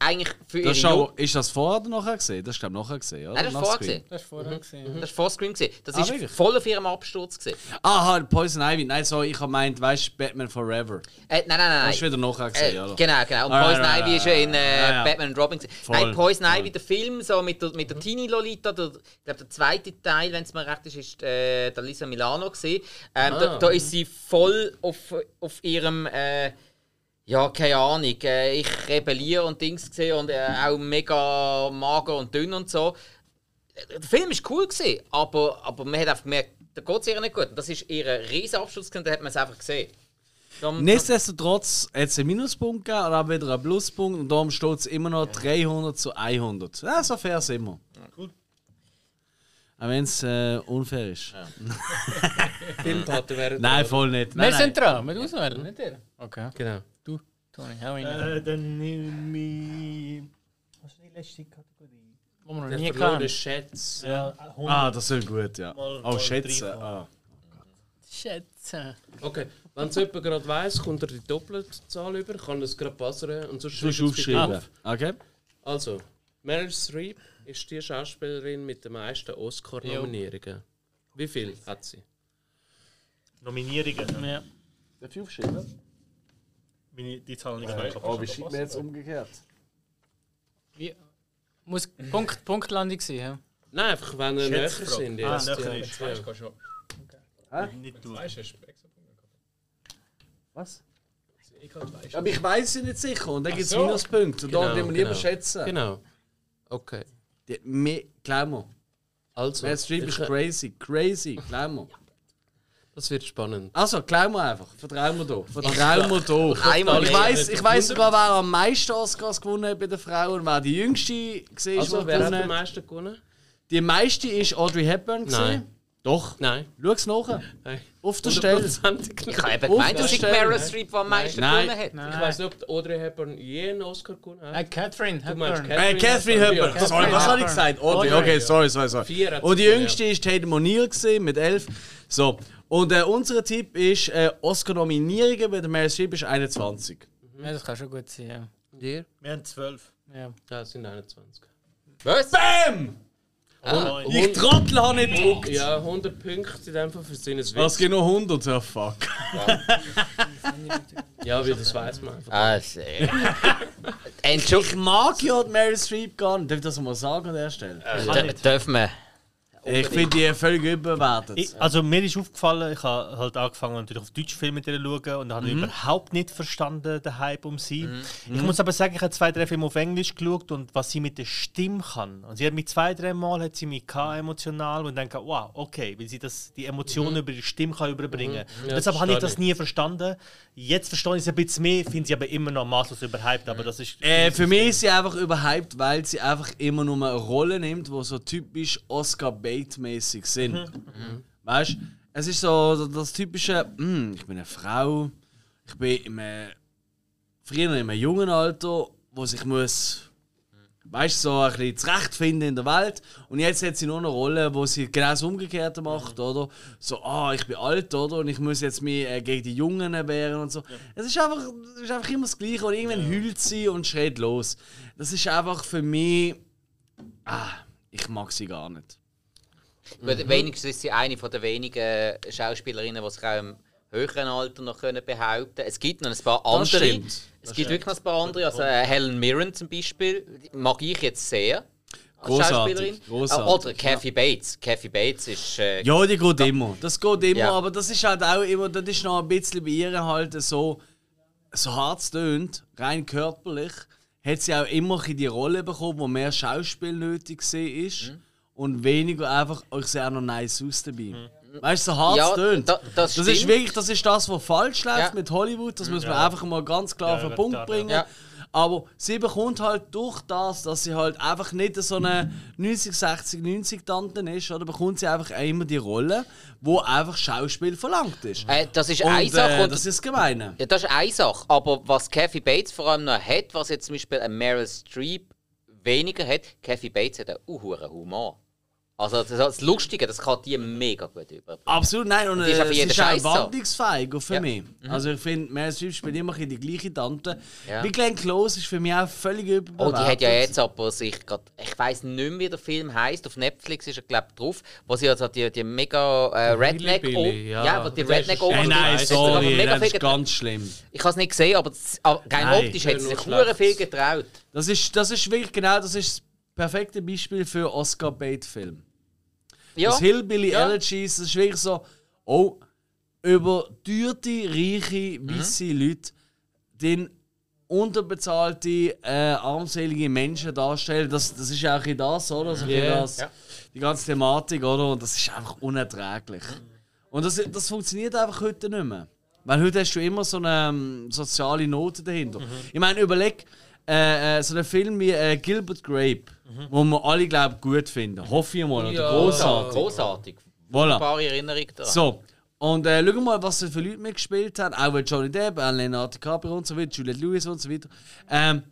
Speaker 2: eigentlich für ihre
Speaker 1: Das ist,
Speaker 2: Ju-
Speaker 1: auch, ist das vorher oder nachher gesehen? Das ist, glaube ich, nachher gesehen, oder?
Speaker 2: Nein, das
Speaker 1: Nach
Speaker 2: war vorher.
Speaker 1: Scream.
Speaker 2: gewesen.
Speaker 5: Das war vorher
Speaker 4: Mhm.
Speaker 2: Das
Speaker 5: gesehen.
Speaker 2: war vor Scream. gewesen. Das
Speaker 1: Ah,
Speaker 2: war
Speaker 1: wirklich?
Speaker 2: voll auf ihrem Absturz. gewesen.
Speaker 1: Aha, Ah, Poison Ivy. Nein, sorry, ich habe gemeint, weißt du, Batman Forever.
Speaker 2: Äh,
Speaker 1: Das
Speaker 2: nein, nein, nein.
Speaker 1: ist
Speaker 2: nein.
Speaker 1: wieder nachher
Speaker 2: Äh,
Speaker 1: gesehen, oder?
Speaker 2: genau, genau. Und
Speaker 1: Ah, ja,
Speaker 2: Poison
Speaker 1: ja,
Speaker 2: Ivy
Speaker 1: ja,
Speaker 2: ist ja in äh,
Speaker 1: ja, ja.
Speaker 2: Batman und Robin. gewesen.
Speaker 1: Voll,
Speaker 2: Nein, Poison
Speaker 1: voll.
Speaker 2: Ivy, der Film so mit der, mit der Teenie Lolita, der, ich glaube der zweite Teil, wenn es mir recht ist, ist äh, der Lisa Milano gewesen. Ähm, da,
Speaker 4: Ah.
Speaker 1: mhm.
Speaker 2: da ist sie voll auf, auf ihrem äh, ja, keine Ahnung. Äh, ich rebelliere und Dings gesehen und äh, auch mega mager und dünn und so. Äh, Der Film ist cool gewesen, aber, aber man hat einfach gemerkt, da geht es ihr nicht gut. Und Das ist ihr riesen Abschluss und da hat man es einfach gesehen. Darum-
Speaker 1: Nichtsdestotrotz hat es einen Minuspunkt gegeben, dann wieder einen Pluspunkt und darum steht es immer noch 300 zu 100. Ja, so fair sind wir.
Speaker 6: cool.
Speaker 1: Auch wenn es äh, unfair ist.
Speaker 4: Filmpaten wären
Speaker 1: Nein, voll nicht.
Speaker 5: Wir
Speaker 1: Nein,
Speaker 5: sind dran, mit auswählen, nicht ihr. Okay.
Speaker 4: Genau.
Speaker 5: Du, Toni, hau rein.
Speaker 7: Äh, dann nimm ich. Was ist die letzte Kategorie?
Speaker 5: Wo wir noch
Speaker 4: Der
Speaker 5: nie
Speaker 4: verlorene
Speaker 5: kamen.
Speaker 4: Schätz.
Speaker 7: Ja,
Speaker 1: nein.
Speaker 7: 100.
Speaker 1: Ah, das sind gut, ja.
Speaker 7: Mal-
Speaker 1: Oh,
Speaker 7: mal
Speaker 1: schätzen.
Speaker 7: drei.
Speaker 1: Ah.
Speaker 5: Schätze.
Speaker 4: Okay, wenn es jemand gerade weiss, kommt er die doppelte Zahl über, kann das gerade passen und sonst
Speaker 1: Du musst
Speaker 4: schreibt es bitte
Speaker 1: aufschreiben.
Speaker 4: auf.
Speaker 1: Okay.
Speaker 4: Also, Meryl Streep ist die Schauspielerin mit den meisten Oscar-Nominierungen. Wie viel hat sie?
Speaker 7: Nominierungen.
Speaker 5: Ja.
Speaker 1: Darf ich aufschreiben?
Speaker 7: Meine, die Zahl nicht mehr
Speaker 1: Oh, wie schreibt man jetzt umgekehrt?
Speaker 5: Wie? Muss Punkt, Punktlandung sein, ja?
Speaker 4: Nein, einfach wenn wir näher
Speaker 7: Schätzfrage.
Speaker 4: sind
Speaker 7: Ah,
Speaker 4: jetzt.
Speaker 7: näher
Speaker 4: ja.
Speaker 7: ist.
Speaker 4: Ja.
Speaker 7: Nicht du.
Speaker 3: Weißt du, hast du extra Punkte gehabt?
Speaker 1: Was?
Speaker 3: Ich kann weißt
Speaker 1: Aber ich weiß es nicht sicher und dann gibt es
Speaker 3: so.
Speaker 1: Minuspunkte und
Speaker 4: Genau,
Speaker 1: da müssen wir
Speaker 4: genau.
Speaker 1: lieber schätzen.
Speaker 4: Genau. Okay.
Speaker 1: Die- Mehr, glaub mir.
Speaker 4: Also,
Speaker 1: Meryl Streep
Speaker 4: ich-
Speaker 1: ist crazy, crazy, glaub mir.
Speaker 4: das wird spannend.
Speaker 1: Also, glauben wir einfach. Vertrauen wir da. Vertrauen wir da.
Speaker 2: Einmal
Speaker 1: Ich
Speaker 2: mehr.
Speaker 1: weiss, ich weiss sogar, wer am meisten Oscars gewonnen hat bei den Frauen und wer die jüngste war.
Speaker 4: Also,
Speaker 1: Also,
Speaker 4: wer hat am meisten gewonnen?
Speaker 1: die meiste ist Audrey Hepburn.
Speaker 4: Nein.
Speaker 1: Gewesen. Doch.
Speaker 4: Nein.
Speaker 1: Schau es nach.
Speaker 4: Nein.
Speaker 1: Auf der Stelle.
Speaker 2: Ich habe eben
Speaker 1: Auf-
Speaker 2: gemeint, dass ich
Speaker 1: Stellen.
Speaker 2: Meryl Streep, die am meisten
Speaker 1: Nein.
Speaker 2: gewonnen hat.
Speaker 4: Ich weiß nicht, ob Audrey Hepburn je einen Oscar gewonnen hat.
Speaker 5: Nein, Catherine,
Speaker 4: Du meinst
Speaker 5: Hepburn.
Speaker 1: Äh, Catherine Hepburn. Das habe ich- was habe ich gesagt. Audrey, okay, sorry, sorry,
Speaker 4: Vier
Speaker 1: sorry.
Speaker 4: hat's
Speaker 1: Und die
Speaker 4: gewonnen,
Speaker 1: jüngste ist Tatum O'Neill gewesen, mit elf. So. Und äh, unser Tipp ist, äh, Oscar-Nominierungen bei der Meryl Streep ist 21.
Speaker 5: Ja, das kann schon gut sein, ja.
Speaker 4: Und ihr?
Speaker 7: Wir haben 12.
Speaker 5: ja.
Speaker 4: Ja, es sind 21.
Speaker 2: Was?
Speaker 1: Bäm!
Speaker 7: Ah.
Speaker 1: Ich Trottel habe nicht gedruckt.
Speaker 4: Ja, 100 Punkte in dem Fall für seinen Witz.
Speaker 1: Oh, Was geht noch 100? Ja, fuck.
Speaker 4: Ja, weil das weiß man einfach.
Speaker 2: Ah, sehr. Entschuldigung.
Speaker 1: Ich mag ja die Meryl Streep gar nicht. Darf ich das mal sagen an der Stelle?
Speaker 2: Also, D- Dürfen wir?
Speaker 1: Äh, ich finde die völlig überwertet.
Speaker 6: Ich, also mir ist aufgefallen, ich habe halt angefangen natürlich auf deutsche Filme mit ihr zu schauen und habe überhaupt nicht verstanden den Hype um sie. Ich muss aber sagen, ich habe zwei, drei Filme auf Englisch geschaut und was sie mit der Stimme kann. Und sie hat mich zwei, drei Mal hat sie mich gehabt, emotional und denke, wow, okay, weil sie das, die Emotionen über die Stimme kann überbringen. Und
Speaker 4: Ja,
Speaker 6: deshalb habe ich das
Speaker 4: verstehe
Speaker 6: nie verstanden. Jetzt verstehe ich es ein bisschen mehr, finde sie aber immer noch maßlos überhyped, aber das ist
Speaker 1: äh, für mich ist sie einfach überhyped, weil sie einfach immer nur eine Rolle nimmt, die so typisch Oscar Bate-mäßig sind. Mhm. Weißt du? Es ist so das typische, «Hm, ich bin eine Frau, ich bin im, äh, früher in einem jungen Alter, wo sich muss, weißt du, so ein bisschen zurechtfinden in der Welt. Und jetzt hat sie nur eine Rolle, wo sie genau das Umgekehrte macht, oder? So, ah, ich bin alt, oder? Und ich muss jetzt mich äh, gegen die Jungen wehren und so. Es ist einfach, es ist einfach immer das Gleiche. Und irgendwann heult sie und schreit los. Das ist einfach für mich, ah, ich mag sie gar nicht.
Speaker 2: Gut, Wenigstens ist sie eine von der wenigen Schauspielerinnen, die sich auch im höheren Alter noch können behaupten können. Es gibt noch ein paar andere.
Speaker 1: stimmt.
Speaker 2: Es gibt wirklich noch ein paar andere. Also äh, Helen Mirren zum Beispiel die mag ich jetzt sehr. als
Speaker 1: Großartig,
Speaker 2: Schauspielerin.
Speaker 1: großartig,
Speaker 2: Äh, Oder Kathy Bates. Kathy Bates ist. Äh,
Speaker 1: Ja, die geht immer. Das geht immer,
Speaker 2: Ja.
Speaker 1: aber das ist halt auch immer, das ist noch ein bisschen bei ihr halt so, so hart es tönt, rein körperlich, hat sie auch immer ein bisschen die Rolle bekommen, wo mehr Schauspiel nötig war ist
Speaker 2: Mhm.
Speaker 1: und weniger einfach, oh, ich sehe auch noch nice aus dabei. Weißt du, so hart es
Speaker 2: Mhm. Ja,
Speaker 1: tönt.
Speaker 2: da- das
Speaker 1: das ist
Speaker 2: stimmt.
Speaker 1: wirklich, das ist das, was falsch läuft
Speaker 2: Ja.
Speaker 1: mit Hollywood, das muss man einfach mal ganz klar auf den
Speaker 6: wird
Speaker 1: Punkt
Speaker 6: da, Mhm. ja.
Speaker 1: bringen.
Speaker 2: Ja.
Speaker 1: Aber sie bekommt halt durch das, dass sie halt einfach nicht so eine 90, 60, 90 Tante ist, oder bekommt sie einfach immer die Rolle, wo einfach Schauspiel verlangt ist.
Speaker 2: äh, das ist eine
Speaker 1: Und
Speaker 2: Sache.
Speaker 1: äh,
Speaker 2: und-
Speaker 1: das ist gemein.
Speaker 2: Ja, das ist eine Sache. Aber was Kathy Bates vor allem noch hat, was jetzt zum Beispiel eine Meryl Streep weniger hat, Kathy Bates hat einen unhuren Humor. Also das, das Lustige, das kann die mega gut über.
Speaker 1: Absolut, nein, und
Speaker 2: Das ist
Speaker 1: äh,
Speaker 2: auch für
Speaker 1: sie
Speaker 2: jeden
Speaker 1: ist auch
Speaker 2: Scheiß so.
Speaker 1: wandlungsfähig auch für
Speaker 2: Ja. Mhm.
Speaker 1: mich. Also ich finde, Meryl Streep spielt immer ein bisschen die gleiche Tante.
Speaker 2: Ja.
Speaker 1: Wie Glenn Close ist für mich auch völlig
Speaker 2: Oh,
Speaker 1: überbewertet.
Speaker 2: die hat ja jetzt aber sich gerade, ich weiß nicht mehr, wie der Film heißt. Auf Netflix ist er glaube ich drauf, wo sie also die, die mega äh, Redneck
Speaker 4: Billy, ja.
Speaker 2: ja, wo die
Speaker 4: Das ist
Speaker 2: Redneck
Speaker 4: scheiße.
Speaker 1: Hey, nein,
Speaker 2: Hat sie aber
Speaker 1: sorry,
Speaker 2: mega
Speaker 1: das ist
Speaker 2: viel
Speaker 1: ganz schlimm.
Speaker 2: getraut. Ich habe es nicht gesehen, aber, das, aber rein
Speaker 1: Nein,
Speaker 2: optisch hat sie
Speaker 4: nur
Speaker 2: sich
Speaker 4: schlecht.
Speaker 2: hure viel getraut.
Speaker 1: Das ist, das ist wirklich genau, das ist das perfekte Beispiel für Oscar-Bait-Film.
Speaker 2: Ja,
Speaker 1: Das Hillbilly
Speaker 2: Ja.
Speaker 1: Elegies, das ist wirklich so, oh, überteuerte, reiche, weisse
Speaker 2: Mhm.
Speaker 1: Leute, den unterbezahlte, äh, armselige Menschen darstellen. Das, das ist ja auch ein bisschen das, oder? So ein bisschen
Speaker 4: Yeah.
Speaker 1: das, Die ganze
Speaker 2: Mhm.
Speaker 1: Thematik, oder? Und das ist einfach unerträglich. Und das, das funktioniert einfach heute nicht mehr. Weil heute hast du immer so eine ähm, soziale Note dahinter.
Speaker 2: Mhm.
Speaker 1: Ich meine, überleg, äh, äh, so einen Film wie äh, Gilbert Grape,
Speaker 2: Mhm.
Speaker 1: wo wir alle, glaube ich, gut finden. Hoffe ich mal. Oder großartig.
Speaker 2: Großartig.
Speaker 1: Voilà.
Speaker 2: Wunderbare Erinnerung daran.
Speaker 1: So. Und äh, schau mal, was da für Leute mitgespielt haben. Auch äh, Johnny Depp, äh, Leonardo DiCaprio und so weiter, Juliette Lewis und so weiter. Ähm,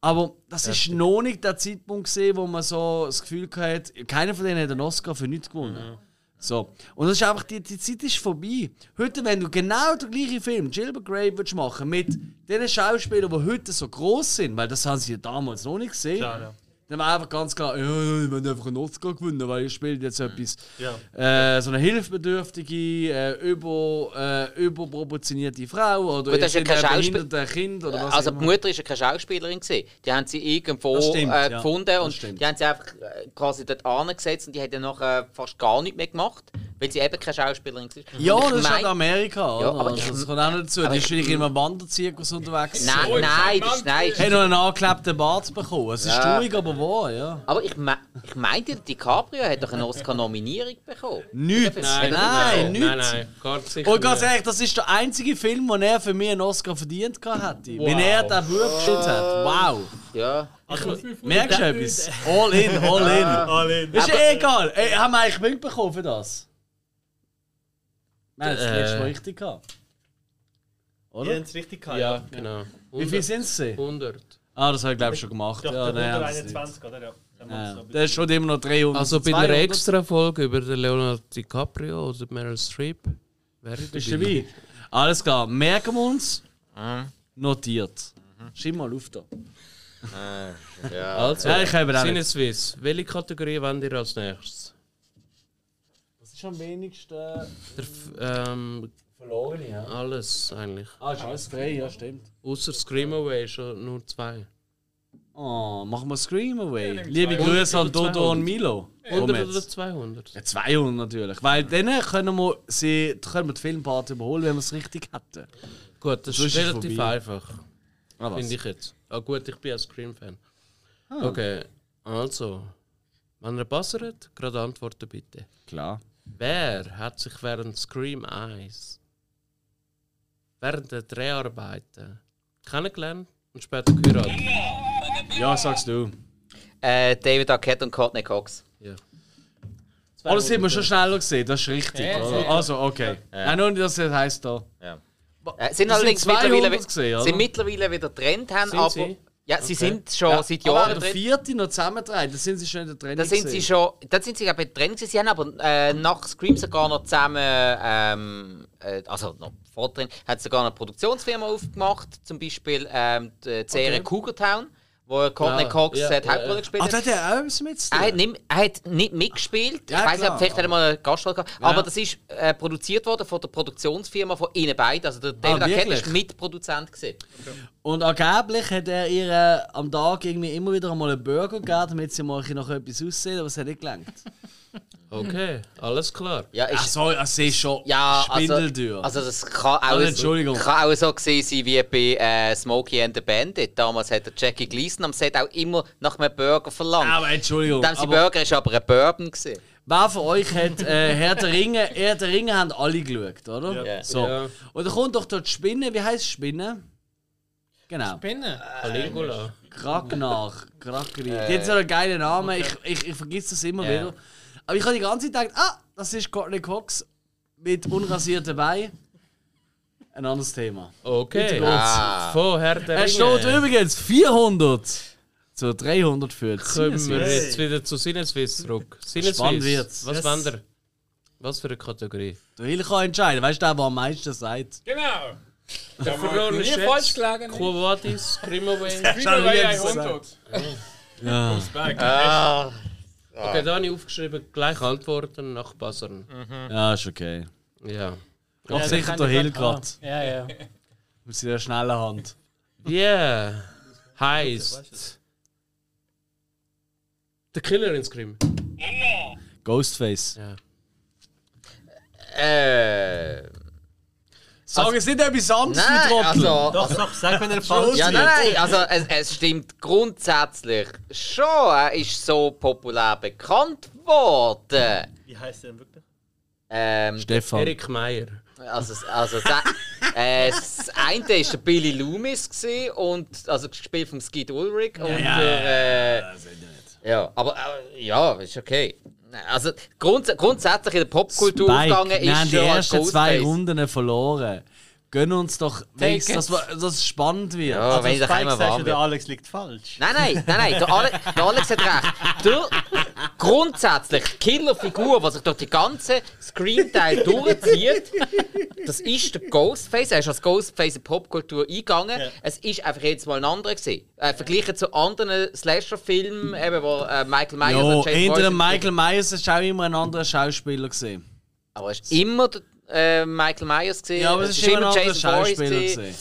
Speaker 1: aber das ist noch nicht der Zeitpunkt, gewesen, wo man so das Gefühl hatte, keiner von denen hat einen Oscar für nichts gewonnen.
Speaker 6: Mhm.
Speaker 1: So. Und das ist einfach, die, die Zeit ist vorbei. Heute, wenn du genau den gleichen Film, Gilbert Grape, willst machen mit den Schauspielern, die heute so groß sind, weil das haben sie ja damals noch nicht gesehen,
Speaker 6: Klar, ja.
Speaker 1: dann war einfach ganz klar, ja, ich will einfach einen Oscar gewinnen, weil ihr spielt jetzt
Speaker 4: Mhm.
Speaker 1: etwas,
Speaker 6: Ja.
Speaker 1: äh, so eine hilfsbedürftige, äh, über, äh, überproportionierte Frau oder
Speaker 2: Gut, das ist ja
Speaker 1: irgendein
Speaker 2: kein Schauspiel-
Speaker 1: behindertes Kind oder was
Speaker 2: Also
Speaker 1: auch
Speaker 2: die
Speaker 1: immer.
Speaker 2: Mutter war ja keine Schauspielerin. Gewesen. Die haben sie irgendwo
Speaker 1: Das stimmt,
Speaker 2: äh,
Speaker 1: ja.
Speaker 2: gefunden
Speaker 1: Das
Speaker 2: und
Speaker 1: stimmt.
Speaker 2: die haben sie einfach äh, quasi dort angesetzt und die hat dann noch äh, fast gar nichts mehr gemacht, weil sie eben keine Schauspielerin war.
Speaker 1: Ja,
Speaker 2: Und ich
Speaker 1: das ist
Speaker 2: mein-
Speaker 1: halt Amerika,
Speaker 2: Ja,
Speaker 1: oder?
Speaker 2: aber
Speaker 1: Also,
Speaker 2: ich-
Speaker 1: das kommt auch noch dazu. Die
Speaker 2: aber
Speaker 1: ist
Speaker 2: ich-
Speaker 1: vielleicht in einem Wanderzirkus unterwegs.
Speaker 2: Nein, nein, das ist, nein.
Speaker 1: Hat noch einen angeklebten Bart bekommen. Es ist
Speaker 2: Ja.
Speaker 1: traurig, aber wahr, ja.
Speaker 2: Aber ich, me ich meinte, DiCaprio hat doch eine Oscar-Nominierung bekommen.
Speaker 1: Nichts. Nein, nein, Oh nichts.
Speaker 4: Nein, nein, gar sicher.
Speaker 1: Und ganz
Speaker 4: nicht.
Speaker 1: ehrlich, das ist der einzige Film, wo er für mich einen Oscar verdient gehabt hätte. Wenn er den Bub gespielt hat. Wow.
Speaker 2: Ja.
Speaker 1: Merkst du etwas? All in, all in.
Speaker 6: Alle.
Speaker 1: Ist ja egal. Ey, haben wir eigentlich Punkte bekommen für das? Nein, das
Speaker 4: Äh.
Speaker 1: letzte Mal richtig gehabt.
Speaker 6: Ihr
Speaker 1: Oder?
Speaker 6: habt es richtig gehabt.
Speaker 4: Ja, genau.
Speaker 1: Wie viel sind es? denn?
Speaker 4: 100.
Speaker 1: Ah, das habe ich glaube ich schon gemacht.
Speaker 6: Doch,
Speaker 1: Ja,
Speaker 6: der
Speaker 1: nein, haben sie nicht.
Speaker 6: 121, oder? Ja. Dann
Speaker 1: Ja.
Speaker 6: macht's noch ein
Speaker 1: Der ist schon immer noch 300.
Speaker 4: Also bei einer
Speaker 1: 200.
Speaker 4: extra Folge über den Leonardo DiCaprio oder Meryl Streep wäre ich
Speaker 1: Bist du dabei? Alles klar, merken wir uns.
Speaker 6: Mhm.
Speaker 1: Notiert. Schreib mal auf da.
Speaker 6: Äh,
Speaker 4: Also,
Speaker 1: Ja, ich habe ihn auch
Speaker 4: Sinneswiss, welche Kategorie wollt ihr als nächstes?
Speaker 1: Das ist am wenigsten
Speaker 4: Der, F- ähm,
Speaker 1: verloren, ja.
Speaker 4: alles eigentlich.
Speaker 1: Ah, ist alles frei, ja, stimmt.
Speaker 4: Außer Scream Away schon nur zwei.
Speaker 1: Oh, machen wir Scream Away. Liebe Grüße an Dodo und Milo.
Speaker 4: 100
Speaker 1: Moment.
Speaker 4: oder 200?
Speaker 1: Ja, 200 natürlich. Weil dann können wir, sie, können wir die Filmpart überholen, wenn wir es richtig hätten.
Speaker 4: Gut, das
Speaker 1: Sonst ist
Speaker 4: ist
Speaker 1: es
Speaker 4: relativ
Speaker 1: vorbei.
Speaker 4: einfach,
Speaker 1: Ah, was?
Speaker 4: finde ich jetzt. Ah gut, ich bin ein Scream-Fan. Okay, also. Wenn ihr passiert, gerade antworten bitte.
Speaker 1: Klar.
Speaker 4: Wer hat sich während Scream 1, während der Dreharbeiten, kennengelernt und später geheiratet?
Speaker 1: Ja, sagst du.
Speaker 2: Äh, David Arquette und Courtney Cox. Äh,
Speaker 1: Oh, das haben wir schon schneller gesehen, das ist richtig. oder? Also, okay. Nein, nur nicht, dass das heisst da.
Speaker 2: Äh, sind
Speaker 1: Das sind
Speaker 2: allerdings
Speaker 1: 200
Speaker 2: mittlerweile,
Speaker 1: gewesen, oder?
Speaker 2: sind mittlerweile wieder getrennt, haben
Speaker 4: Sind
Speaker 2: aber.
Speaker 4: sie?
Speaker 2: Ja, sie sind schon seit
Speaker 1: Aber
Speaker 2: Jahren
Speaker 1: der
Speaker 2: drin.
Speaker 1: vierte noch zusammengetragen, da sind sie schon in der Trennung.
Speaker 2: Da sind sie
Speaker 1: gewesen.
Speaker 2: schon, da sind sie glaube ich getrennt gewesen. Sie haben aber äh, nach Scream sogar noch zusammen, ähm, äh, also noch vor drin, hat sogar eine Produktionsfirma aufgemacht, zum Beispiel ähm, die Serie Cougar Town, wo er Courtney
Speaker 4: Ja,
Speaker 2: Cox
Speaker 4: Ah, ja,
Speaker 2: hat
Speaker 4: ja,
Speaker 2: Hauptrolle
Speaker 4: ja.
Speaker 2: gespielt
Speaker 1: Ah,
Speaker 2: hat.
Speaker 1: da hat er auch etwas mit zu tun?
Speaker 2: Er hat nicht, er hat nicht mitgespielt.
Speaker 1: Ja,
Speaker 2: ich weiß nicht,
Speaker 1: klar.
Speaker 2: ob- vielleicht hat er mal eine Gastrolle gehabt. Aber das ist äh, produziert worden von der Produktionsfirma von Ihnen beiden. Also der David Arquette
Speaker 1: Ah, wirklich?
Speaker 2: ist Mitproduzent. Gewesen.
Speaker 1: Und angeblich hat er ihr äh, am Tag irgendwie immer wieder einmal einen Burger gegeben, damit sie mal ein bisschen nach etwas aussehen, aber es hat nicht gelangt.
Speaker 4: Okay, alles klar.
Speaker 2: Ja, ist,
Speaker 1: sorry, also sie ist schon
Speaker 2: ja also,
Speaker 1: Spindeldür.
Speaker 2: also das kann auch,
Speaker 1: Ah, Entschuldigung.
Speaker 2: kann auch so gewesen sein wie bei äh, Smokey and the Bandit. Damals hat der Jackie Gleason am Set auch immer nach einem Burger verlangt.
Speaker 1: aber Entschuldigung.
Speaker 2: Dann sein
Speaker 1: aber-
Speaker 2: Burger ist aber ein Bourbon. Gewesen.
Speaker 1: Wer von euch hat äh, Herr der Ringe, Herr der Ringe haben alle geschaut, oder?
Speaker 2: Ja.
Speaker 1: So.
Speaker 4: Ja.
Speaker 1: Und dann kommt doch dort die Spinne, wie heißt Spinne? Genau.
Speaker 5: Spinnen?
Speaker 4: Caligula.
Speaker 1: Kragnach, Krakri. Die hat so einen geilen Namen, ich, ich, ich vergesse das immer wieder. Aber ich habe die ganze Zeit gedacht, ah, das ist Courtney Cox mit unrasierten Beinen. Ein anderes Thema.
Speaker 4: Okay.
Speaker 2: Ah.
Speaker 4: Von Herr der
Speaker 1: Es steht
Speaker 4: Ringe
Speaker 1: übrigens 400 zu 300 für die
Speaker 4: kommen wir
Speaker 1: Sinneswiss.
Speaker 4: jetzt wieder zu Sinneswiss zurück. Sinneswiss,
Speaker 1: Spannend wird's.
Speaker 4: was
Speaker 1: Yes.
Speaker 4: wollt ihr? Was für eine Kategorie?
Speaker 1: Der Will kann entscheiden, weißt du, der, der am meisten sagt?
Speaker 3: Genau.
Speaker 4: Der
Speaker 3: Nie falsch gelegen.
Speaker 4: Quo Vadis, Grimaway.
Speaker 3: Prima war ja ein
Speaker 1: Schau, wie
Speaker 3: Hundert.
Speaker 1: Ja.
Speaker 4: Okay, da habe ich aufgeschrieben, gleich antworten nach Buzzern.
Speaker 1: Mhm. ja, ist okay.
Speaker 4: Ja.
Speaker 1: Macht sicher der Hill gerade.
Speaker 5: Ja, ja.
Speaker 1: Mit seiner schnellen Hand.
Speaker 4: Yeah. Heißt. Der Killer in Scream.
Speaker 1: Ghostface.
Speaker 4: Ja.
Speaker 2: Äh,
Speaker 1: Sag es nicht etwas anderes,
Speaker 2: Also nein, also,
Speaker 6: Doch, doch, sag, wenn er falsch
Speaker 2: Ja,
Speaker 6: ist.
Speaker 2: nein, nein, also es, es stimmt grundsätzlich schon. Er ist so populär bekannt worden.
Speaker 6: Wie heißt er denn wirklich?
Speaker 2: Ähm,
Speaker 1: Stefan.
Speaker 4: Erik Meyer.
Speaker 2: also, also, se- Äh, das eine war der Billy Loomis, gewesen und, also gespielt vom Skeet Ulrich. Und der, äh, ja, aber äh, ja, ist okay. Also grunds grundsätzlich in der Popkultur aufgegangen
Speaker 1: wir haben
Speaker 2: ist
Speaker 1: die ersten zwei
Speaker 2: Ghostface.
Speaker 1: Runden verloren. Gönn uns doch, wenigstens, dass, wir- dass es spannend wird. Also,
Speaker 2: Ja, wenn ich daheim
Speaker 6: Spike sagst
Speaker 2: warm
Speaker 6: du,
Speaker 2: bin.
Speaker 6: der Alex liegt falsch.
Speaker 2: Nein, nein, nein, nein, der Alex, der Alex hat recht. Der, grundsätzlich, die Killerfigur, die sich durch die ganze Screen-Teil durchzieht, das ist der Ghostface. Er ist als Ghostface in die Popkultur eingegangen. Es ist einfach jetzt mal ein anderer gewesen. Äh, verglichen zu anderen Slasher-Filmen, eben, wo äh, Michael Myers
Speaker 1: Ja,
Speaker 2: und James
Speaker 1: hinter dem
Speaker 2: Morrison-
Speaker 1: Michael Myers ist auch immer ein anderer Schauspieler gesehen.
Speaker 2: Aber es war immer der, äh, Michael Myers. Gewesen.
Speaker 1: Ja, aber es ist immer ein anderer
Speaker 2: Jason Voorhees
Speaker 1: Schauspieler
Speaker 2: gewesen.
Speaker 1: gesehen.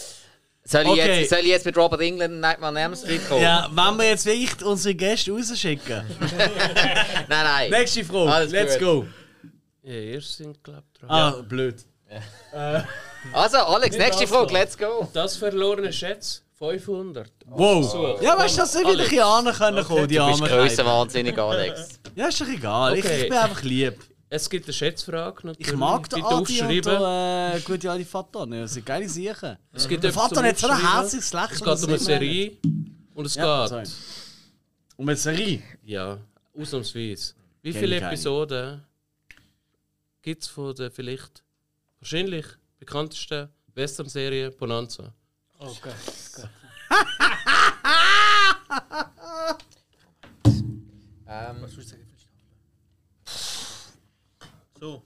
Speaker 2: Soll ich,
Speaker 1: Okay.
Speaker 2: jetzt, soll ich jetzt mit Robert England Nightmare on Elm Street kommen?
Speaker 1: Ja, wenn wir jetzt wirklich unsere Gäste rausschicken.
Speaker 2: Nein, nein.
Speaker 1: Nächste Frage.
Speaker 2: Alles
Speaker 1: Let's go.
Speaker 4: Ja, ihr sind, glaube ich, dran.
Speaker 1: Ah, blöd.
Speaker 2: Also, Alex, nächste Frage, let's go.
Speaker 4: Das verlorene Schätz, 500.
Speaker 1: Wow. Ja, weißt du, dass sie wirklich hier ankommen können, die
Speaker 2: Du bist
Speaker 1: armen
Speaker 2: grösser
Speaker 1: Kerle.
Speaker 2: wahnsinnig, Alex.
Speaker 1: Ja, ist doch egal. Ich,
Speaker 4: Okay.
Speaker 1: ich bin einfach lieb.
Speaker 4: Es gibt eine Schätzfrage natürlich.
Speaker 1: Ich mag den
Speaker 4: Bitte
Speaker 1: Adi und
Speaker 4: aufschreiben.
Speaker 1: den äh, guten Adi Vater. Ne, Das sind geile Sachen.
Speaker 4: Es gibt
Speaker 1: Der
Speaker 4: etwas
Speaker 1: Vater
Speaker 4: zum
Speaker 1: hat so ein
Speaker 4: Aufschreiben.
Speaker 1: herziges Lächeln.
Speaker 4: Es geht um eine Serie und es
Speaker 1: Ja,
Speaker 4: geht.
Speaker 1: sorry. Um eine Serie?
Speaker 4: Ja, ausnahmsweise. Wie
Speaker 1: Kenn
Speaker 4: viele
Speaker 1: ich keine.
Speaker 4: Episoden gibt es von der vielleicht wahrscheinlich bekanntesten Western-Serie Bonanza?
Speaker 5: Oh
Speaker 2: Ähm,
Speaker 7: So,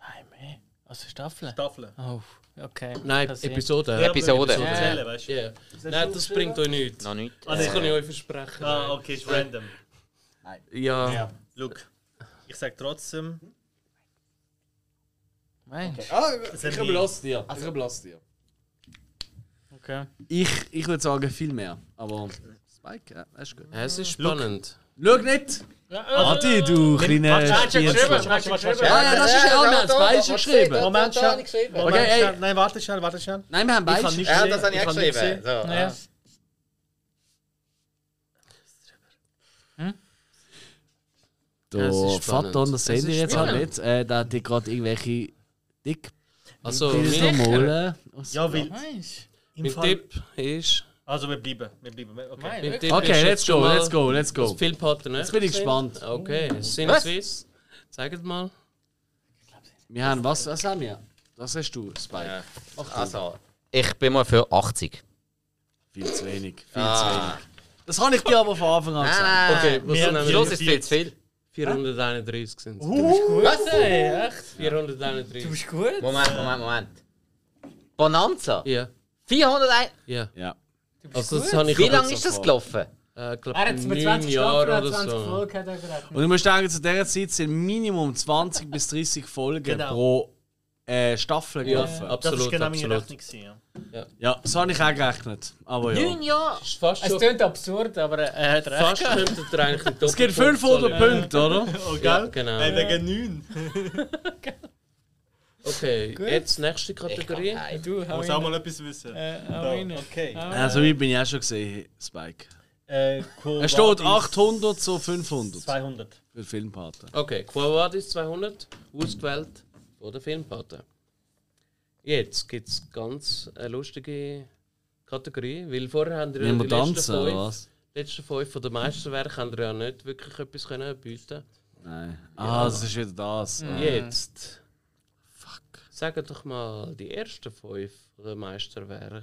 Speaker 5: Nein, mehr. Also Staffeln?
Speaker 7: Staffeln.
Speaker 5: Oh, okay.
Speaker 4: Nein,
Speaker 5: Kann sein.
Speaker 4: Episoden.
Speaker 2: Episode.
Speaker 5: Ja.
Speaker 7: Zählen, weißt du?
Speaker 4: Ja. Nein, das bringt euch nichts.
Speaker 2: Noch nicht.
Speaker 4: Das kann ich euch versprechen.
Speaker 7: Ah, okay, ist random.
Speaker 4: Ja. ja.
Speaker 7: Look, ich sag trotzdem.
Speaker 5: Nein.
Speaker 1: Ah,
Speaker 7: ich habe los
Speaker 1: dir. Ich habe los dir.
Speaker 5: Okay.
Speaker 1: Ich, ich würde sagen, viel mehr. Aber. Spike, ja, das ist gut.
Speaker 4: Es ist spannend.
Speaker 1: Schau nicht! Adi, du kleiner Spielzeug.
Speaker 7: Warte, warte, warte.
Speaker 1: Ja, ja, das ist ja auch noch. Das ist geschrieben.
Speaker 7: Moment, schnell. Moment,
Speaker 1: Okay, ey.
Speaker 7: schnell. Nein, warte schnell, warte schnell.
Speaker 1: Nein, wir haben
Speaker 7: Ich kann
Speaker 1: beide.
Speaker 7: nicht
Speaker 2: Ja,
Speaker 7: sehen,
Speaker 2: das habe ich auch
Speaker 7: kann nicht
Speaker 2: geschrieben. So,
Speaker 5: Ja.
Speaker 2: ja.
Speaker 1: Der
Speaker 4: Das ist spannend.
Speaker 1: Vater, das sehen
Speaker 4: Das
Speaker 1: wir
Speaker 4: ist
Speaker 1: jetzt auch
Speaker 4: spannend.
Speaker 1: nicht. Äh, der hat dir gerade irgendwelche dick
Speaker 4: Also,
Speaker 1: Bilder
Speaker 4: mein,
Speaker 1: malen.
Speaker 7: Ja, weil
Speaker 5: Meinst
Speaker 7: im
Speaker 4: mein
Speaker 7: Fall.
Speaker 4: Tipp ist.
Speaker 7: Also, wir bleiben. Wir bleiben.
Speaker 5: du? Nein,
Speaker 7: Okay.
Speaker 4: Mein
Speaker 5: wirklich?
Speaker 4: Tipp
Speaker 1: Okay, let's
Speaker 4: ist jetzt
Speaker 1: go,
Speaker 4: schon mal
Speaker 1: let's go, let's
Speaker 4: Das
Speaker 1: go.
Speaker 4: Filmpaten, ne?
Speaker 1: Jetzt bin ich gespannt.
Speaker 4: Okay, sind
Speaker 2: Was?
Speaker 4: Swiss. Zeigt mal.
Speaker 1: Wir haben was, was haben wir? Das hast du, Spike.
Speaker 2: Ja. Also, ich bin mal für 80.
Speaker 1: Viel zu wenig, viel zu wenig. Ah. Das habe ich dir aber von Anfang an
Speaker 2: Nein,
Speaker 1: gesagt.
Speaker 2: Ah, nein,
Speaker 4: Okay, was
Speaker 2: nein.
Speaker 4: haben
Speaker 2: Die
Speaker 4: wir?
Speaker 2: Los ist viel zu viel.
Speaker 4: 431 sind es.
Speaker 5: Was? Ey, echt?
Speaker 4: 431.
Speaker 5: Du bist gut?
Speaker 2: Moment, Moment, Moment. Bonanza?
Speaker 4: Ja,
Speaker 2: 401.
Speaker 4: ja.
Speaker 1: Ja.
Speaker 4: Also das habe ich
Speaker 2: Wie
Speaker 4: aber
Speaker 2: lange
Speaker 4: jetzt
Speaker 2: ist das
Speaker 4: auch
Speaker 2: gelaufen?
Speaker 4: vor, Äh, glaub,
Speaker 3: Er hat mit 20
Speaker 4: Jahre
Speaker 3: Staffeln,
Speaker 4: oder
Speaker 3: 20
Speaker 4: so.
Speaker 3: Folgen hat er gerechnet.
Speaker 1: Und du musst denken, zu dieser Zeit sind Minimum 20 bis 30 Folgen pro äh, Staffel
Speaker 4: Ja,
Speaker 1: gelaufen. Genau. Ja,
Speaker 4: absolut,
Speaker 7: Das war genau meine
Speaker 4: absolut.
Speaker 7: Rechnung. gewesen, ja.
Speaker 1: das habe ich auch gerechnet. Aber ja.
Speaker 2: 9 Jahre?
Speaker 4: Das ist fast
Speaker 5: Es
Speaker 4: schon,
Speaker 5: klingt absurd, aber äh, er hat Also, recht.
Speaker 4: fast könnte der eigentlich die
Speaker 1: Es gibt 500 Punkte, oder?
Speaker 7: Oh,
Speaker 4: Ja,
Speaker 7: gell? Nein,
Speaker 4: genau.
Speaker 7: wegen 9.
Speaker 4: Okay, jetzt nächste Kategorie.
Speaker 2: Nein.
Speaker 5: Du, hau
Speaker 7: Muss auch
Speaker 5: rein.
Speaker 7: mal etwas wissen.
Speaker 5: Äh, hau rein.
Speaker 7: So, Okay.
Speaker 1: Ja, so weit Also, bin ich auch schon gesehen, Spike.
Speaker 7: Äh,
Speaker 1: Es steht 800 zu 500
Speaker 7: 200.
Speaker 1: für Filmpaten.
Speaker 4: Okay, Quo Vadis 200, ausgewählt von der Filmpaten. Jetzt gibt es ganz eine lustige Kategorie, weil vorher haben wir
Speaker 1: Wenn wir
Speaker 4: die letzten
Speaker 1: tanzen, oder was?
Speaker 4: letzten fünf von den Meisterwerken haben wir ja nicht wirklich etwas können bieten.
Speaker 1: Nein. Ah, das ist wieder das.
Speaker 4: Jetzt. Fuck. Sag doch mal die ersten fünf von den Meisterwerken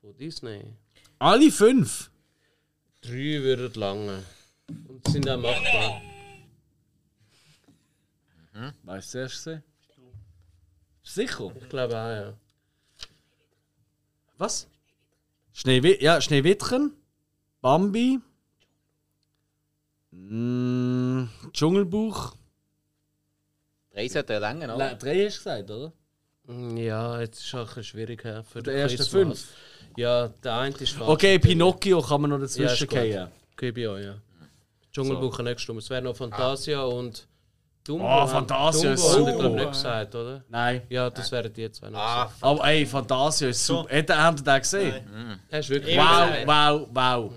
Speaker 4: von Disney.
Speaker 1: Alle fünf?
Speaker 4: Drei würden lange und sind auch machbar.
Speaker 1: Weißt du, erst gesehen? Sicher?
Speaker 4: Ich glaube auch, ja.
Speaker 1: Was? Schneewi ja, Schneewittchen, Bambi, mm, Dschungelbuch.
Speaker 2: Drei sollte ja länger, oder?
Speaker 1: Le- Drei hast du gesagt, oder?
Speaker 4: Mm, Ja, jetzt ist es auch ein bisschen schwierig. hä, Für
Speaker 1: Der
Speaker 4: den
Speaker 1: erste
Speaker 4: Quizmaster.
Speaker 1: fünf.
Speaker 4: Ja, der eine ist falsch.
Speaker 1: Okay, Pinocchio kann man noch
Speaker 4: Ja, ist
Speaker 1: dazwischen
Speaker 4: gut.
Speaker 1: gehen.
Speaker 4: Gebe ich euch, ja. Dschungelbuch so. nächstes Mal. Es wäre noch Fantasia und Dumbo.
Speaker 1: Oh, Ah. Fantasia
Speaker 4: Dumbo
Speaker 1: ist
Speaker 4: haben wir,
Speaker 1: super.
Speaker 4: glaub ich, nicht gesagt, oder?
Speaker 1: Nein.
Speaker 4: Ja, das wären die zwei noch.
Speaker 2: Ah,
Speaker 1: Aber ey, Fantasia ist super. Äh, da- Habt ihr den gesehen?
Speaker 4: gewesen. Das ist wirklich
Speaker 1: Wow, wow, wow.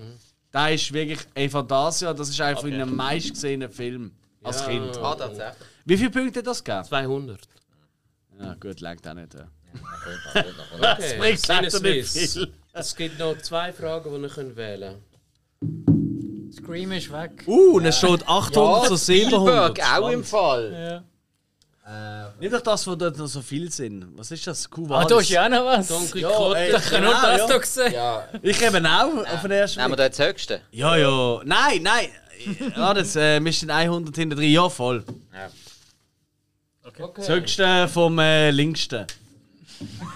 Speaker 1: Da ist wirklich, ey, Fantasia, das ist einfach in einem meistgesehenen Film als Kind.
Speaker 2: ah, tatsächlich.
Speaker 1: Wie viele Punkte hat das gegeben?
Speaker 4: 200.
Speaker 1: Ja, gut, langt auch nicht. Ja.
Speaker 4: Okay.
Speaker 1: bringt
Speaker 4: Sinne
Speaker 1: leider nicht
Speaker 4: Smiths.
Speaker 1: viel.
Speaker 4: Es gibt noch zwei Fragen, die ihr könnt wählen
Speaker 5: Scream ist weg.
Speaker 1: Uh, und es steht 800 zu 700.
Speaker 2: Spielberg, auch im Fall.
Speaker 1: Nimm doch das, wo dort noch so viel sind. Was ist das? Kuwait.
Speaker 5: Ah, da ist ja auch noch was.
Speaker 4: Donkey
Speaker 5: ja,
Speaker 4: Kong.
Speaker 1: ey,
Speaker 5: ich habe nur
Speaker 1: genau,
Speaker 5: das
Speaker 1: ja.
Speaker 5: da gesehen.
Speaker 2: Ja.
Speaker 1: Ich eben auch, auf den ersten
Speaker 2: Nehmen
Speaker 1: Blick.
Speaker 2: wir da das Höchste.
Speaker 1: Ja, ja. Nein, nein. Warte, jetzt, äh, wir sind 100 hinter drin. Ja, voll. Das höchste vom äh, linksten.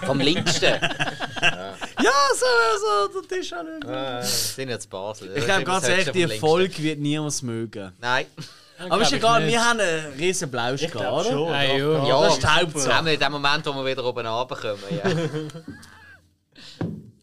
Speaker 2: Vom linksten.
Speaker 1: Ja, so, so, der Tisch an
Speaker 2: Wir sind jetzt Basel.
Speaker 1: Ich glaube ganz ehrlich, die Folge wird niemand mögen.
Speaker 2: Nein.
Speaker 1: Aber ist egal, wir haben einen riesen Blausch gehabt, oder?
Speaker 6: Schon.
Speaker 5: Ah, ja.
Speaker 2: Ja,
Speaker 1: das ist die
Speaker 2: wir
Speaker 1: Hauptsache.
Speaker 2: haben in dem Moment, wo wir wieder oben runterkommen. Ja.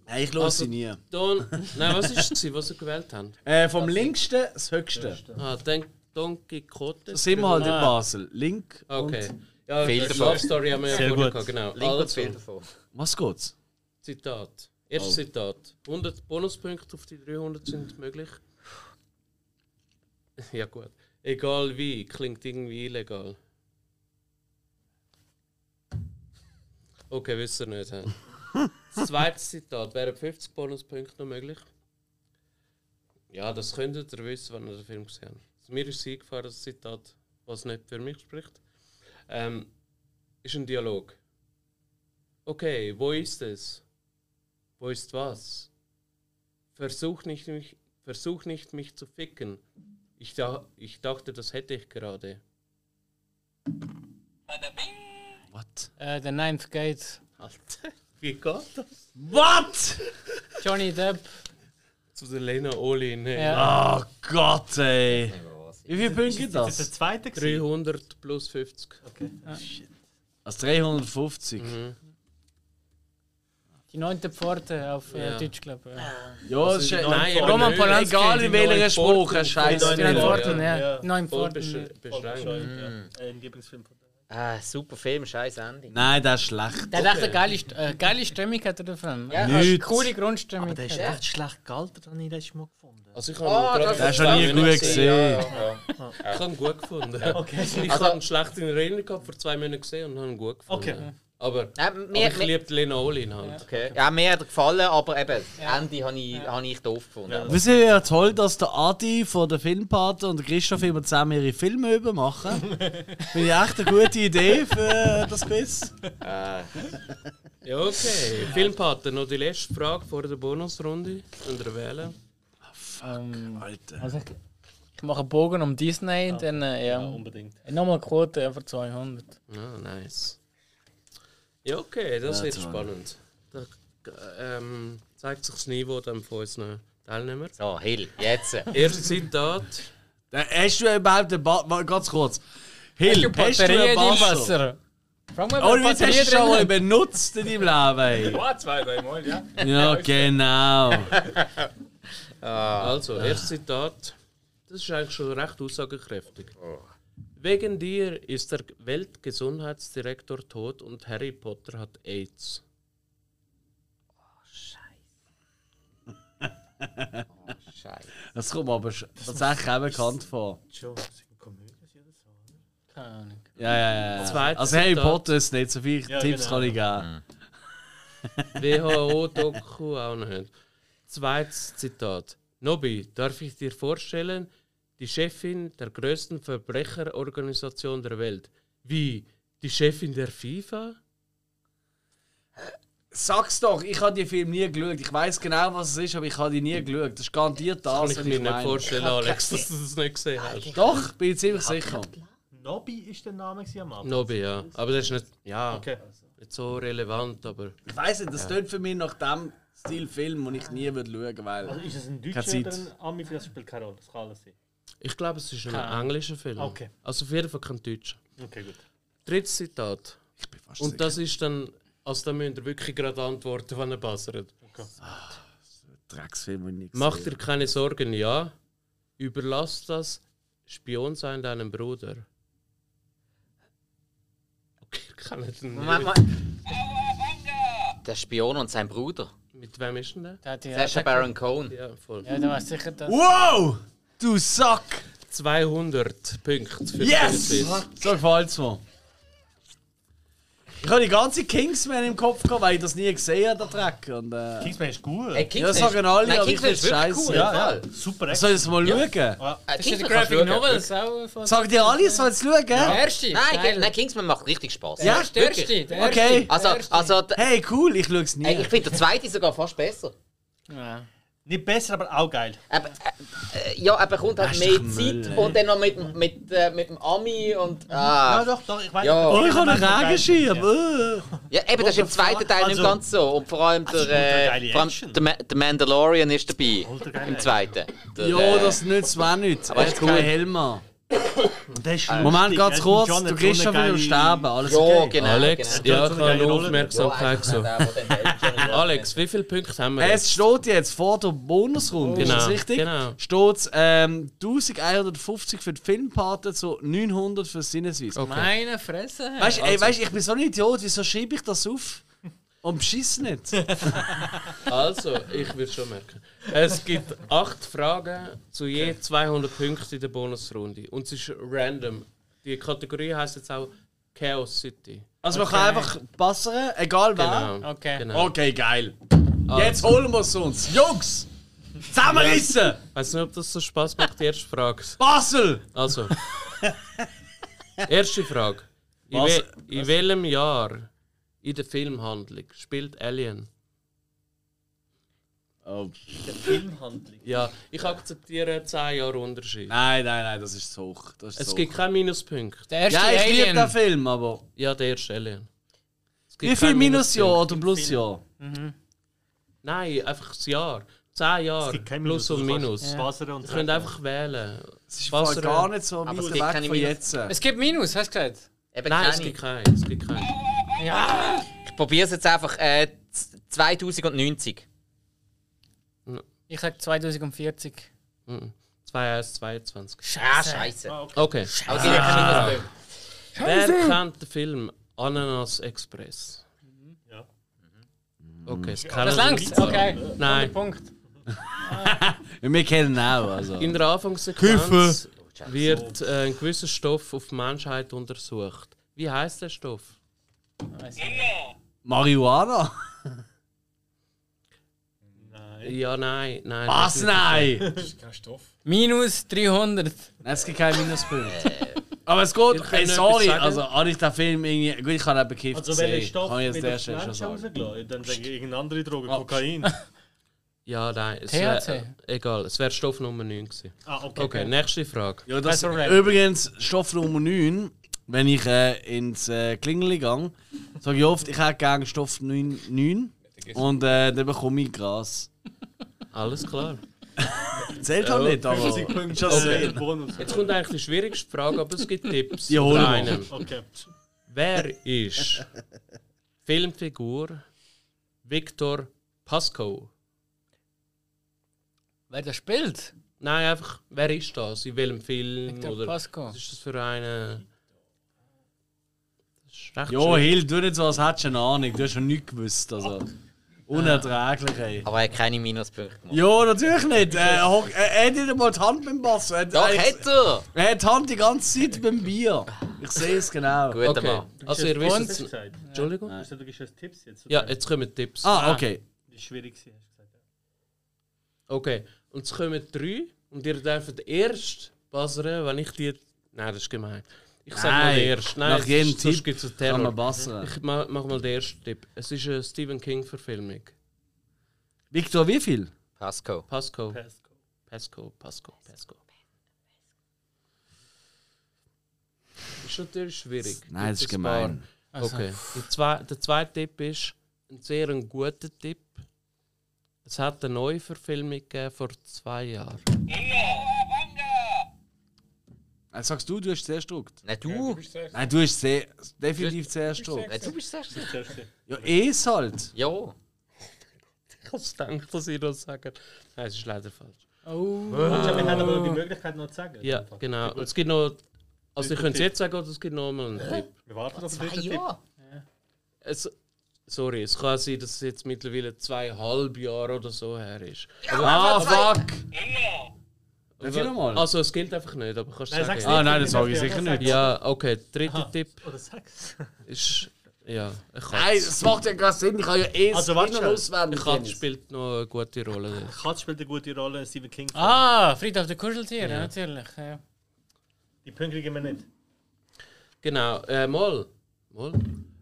Speaker 1: Nein, ich höre
Speaker 4: Also-
Speaker 1: sie nie.
Speaker 4: Don Nein, was war es, was ihr gewählt habt?
Speaker 1: Äh, vom linksten das höchste.
Speaker 4: Ah, Don Donkey Kote.
Speaker 1: Da sind wir halt in Basel. Link.
Speaker 4: Okay. Ja,
Speaker 2: Viel
Speaker 4: die
Speaker 2: davon.
Speaker 4: Love Story haben wir ja
Speaker 6: Sehr
Speaker 4: vorhin
Speaker 6: gut.
Speaker 4: gehabt, genau.
Speaker 2: Link und
Speaker 4: Also,
Speaker 2: Bild davon.
Speaker 1: Was geht's?
Speaker 4: Zitat. Erstes Zitat. 100 Bonuspunkte auf die 300 sind möglich. Ja, gut. Egal wie, klingt irgendwie illegal. Okay, wissen wir nicht. hä? Zweites Zitat. Wären 50 Bonuspunkte noch möglich? Ja, das könntet ihr wissen, wenn ihr den Film gesehen habt. Also, Mir ist eingefallen, das Zitat, was nicht für mich spricht, ähm, ist ein Dialog. Okay, wo ist es? Wo ist was? Versuch nicht, mich, versuch nicht, mich zu ficken. Ich, da, ich dachte, das hätte ich gerade.
Speaker 1: What?
Speaker 5: Äh, der Ninth Gate.
Speaker 4: Alter, wie geht das?
Speaker 1: What?
Speaker 5: Johnny Depp.
Speaker 4: Zu der Lena Oli, ne?
Speaker 5: Ja.
Speaker 1: Oh Gott, ey. Wie viele Punkte gibt
Speaker 6: Das ist
Speaker 1: das?
Speaker 6: der zweite. gewesen?
Speaker 4: 300 plus 50.
Speaker 1: Also 350.
Speaker 5: Die neunte Pforte auf äh, Deutsch, glaube ich. Ja.
Speaker 1: Ja, das ist
Speaker 4: nein,
Speaker 1: nein,
Speaker 4: aber
Speaker 1: Roman
Speaker 4: nö,
Speaker 1: Polanski. Egal
Speaker 4: die
Speaker 1: in welcher
Speaker 4: neuen
Speaker 1: Sprache,
Speaker 4: Porten-
Speaker 1: scheiße.
Speaker 5: Die
Speaker 4: Ja,
Speaker 5: neun
Speaker 4: ja,
Speaker 5: Pforten, ja.
Speaker 6: ja.
Speaker 5: Die neun
Speaker 4: Voll
Speaker 5: Pforten.
Speaker 4: besch-
Speaker 6: Voll
Speaker 4: beschränkt.
Speaker 6: bescheuert, ja. Ein Lieblingsfilm von dir.
Speaker 2: Ah, super Film, scheiß Ende.
Speaker 1: Nein, das ist schlecht.
Speaker 5: Der hat echt eine geile, St- äh, geile Stimmung, hat er, der Film. Ja,
Speaker 1: Nichts.
Speaker 5: coole Grundstimmung.
Speaker 6: Der ist echt schlecht gealtert, habe ich letztes Mal gefunden.
Speaker 4: Also ich
Speaker 3: Ah,
Speaker 4: habe
Speaker 2: das-
Speaker 1: Das ist schon nie gut gesehen.
Speaker 4: Ich habe ihn gut gefunden. Ich habe ihn schlecht in Erinnerung gehabt, vor zwei Monaten gesehen und habe ihn gut gefunden.
Speaker 6: Okay.
Speaker 4: Aber,
Speaker 2: Ja,
Speaker 4: aber
Speaker 2: mir-
Speaker 4: ich
Speaker 2: mir-
Speaker 4: liebe die Lena Olin halt.
Speaker 2: Okay. Ja, mir hat er gefallen, aber eben, das Ende habe ich, habe ich doof gefunden.
Speaker 1: Wir sind ja toll, dass der Adi von der Filmpate und der Christoph immer zusammen ihre Filme übermachen. Finde ich echt eine gute Idee für das Quiz.
Speaker 4: Ja, okay. Filmpaten, noch die letzte Frage vor der Bonusrunde. Könnt ihr wählen?
Speaker 5: Ähm,
Speaker 1: Alter.
Speaker 5: also ich, ich mache einen Bogen um Disney, dann äh, ja.
Speaker 6: Unbedingt.
Speaker 5: Nochmal Quote, einfach 200.
Speaker 4: Ah, nice. Ja, okay, das wird
Speaker 1: toll.
Speaker 4: spannend. Da ähm, zeigt sich das Niveau dann von unseren Teilnehmern.
Speaker 2: So, Hill, jetzt.
Speaker 4: Erstes Zitat.
Speaker 1: Äh, Hast du überhaupt einen Ba- Warte, Ganz kurz. Hill, hast du
Speaker 5: Batterien
Speaker 1: einen
Speaker 5: in deinem
Speaker 1: Bastel?
Speaker 5: Wasser? Frag mal,
Speaker 1: Oh,
Speaker 5: ob
Speaker 1: jetzt hast
Speaker 5: Batterien
Speaker 1: du schon mal
Speaker 5: drin
Speaker 1: benutzt in deinem Leben.
Speaker 7: Ja, zwei, drei Mal, ja.
Speaker 1: ey. Ja, genau.
Speaker 4: Also, erstes Zitat. Das ist eigentlich schon recht aussagekräftig. Wegen dir ist der Weltgesundheitsdirektor tot und Harry Potter hat AIDS.
Speaker 2: Scheiße.
Speaker 1: Das kommt mir aber sch- tatsächlich auch bekannt vor.
Speaker 5: Keine Ahnung.
Speaker 1: Ja, ja, ja, ja.
Speaker 4: Zweites
Speaker 1: Also Harry
Speaker 4: Zitat.
Speaker 1: Potter ist nicht so viel.
Speaker 6: Ja,
Speaker 1: Tipps
Speaker 6: genau.
Speaker 1: kann ich geben.
Speaker 4: WHO-Doku auch nicht. Zweites Zitat. Nobby, darf ich dir vorstellen, die Chefin der größten Verbrecherorganisation der Welt. Wie? Die Chefin der FIFA?
Speaker 1: Sag's doch, ich habe den Film nie geschaut. Ich weiß genau, was es ist, aber ich habe die nie geschaut. Das ist garantiert das,
Speaker 4: Kann
Speaker 1: was
Speaker 4: ich mir nicht
Speaker 1: Also meine.
Speaker 4: vorstellen, Alex, dass du das nicht gesehen hast.
Speaker 1: Doch, bin ich ziemlich sicher.
Speaker 6: Nobby ist der Name gewesen am Abend.
Speaker 4: Nobby, ja. Aber das ist nicht, ja,
Speaker 6: Okay.
Speaker 4: nicht so relevant, aber.
Speaker 1: Ich weiß nicht, das tönt für mich nach dem Stil Film, den ich nie würde schauen
Speaker 6: Also
Speaker 1: weil.
Speaker 6: ist es ein
Speaker 1: Keine
Speaker 6: deutscher
Speaker 1: Zeit.
Speaker 6: oder ein Ami? Das spielt keine Rolle, das kann alles sein.
Speaker 4: Ich glaube, es ist ein englischer Film.
Speaker 6: Okay.
Speaker 4: Also auf jeden Fall kein Deutscher.
Speaker 6: Okay, gut.
Speaker 4: Drittes Zitat.
Speaker 1: Ich bin fast
Speaker 4: Und das ist dann. Also da müsst ihr wirklich gerade antworten, wenn ihr bassert.
Speaker 1: Drecksfilm, den ich
Speaker 4: Mach dir keine Sorgen, ja. Überlass das Spion sein deinem Bruder. Okay, ich kann nicht.
Speaker 2: Moment mal. Der Spion und sein Bruder.
Speaker 4: Mit wem ist denn der?
Speaker 5: Der hat die
Speaker 2: Sacha Baron Cohen.
Speaker 4: Ja, voll.
Speaker 5: Ja, der weiß sicher
Speaker 1: Uh,
Speaker 5: das.
Speaker 1: Wow! Du Sack!
Speaker 4: 200 Punkte für
Speaker 1: Yes!
Speaker 4: den Quiz.
Speaker 1: So gefällt's mir. Ich habe die ganze Kingsman im Kopf gehabt, weil ich das nie gesehen habe, der Dreck. Und, äh,
Speaker 6: Kingsman ist gut.
Speaker 2: Hey, Kingsman
Speaker 1: das sagen
Speaker 2: ist-
Speaker 1: alle,
Speaker 2: Nein,
Speaker 1: aber ich
Speaker 2: Kingsman
Speaker 1: find's
Speaker 2: ist wirklich
Speaker 1: scheisse.
Speaker 2: cool.
Speaker 1: Ja, Also-
Speaker 2: ja.
Speaker 6: Super
Speaker 1: soll ich es mal schauen?
Speaker 2: Äh,
Speaker 3: Das ist
Speaker 2: Kingsman
Speaker 3: eine
Speaker 2: kannst du
Speaker 3: Graphic
Speaker 2: schauen.
Speaker 3: Novel, das auch von
Speaker 1: Sagen dir alle, soll es schauen?
Speaker 3: Der erste.
Speaker 2: Nein, Ki-
Speaker 3: geil.
Speaker 2: nein, Kingsman macht richtig Spaß.
Speaker 1: Ja,
Speaker 3: Der erste,
Speaker 2: wirklich.
Speaker 3: der erste.
Speaker 1: Okay.
Speaker 3: der
Speaker 2: Also,
Speaker 3: erste.
Speaker 2: also d-
Speaker 1: Hey, cool, ich schaue es nie.
Speaker 2: ey, ich finde der zweite sogar fast besser.
Speaker 5: Ja.
Speaker 6: Nicht besser, aber auch geil.
Speaker 2: Aber, äh, äh, ja, er bekommt halt
Speaker 1: Das ist
Speaker 2: mehr
Speaker 1: doch Müll,
Speaker 2: Zeit
Speaker 1: ey.
Speaker 2: und dann noch mit, mit, äh, mit dem Ami und.
Speaker 6: Ja,
Speaker 2: Ah.
Speaker 6: doch, doch, ich weiß.
Speaker 2: Ja.
Speaker 1: oh, ich habe einen
Speaker 6: Ja.
Speaker 1: Regenschirm.
Speaker 6: Ja.
Speaker 1: äh.
Speaker 2: Ja, eben, das ist im
Speaker 6: What the
Speaker 2: zweiten
Speaker 6: fuck?
Speaker 2: Teil
Speaker 6: Also-
Speaker 2: nicht ganz so. Und vor allem
Speaker 1: Also,
Speaker 6: ist
Speaker 2: der,
Speaker 6: ultra
Speaker 2: äh,
Speaker 6: geile
Speaker 2: vor allem
Speaker 6: Action.
Speaker 2: der, Ma der Mandalorian ist dabei.
Speaker 6: Ultra geile
Speaker 2: Im zweiten. Der,
Speaker 1: Ja,
Speaker 2: äh,
Speaker 1: das nützt mir auch nichts.
Speaker 2: Aber
Speaker 1: Er
Speaker 2: ist
Speaker 1: hat
Speaker 2: cool.
Speaker 1: keinen Helm an.
Speaker 6: Und der ist
Speaker 1: Moment,
Speaker 6: lustig,
Speaker 1: ganz
Speaker 6: ja.
Speaker 1: kurz,
Speaker 6: John
Speaker 1: du
Speaker 6: hat
Speaker 1: kriegst
Speaker 6: so
Speaker 1: schon
Speaker 6: eine
Speaker 1: wieder
Speaker 6: geile-
Speaker 1: sterben. Alles
Speaker 2: Ja,
Speaker 1: okay.
Speaker 2: genau.
Speaker 4: Alex,
Speaker 2: genau.
Speaker 4: ja,
Speaker 6: so eine
Speaker 4: ich habe
Speaker 6: geile
Speaker 4: nur
Speaker 6: Rolle.
Speaker 4: Aufmerksamkeit
Speaker 2: Ja,
Speaker 4: so.
Speaker 2: eigentlich der, der den Helm schon-
Speaker 4: Alex, wie viele Punkte haben wir
Speaker 1: Es steht jetzt vor der Bonusrunde, ist das
Speaker 4: Genau,
Speaker 1: richtig?
Speaker 4: genau.
Speaker 1: Steht ähm, 1150 für die Filmpaten, so 900 für Sinneswiss.
Speaker 3: Meine Fresse. hey.
Speaker 1: Weißt du, ey, weißt, du, ich bin so ein Idiot, wieso schreibe ich das auf? Und beschiss nicht.
Speaker 4: Also, ich würde schon merken. Es gibt acht Fragen zu je 200 Punkten in der Bonusrunde. Und es ist random. Die Kategorie heißt jetzt auch Chaos City.
Speaker 1: Also man kann einfach passen, egal wer.
Speaker 4: Genau.
Speaker 5: Okay.
Speaker 4: Genau.
Speaker 1: Okay, geil. Jetzt holen wir es uns. Jungs! Zusammenrissen!
Speaker 4: Weiß nicht, ob das so Spaß macht, die erste Frage.
Speaker 1: Basel!
Speaker 4: Also. erste Frage. In,
Speaker 1: Was-
Speaker 4: we in welchem Jahr in der Filmhandlung spielt Alien?
Speaker 6: Filmhandlung.
Speaker 4: Ja, ich akzeptiere 10 Jahre Unterschied.
Speaker 1: Nein, nein, nein, das ist zu hoch. Das ist
Speaker 4: Es
Speaker 1: zu
Speaker 4: gibt
Speaker 1: hoch.
Speaker 4: keinen Minuspunkt.
Speaker 5: Der erste
Speaker 1: Ja, ich liebe
Speaker 5: Alien.
Speaker 1: den Film, aber.
Speaker 4: Ja, der erste Alien. Es gibt
Speaker 1: Wie viel
Speaker 4: keinen
Speaker 1: Minusjahr
Speaker 4: Minuspunkt.
Speaker 1: oder Plusjahr?
Speaker 4: Nein, einfach das Jahr. 10
Speaker 6: Es
Speaker 4: Jahre.
Speaker 6: gibt kein
Speaker 4: Plus und Minus.
Speaker 6: Ja. Wasser und
Speaker 4: Ihr könnt einfach wählen.
Speaker 1: Das ist
Speaker 4: Was
Speaker 1: voll gar
Speaker 4: er-
Speaker 1: nicht so
Speaker 2: es
Speaker 1: weit
Speaker 2: gibt keine
Speaker 1: weg von
Speaker 2: Minus-
Speaker 1: jetzt.
Speaker 3: Es gibt Minus, hast du gesagt?
Speaker 2: Eben
Speaker 4: Nein, es
Speaker 2: keine.
Speaker 4: gibt keinen. Es gibt keinen.
Speaker 2: Ich probiere es jetzt einfach. Äh, z- 2090.
Speaker 5: Ich sage 2040.
Speaker 4: Mhm. 2-1, 22.
Speaker 2: Ah, Scheiße.
Speaker 4: Okay.
Speaker 2: Aber es gibt ja
Speaker 1: Ah,
Speaker 2: keine Minuspunkte.
Speaker 4: Wer kennt den Film Ananas Express? Mhm.
Speaker 6: Ja.
Speaker 4: Okay, es kann also
Speaker 5: Das langt. Okay.
Speaker 4: Nein.
Speaker 5: Punkt.
Speaker 1: Wir kennen auch. Also.
Speaker 4: In der Anfangssequenz wird äh, ein gewisser Stoff auf die Menschheit untersucht. Wie heißt der Stoff?
Speaker 1: Marihuana?
Speaker 4: Ja, nein, nein.
Speaker 1: Was?
Speaker 4: das-
Speaker 1: Nein!
Speaker 3: Kein Stoff.
Speaker 5: Minus 300.
Speaker 1: es gibt keinen Minuspunkt. Aber es geht.
Speaker 4: Ihr könnt
Speaker 1: Ey,
Speaker 4: etwas
Speaker 1: sorry,
Speaker 4: sagen.
Speaker 1: also habe ich den Film irgendwie. Gut, ich habe eben gekifft.
Speaker 6: Also,
Speaker 1: gesehen.
Speaker 6: welchen Stoff
Speaker 1: Kann ich jetzt
Speaker 6: wird
Speaker 1: der
Speaker 6: auf die
Speaker 1: schon
Speaker 6: Menschen
Speaker 1: sagen.
Speaker 6: rausgelassen? Dann sage ich irgendeine andere Droge, Kokain.
Speaker 4: Ja, nein. Es
Speaker 5: THC.
Speaker 4: wär, egal, es wäre Stoff Nummer 9 gewesen.
Speaker 6: ah, okay.
Speaker 4: Okay, ne- nächste Frage.
Speaker 1: Ja, das
Speaker 5: Kein Problem.
Speaker 1: Übrigens, Stoff Nummer 9, wenn ich äh, ins äh, Klingeli gehe, sage ich oft, ich hätte gerne Stoff 9, 9 und äh, dann bekomme ich Gras.
Speaker 4: Alles klar.
Speaker 1: Zählt halt nicht, aber.
Speaker 6: Punkte. Okay. Bonus.
Speaker 4: Jetzt kommt eigentlich die schwierigste Frage, aber es gibt Tipps.
Speaker 1: Die holen
Speaker 4: Oder
Speaker 1: wir.
Speaker 4: einen.
Speaker 6: Okay.
Speaker 4: Wer ist Filmfigur Victor Pasco?
Speaker 5: Wer das spielt?
Speaker 4: Nein, einfach, wer ist das? In welchem Film?
Speaker 5: Victor
Speaker 4: oder
Speaker 5: Pasco.
Speaker 4: Was ist das für eine. Das ist recht
Speaker 1: Ja,
Speaker 4: schwierig.
Speaker 1: Hill, tu nicht so, als hättest du eine Ahnung, du hast schon nichts gewusst. Also. Unerträglich, ey.
Speaker 2: Aber er hat
Speaker 4: Ah.
Speaker 2: keine Minuspunkte gemacht.
Speaker 1: Ja, natürlich nicht. Äh, hock- äh, er hat nicht einmal die Hand beim Bass. Er,
Speaker 2: Doch,
Speaker 1: er,
Speaker 2: hat er!
Speaker 1: er hat die Hand die ganze Zeit beim Bier. Ich sehe es genau.
Speaker 2: Guter
Speaker 4: Okay,
Speaker 2: Mann.
Speaker 4: also ihr wisst
Speaker 6: Hast du
Speaker 4: es.
Speaker 6: gesagt?
Speaker 4: Entschuldigung?
Speaker 6: Hast du da schon Tipps jetzt?
Speaker 4: Ja, jetzt kommen Tipps.
Speaker 1: Ah, okay.
Speaker 6: Das ist schwierig gewesen, hast du gesagt.
Speaker 4: Okay, und es kommen drei und ihr dürft erst buzzern, wenn ich die. Nein, das ist gemein. Ich sage mal
Speaker 1: Nein,
Speaker 4: den ersten. Nein,
Speaker 1: nach jedem
Speaker 4: sonst
Speaker 1: Tipp
Speaker 4: gibt's einen
Speaker 1: Kann
Speaker 4: Terror.
Speaker 1: man bassern.
Speaker 4: Ich ma- mach mal den ersten Tipp. Es ist eine Stephen King-Verfilmung.
Speaker 1: Victor, wie viel?
Speaker 2: Pasco.
Speaker 4: Pasco.
Speaker 6: Pasco.
Speaker 4: Pasco, Pasco, Pasco. Ist natürlich schwierig.
Speaker 1: Nein, das ist
Speaker 4: Gibt ein paar.
Speaker 1: gemein. Also,
Speaker 4: Okay. Der, zwei, der zweite Tipp ist ein sehr ein guter Tipp. Es hat eine neue Verfilmung gegeben vor zwei Jahren.
Speaker 1: Äh, Sagst du, du hast zuerst gedruckt?
Speaker 2: Nein, du?
Speaker 1: Nein, du hast sehr, definitiv zuerst gedruckt.
Speaker 2: Nein, du bist sechs.
Speaker 1: Ja, es halt.
Speaker 2: Ja.
Speaker 4: Ich hab's gedacht, dass ich das sage. Nein, es ist leider falsch.
Speaker 5: Oh.
Speaker 6: Also, wir haben
Speaker 2: Ah.
Speaker 6: aber die Möglichkeit noch zu sagen.
Speaker 4: Ja, genau. Und es gibt noch. Also, ich könnte es jetzt sagen, oder es gibt noch mal einen Tipp.
Speaker 6: Wir warten auf den
Speaker 2: Zwei
Speaker 6: dritten Tipp.
Speaker 2: Jahre.
Speaker 4: Es, sorry, es kann sein, dass es jetzt mittlerweile zweieinhalb Jahre oder so her ist.
Speaker 1: Ah, fuck!
Speaker 4: Aber-
Speaker 1: viel nochmal?
Speaker 4: Also, es gilt einfach nicht, aber kannst du
Speaker 6: Ah, Nein, sag's
Speaker 4: sagen.
Speaker 6: nicht.
Speaker 1: Ah, nein, das sage ich sicher nicht.
Speaker 4: Ja, okay. Dritter Tipp
Speaker 6: Oder sag's.
Speaker 4: ist Ja, eine Katze.
Speaker 1: Nein, das macht ja gar Sinn. Ich habe ja eh
Speaker 6: Also,
Speaker 1: das
Speaker 6: warte
Speaker 1: Innen
Speaker 6: schnell.
Speaker 4: Eine
Speaker 1: auswendig.
Speaker 4: Katze
Speaker 1: Dennis.
Speaker 4: spielt noch eine gute Rolle. dort.
Speaker 6: Katze spielt eine gute Rolle in Stephen King.
Speaker 5: Ah, Friedhof der Kuscheltiere, natürlich. Ja.
Speaker 6: Die Punkte kriegen wir nicht.
Speaker 4: Genau, äh, mal. Mal.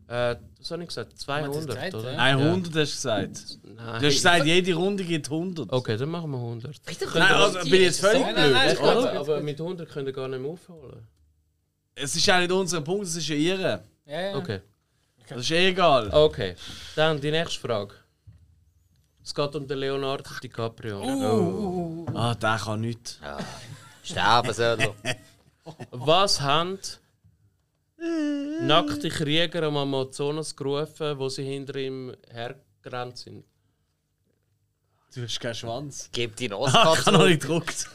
Speaker 4: Äh, was habe ich gesagt?
Speaker 5: das
Speaker 4: 200,
Speaker 5: gesagt,
Speaker 4: oder?
Speaker 5: ja?
Speaker 1: Nein,
Speaker 4: Ja.
Speaker 1: 100 hast du gesagt.
Speaker 4: Nein.
Speaker 1: Du hast gesagt, jede Runde gibt 100.
Speaker 4: Okay, dann machen wir 100.
Speaker 1: Nein, also, bin ich jetzt völlig
Speaker 3: Nein, nein,
Speaker 1: blöd.
Speaker 3: nein, ist gut,
Speaker 1: oder?
Speaker 3: ist
Speaker 4: Aber mit 100 könnt ihr gar nicht mehr aufholen.
Speaker 1: Es ist ja nicht unser Punkt, es ist ja ihre.
Speaker 5: Ja, ja.
Speaker 4: Okay.
Speaker 1: Das ist eh egal.
Speaker 4: Okay, dann die nächste Frage. Es geht um den Leonardo DiCaprio.
Speaker 1: Ah, der kann nichts.
Speaker 2: Sterben soll er.
Speaker 4: Was haben nackte Krieger am Amazonas gerufen, wo sie hinter ihm hergerannt sind?
Speaker 1: Du hast keinen Schwanz.
Speaker 2: Gib deinen
Speaker 1: Ah,
Speaker 2: Oscar
Speaker 1: ich habe noch
Speaker 2: zurück.
Speaker 1: nicht gedruckt.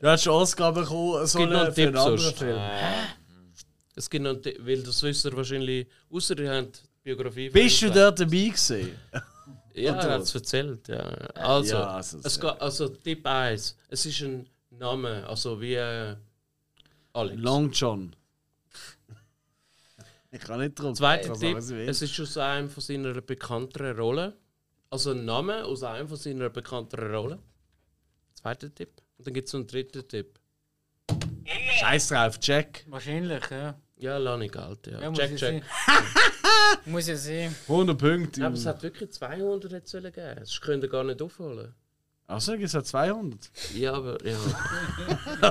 Speaker 1: du hast schon Oscar bekommen, so
Speaker 4: gibt noch
Speaker 1: eine
Speaker 4: einen
Speaker 1: für einen
Speaker 4: Tipp
Speaker 1: anderen
Speaker 4: sonst.
Speaker 1: Film.
Speaker 4: Es gibt noch, einen Tipp, weil das wisst ihr wahrscheinlich, außer ihr habt die Biografie. von
Speaker 1: Bist
Speaker 4: ihm
Speaker 1: du
Speaker 4: gelesen.
Speaker 1: dort dabei gewesen?
Speaker 4: Ja, er hat es erzählt. Ja. Also,
Speaker 1: Ja, also,
Speaker 4: es
Speaker 1: sehr.
Speaker 4: geht, also Tipp 1. Es ist ein Name, also wie äh, Alex.
Speaker 1: Long John. Ich kann nicht drum.
Speaker 4: Zweiter
Speaker 1: Also,
Speaker 4: Tipp,
Speaker 1: was ich will.
Speaker 4: es ist aus einem von seiner bekannteren Rollen. Also ein Name aus einem von seiner bekannteren Rollen. Zweiter Tipp. Und dann gibt es noch einen dritten Tipp.
Speaker 1: Scheiß drauf, Jack.
Speaker 5: Wahrscheinlich, ja.
Speaker 4: Ja, Lani Galt, ja.
Speaker 5: ja muss
Speaker 4: check,
Speaker 5: ja sein.
Speaker 4: check.
Speaker 5: muss ja sein.
Speaker 1: 100
Speaker 4: Ja, aber
Speaker 1: Punkte.
Speaker 4: es hat wirklich 200 jetzt sollen geben. Das könnt ihr gar nicht aufholen.
Speaker 1: Achso, es hat 200.
Speaker 4: Ja, aber, ja.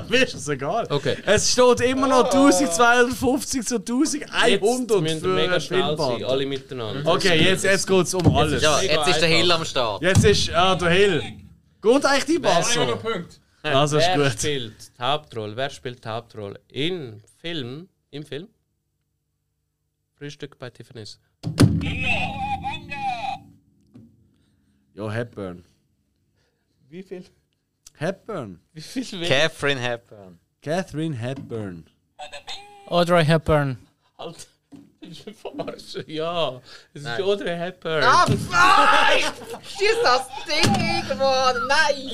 Speaker 1: Mir ist es egal. Ah.
Speaker 4: Okay.
Speaker 1: Oh. Es steht immer noch 1250 zu
Speaker 4: Jetzt
Speaker 1: 1100
Speaker 4: müsst ihr
Speaker 1: für
Speaker 4: mega
Speaker 1: einen
Speaker 4: schnell sein,
Speaker 1: Filmband.
Speaker 4: alle miteinander.
Speaker 1: Okay, jetzt, jetzt geht es um alles.
Speaker 2: Ja, jetzt ist der Hill am Start.
Speaker 1: Jetzt ist ah, der Hill. Gut eigentlich die Basso.
Speaker 3: Punkt.
Speaker 1: Also ist
Speaker 4: Wer
Speaker 1: gut.
Speaker 4: spielt die Hauptrolle? Wer spielt die Hauptrolle? Im Film? Im Film? Frühstück bei Tiffany's.
Speaker 1: Ja, Hepburn.
Speaker 4: Wie viel?
Speaker 1: Hepburn.
Speaker 4: Wie viel?
Speaker 2: Catherine Hepburn.
Speaker 1: Catherine Hepburn.
Speaker 5: Audrey Hepburn.
Speaker 4: Alter, ich bin verarschen. Ja, es ist Audrey Hepburn.
Speaker 2: Schieß das Ding irgendwo! Nein!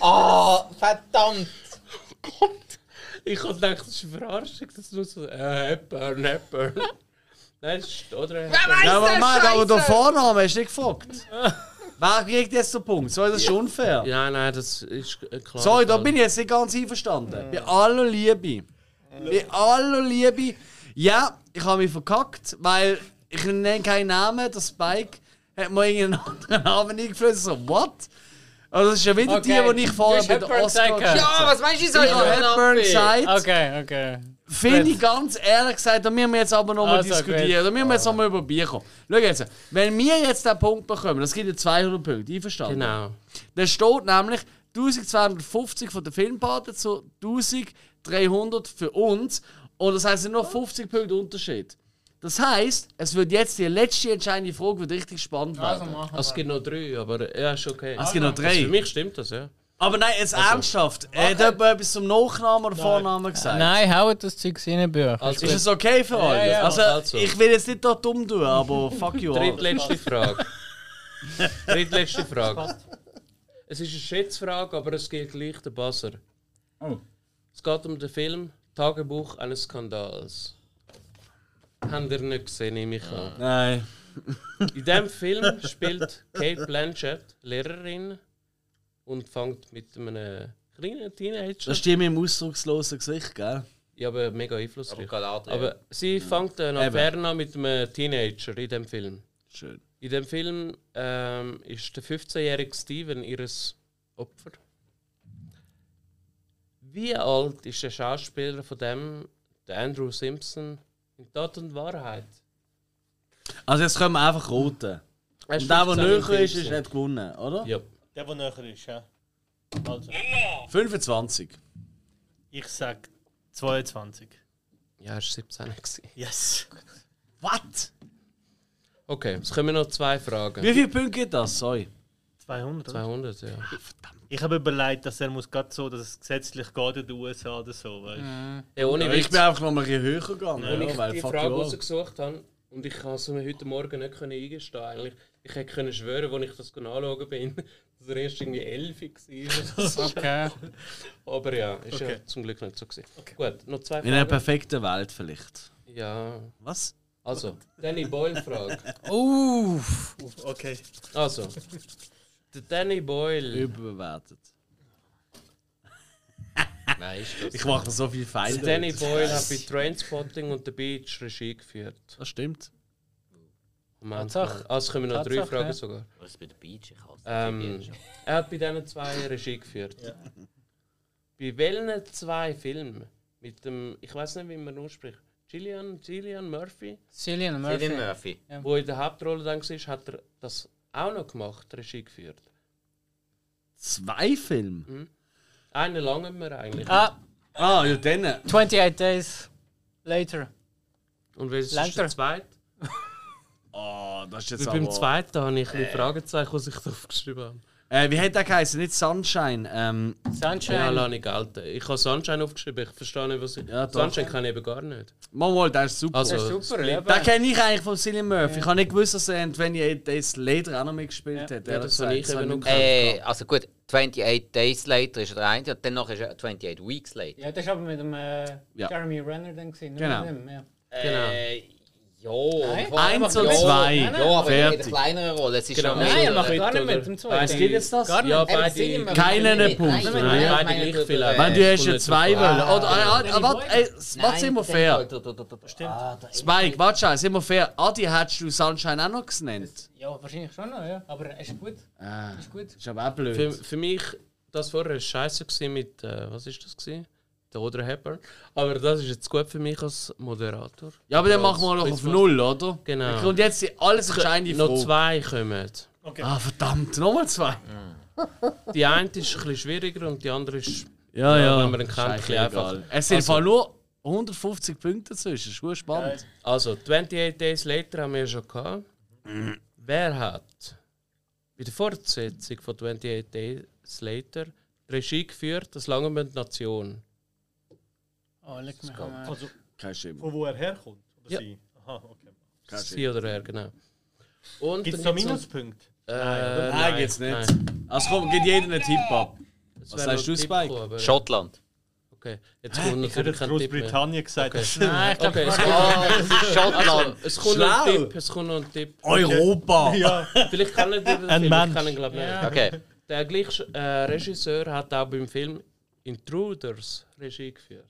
Speaker 2: Ah, verdammt!
Speaker 4: Ich hab gedacht, das ist Verarschung. Das ist nur so, äh, Hepburn, Hepburn. Nein, es ist Audrey Hepburn.
Speaker 1: Ja, aber Mann, aber der Vorname hast du nicht gefragt. Wer kriegt jetzt den Punkt? So, das ist unfair.
Speaker 4: Ja, nein, das ist äh, klar.
Speaker 1: Sorry, da bin ich jetzt nicht ganz einverstanden. Bei aller Liebe. Bei aller Liebe. Ja, ich habe mich verkackt, weil ich nenne keinen Namen. Der Spike hat mir irgendeinen anderen Namen eingeflößt. So, what? Also, das ist ja wieder die, die ich vorher
Speaker 5: Du hast
Speaker 1: bei den
Speaker 5: Hepburn
Speaker 1: Oscar
Speaker 5: gesagt.
Speaker 1: gesagt
Speaker 2: Ja, was meinst du, so
Speaker 1: Ich habe Hepburn gesagt.
Speaker 5: Okay, okay.
Speaker 1: Finde ich ganz ehrlich gesagt, da müssen wir jetzt aber nochmal
Speaker 5: Also,
Speaker 1: diskutieren. Da müssen wir jetzt nochmal über Bier kommen. Schau jetzt, wenn wir jetzt den Punkt bekommen, das gibt ja 200 Punkte, einverstanden?
Speaker 4: Genau.
Speaker 1: Dann steht nämlich 1250 von der Filmpaten zu 1300 für uns. Und das heisst, es sind noch 50 Punkte Unterschied. Das heisst, es wird jetzt die letzte entscheidende Frage wird richtig spannend werden.
Speaker 5: machen
Speaker 4: Es gibt noch drei, aber ja, ist okay.
Speaker 1: es gibt noch
Speaker 4: Also Für
Speaker 1: drei.
Speaker 4: mich Also. stimmt das, ja.
Speaker 1: Aber nein, jetzt ernsthaft. Hat jemand etwas zum Nachnamen oder Vornamen gesagt?
Speaker 5: Nein, haut das Zeug rein, Bücher.
Speaker 4: Also,
Speaker 1: Ist es okay für euch?
Speaker 5: ja.
Speaker 1: also,
Speaker 4: Also.
Speaker 1: ich will jetzt nicht da dumm tun, aber fuck you all.
Speaker 4: drittletzte Frage. drittletzte Frage. Es ist eine Schätzfrage, aber es gilt gleich der Buzzer.
Speaker 1: Oh.
Speaker 4: Es geht um den Film Tagebuch eines Skandals. Haben ihr nicht gesehen, nehme ich an.
Speaker 1: Nein.
Speaker 4: In diesem Film spielt Kate Blanchett Lehrerin und fängt mit einem kleinen Teenager.
Speaker 1: Das ist die mit dem ausdruckslosen Gesicht, gell?
Speaker 4: Ja, aber mega einflussreich.
Speaker 2: gerade Adrian.
Speaker 4: Aber sie fängt eine Affäre an mit einem Teenager in dem Film.
Speaker 1: Schön.
Speaker 4: In dem Film ähm, ist der 15-jährige Steven ihres Opfer. Wie alt ist der Schauspieler von dem, der Andrew Simpson, in Tat und Wahrheit?
Speaker 1: Also jetzt können wir einfach roten.
Speaker 4: Er
Speaker 1: Und der, der
Speaker 4: 15 im
Speaker 1: näher
Speaker 4: Film
Speaker 1: ist, ist
Speaker 4: gewesen.
Speaker 1: hat gewonnen, oder?
Speaker 4: Ja.
Speaker 6: Der, der näher ist, ja. Also,
Speaker 1: 25.
Speaker 6: ich sag 22.
Speaker 4: ja, er war 17. gewesen.
Speaker 6: Yes.
Speaker 1: What?
Speaker 4: Okay, es kommen noch zwei Fragen.
Speaker 1: Wie viele Punkte gibt das? Sorry.
Speaker 6: 200. oder?
Speaker 4: 200, ja.
Speaker 6: Ich habe überlegt, dass er muss gerade so, dass es gesetzlich geht in den USA oder so, weißt du?
Speaker 4: ja ohne
Speaker 1: Ich bin einfach noch mal ein bisschen höher gegangen,
Speaker 4: Als
Speaker 1: ja,
Speaker 4: ich
Speaker 1: weil
Speaker 4: die
Speaker 1: fuck
Speaker 4: Frage
Speaker 1: you all.
Speaker 4: rausgesucht habe und ich kann es mir heute Morgen nicht können eingestehen eigentlich. Ich hätte können schwören, als ich das anschauen bin, dass er erst irgendwie 11 war. oder so.
Speaker 5: Okay.
Speaker 4: Aber ja, ist ja zum Glück nicht so gewesen. Gut, noch zwei
Speaker 1: In einer
Speaker 4: Fragen.
Speaker 1: perfekten Welt vielleicht.
Speaker 4: Ja.
Speaker 1: Was?
Speaker 4: Also, Danny Boyle frage.
Speaker 5: Uff!
Speaker 6: Okay.
Speaker 4: Also, der Danny Boyle.
Speaker 1: Überbewertet.
Speaker 4: Nein, ist das.
Speaker 1: Ich mache mir so viel Feinde.
Speaker 4: Der Danny Boyle hat bei Trainspotting und The Beach Regie geführt.
Speaker 1: Das stimmt.
Speaker 4: Moment.
Speaker 3: Tatsache.
Speaker 4: mal. Ah, es kommen noch drei
Speaker 3: Tatsache,
Speaker 4: Fragen
Speaker 3: ja.
Speaker 4: sogar.
Speaker 2: Was ist bei der Beach? Ich hasse
Speaker 4: Ähm,
Speaker 2: die Beach.
Speaker 4: er hat bei diesen zwei Regie geführt. Bei welchen zwei Filmen mit dem, ich weiß nicht, wie man ausspricht, Gillian, Gillian Murphy,
Speaker 3: Cillian Murphy.
Speaker 2: Cillian Murphy.
Speaker 4: wo in der Hauptrolle dann war, hat er das auch noch gemacht, Regie geführt.
Speaker 1: Zwei Filme?
Speaker 4: Mhm. Einen langen wir eigentlich.
Speaker 3: Ah,
Speaker 1: Ah, ja, dann.
Speaker 3: 28 Days Later.
Speaker 4: Und welches ist
Speaker 3: Länger.
Speaker 4: der zweite?
Speaker 1: Ah, das ist jetzt
Speaker 4: Weil
Speaker 1: aber...
Speaker 4: beim zweiten habe ich ein bisschen Fragezeichen, was ich drauf geschrieben habe.
Speaker 1: Äh, wie hat der geheißen? Nicht Sunshine. Ähm,
Speaker 3: Sunshine.
Speaker 4: Ja, lasse ich gelten. Ich habe Sunshine aufgeschrieben, ich verstehe nicht, was ich...
Speaker 1: Ja, doch.
Speaker 4: Sunshine kann ich eben gar nicht.
Speaker 1: mal, mal, der ist super.
Speaker 4: Also,
Speaker 3: Das ist super,
Speaker 1: den
Speaker 3: eben.
Speaker 1: kenne ich eigentlich von Cillian Murphy. Ich habe nicht gewusst, dass er in 28 Days Later auch noch mitgespielt hat.
Speaker 4: Ja, das habe ich eben noch
Speaker 2: Äh, also gut, 28 Days Later ist der eine und danach ist er 28 Weeks Later.
Speaker 3: Ja, das war aber mit dem äh,
Speaker 1: Ja.
Speaker 3: Jeremy Renner dann gesehen.
Speaker 1: Genau.
Speaker 3: ja.
Speaker 4: Genau.
Speaker 2: Äh, ja.
Speaker 3: Nein?
Speaker 1: Eins und
Speaker 2: Ja,
Speaker 1: zwei.
Speaker 2: Ja, aber in der
Speaker 1: Fertig.
Speaker 2: kleineren Rolle. Es ist
Speaker 4: Genau.
Speaker 2: schon
Speaker 4: Nein,
Speaker 2: mehr-
Speaker 3: Nein, er macht gar nicht
Speaker 4: oder?
Speaker 3: mit dem
Speaker 1: Was
Speaker 3: zweiten.
Speaker 1: gibt jetzt das?
Speaker 3: Gar nicht.
Speaker 4: Ja,
Speaker 2: Eben, Cillian
Speaker 4: beide...
Speaker 2: Murphy-
Speaker 1: Keinen
Speaker 2: Nein,
Speaker 1: Punkt.
Speaker 2: nein,
Speaker 1: Nein,
Speaker 2: nein, nein,
Speaker 4: beide gleich
Speaker 2: nein,
Speaker 4: viel.
Speaker 2: nein,
Speaker 1: Wenn du hast
Speaker 4: Äh,
Speaker 1: jetzt zwei wollen.
Speaker 2: Ah,
Speaker 1: Oder, ah, ah, warte, ey,
Speaker 2: nein,
Speaker 1: warte, sind wir
Speaker 2: nein,
Speaker 1: fair.
Speaker 2: nein, nein, nein, nein,
Speaker 6: Stimmt.
Speaker 2: ah, da-
Speaker 1: Spike, warte schon, sind wir fair. Adi hättest du Sunshine auch noch genannt.
Speaker 3: Ja, wahrscheinlich schon noch, ja. Aber es ist gut.
Speaker 1: Ah,
Speaker 3: Ist gut.
Speaker 1: ist aber auch blöd.
Speaker 4: Für, für mich, das vorher war scheiße gewesen mit, äh, was ist das? Gewesen? Der Audrey Hepburn. Aber das ist jetzt gut für mich als Moderator.
Speaker 1: ja, aber dann
Speaker 4: Als
Speaker 1: machen wir noch auf
Speaker 4: Quizmaster.
Speaker 1: Null, oder?
Speaker 4: Genau.
Speaker 1: Und jetzt die alles entscheidende
Speaker 4: Noch
Speaker 1: Frage.
Speaker 4: zwei kommen.
Speaker 1: Ah, verdammt, nochmal zwei.
Speaker 4: Die eine ist ein bisschen schwieriger und die andere ist.
Speaker 1: Ja,
Speaker 4: Ja,
Speaker 1: ja.
Speaker 4: wenn man ihn
Speaker 1: Ist
Speaker 4: kennt,
Speaker 1: eigentlich
Speaker 4: ein bisschen
Speaker 1: egal.
Speaker 4: einfach.
Speaker 1: Es sind
Speaker 4: Also-
Speaker 1: also. nur 150 Punkte dazwischen. Das ist gut spannend.
Speaker 4: Also, 28 Days Later haben wir ja schon gehabt. Wer hat bei der Fortsetzung von 28 Days Later Regie geführt, das Langenmünd Nation?
Speaker 3: Oh, leck mich mal.
Speaker 7: Also,
Speaker 1: Kein Schimmer.
Speaker 7: von wo er herkommt? Oder
Speaker 4: Ja.
Speaker 7: sie? Aha, okay.
Speaker 1: Kein
Speaker 4: Sie oder er, genau. Und
Speaker 7: Gibt es da
Speaker 4: dann gibt's noch-
Speaker 7: Minuspunkte?
Speaker 4: Äh,
Speaker 1: Nein, geht's nicht. Also komm, gib jedem einen Tipp ab.
Speaker 4: Es
Speaker 1: Was sagst
Speaker 4: wäre noch
Speaker 1: du,
Speaker 4: ein Tipp
Speaker 1: Spike?
Speaker 4: gekommen, aber-
Speaker 2: Schottland.
Speaker 4: Okay, jetzt kommt
Speaker 7: Ich hätte
Speaker 4: natürlich kein Tipp mehr.
Speaker 7: Großbritannien gesagt.
Speaker 4: Okay.
Speaker 7: Okay.
Speaker 3: Nein, ich glaube,
Speaker 4: Okay, es kommt,
Speaker 2: Schottland.
Speaker 4: es kommt noch ein
Speaker 1: Schlau.
Speaker 4: Tipp, es kommt noch ein Tipp.
Speaker 1: Europa!
Speaker 7: Ja,
Speaker 4: Vielleicht kann ich den Film,
Speaker 6: Mensch.
Speaker 4: ich kann ihn glaube nicht.
Speaker 2: Okay.
Speaker 4: Der gleiche äh, Regisseur hat auch beim Film Intruders Regie geführt.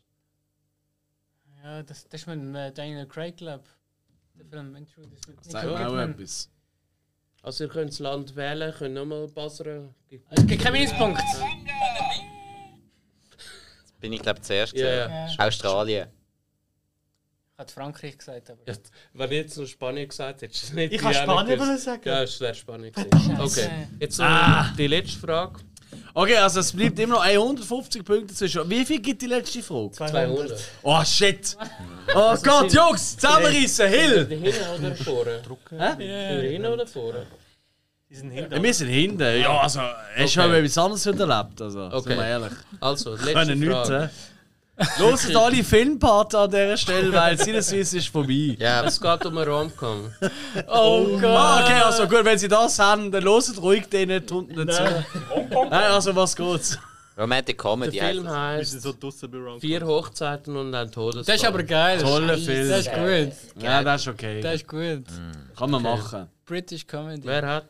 Speaker 3: Ja, das, das ist mit äh, Daniel Craig, glaube Der Film Intro, dus das mit
Speaker 1: Sag mir auch
Speaker 3: Kidman.
Speaker 1: etwas.
Speaker 4: Also ihr könnt das Land wählen, könnt nochmal buzzern. Gibt-
Speaker 3: Es gibt keinen Minuspunkt.
Speaker 2: Bin ich glaube zuerst.
Speaker 4: Ja,
Speaker 2: gewesen.
Speaker 4: ja.
Speaker 2: Australien.
Speaker 3: Hat Frankreich gesagt, aber.
Speaker 4: Ja, Wenn ich jetzt noch Spanien gesagt hätte, ist es nicht
Speaker 7: Ich kann
Speaker 4: die auch
Speaker 7: Spanien
Speaker 4: nicht gewusst.
Speaker 7: wollen sagen.
Speaker 4: Ja, es wäre Spanien gewesen. Okay, jetzt noch die letzte Frage.
Speaker 1: Okay, also es bleibt immer noch 150 Punkte dazwischen. Wie viel gibt die letzte Frage?
Speaker 4: 200.
Speaker 1: Oh shit! Oh Gott, Jungs! Zusammenreissen, Hill!
Speaker 4: Hinten oder vorne? Sind wir Hinten oder vorne?
Speaker 7: Die sind hinter.
Speaker 1: Ja, wir sind hinten. Ja, also, er ist schon mal etwas anderes erlebt. Also, okay.
Speaker 4: Okay.
Speaker 1: sind wir ehrlich.
Speaker 4: Also, die
Speaker 1: Können
Speaker 4: letzte
Speaker 1: nichts,
Speaker 4: Frage.
Speaker 1: hä? Loset alle Filmpaten an dieser Stelle, weil Sinneswiss ist vorbei.
Speaker 2: Ja,
Speaker 4: Es geht um einen Romcom.
Speaker 1: Oh Gott! Ah, okay, also gut, wenn Sie das haben, dann loset ruhig den nicht unten dazu. Nein, also was geht's?
Speaker 2: Romantic
Speaker 4: Der
Speaker 2: Comedy
Speaker 4: Film
Speaker 2: heißt
Speaker 7: Wir
Speaker 4: heißt
Speaker 7: sind so draussen bei Ron.
Speaker 4: Vier Hochzeiten und ein Todesfall.
Speaker 3: Das ist aber geil.
Speaker 1: Toller Film.
Speaker 3: Das ist gut.
Speaker 1: Ja, das ist okay.
Speaker 3: Das ist gut.
Speaker 1: Kann man machen.
Speaker 3: British Comedy.
Speaker 4: Wer hat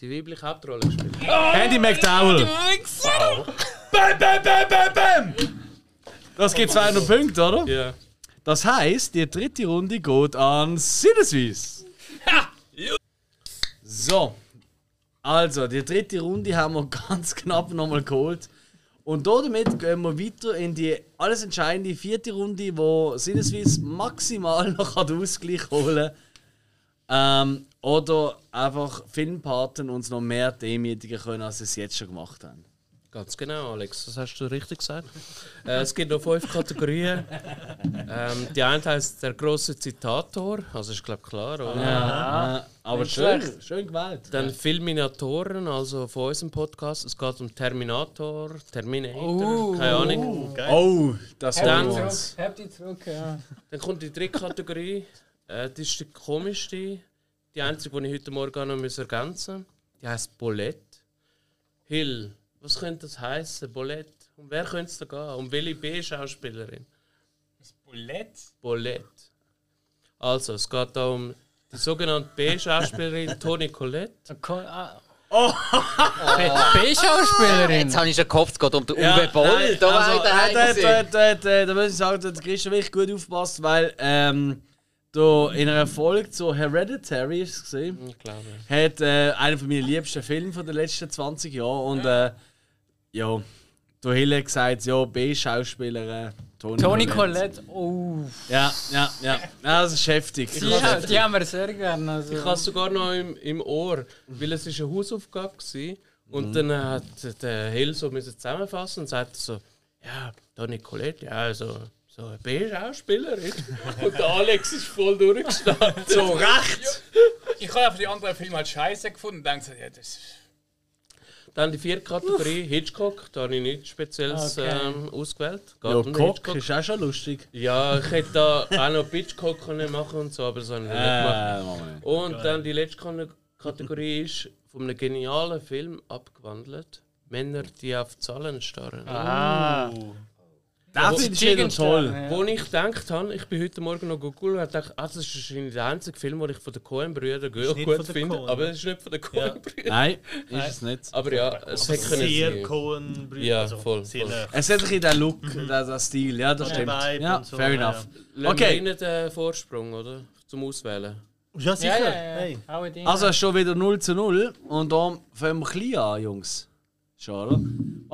Speaker 4: die weibliche Hauptrolle gespielt?
Speaker 1: Andy McDowell! Bam, bam, bam, bam, bam! Das gibt
Speaker 3: Also.
Speaker 1: 200 Punkte, oder?
Speaker 4: Ja.
Speaker 1: Das heißt, die dritte Runde geht an Sinneswiss. So, also die dritte Runde haben wir ganz knapp nochmal geholt. Und damit gehen wir weiter in die alles entscheidende vierte Runde, wo Sinneswiss maximal noch den Ausgleich holen kann. Ähm, oder einfach Filmpaten uns noch mehr demütigen können, als sie es jetzt schon gemacht haben.
Speaker 4: Ganz genau, Alex, das hast du richtig gesagt. äh, es gibt noch fünf Kategorien. ähm, die eine heißt der große Zitator, also ist glaube klar, oder?
Speaker 1: Äh, aber schön, schön gewählt.
Speaker 4: Dann Filminatoren, also von unserem Podcast. Es geht um Terminator, Terminator, keine Ahnung.
Speaker 1: Oh, das
Speaker 4: Dann-
Speaker 1: war's.
Speaker 3: Habt ihr zurück, ja.
Speaker 4: Dann kommt die dritte Kategorie. äh, das ist die komischste. Die einzige, die ich heute Morgen auch noch muss ergänzen muss. Die heisst Bolett. Hill, was könnte das heißen? Bolett? Um wer könnte es da gehen? Um welche B-Schauspielerin?
Speaker 7: Das Bulett.
Speaker 4: Bolette. Also, es geht da um die sogenannte B-Schauspielerin Toni Collette.
Speaker 5: Ah. Oh! B-Schauspielerin!
Speaker 2: Jetzt habe ich schon gehofft, es geht um den
Speaker 1: Ja,
Speaker 2: Uwe Boll.
Speaker 1: nein,
Speaker 2: Da war
Speaker 1: also,
Speaker 2: ich daheim.
Speaker 1: äh, da,
Speaker 2: gewesen.
Speaker 1: da, da, da muss ich sagen, da hat Christian wirklich gut aufpasst, weil ähm, da in einer Folge zu Hereditary ist es gesehen,
Speaker 4: Ich glaube.
Speaker 1: hat äh, einer von meinen liebsten Filme von den letzten 20 Jahren und äh, ja, du Hille hat gesagt, ja, B-Schauspielerin Toni
Speaker 5: Toni Collette, oh.
Speaker 1: Ja, ja, ja. ja, das ist heftig.
Speaker 5: Ja, die haben wir sehr gerne.
Speaker 4: Ich
Speaker 5: Also.
Speaker 4: habe es sogar noch im, im Ohr, weil es ist eine Hausaufgabe war.
Speaker 1: Mhm.
Speaker 4: Und dann hat der Hill so müssen zusammenfassen und sagt so, ja, Toni Collette, ja, so, so eine B-Schauspielerin. und der Alex ist voll durchgestartet. so recht!
Speaker 8: Ich habe einfach die anderen Filme halt scheiße gefunden und dachte, ja, das
Speaker 4: Dann die vierte Kategorie, Hitchcock, da habe ich nichts Spezielles
Speaker 5: Okay.
Speaker 4: ähm, ausgewählt. Geht
Speaker 1: Ja,
Speaker 4: um den
Speaker 1: Cock ist auch schon lustig.
Speaker 4: Ja, ich hätte da auch noch Bitchcock können machen und so, aber das habe ich nicht
Speaker 1: Ah,
Speaker 4: gemacht.
Speaker 1: Äh,
Speaker 4: Und dann die letzte Kan- Kategorie ist von einem genialen Film abgewandelt. Männer, die auf Zahlen starren.
Speaker 1: das ist schon toll.
Speaker 4: Wo ich gedacht habe, ich bin heute Morgen noch gegoogelt und habe gedacht, ah, das ist wahrscheinlich der einzige Film, den ich von den Coen-Brüdern
Speaker 6: nicht
Speaker 4: gut
Speaker 6: von den
Speaker 4: finde.
Speaker 6: Coen. ne?
Speaker 4: Aber es ist nicht von den Coen-Brüdern.
Speaker 1: Nein, ist es nicht.
Speaker 4: Aber ja, es hätte können
Speaker 6: Sehr
Speaker 4: sein.
Speaker 6: cohen Brüder.
Speaker 4: Ja, voll,
Speaker 6: also, Sehr
Speaker 4: voll.
Speaker 6: nah.
Speaker 1: Es hat ein bisschen den Look, den, den Stil, ja, das
Speaker 6: Ja,
Speaker 1: stimmt.
Speaker 6: Mhm. Vibe
Speaker 1: Ja,
Speaker 6: und so,
Speaker 1: fair
Speaker 6: ja,
Speaker 1: enough.
Speaker 4: Okay.
Speaker 1: Okay.
Speaker 4: Ihnen den Vorsprung, oder? Zum Auswählen.
Speaker 6: Ja,
Speaker 5: Ja,
Speaker 6: sicher.
Speaker 5: ja,
Speaker 6: Hey.
Speaker 5: ja. Hau it in.
Speaker 1: Also es ist schon wieder 0 zu 0 und darum fangen wir klein an, Jungs. Schon, oder?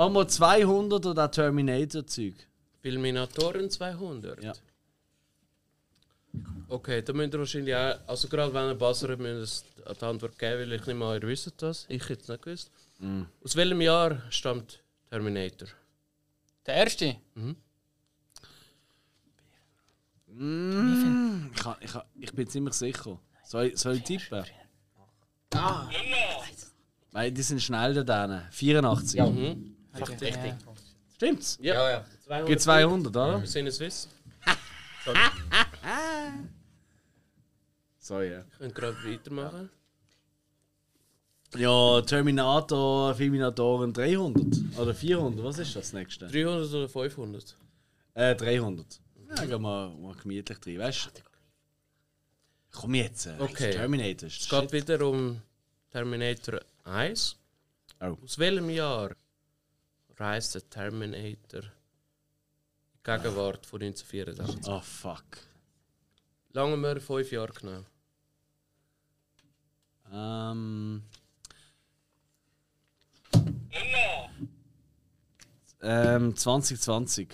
Speaker 1: Machen wir 200 oder auch Terminator-Zeug.
Speaker 4: Filminatoren 200.
Speaker 1: Ja.
Speaker 4: Okay, da müsst ihr wahrscheinlich auch, also gerade wenn ihr buzzert, müsst ihr es die Antwort geben, weil ich nicht mal, ihr wisst das. Ich hätte es nicht gewusst.
Speaker 6: Mhm.
Speaker 4: Aus welchem Jahr stammt Terminator?
Speaker 5: Der erste?
Speaker 1: Ich, kann, ich, kann, ich bin ziemlich sicher. Soll, soll ich tippen? Ah. Weil die sind schnell da drin. 84.
Speaker 4: Mhm.
Speaker 2: Richtig.
Speaker 1: Stimmt's?
Speaker 2: Ja, ja.
Speaker 1: Geht 200, oder?
Speaker 4: Sind es Swiss?
Speaker 1: So, ja.
Speaker 4: Könnt gerade weitermachen.
Speaker 1: Ja, Terminator, Filminatoren 300. Oder 400, was ist das nächste?
Speaker 4: 300 oder 500?
Speaker 1: Äh, 300. Ja, gehen wir mal gemütlich rein, weißt du? Komm jetzt. äh,
Speaker 4: Okay.
Speaker 1: Terminator ist
Speaker 4: Es
Speaker 1: der
Speaker 4: geht
Speaker 1: Shit.
Speaker 4: wieder um Terminator 1.
Speaker 1: Oh.
Speaker 4: Aus welchem Jahr reist der Terminator Gegenwart von 1984?
Speaker 1: Oh fuck.
Speaker 4: Lange wir fünf Jahre genau.
Speaker 1: Ähm. Ähm, 2020.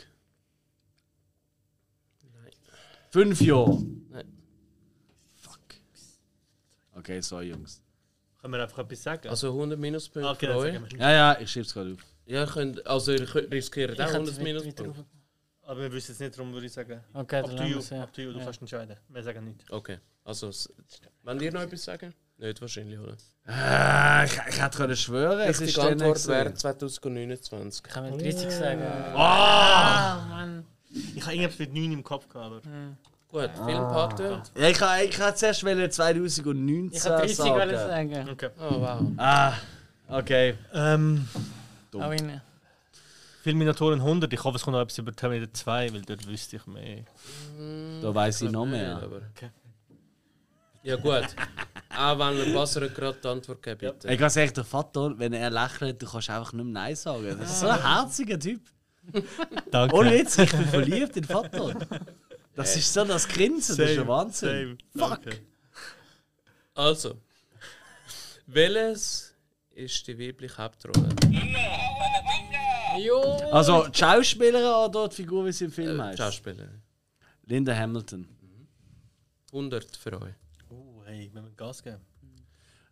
Speaker 1: Fünf Jahre.
Speaker 4: Nein.
Speaker 1: Fuck. Okay, so Jungs.
Speaker 6: Können wir einfach etwas sagen?
Speaker 4: Also 100 Minuspunkte
Speaker 6: Ah,
Speaker 4: für
Speaker 6: genau,
Speaker 4: euch.
Speaker 6: sagen wir.
Speaker 1: Ja, ja, ich schreib's gerade auf.
Speaker 4: Ja, ihr könnt, also ihr könnt riskiert auch
Speaker 5: Ich
Speaker 4: 100
Speaker 5: hab's wieder-
Speaker 4: Minuspunkte.
Speaker 6: Aber wir wissen es nicht, darum würde ich sagen.
Speaker 5: Okay,
Speaker 6: Up
Speaker 5: dann
Speaker 6: to
Speaker 5: lassen
Speaker 6: you,
Speaker 5: wir es, ja.
Speaker 6: up to you, du kannst entscheiden. Wir sagen nichts.
Speaker 4: Okay, also s- wollt ihr noch etwas sagen? Nicht wahrscheinlich, oder?
Speaker 1: Äh, ich, ich hätte können schwören, es ist
Speaker 4: Die
Speaker 1: dann
Speaker 4: Antwort
Speaker 1: nicht
Speaker 4: wäre
Speaker 1: wär...
Speaker 4: 2029.
Speaker 5: Kann man 30 sagen? Ah!
Speaker 6: Ah!
Speaker 5: Oh,
Speaker 6: Ich habe irgendwas mit 9 im Kopf gehabt, aber.
Speaker 4: Gut,
Speaker 1: Ah.
Speaker 4: Filmpate.
Speaker 1: ja, Ich hätte ich hätte zuerst wollen 2019
Speaker 5: Ich kann 30
Speaker 1: sagen.
Speaker 5: wollen sagen.
Speaker 4: Oh wow.
Speaker 1: Ah, okay.
Speaker 6: Ähm,
Speaker 5: Hau rein.
Speaker 6: Filminatoren 100. Ich hoffe, es kommt noch etwas über Terminator 2, weil dort wüsste ich mehr.
Speaker 1: Da weiß ich noch
Speaker 5: Hm.
Speaker 1: mehr.
Speaker 4: Aber.
Speaker 6: Okay.
Speaker 4: Ja gut. auch wenn ihr Basser gerade die Antwort gebt, bitte.
Speaker 1: Ich kann sagen, der Vater, wenn er lächelt, du kannst einfach nicht mehr Nein sagen. Das ist so ein
Speaker 5: Ah.
Speaker 1: herziger Typ.
Speaker 6: Danke.
Speaker 1: Ohne Witz, ich bin verliebt in Vater. Das ist so das Grinsen, das ist ja Wahnsinn.
Speaker 6: Fuck.
Speaker 4: Also. Welches ist die weibliche Hauptrolle?
Speaker 5: Jo!
Speaker 1: Also, die Schauspielerin oder die Figur, wie sie im Film
Speaker 4: Äh,
Speaker 1: heißt?
Speaker 4: Schauspielerin.
Speaker 1: Linda Hamilton.
Speaker 4: 100 für euch.
Speaker 6: Oh, hey, wir müssen Gas geben.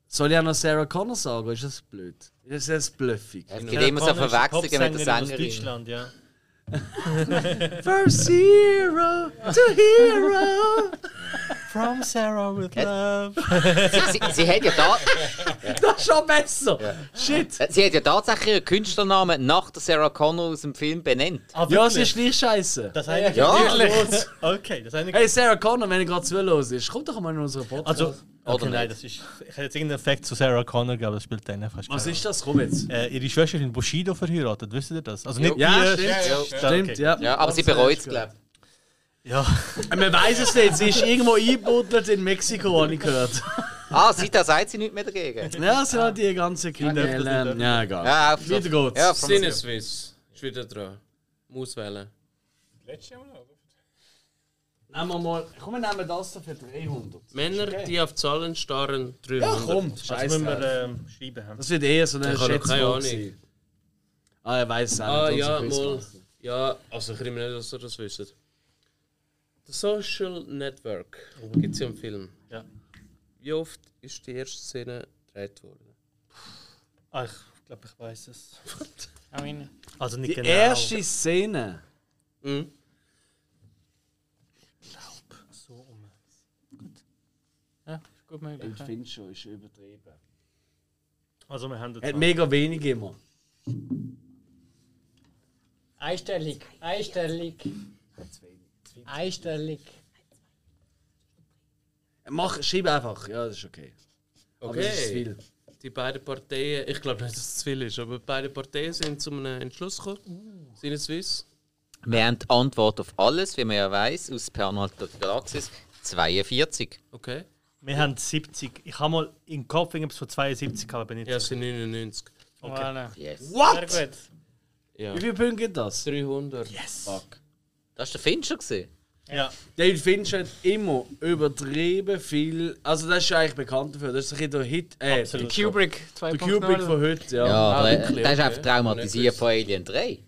Speaker 1: Soll ich auch noch Sarah Connor sagen? Ist das blöd? Ist das bluffig?
Speaker 2: Es gibt immer so Verwechslungen mit der
Speaker 6: Popsängerin aus
Speaker 2: Sängerin.
Speaker 6: Deutschland, ja.
Speaker 1: First hero to hero.
Speaker 6: From Sarah with Love.
Speaker 2: Sie, sie, hat ja da,
Speaker 1: Das ist schon besser. Shit.
Speaker 2: sie hat ja tatsächlich ihren Künstlernamen nach der Sarah Connor aus dem Film benannt.
Speaker 6: Ah,
Speaker 1: Ja, es
Speaker 6: wirklich?
Speaker 1: ist gleich scheiße.
Speaker 6: Das eine
Speaker 2: Ja,
Speaker 6: Okay, das eine
Speaker 1: Hey, Sarah Connor, wenn ihr gerade zuhörst, ist, kommt doch mal in unseren Podcast.
Speaker 6: Also, okay,
Speaker 2: nicht?
Speaker 6: nein, das ist. Ich hätte jetzt irgendeinen Effekt zu Sarah Connor gegeben, aber das spielt dann fast
Speaker 1: was ist das? Komm jetzt.
Speaker 6: Äh, ihre Schwester ist in Bushido verheiratet, wisst ihr das? Also nicht
Speaker 1: Ja,
Speaker 6: die-
Speaker 1: stimmt.
Speaker 2: Ja,
Speaker 1: Stimmt, ja.
Speaker 2: Ja, aber sie bereut es, glaube
Speaker 6: Ja.
Speaker 1: Man weiß es nicht, sie ist irgendwo eingebuddelt in Mexiko, habe ich gehört.
Speaker 2: Ah, seitdem sagt sie nichts mehr dagegen.
Speaker 1: Ja, es sind halt die ganzen Kriminellen. Ja, egal.
Speaker 2: Ja, auf so-
Speaker 1: Weiter geht's.
Speaker 2: Ja, von mir.
Speaker 4: Sinneswiss. Ist wieder dran. Muss wählen.
Speaker 8: Letztes Jahr mal, oder?
Speaker 1: Nehmen wir mal. Komm, wir nehmen das da für 300.
Speaker 4: Männer, die auf Zahlen starren, 300.
Speaker 1: Ja, komm,
Speaker 6: Das
Speaker 1: scheiße.
Speaker 6: müssen wir ähm, schreiben. haben.
Speaker 1: das wird eher so eine
Speaker 4: Ich habe noch keine
Speaker 1: Schätzfrage
Speaker 4: Ahnung.
Speaker 1: sein. Ah, er weiß es auch
Speaker 4: Ah
Speaker 1: nicht.
Speaker 4: ja,
Speaker 1: unser
Speaker 4: mal.
Speaker 1: Quizmaster.
Speaker 4: Ja, also ich nehme nicht, dass ihr das wisst. The Social Network
Speaker 1: Mhm.
Speaker 4: gibt es ja im Film.
Speaker 6: Ja.
Speaker 4: Wie oft ist die erste Szene gedreht worden?
Speaker 6: Ah, ich glaube, ich weiß es.
Speaker 5: I mean,
Speaker 6: Also nicht
Speaker 1: Die
Speaker 6: genau.
Speaker 1: erste Szene.
Speaker 4: Mhm.
Speaker 5: gut möglich.
Speaker 1: Ich finde schon, ist übertrieben.
Speaker 6: Also wir haben da
Speaker 1: Er hat
Speaker 6: zwei.
Speaker 1: mega wenig immer.
Speaker 3: Einstellig, einstellig. Einstellig.
Speaker 1: Mach, schreib einfach. Ja, das ist okay. Aber das ist zu
Speaker 4: Okay.
Speaker 1: viel.
Speaker 4: Die beiden Parteien, ich glaube nicht, dass es zu viel ist, aber beide Parteien sind zu einem Entschluss gekommen. Uh. Sinneswiss.
Speaker 2: Wir haben die Antwort auf alles, wie man ja weiß, aus Pernold der Galaxis 42.
Speaker 4: Okay.
Speaker 6: Wir haben 70. Ich habe mal im Kopf irgendwas von 72, aber bin nicht
Speaker 4: Ja,
Speaker 6: ja.
Speaker 4: es sind 99.
Speaker 5: Voilà.
Speaker 2: Yes.
Speaker 1: What?
Speaker 5: Sehr gut.
Speaker 4: Ja.
Speaker 1: Wie viele Punkte gibt das?
Speaker 4: 300.
Speaker 1: Fuck.
Speaker 2: Das war der Fincher. gewesen.
Speaker 1: David Finch hat immer übertrieben viel. Also, das ist ja eigentlich bekannt dafür. Das ist ein bisschen der Hit. Äh, der
Speaker 3: Kubrick
Speaker 1: der Kubrick
Speaker 3: 2.0.
Speaker 1: von heute, ja.
Speaker 2: Ja, aber er-
Speaker 4: wirklich,
Speaker 2: der ist
Speaker 4: okay.
Speaker 2: einfach traumatisiert von Alien 3.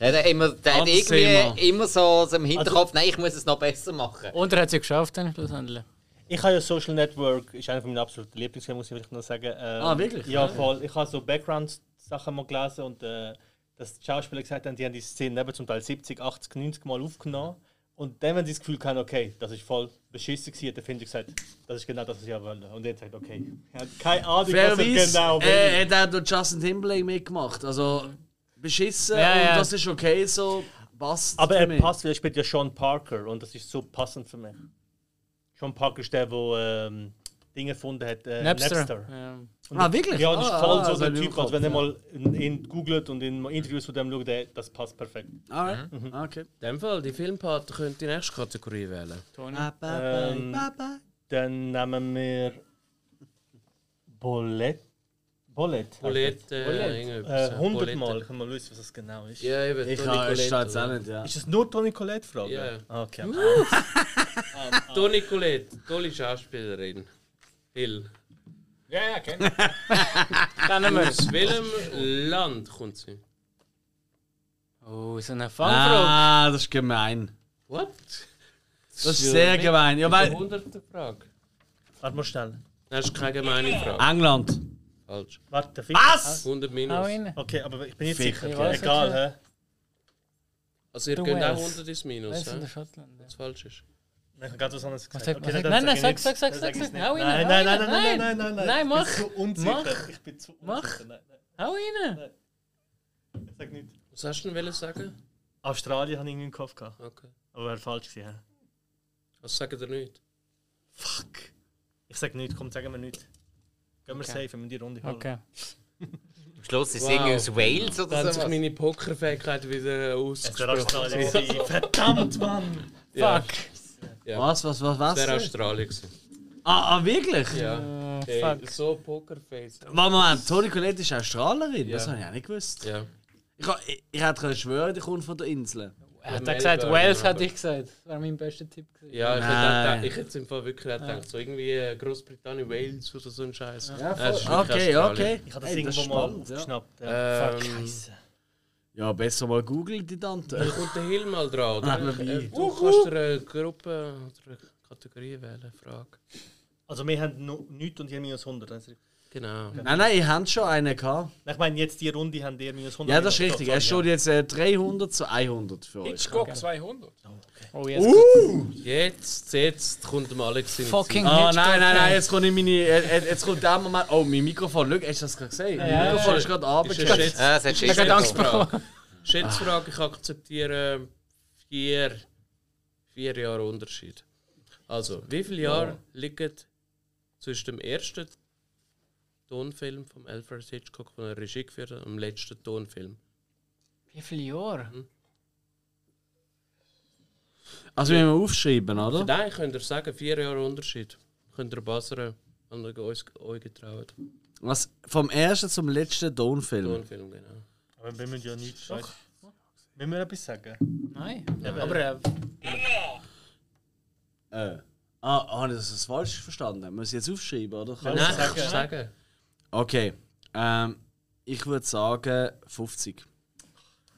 Speaker 2: Der hat immer, der hat
Speaker 1: Anderes Thema.
Speaker 2: irgendwie immer so aus dem Hinterkopf, nein, ich muss es noch besser machen.
Speaker 5: Und er hat es ja geschafft, dann schlussendlich.
Speaker 6: Ich habe ja Social Network, ist einer meiner absoluten Lieblingsfilme, muss ich vielleicht noch sagen. Ähm,
Speaker 1: Ah, wirklich?
Speaker 6: Ja, voll. Ich habe so Background-Sachen mal gelesen und äh, dass die Schauspieler gesagt haben, die haben die Szene eben zum Teil 70, 80, 90 Mal aufgenommen. Und dann, wenn sie das Gefühl hatten, okay, das ist voll beschissen gewesen, hat der Fincher gesagt, das ist genau das, was ich wollte. Und er hat gesagt, okay, er hat keine Ahnung,
Speaker 1: Wer
Speaker 6: was er
Speaker 1: weiß,
Speaker 6: genau
Speaker 1: äh,
Speaker 6: will.
Speaker 1: hat auch durch Justin Timberlake mitgemacht. Also, beschissen
Speaker 5: Ja, ja.
Speaker 1: und das ist okay so. Passt
Speaker 6: Aber
Speaker 1: für
Speaker 6: er
Speaker 1: mich.
Speaker 6: passt, weil er spielt ja Sean Parker und das ist so passend für mich. Sean Parker ist der, der ähm, Dinge gefunden hat, äh,
Speaker 5: Napster.
Speaker 6: Napster.
Speaker 5: Ja.
Speaker 6: Und
Speaker 1: Ah, wirklich?
Speaker 6: Ja, und ist
Speaker 1: Ah,
Speaker 6: voll
Speaker 1: ah,
Speaker 6: so
Speaker 1: also
Speaker 6: der
Speaker 1: im
Speaker 6: Typ, also
Speaker 1: Kopf,
Speaker 6: wenn er
Speaker 1: ja.
Speaker 6: mal ihn, ihn googelt und in Interviews von dem schaut, der- das passt perfekt.
Speaker 1: Alright. Ah, Okay.
Speaker 4: In dem Fall, die Filmpaten können die nächste Kategorie wählen.
Speaker 6: Ähm, Dann nehmen wir Bolet. Bolet.
Speaker 4: Bulette, äh,
Speaker 6: Äh,
Speaker 4: irgendetwas.
Speaker 6: 100 Mal,
Speaker 4: Bulette.
Speaker 6: kann man wissen, was das genau ist.
Speaker 4: Ja, eben.
Speaker 1: Ich
Speaker 4: Toni
Speaker 1: kann es
Speaker 4: Colette,
Speaker 1: jetzt
Speaker 4: oder?
Speaker 1: auch nicht, ja.
Speaker 6: Ist das nur Toni Colette-Frage?
Speaker 4: Ja.
Speaker 6: Ah, Okay.
Speaker 4: Toni Colette, tolle Schauspielerin. Hill.
Speaker 8: Ja, ja, kenn ich.
Speaker 5: Kennen wir
Speaker 4: Aus welchem Land kommt sie?
Speaker 5: Oh, so eine Fangfrage.
Speaker 1: Ah, das ist gemein.
Speaker 4: What?
Speaker 1: Das ist sehr gemein. Ja, weil.
Speaker 4: Hunderte Frage. Ah.
Speaker 6: Warte mal schnell.
Speaker 4: Das ist keine gemeine Frage.
Speaker 1: England.
Speaker 4: Falsch.
Speaker 6: Warte, der Fick-
Speaker 4: 100
Speaker 5: Hau
Speaker 4: Minus.
Speaker 5: rein.
Speaker 6: Okay, aber ich bin nicht
Speaker 1: Fick,
Speaker 6: sicher.
Speaker 5: okay.
Speaker 6: Egal, hä?
Speaker 4: Also ihr
Speaker 5: Du
Speaker 4: könnt auch
Speaker 5: weißt.
Speaker 4: 100 ins Minus,
Speaker 5: Das ist
Speaker 4: ja?
Speaker 5: in der
Speaker 4: wenn
Speaker 5: Schottland. ja.
Speaker 4: es falsch ist.
Speaker 6: Ich habe ganz was anderes gesagt.
Speaker 5: sag-
Speaker 6: Okay,
Speaker 5: was sag-
Speaker 6: dann
Speaker 5: nein,
Speaker 6: sag
Speaker 5: nein,
Speaker 6: ich
Speaker 5: sag,
Speaker 6: nicht.
Speaker 5: sag, sag,
Speaker 6: Dann
Speaker 5: sag,
Speaker 6: sag ich's
Speaker 5: sag,
Speaker 6: nicht.
Speaker 5: hau rein,
Speaker 6: Nein,
Speaker 5: hau
Speaker 6: nein, nein,
Speaker 5: rein,
Speaker 6: nein, nein, nein,
Speaker 5: nein. Nein,
Speaker 6: nein, nein. Ich bin
Speaker 5: mach,
Speaker 6: zu unsicher.
Speaker 5: mach.
Speaker 6: Ich bin zu
Speaker 5: Mach.
Speaker 6: unsicher. Nein, nein,
Speaker 5: Hau rein.
Speaker 6: sag nicht.
Speaker 4: Was hast du denn wollen sagen?
Speaker 6: Australien habe ich irgendwie im Kopf gehabt.
Speaker 4: Okay.
Speaker 6: Aber wäre falsch gewesen. hä?
Speaker 4: Was sagt ihr nicht?
Speaker 6: Fuck. Ich sag nicht, komm, sagen wir nicht. Gehen wir safe, wenn wir die Runde holen.
Speaker 5: Okay.
Speaker 2: Am Schluss ist
Speaker 4: Wow.
Speaker 2: irgendwie aus Wales
Speaker 4: Da
Speaker 2: oder
Speaker 4: hat sich
Speaker 2: so.
Speaker 4: meine Pokerfähigkeit wieder
Speaker 6: Das wäre
Speaker 4: ausgesprochen.
Speaker 6: Australien. gewesen. Verdammt, Mann!
Speaker 4: Fuck.
Speaker 1: Was, was, was,
Speaker 4: Das wäre
Speaker 1: was?
Speaker 4: Australien gewesen.
Speaker 1: Ah, ah wirklich?
Speaker 5: Oh,
Speaker 4: Ja. Ey, so Pokerface.
Speaker 1: Warte mal, Toni Colette ist Australerin? Das
Speaker 4: Ja.
Speaker 1: habe ich auch nicht gewusst.
Speaker 4: Ja.
Speaker 1: Ich, ha- ich, ich hätte können schwören, die kommt von der Insel.
Speaker 5: Er hat gesagt, Wales hätte ich gesagt. Das wäre mein bester Tipp gewesen.
Speaker 4: Ja, ich
Speaker 1: Nein.
Speaker 4: hätte, auch- ich hätte es im Fall wirklich auch gedacht, so irgendwie äh, Großbritannien, Wales oder so ein Scheiß. Ja,
Speaker 1: Okay, okay.
Speaker 6: Ich habe das
Speaker 1: Hey,
Speaker 6: irgendwo mal
Speaker 1: spannend, ja.
Speaker 6: aufgeschnappt. Ja.
Speaker 4: Ähm,
Speaker 1: ja, besser mal googeln, die
Speaker 4: da
Speaker 1: Tante.
Speaker 4: kommt der Hill mal dran,
Speaker 1: Nehmen
Speaker 4: oder?
Speaker 1: wir
Speaker 4: Äh,
Speaker 1: ein.
Speaker 4: du kannst dir eine Gruppe oder eine Kategorie wählen, Frage.
Speaker 6: Also wir haben noch nichts und ihr minus 100. Also,
Speaker 4: Genau.
Speaker 1: Nein, nein, ich habe schon einen gehabt.
Speaker 6: ich meine, jetzt die Runde haben ihr minus 100.
Speaker 1: Ja, das ist richtig. Es steht jetzt äh, 300 zu 100 für euch.
Speaker 8: Hitchcock
Speaker 5: genau.
Speaker 8: 200.
Speaker 5: Oh, jetzt.
Speaker 4: Jetzt, jetzt kommt dem Alex in den
Speaker 5: fucking
Speaker 1: Ah,
Speaker 5: Hitchcock,
Speaker 1: nein, nein, nein,
Speaker 5: ey.
Speaker 1: jetzt kommt in meine. äh, äh, Jetzt kommt der Moment. Oh, mein Mikrofon, schau, hast du das gerade gesehen? mein Mikrofon ist gerade
Speaker 4: Sinn. Ist eine
Speaker 1: abgeschnitten.
Speaker 4: Schätz
Speaker 2: Ja, das hat Schiss
Speaker 5: hat Angst
Speaker 2: bekommen.
Speaker 4: Frage. Schätzfrage, ich akzeptiere vier, vier Jahre Unterschied. Also, wie viele Jahre liegen zwischen dem ersten Tonfilm von Alfred Hitchcock, den er Regie geführt hat, und dem
Speaker 1: Hm?
Speaker 4: letzten Tonfilm?
Speaker 5: Wie viele Jahre?
Speaker 1: Also wir müssen aufschreiben, oder?
Speaker 4: Nein, könnt ihr sagen, vier Jahre Unterschied. Könnt ihr basern, wenn ihr euch, euch getraut.
Speaker 1: Was, vom ersten zum letzten
Speaker 4: So
Speaker 1: Tonfilm.
Speaker 4: ein Film, genau.
Speaker 6: Aber wir müssen ja nichts scheiße. Müssen wir etwas sagen?
Speaker 5: Nein. aber äh,
Speaker 1: Äh. Ah, ah, habe ich das falsch verstanden? Muss ich jetzt aufschreiben, oder? Kann ich-
Speaker 4: Kannst
Speaker 5: äh,
Speaker 4: du sagen?
Speaker 1: Okay. Ähm, ich würde sagen 50.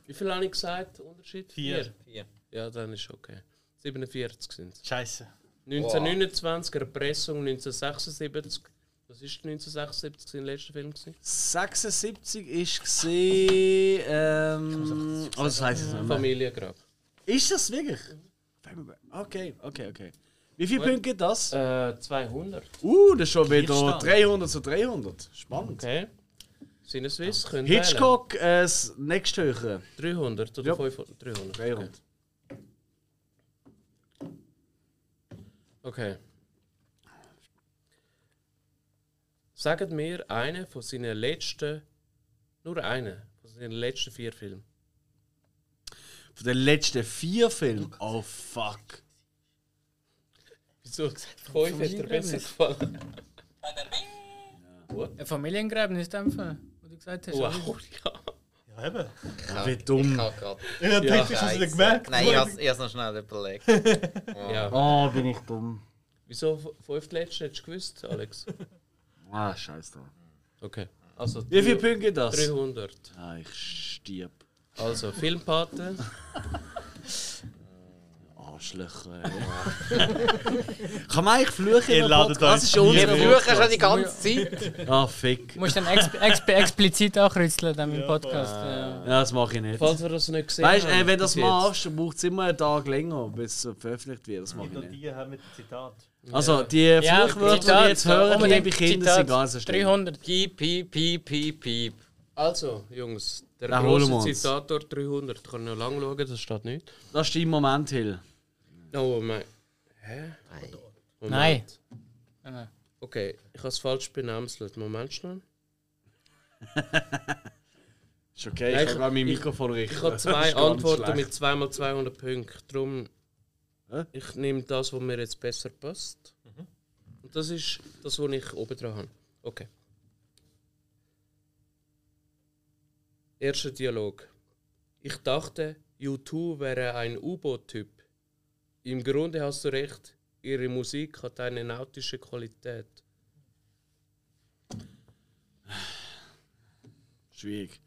Speaker 4: Wie viel habe ich gesagt? Unterschied?
Speaker 6: Vier.
Speaker 2: Vier.
Speaker 4: Ja, dann ist okay. 47 sind es.
Speaker 6: Scheiße.
Speaker 4: 1929, Erpressung 1976. Was ist 1976 sein letzter Film? Gewesen?
Speaker 1: 76 ist gesehen. Ähm, aber das heißt jetzt nicht mehr.
Speaker 4: Familiengrab.
Speaker 1: Ist das wirklich? Okay, okay, okay. Wie viele Punkte gibt das?
Speaker 4: Äh, 200.
Speaker 1: Uh, das ist schon wieder 300 zu 300. Spannend.
Speaker 4: Okay. Sinneswiss können
Speaker 1: Hitchcock, äh, das nächsthöhere.
Speaker 4: Wählen. 300 oder
Speaker 1: Ja.
Speaker 4: 500? 300.
Speaker 1: 300.
Speaker 4: Okay. Sagt mir einen von seinen letzten, nur einen von seinen letzten vier Filmen.
Speaker 1: Von den letzten vier Filmen. Oh fuck.
Speaker 4: Wieso gesagt, fünf hätte dir besser gefallen?
Speaker 5: ein Familiengräben ist in dem Fall, wo du gesagt hast. also, oder?
Speaker 4: Wow, ja.
Speaker 6: Ja, eben.
Speaker 1: Wie dumm.
Speaker 2: Ich habe gerade.
Speaker 6: Ja, ja. hast du es nicht gemerkt.
Speaker 2: Nein, ich habe es noch schnell überlegt.
Speaker 4: ja.
Speaker 1: Oh, bin ich dumm.
Speaker 4: Wieso f- fünf letzte hättest du gewusst, Alex?
Speaker 1: Ah, scheiß da.
Speaker 4: Okay. Also
Speaker 1: Wie viele Punkte gibt das?
Speaker 4: 300.
Speaker 1: Ah, ich stirb.
Speaker 4: Also Filmpate,
Speaker 1: Arschlöcher. ey. Kann man eigentlich fluchen?
Speaker 6: Ihr
Speaker 1: im
Speaker 6: ladet
Speaker 1: Podcast?
Speaker 6: euch
Speaker 1: Das ist unser
Speaker 2: Wir fluchen schon
Speaker 1: Podcast.
Speaker 2: die ganze Zeit.
Speaker 1: Ah, fick.
Speaker 5: Du musst dann exp exp explizit ankreuzeln dann im Podcast. Ja.
Speaker 1: Ja, das mache ich nicht.
Speaker 4: falls wir das nicht gesehen
Speaker 1: Weißt du,
Speaker 4: haben.
Speaker 1: wenn du das
Speaker 4: bis jetzt.
Speaker 1: machst, dann braucht es immer einen Tag länger, bis es veröffentlicht wird. Das mache ich nicht.
Speaker 6: Die haben mit dem Zitat.
Speaker 1: Also, die Fluchwörter, die
Speaker 5: Zitat,
Speaker 1: ich jetzt hören,
Speaker 5: unbedingt
Speaker 1: liebe Kinder, sind
Speaker 5: Zitat.
Speaker 1: ganz so schlimm.
Speaker 5: 300.
Speaker 2: Piep, piep, piep, piep, piep.
Speaker 4: Also, Jungs, der
Speaker 1: Dann holen wir
Speaker 4: große
Speaker 1: uns.
Speaker 4: Zitator 300. Kann ich noch lang schauen, das steht nicht.
Speaker 1: Das ist dein Moment, Hill.
Speaker 4: Oh mein. Hä? Moment.
Speaker 5: Nein.
Speaker 4: Okay, ich habe es falsch benamselt. Moment schnell.
Speaker 1: Ist okay,
Speaker 4: Nein,
Speaker 1: ich
Speaker 4: ich-
Speaker 1: kann gerade mein
Speaker 4: ich-
Speaker 1: Mikrofon richten.
Speaker 4: Ich habe
Speaker 1: Das
Speaker 4: zwei
Speaker 1: ist ganz
Speaker 4: Antworten
Speaker 1: schlecht.
Speaker 4: mit zweimal 200 Punkten. Darum,
Speaker 1: Hä?
Speaker 4: ich nehme das, was mir jetzt besser passt.
Speaker 1: Mhm.
Speaker 4: Und das ist das, was ich oben dran habe. Okay. Erster Dialog. Ich dachte, U2 wäre ein U-Boot-Typ. Im Grunde hast du recht, ihre Musik hat eine nautische Qualität.
Speaker 1: Schwierig.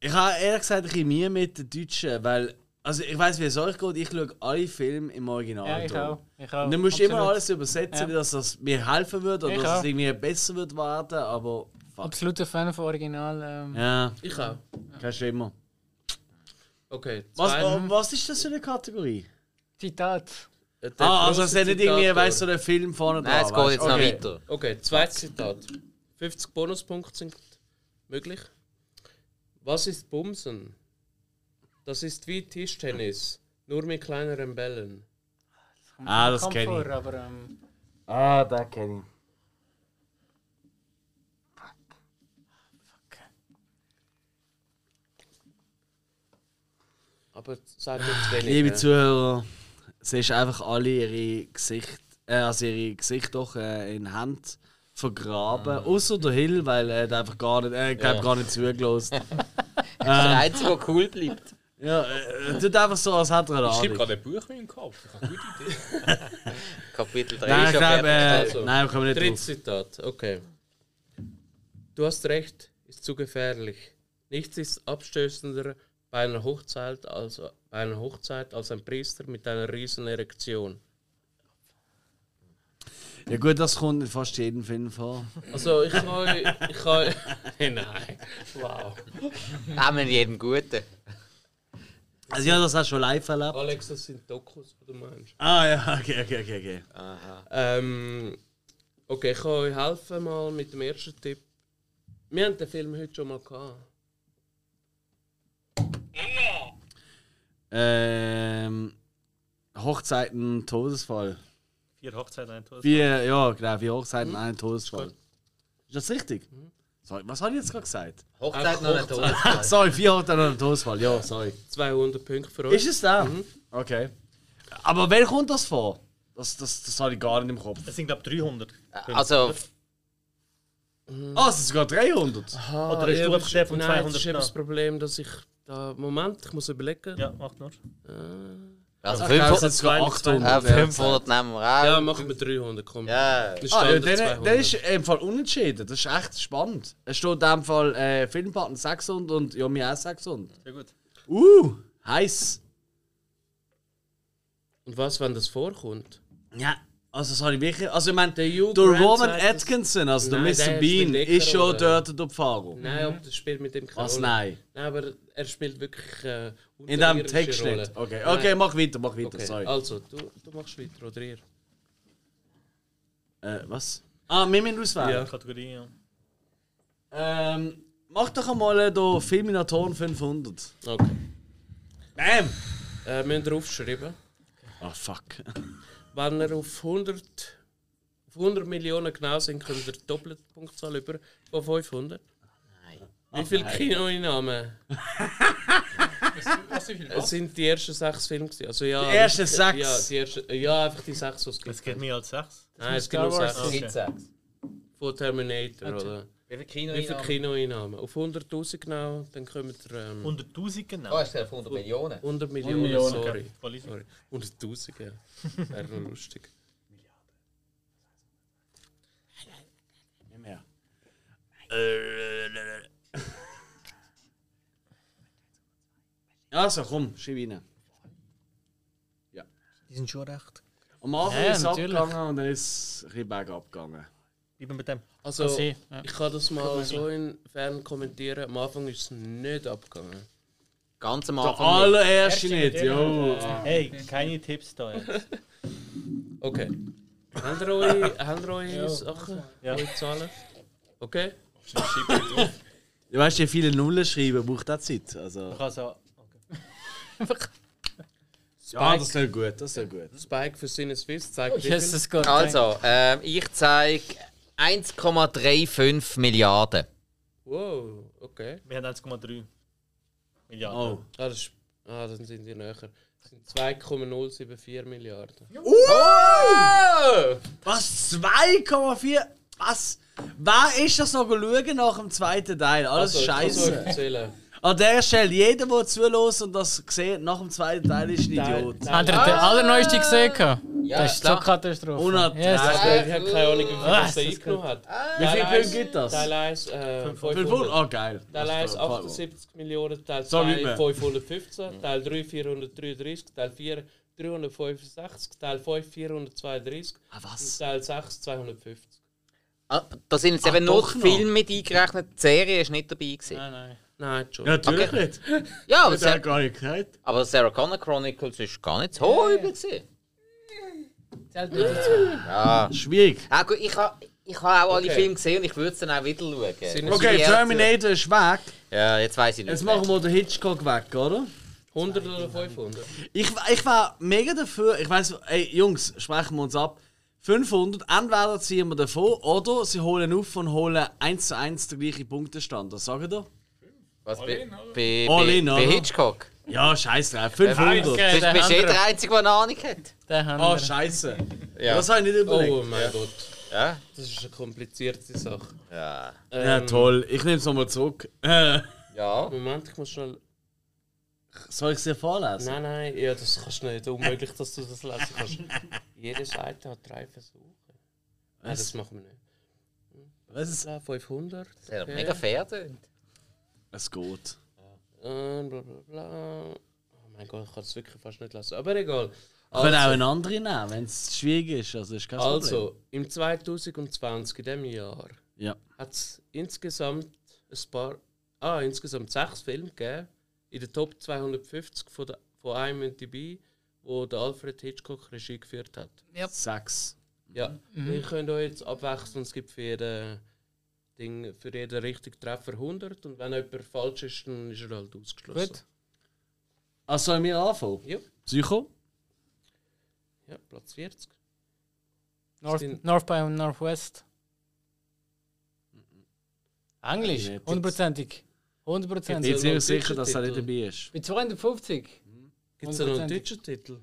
Speaker 1: Ich habe ehrlich gesagt ein bisschen Mühe mit den Deutschen, weil. Also, ich weiß, wie es euch geht. Ich schaue alle Filme im Original.
Speaker 5: Ja, ich
Speaker 1: an.
Speaker 5: auch. Ich auch.
Speaker 1: Und dann musst du immer
Speaker 5: Absolut.
Speaker 1: alles übersetzen,
Speaker 5: Ja.
Speaker 1: dass das mir helfen würde oder
Speaker 5: Ich
Speaker 1: dass es
Speaker 5: auch.
Speaker 1: irgendwie besser wird werden, aber fuck.
Speaker 5: Absoluter Fan von Original. Ähm,
Speaker 1: Ja,
Speaker 4: Ich auch.
Speaker 1: kannst du immer.
Speaker 4: Okay.
Speaker 1: Was,
Speaker 4: zwei-
Speaker 1: oh, was ist das für eine Kategorie?
Speaker 5: Zitat.
Speaker 4: äh, der
Speaker 1: Ah, also
Speaker 4: große
Speaker 1: es ist nicht irgendwie,
Speaker 4: Diktator.
Speaker 1: weißt du, so einen Film vorne
Speaker 2: Nein, es geht
Speaker 1: weißt
Speaker 2: jetzt
Speaker 1: du?
Speaker 2: noch
Speaker 1: okay.
Speaker 2: weiter.
Speaker 4: Okay, Ähm, zweites Zitat. 50 Bonuspunkte sind möglich. Was ist Bumsen? Das ist wie Tischtennis, nur mit kleineren Bällen.
Speaker 1: Ah, das
Speaker 5: Kommt
Speaker 1: kenne
Speaker 5: vor,
Speaker 1: ich.
Speaker 5: aber ähm,
Speaker 1: Ah, da kenne ich.
Speaker 4: Aber sag nicht wenig.
Speaker 1: Ah, Liebe Zuhörer, siehst einfach alle ihre Gesicht, äh, also ihre Gesicht doch äh, in Hand vergraben. Außer der Hill, weil er hat einfach gar nicht, äh, ich glaub, gar nicht zugelost.
Speaker 2: Das ist der Einzige, der cool bleibt.
Speaker 1: ja, äh, er tut einfach so, als hätte er eine
Speaker 8: Ich schreibe
Speaker 1: Ahnung.
Speaker 8: gerade ein Buch in den Kopf. Ich habe eine gute Idee.
Speaker 2: Kapitel 3
Speaker 1: Nein,
Speaker 2: ist
Speaker 1: ich
Speaker 2: ja
Speaker 1: glaube,
Speaker 2: fertig.
Speaker 1: äh,
Speaker 4: Also,
Speaker 1: nein, wir kommen nicht
Speaker 4: Drittes
Speaker 1: drauf.
Speaker 4: Zitat, okay. Du hast recht, ist zu gefährlich. Nichts ist abstößender bei einer Hochzeit als, bei einer Hochzeit als ein Priester mit einer riesen Erektion.
Speaker 1: Ja gut, das kommt in fast jedem Film vor.
Speaker 4: Also ich kann... Ich kann nein. Wow.
Speaker 2: Nehmen wir jeden Guten.
Speaker 1: Also ja, das hast du schon live erlebt.
Speaker 4: Alex, das sind Dokus, die du meinst.
Speaker 1: Ah ja, okay, okay, okay. okay.
Speaker 4: Ähm, okay, ich kann euch helfen mal mit dem ersten Tipp. Wir haben den Film heute schon mal gehabt.
Speaker 1: Ähm, Hochzeiten, Todesfall.
Speaker 6: Vier Hochzeiten, ein Tor.
Speaker 1: Vier, ja, genau, vier Hochzeiten,
Speaker 6: Hm?
Speaker 1: ein Todesfall. Ist das richtig?
Speaker 6: Mhm.
Speaker 1: Sorry, was habe ich jetzt gerade gesagt?
Speaker 2: Hochzeit noch nicht tot.
Speaker 1: sorry, vier Hochzeiten und ein Todesfall, ja, sorry.
Speaker 4: 200 Punkte für euch.
Speaker 1: Ist es da? Mhm. Okay. Aber wer kommt das vor? Das, das, das habe ich gar nicht im Kopf.
Speaker 6: Es sind, glaube ich, 300.
Speaker 2: Also,
Speaker 6: Mhm.
Speaker 1: Ah, es sind sogar 300.
Speaker 4: Ah,
Speaker 6: Oder hast
Speaker 4: ja,
Speaker 6: du
Speaker 4: aber
Speaker 6: einfach den von
Speaker 4: nein,
Speaker 6: 200
Speaker 4: Das ist eben das
Speaker 6: genommen?
Speaker 4: Problem, dass ich. Da, Moment, ich muss überlegen.
Speaker 6: Ja, macht noch.
Speaker 2: also
Speaker 1: Das
Speaker 2: 500,
Speaker 1: sind sogar 800.
Speaker 2: äh, 500 nehmen wir auch.
Speaker 4: Ja, machen wir 300, komm.
Speaker 2: Ja.
Speaker 4: Dann
Speaker 1: Ah, ja,
Speaker 4: stehen da
Speaker 1: der,
Speaker 4: 200.
Speaker 1: der ist im Fall unentschieden. Das ist echt spannend. Es steht in dem Fall äh, Filmpartner 600 und ja, mir auch 600.
Speaker 6: Sehr gut.
Speaker 1: Uh, heiß.
Speaker 4: Und was, wenn das vorkommt?
Speaker 1: Ja, also das habe ich wirklich. Also ich meine, der,
Speaker 4: Hugh Grant
Speaker 1: Roman
Speaker 4: sagt, dass-
Speaker 1: Atkinson, also der
Speaker 4: Nein,
Speaker 1: Mr.
Speaker 4: der
Speaker 1: Bean,
Speaker 4: spielt nicht
Speaker 1: ist
Speaker 4: keine
Speaker 1: schon
Speaker 4: Rolle.
Speaker 1: dort der Pfarrer.
Speaker 4: Nein, ob das spielt mit dem keine
Speaker 1: Was
Speaker 4: Rolle.
Speaker 1: nein?
Speaker 4: Nein, aber er spielt wirklich. Äh,
Speaker 1: In
Speaker 4: unterirdische
Speaker 1: dem Text
Speaker 4: Rolle.
Speaker 1: nicht. Okay,
Speaker 4: Nein.
Speaker 1: okay, mach weiter, mach weiter,
Speaker 4: Okay,
Speaker 1: sorry.
Speaker 4: Also, du, du machst weiter, oder ihr?
Speaker 1: Äh, was? Ah, wir müssen auswählen.
Speaker 6: Kategorie, ja.
Speaker 1: Ähm, mach doch einmal äh, hier Filminatoren 500.
Speaker 4: Okay.
Speaker 1: Bam!
Speaker 4: Äh, müsst ihr aufschreiben.
Speaker 1: Ah, fuck.
Speaker 4: Wenn ihr auf 100, auf 100 Millionen genau sind, kommt ihr die doppelte Punktzahl über von 500. Nein. Wie viele Kinoeinnahmen
Speaker 8: Was, wie viel?
Speaker 4: äh, sind die ersten sechs Filme? gewesen? Also, ja,
Speaker 1: Die ersten
Speaker 4: äh,
Speaker 1: sechs?
Speaker 4: Ja, die ersten, äh, ja, einfach die sechs, die es gibt.
Speaker 6: Es geht mehr als 6.
Speaker 4: Nein, es gibt nur sechs.
Speaker 6: sein.
Speaker 2: Gibt sechs.
Speaker 4: Von Terminator, oder?
Speaker 2: Wie viel Kino
Speaker 4: Wie viele Kinoeinnahmen? Auf 100'000 genau, dann kommen ihr... Ähm,
Speaker 6: 100.000
Speaker 2: Oh,
Speaker 6: genau.
Speaker 2: ist 100 Millionen.
Speaker 4: 100 Millionen, sorry.
Speaker 6: Voll easy.
Speaker 4: sorry. 100'000, ja. Wäre noch lustig.
Speaker 1: Nicht mehr. Äh, Also, komm, schieb rein.
Speaker 6: Die sind schon recht.
Speaker 1: Am Anfang
Speaker 5: Ja,
Speaker 1: ist es
Speaker 5: natürlich.
Speaker 1: abgegangen und dann ist es ein bisschen bergab gegangen.
Speaker 6: Lieber mit dem.
Speaker 4: Also,
Speaker 5: Ah, sie, ja.
Speaker 4: ich kann das mal so infern kommentieren. Am Anfang ist es nicht abgegangen.
Speaker 2: Ganz am
Speaker 1: Der
Speaker 2: Anfang. nicht.
Speaker 1: allererste nicht, ja.
Speaker 6: Hey, keine Tipps da jetzt.
Speaker 4: Okay. haben wir eure, haben wir eure Sachen? Eure Zahlen? Okay.
Speaker 1: Du weißt, ja viele Nullen schreiben braucht auch Zeit. Also.
Speaker 6: Ich kann so-
Speaker 1: Ja, das ist nicht gut, das ist nicht gut.
Speaker 4: Spike für Sinneswiss zeigt wie viel?
Speaker 5: Jesus Gott.
Speaker 2: Also, ähm, ich zeige 1,35 Milliarden.
Speaker 4: Wow, okay.
Speaker 6: Wir haben 1,3 Milliarden.
Speaker 1: Oh.
Speaker 4: Ah, das ist, ah, dann sind die näher. Das sind 2,074 Milliarden.
Speaker 1: Oh. Was? 2,4? Was? Wer ist das noch schauen nach dem zweiten Teil? Alles
Speaker 4: ich kann es euch
Speaker 1: Scheiße.
Speaker 4: erzählen.
Speaker 1: An der Stelle, jeder, der zulässt und das sieht, nach dem zweiten Teil ist ein Idiot.
Speaker 5: Hat er den allerneueste gesehen? gehabt?
Speaker 2: Ja,
Speaker 5: Das ist so
Speaker 2: klar.
Speaker 5: Katastrophe.
Speaker 1: Unerträglich.
Speaker 4: Ich habe keine Ahnung, wie viel das
Speaker 5: das
Speaker 4: der eingenommen hat.
Speaker 1: Wie viele Punkte gibt das?
Speaker 4: Teil 1, äh,
Speaker 1: 500?
Speaker 4: 500.
Speaker 1: Ah, geil.
Speaker 4: Teil
Speaker 1: Das
Speaker 4: 1
Speaker 1: ist voll-
Speaker 4: 78 Millionen, Teil
Speaker 1: So nicht
Speaker 4: 2
Speaker 1: mehr.
Speaker 4: 515, Teil 3 433, Teil 4 365, Teil 5 432
Speaker 1: Ah,
Speaker 4: und
Speaker 1: was?
Speaker 4: Teil 6 250.
Speaker 2: Ah, da sind jetzt eben nur
Speaker 1: doch
Speaker 2: die
Speaker 1: noch.
Speaker 2: Filme mit eingerechnet, die Serie ist nicht dabei. Gewesen.
Speaker 5: Nein, nein.
Speaker 4: Nein, Entschuldigung.
Speaker 1: Natürlich nicht.
Speaker 2: Ja, aber,
Speaker 1: Das hat er
Speaker 2: Sarah,
Speaker 1: gar nicht gesagt.
Speaker 2: aber Sarah Connor Chronicles ist gar nicht so übel. Gewesen.
Speaker 5: Zählt nicht dazu.
Speaker 2: Ja.
Speaker 1: Schwierig.
Speaker 2: Ah, gut, ich habe ich ha auch alle
Speaker 4: Okay.
Speaker 2: Filme gesehen und ich würde es dann auch wieder schauen.
Speaker 4: Sind
Speaker 2: Das
Speaker 1: Okay,
Speaker 2: ist die erste-
Speaker 1: Terminator ist weg.
Speaker 2: Ja, jetzt weiß ich nicht.
Speaker 1: Jetzt
Speaker 2: mehr.
Speaker 1: machen wir den Hitchcock weg, oder?
Speaker 4: 100 oder 500?
Speaker 1: Ich, ich war mega dafür. Ich weiß, ey, Jungs, sprechen wir uns ab. 500, entweder ziehen wir davon oder sie holen auf und holen 1 zu 1 den gleichen Punktestand. Das sagen ihr?
Speaker 2: Was, bei,
Speaker 8: in, oder?
Speaker 2: bei,
Speaker 1: All
Speaker 2: bei,
Speaker 1: in,
Speaker 2: bei
Speaker 1: oder?
Speaker 2: Hitchcock.
Speaker 1: Ja, äh, scheiß drauf. 500.
Speaker 5: Okay,
Speaker 2: Bist
Speaker 5: den
Speaker 2: bist du eh
Speaker 5: haben wir.
Speaker 2: der Einzige, der eine Ahnung hat?
Speaker 5: Den haben
Speaker 1: Ah,
Speaker 5: wir.
Speaker 1: scheiße.
Speaker 2: Ja.
Speaker 1: Das habe ich nicht überlegt.
Speaker 4: Oh mein Gott,
Speaker 2: Ja.
Speaker 4: das ist eine komplizierte Sache.
Speaker 2: Ja.
Speaker 1: ja,
Speaker 4: ähm,
Speaker 1: toll. Ich nehme es nochmal zurück. Äh,
Speaker 2: Ja.
Speaker 4: Moment, ich muss schnell.
Speaker 1: soll ich es dir vorlesen?
Speaker 4: Nein, nein, ja, das kannst du nicht. Unmöglich, dass du das lesen kannst. Jede Seite hat drei Versuche. Nein, das machen wir nicht.
Speaker 1: Was ist?
Speaker 4: Bla, 500.
Speaker 2: Das hat aber mega fair tönt.
Speaker 1: Es geht.
Speaker 4: Und Ähm, bla bla bla. Oh mein Gott, ich kann es wirklich fast nicht lesen. Aber egal.
Speaker 1: Wir können auch einen anderen nehmen, wenn es schwierig ist. Also ist kein Problem.
Speaker 4: Also, im 2020, in diesem Jahr,
Speaker 1: Ja.
Speaker 4: hat es insgesamt ein paar, ah, insgesamt sechs Filme gegeben, in der Top 250 von, der, von IMDb, wo der Alfred Hitchcock Regie geführt hat.
Speaker 1: Sechs.
Speaker 4: Ja, ihr könnt euch jetzt abwechseln, es gibt für jeden, Ding, für jeden richtigen Treffer 100 und wenn jemand falsch ist, dann ist er halt ausgeschlossen.
Speaker 5: Gut.
Speaker 1: Also sollen wir anfangen?
Speaker 4: Ja.
Speaker 1: Psycho?
Speaker 4: Ja, Platz 40.
Speaker 5: North,
Speaker 4: Sind-
Speaker 5: North by Northwest. Englisch,
Speaker 1: Nein, jetzt-
Speaker 5: hundertprozentig. Hundertprozentig.
Speaker 1: Ich bin
Speaker 4: noch einen
Speaker 1: ziemlich sicher, dass er nicht
Speaker 4: deutschen
Speaker 1: dabei ist.
Speaker 5: bei 250.
Speaker 4: Gibt es noch einen
Speaker 5: 100%.
Speaker 4: deutschen Titel?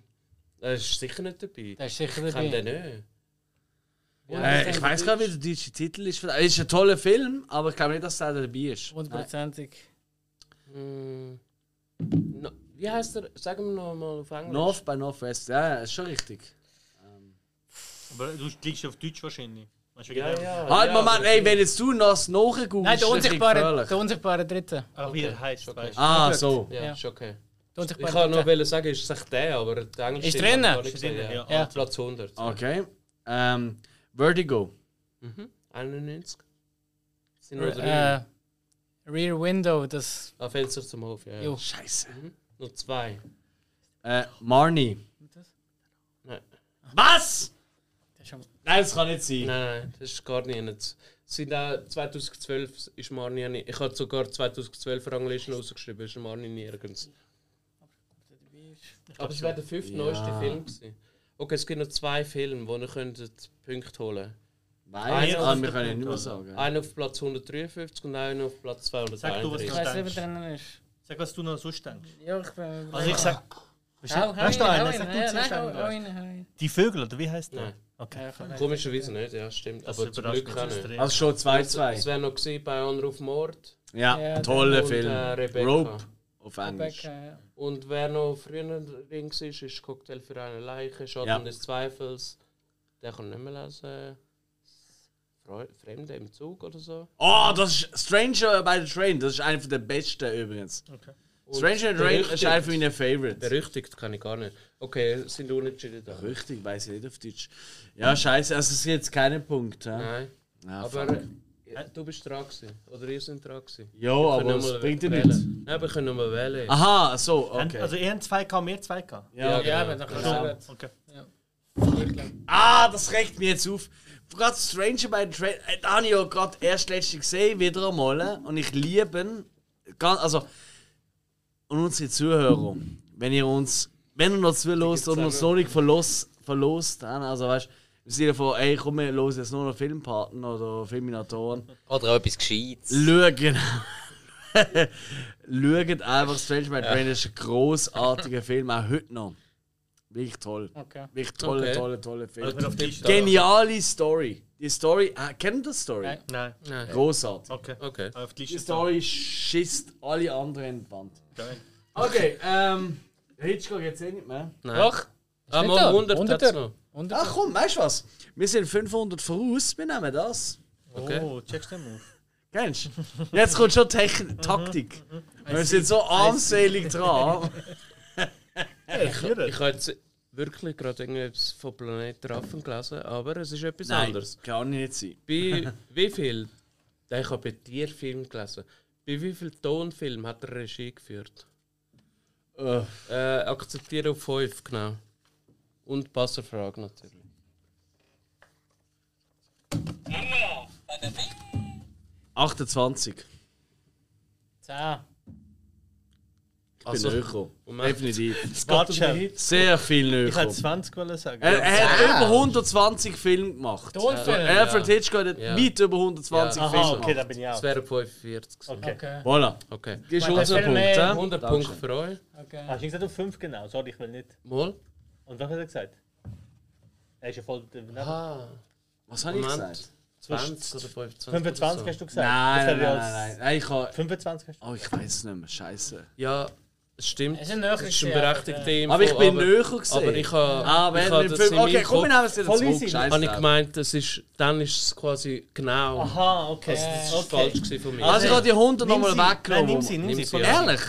Speaker 4: Er ist sicher nicht dabei.
Speaker 3: Der ist sicher
Speaker 4: Ich kenne
Speaker 3: dabei.
Speaker 4: den nicht.
Speaker 1: Äh, ich weiß gar nicht, wie der deutsche Titel ist. Es ist ein toller Film, aber ich glaube nicht, dass der dabei ist. Äh,
Speaker 5: Hundertprozentig.
Speaker 4: Hm. No, wie heißt er? Sagen wir noch mal auf Englisch.
Speaker 1: North by Northwest, ja, ist schon richtig.
Speaker 6: Aber du liegst auf Deutsch wahrscheinlich. Weißt du, wie
Speaker 4: Ja,
Speaker 6: genau?
Speaker 4: ja.
Speaker 1: Halt,
Speaker 4: Also ja,
Speaker 1: Moment, ey, wenn jetzt du noch nachguckst, ist
Speaker 5: Nein, der
Speaker 1: das ein bisschen
Speaker 5: unsichtbare,
Speaker 1: gefährlich.
Speaker 5: der unsichtbare Dritte.
Speaker 6: Aber wie er heißt, weißt du?
Speaker 1: Ah, so.
Speaker 4: Ja, ist okay.
Speaker 5: Der
Speaker 4: Ich
Speaker 5: unsichtbare
Speaker 4: kann noch
Speaker 5: Dritte.
Speaker 4: wollen sagen, ist es echt der, aber der Englische
Speaker 5: Ist
Speaker 4: habe ich
Speaker 5: drinnen?
Speaker 4: gar nicht
Speaker 6: Ist
Speaker 4: gesehen,
Speaker 6: drinnen,
Speaker 4: Ah, ja.
Speaker 5: ja.
Speaker 4: Platz 100.
Speaker 1: Okay. Ähm, Vertigo.
Speaker 4: Mhm. 91. Sind noch drei.
Speaker 5: Äh, Rear Window, das.
Speaker 4: Ah, Fenster zum Hof, ja. ja.
Speaker 5: Jo.
Speaker 1: Scheiße.
Speaker 4: Nur zwei.
Speaker 1: Äh, Marnie.
Speaker 4: Nein.
Speaker 1: Was? Nein, das kann nicht sein.
Speaker 4: Nein, nein, das ist gar nicht. Es Sind auch 2012 ist Marni nie. Ich habe sogar 2012 Ranglisten rausgeschrieben, ist Marni nirgends. Aber es wäre der fünfte neueste Film gewesen. Okay, es gibt noch zwei Filme, wo ihr könntet Punkte holen
Speaker 1: Nein,
Speaker 6: Einer
Speaker 1: ah,
Speaker 6: auf
Speaker 1: wir
Speaker 6: der
Speaker 1: können nicht mehr
Speaker 6: Punkt,
Speaker 1: sagen.
Speaker 4: Einen auf Platz 153 und einen auf Platz
Speaker 6: Sag du, was du
Speaker 4: 231.
Speaker 5: Ich weiß nicht,
Speaker 6: denkst.
Speaker 5: wer drinnen ist.
Speaker 6: Oh. Sag, was du noch sonst denkst.
Speaker 5: Ja, ich bin.
Speaker 6: Also ich sag. Weißt du,
Speaker 5: Hau, hau
Speaker 6: hast du
Speaker 5: ihn, hau
Speaker 6: einen? Sag
Speaker 5: ihn,
Speaker 6: du
Speaker 5: ja,
Speaker 6: zuerst
Speaker 5: nein,
Speaker 6: einen.
Speaker 5: hau- hau ihn, hau ihn.
Speaker 6: Die Vögel, oder wie heißt der?
Speaker 4: Nein.
Speaker 6: Okay.
Speaker 4: Komischerweise nicht, ja, stimmt.
Speaker 6: Das
Speaker 4: Aber zum
Speaker 6: überrascht
Speaker 4: Glück
Speaker 6: mich
Speaker 4: auch
Speaker 6: jetzt
Speaker 4: nicht.
Speaker 6: drin.
Speaker 1: Also schon 2-2.
Speaker 4: Es wäre noch gewesen bei Anruf Mord
Speaker 1: Ja,
Speaker 5: Ja,
Speaker 1: toller
Speaker 4: und
Speaker 1: Film.
Speaker 4: äh, Rebecca.
Speaker 1: Rope auf Englisch.
Speaker 5: Rebecca, ja.
Speaker 4: Und wer noch früher drin war, ist Cocktail für eine Leiche, Schatten
Speaker 1: Ja.
Speaker 4: des Zweifels. Der kann nicht mehr lesen. Fre Fremde im Zug oder so.
Speaker 1: Oh, das ist Stranger by the Train. Das ist einer der besten übrigens.
Speaker 4: Und
Speaker 1: Stranger by the Train ist
Speaker 4: berüchtigt-
Speaker 1: einer meiner Favorites.
Speaker 4: Berüchtigt kann ich gar nicht. Okay, sind unentschieden da.
Speaker 1: Richtig, weiß ich nicht auf Deutsch. Ja, scheiße, also es ist jetzt keinen Punkt. Ja,
Speaker 4: Nein.
Speaker 1: Ah,
Speaker 4: Aber
Speaker 1: fuck.
Speaker 4: äh, du bist dran gewesen. Oder ihr seid dran gewesen.
Speaker 1: Jo,
Speaker 4: Wir können
Speaker 1: aber
Speaker 4: noch mal
Speaker 1: es bringt dir
Speaker 4: wählen.
Speaker 1: nichts.
Speaker 4: Nein, wir können nochmal wählen.
Speaker 1: Aha, so, okay.
Speaker 6: Also eher ein 2K, mehr 2K.
Speaker 1: ja,
Speaker 4: Ja,
Speaker 5: Ja,
Speaker 4: genau.
Speaker 5: wenn er kann.
Speaker 6: Okay.
Speaker 1: Ah, das regt mich jetzt auf. Gerade Stranger by the Train, äh, den habe ich ja gerade erst letztens gesehen, wieder einmal. äh, Und ich liebe ihn. Ganz, also, und unsere Zuhörer, wenn ihr uns, wenn ihr noch zuhört und uns noch nicht verlost, verlost haben, also weißt im Sinne von, ey, komm, wir hören jetzt nur noch Filmpaten oder Filminatoren.
Speaker 2: Oder auch etwas Gescheites.
Speaker 1: Schauen. Schaut einfach Strange by the Train, das ist ein grossartiger Film, auch heute noch. Wirklich toll.
Speaker 5: Okay.
Speaker 1: Wirklich tolle,
Speaker 4: Okay.
Speaker 1: tolle, tolle Film.
Speaker 6: Auf die Liste.
Speaker 1: Geniale Story. Die Story, ah, kennt ihr die Story?
Speaker 5: Nein.
Speaker 6: Nein.
Speaker 1: Großartig.
Speaker 6: Okay.
Speaker 4: Okay.
Speaker 6: Auf die
Speaker 1: Die
Speaker 6: Liste.
Speaker 1: Story schisst alle anderen in die Wand.
Speaker 6: Geil.
Speaker 1: Okay, ähm. Hitchcock jetzt eh nicht mehr.
Speaker 4: Nein.
Speaker 5: Doch,
Speaker 4: ah,
Speaker 5: nicht
Speaker 4: mal
Speaker 5: da.
Speaker 4: 100
Speaker 5: 100
Speaker 4: hat's noch.
Speaker 1: Ach komm, weißt du was? Wir sind 500 voraus, wir nehmen das.
Speaker 4: Okay.
Speaker 6: Oh, checkst du den auf?
Speaker 1: Kennst du? Jetzt kommt schon Techn Taktik. Wir sind so armselig dran.
Speaker 4: Ich habe jetzt wirklich gerade irgendwas von Planet Raffen gelesen, aber es ist etwas anderes.
Speaker 1: kann nicht sein.
Speaker 4: Bei wie viel? Nein, Ich habe bei dir Film gelesen. Bei wie viel Tonfilm hat er Regie geführt?
Speaker 1: Äh,
Speaker 4: Äh, akzeptiere auf 5, genau. Und Passerfrage natürlich.
Speaker 8: Mama,
Speaker 1: 28.
Speaker 5: zehn.
Speaker 1: Ich bin also,
Speaker 4: Moment.
Speaker 1: Definitiv.
Speaker 6: Warte,
Speaker 1: Sehr viel
Speaker 6: ich hätte
Speaker 1: Nöcher.
Speaker 6: 20 wollen sagen.
Speaker 1: Er, er hat über 120 Filme gemacht.
Speaker 5: Tonfilm.
Speaker 1: Alfred Hitchcock hat
Speaker 4: Ja.
Speaker 1: weit über 120
Speaker 4: Ja.
Speaker 1: Filme
Speaker 6: Aha, okay,
Speaker 1: gemacht.
Speaker 6: dann bin ich
Speaker 4: Es
Speaker 6: auch.
Speaker 4: wären 45 gewesen.
Speaker 6: Okay.
Speaker 5: Okay.
Speaker 1: Voilà.
Speaker 4: Okay.
Speaker 1: Das ist
Speaker 5: Mein,
Speaker 1: unser
Speaker 5: der
Speaker 1: Punkt.
Speaker 5: Film,
Speaker 1: hä?
Speaker 4: 100 Punkte für euch.
Speaker 5: Okay.
Speaker 6: Hast du nicht gesagt auf 5 genau? Sorry, ich will nicht.
Speaker 4: Mal.
Speaker 6: Und was hat er gesagt? Er ist ja voll. daneben.
Speaker 4: Ah,
Speaker 1: Was habe ich
Speaker 4: Moment.
Speaker 1: gesagt?
Speaker 4: 20 oder 25. oder
Speaker 6: 25
Speaker 4: so.
Speaker 6: hast du gesagt.
Speaker 1: Nein, nein,
Speaker 6: Das hätte ich
Speaker 1: nein, nein,
Speaker 6: als-
Speaker 1: nein. Ich kann,
Speaker 6: 25 hast du
Speaker 1: oh, ich weiß es nicht mehr. Scheiße.
Speaker 4: Ja, es stimmt.
Speaker 5: Es ist ein Nöcher
Speaker 4: Es ist ein
Speaker 5: gewesen,
Speaker 4: berechtigter Info.
Speaker 1: Aber ich bin
Speaker 4: aber-
Speaker 1: näher gesehen.
Speaker 4: Aber ich habe.
Speaker 1: ah,
Speaker 4: ich
Speaker 1: wenn
Speaker 4: habe
Speaker 1: wir
Speaker 4: das in
Speaker 1: Film.
Speaker 4: meinem
Speaker 1: Okay, komm, wir
Speaker 4: Kopf-
Speaker 1: nehmen es wieder
Speaker 6: Voll
Speaker 1: zurück.
Speaker 6: easy.
Speaker 1: Scheiße.
Speaker 4: Habe ich gemeint, das ist, dann ist es quasi genau.
Speaker 6: Aha, okay.
Speaker 4: Das war falsch gewesen von mir.
Speaker 1: Also ich habe die 100
Speaker 6: Nimm
Speaker 1: nochmal
Speaker 6: sie. Nein,
Speaker 1: weggenommen.
Speaker 6: nimm sie, nimm
Speaker 4: Nimm
Speaker 6: sie.
Speaker 4: sie,
Speaker 6: voll-
Speaker 4: ja.
Speaker 1: Ehrlich?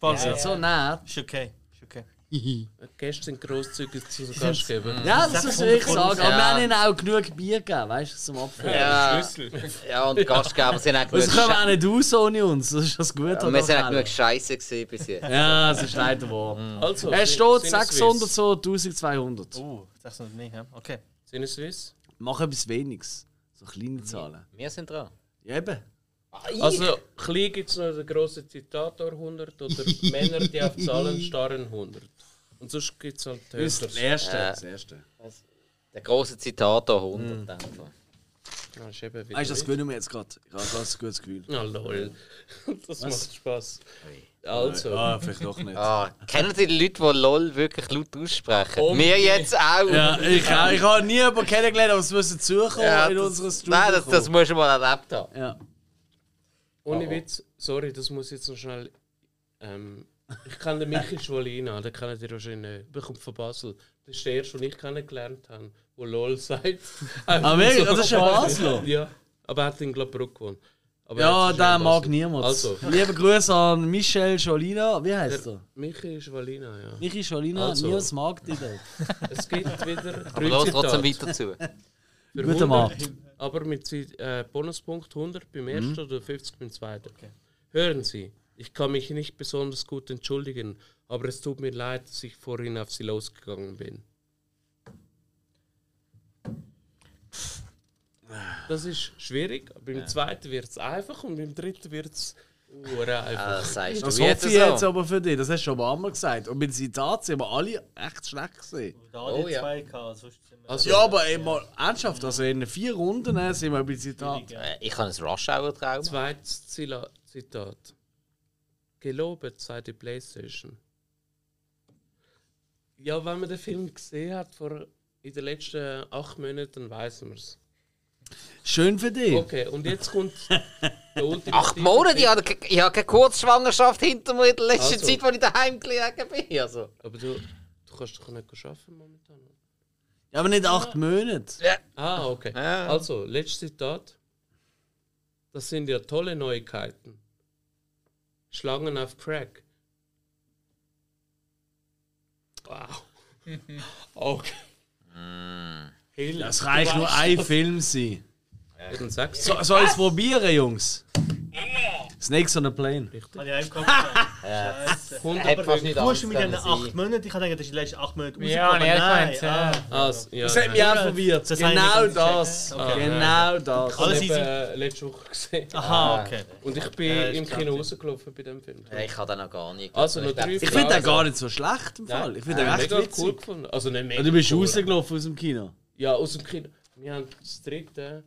Speaker 6: voll-
Speaker 1: Das ist so nett.
Speaker 6: Ist okay. Ist okay.
Speaker 4: Also, Gäste sind grosszügig zu den Gastgebern.
Speaker 1: Ja, das muss ich sagen. Aber wir
Speaker 2: Ja.
Speaker 1: haben ihnen auch genug Bier gegeben, weißt du, zum Abfüllen.
Speaker 2: Ja,
Speaker 8: Schlüssel.
Speaker 2: ja, und die Gastgeber sind auch genug
Speaker 1: Das kommen
Speaker 2: Scheiße.
Speaker 1: auch nicht aus ohne uns. Das ist das Gute.
Speaker 2: Ja,
Speaker 1: an
Speaker 2: wir
Speaker 1: der
Speaker 2: sind auch
Speaker 1: Welt.
Speaker 2: genug Scheiße gewesen bis jetzt.
Speaker 1: Ja, das ist leider wahr.
Speaker 4: Also,
Speaker 1: Er
Speaker 4: sind-
Speaker 1: steht
Speaker 4: sind es
Speaker 1: 600
Speaker 4: Swiss?
Speaker 1: so 1200.
Speaker 2: Oh.
Speaker 6: Uh, 600 mehr, ja? Okay.
Speaker 4: Sind es Swiss?
Speaker 1: Mach etwas weniges. So kleine Zahlen.
Speaker 2: Wir sind dran.
Speaker 1: Ja, eben.
Speaker 4: Also, klein gibt es noch den grossen Zitator 100 oder Männer, die auf Zahlen starren 100. Und sonst gibt es halt
Speaker 1: Das ist das
Speaker 4: Höchsters.
Speaker 1: erste.
Speaker 2: Ja.
Speaker 1: Das erste.
Speaker 2: Der große Zitat da 100. Mhm.
Speaker 4: Ja, ist eben wieder
Speaker 1: Weißt du, das gewinnen wir jetzt gerade. Ich habe gerade ein gutes Gefühl.
Speaker 4: Ja, lol. Das macht Spaß. Also,
Speaker 1: Ah, vielleicht doch nicht.
Speaker 2: Ah, kennen Sie die Leute, die LOL wirklich laut aussprechen? Wir jetzt auch.
Speaker 1: Ja, ich, ich, ich habe nie jemanden kennengelernt, aber es müssen Zürcher
Speaker 2: Ja,
Speaker 1: in
Speaker 2: das-
Speaker 1: unserer Studio.
Speaker 2: Nein, das, das
Speaker 1: kommen.
Speaker 2: musst du mal erlebt haben.
Speaker 1: ja.
Speaker 4: ohne Witz, sorry, das muss ich jetzt noch schnell. Ähm, ich kenne den Michi Schwalina, den kennt ihr wahrscheinlich nicht. Der kommt von Basel. Das ist der erste, den ich kennengelernt habe, der LOL sagt. Also,
Speaker 1: Ah, wirklich? Das ist ein Basler?
Speaker 4: Ja, aber er hat in Glabruck gewohnt. Aber
Speaker 1: Ja,
Speaker 4: jetzt ist er
Speaker 1: den
Speaker 4: in
Speaker 1: mag
Speaker 4: Basel.
Speaker 1: niemand.
Speaker 4: Also.
Speaker 1: Liebe Grüße an Michel Scholina. Wie heißt er?
Speaker 4: Michi Schwalina, ja.
Speaker 1: Michi Scholina,
Speaker 4: Also.
Speaker 1: niemand mag dich dort.
Speaker 4: Es gibt wieder
Speaker 2: Aber
Speaker 4: drei
Speaker 2: los
Speaker 4: Zitate.
Speaker 2: trotzdem weiter zu.
Speaker 4: Für
Speaker 1: Guter
Speaker 4: 100,
Speaker 1: Mann.
Speaker 4: Aber mit Zeit- äh, Bonuspunkt 100 beim ersten oder 50 beim zweiten. Hören Sie, ich kann mich nicht besonders gut entschuldigen, aber es tut mir leid, dass ich vorhin auf Sie losgegangen bin. Das ist schwierig, beim zweiten wird es einfach und beim dritten wird es einfach.
Speaker 2: Ah, Das sagst
Speaker 1: Das
Speaker 2: du
Speaker 1: hoffe
Speaker 2: jetzt
Speaker 1: ich jetzt
Speaker 2: so.
Speaker 1: aber für dich. Das hast du schon mal einmal gesagt. Und mit Zitat sind wir alle echt schlecht gesehen.
Speaker 7: Da
Speaker 2: Oh,
Speaker 7: oh,
Speaker 2: ja.
Speaker 7: zwei gehabt, sonst sind wir.
Speaker 4: Also,
Speaker 1: Ja, aber einmal ernsthaft, also in vier Runden äh, sind wir bei Zitat.
Speaker 2: Äh, Ich habe ein Rush-Hour-Traum.
Speaker 4: zweites Zila- Zitat. Gelobet sei die Playstation. Ja, wenn man den Film gesehen hat vor in den letzten acht Monaten, dann weiß man es.
Speaker 1: Schön für dich.
Speaker 4: Okay, und jetzt kommt der ultimative
Speaker 2: Acht Monate? Ich
Speaker 4: Tipp.
Speaker 2: habe ich habe keine Kurzschwangerschaft hinter mir in der letzten
Speaker 4: Also.
Speaker 2: Zeit, als ich daheim gelegen bin. Also.
Speaker 4: Aber du, du kannst doch nicht arbeiten momentan. oder?
Speaker 1: Ja, aber nicht acht Monate.
Speaker 4: Ah, okay.
Speaker 2: Ja.
Speaker 4: Also, letztes Zitat. Das sind ja tolle Neuigkeiten. Schlangen auf Crack. Wow. Okay.
Speaker 1: Mm. Das reicht nur ein Film sein.
Speaker 4: Dann sagst du.
Speaker 1: So, soll ich es probieren, Jungs? Snakes on a Plane.
Speaker 7: Habe ich einen Kopf gehabt.
Speaker 2: Hätte fast nicht
Speaker 7: Du hast mit
Speaker 2: können
Speaker 7: diesen acht
Speaker 2: sein.
Speaker 7: Monaten, ich habe gedacht, das ist die letzten acht Monate
Speaker 3: Ja,
Speaker 7: rausgekommen.
Speaker 3: nee,
Speaker 7: Nein,
Speaker 3: ich meinte,
Speaker 7: ah.
Speaker 4: Also, ja,
Speaker 1: Das hat mich auch verwirrt.
Speaker 7: Das habe ich
Speaker 1: genau
Speaker 7: nicht
Speaker 1: das. Genau das.
Speaker 4: Ich
Speaker 7: Alles
Speaker 4: habe
Speaker 7: easy.
Speaker 4: äh, letzte Woche gesehen.
Speaker 7: Aha, okay.
Speaker 4: Und ich bin im Kino rausgelaufen bei dem Film.
Speaker 2: Ich habe den noch gar nicht.
Speaker 4: Also, noch
Speaker 2: gedacht.
Speaker 4: drei
Speaker 2: Ich
Speaker 1: Ich
Speaker 2: dachte,
Speaker 1: finde den gar nicht so schlecht im
Speaker 4: Nein.
Speaker 1: Fall. Ich finde den recht
Speaker 4: mega
Speaker 1: witzig.
Speaker 4: cool gefunden. Also nicht mega
Speaker 1: Und du bist
Speaker 4: cool.
Speaker 1: rausgelaufen aus dem Kino.
Speaker 4: Ja, aus dem Kino. Wir haben das dritte.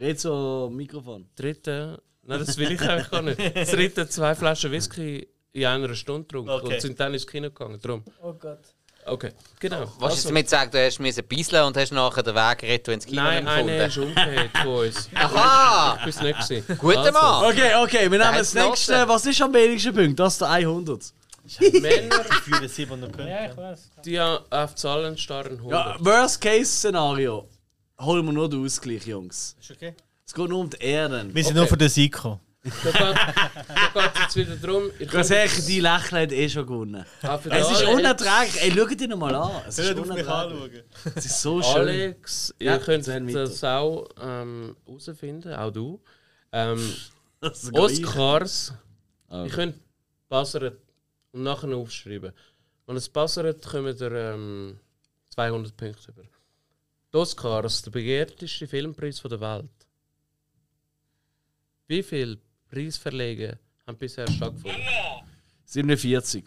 Speaker 1: Red so am Mikrofon.
Speaker 4: dritte. Nein, das will ich eigentlich gar nicht. Das dritte zwei Flaschen Whisky in einer Stunde getrunken
Speaker 7: Okay.
Speaker 4: und sind dann ins Kino gegangen. Drum.
Speaker 3: Oh Gott.
Speaker 4: Okay, genau.
Speaker 2: Was hast du damit gesagt, du hast ein bisschen und hast nachher den Weg retto ins Kino
Speaker 4: Nein, eine ist
Speaker 2: gefunden?
Speaker 4: umgekehrt von uns.
Speaker 2: Aha!
Speaker 4: Bis nicht Also, gewesen.
Speaker 2: Guter Mann!
Speaker 1: Okay, okay, wir nehmen das
Speaker 2: hat's gelassen.
Speaker 1: nächste. Was ist am wenigsten Punkt? Das ist der 100.
Speaker 4: Männer,
Speaker 7: Ich führe 700 Punkte.
Speaker 3: Ja, ich weiß.
Speaker 4: die auf Zahlen starren 100.
Speaker 1: Ja, Worst-Case-Szenario. Holen wir nur den Ausgleich, Jungs.
Speaker 7: Ist okay.
Speaker 1: Es geht nur um die Ehren.
Speaker 7: Wir sind nur für den Sieg gekommen.
Speaker 4: Da geht es jetzt wieder darum. Ich
Speaker 1: Ganz ehrlich, die Lächeln hat eh schon gewonnen. Es ist unerträglich. Ey, schau dir noch mal an. Es ist unerträglich. Es ist so schön.
Speaker 4: Alex,
Speaker 1: Ja,
Speaker 4: ihr könnt
Speaker 1: dann weiter.
Speaker 4: das auch ähm, herausfinden, auch du. Ähm,
Speaker 1: Das ist geil.
Speaker 4: Oscars, ihr könnt passeret und nachher aufschreiben. Wenn es passeret, kommen wir ähm, 200 Punkte über. Die Oscars, der begehrteste Filmpreis von der Welt. Wie viele Preisverleger haben bisher stattgefunden?
Speaker 1: 47.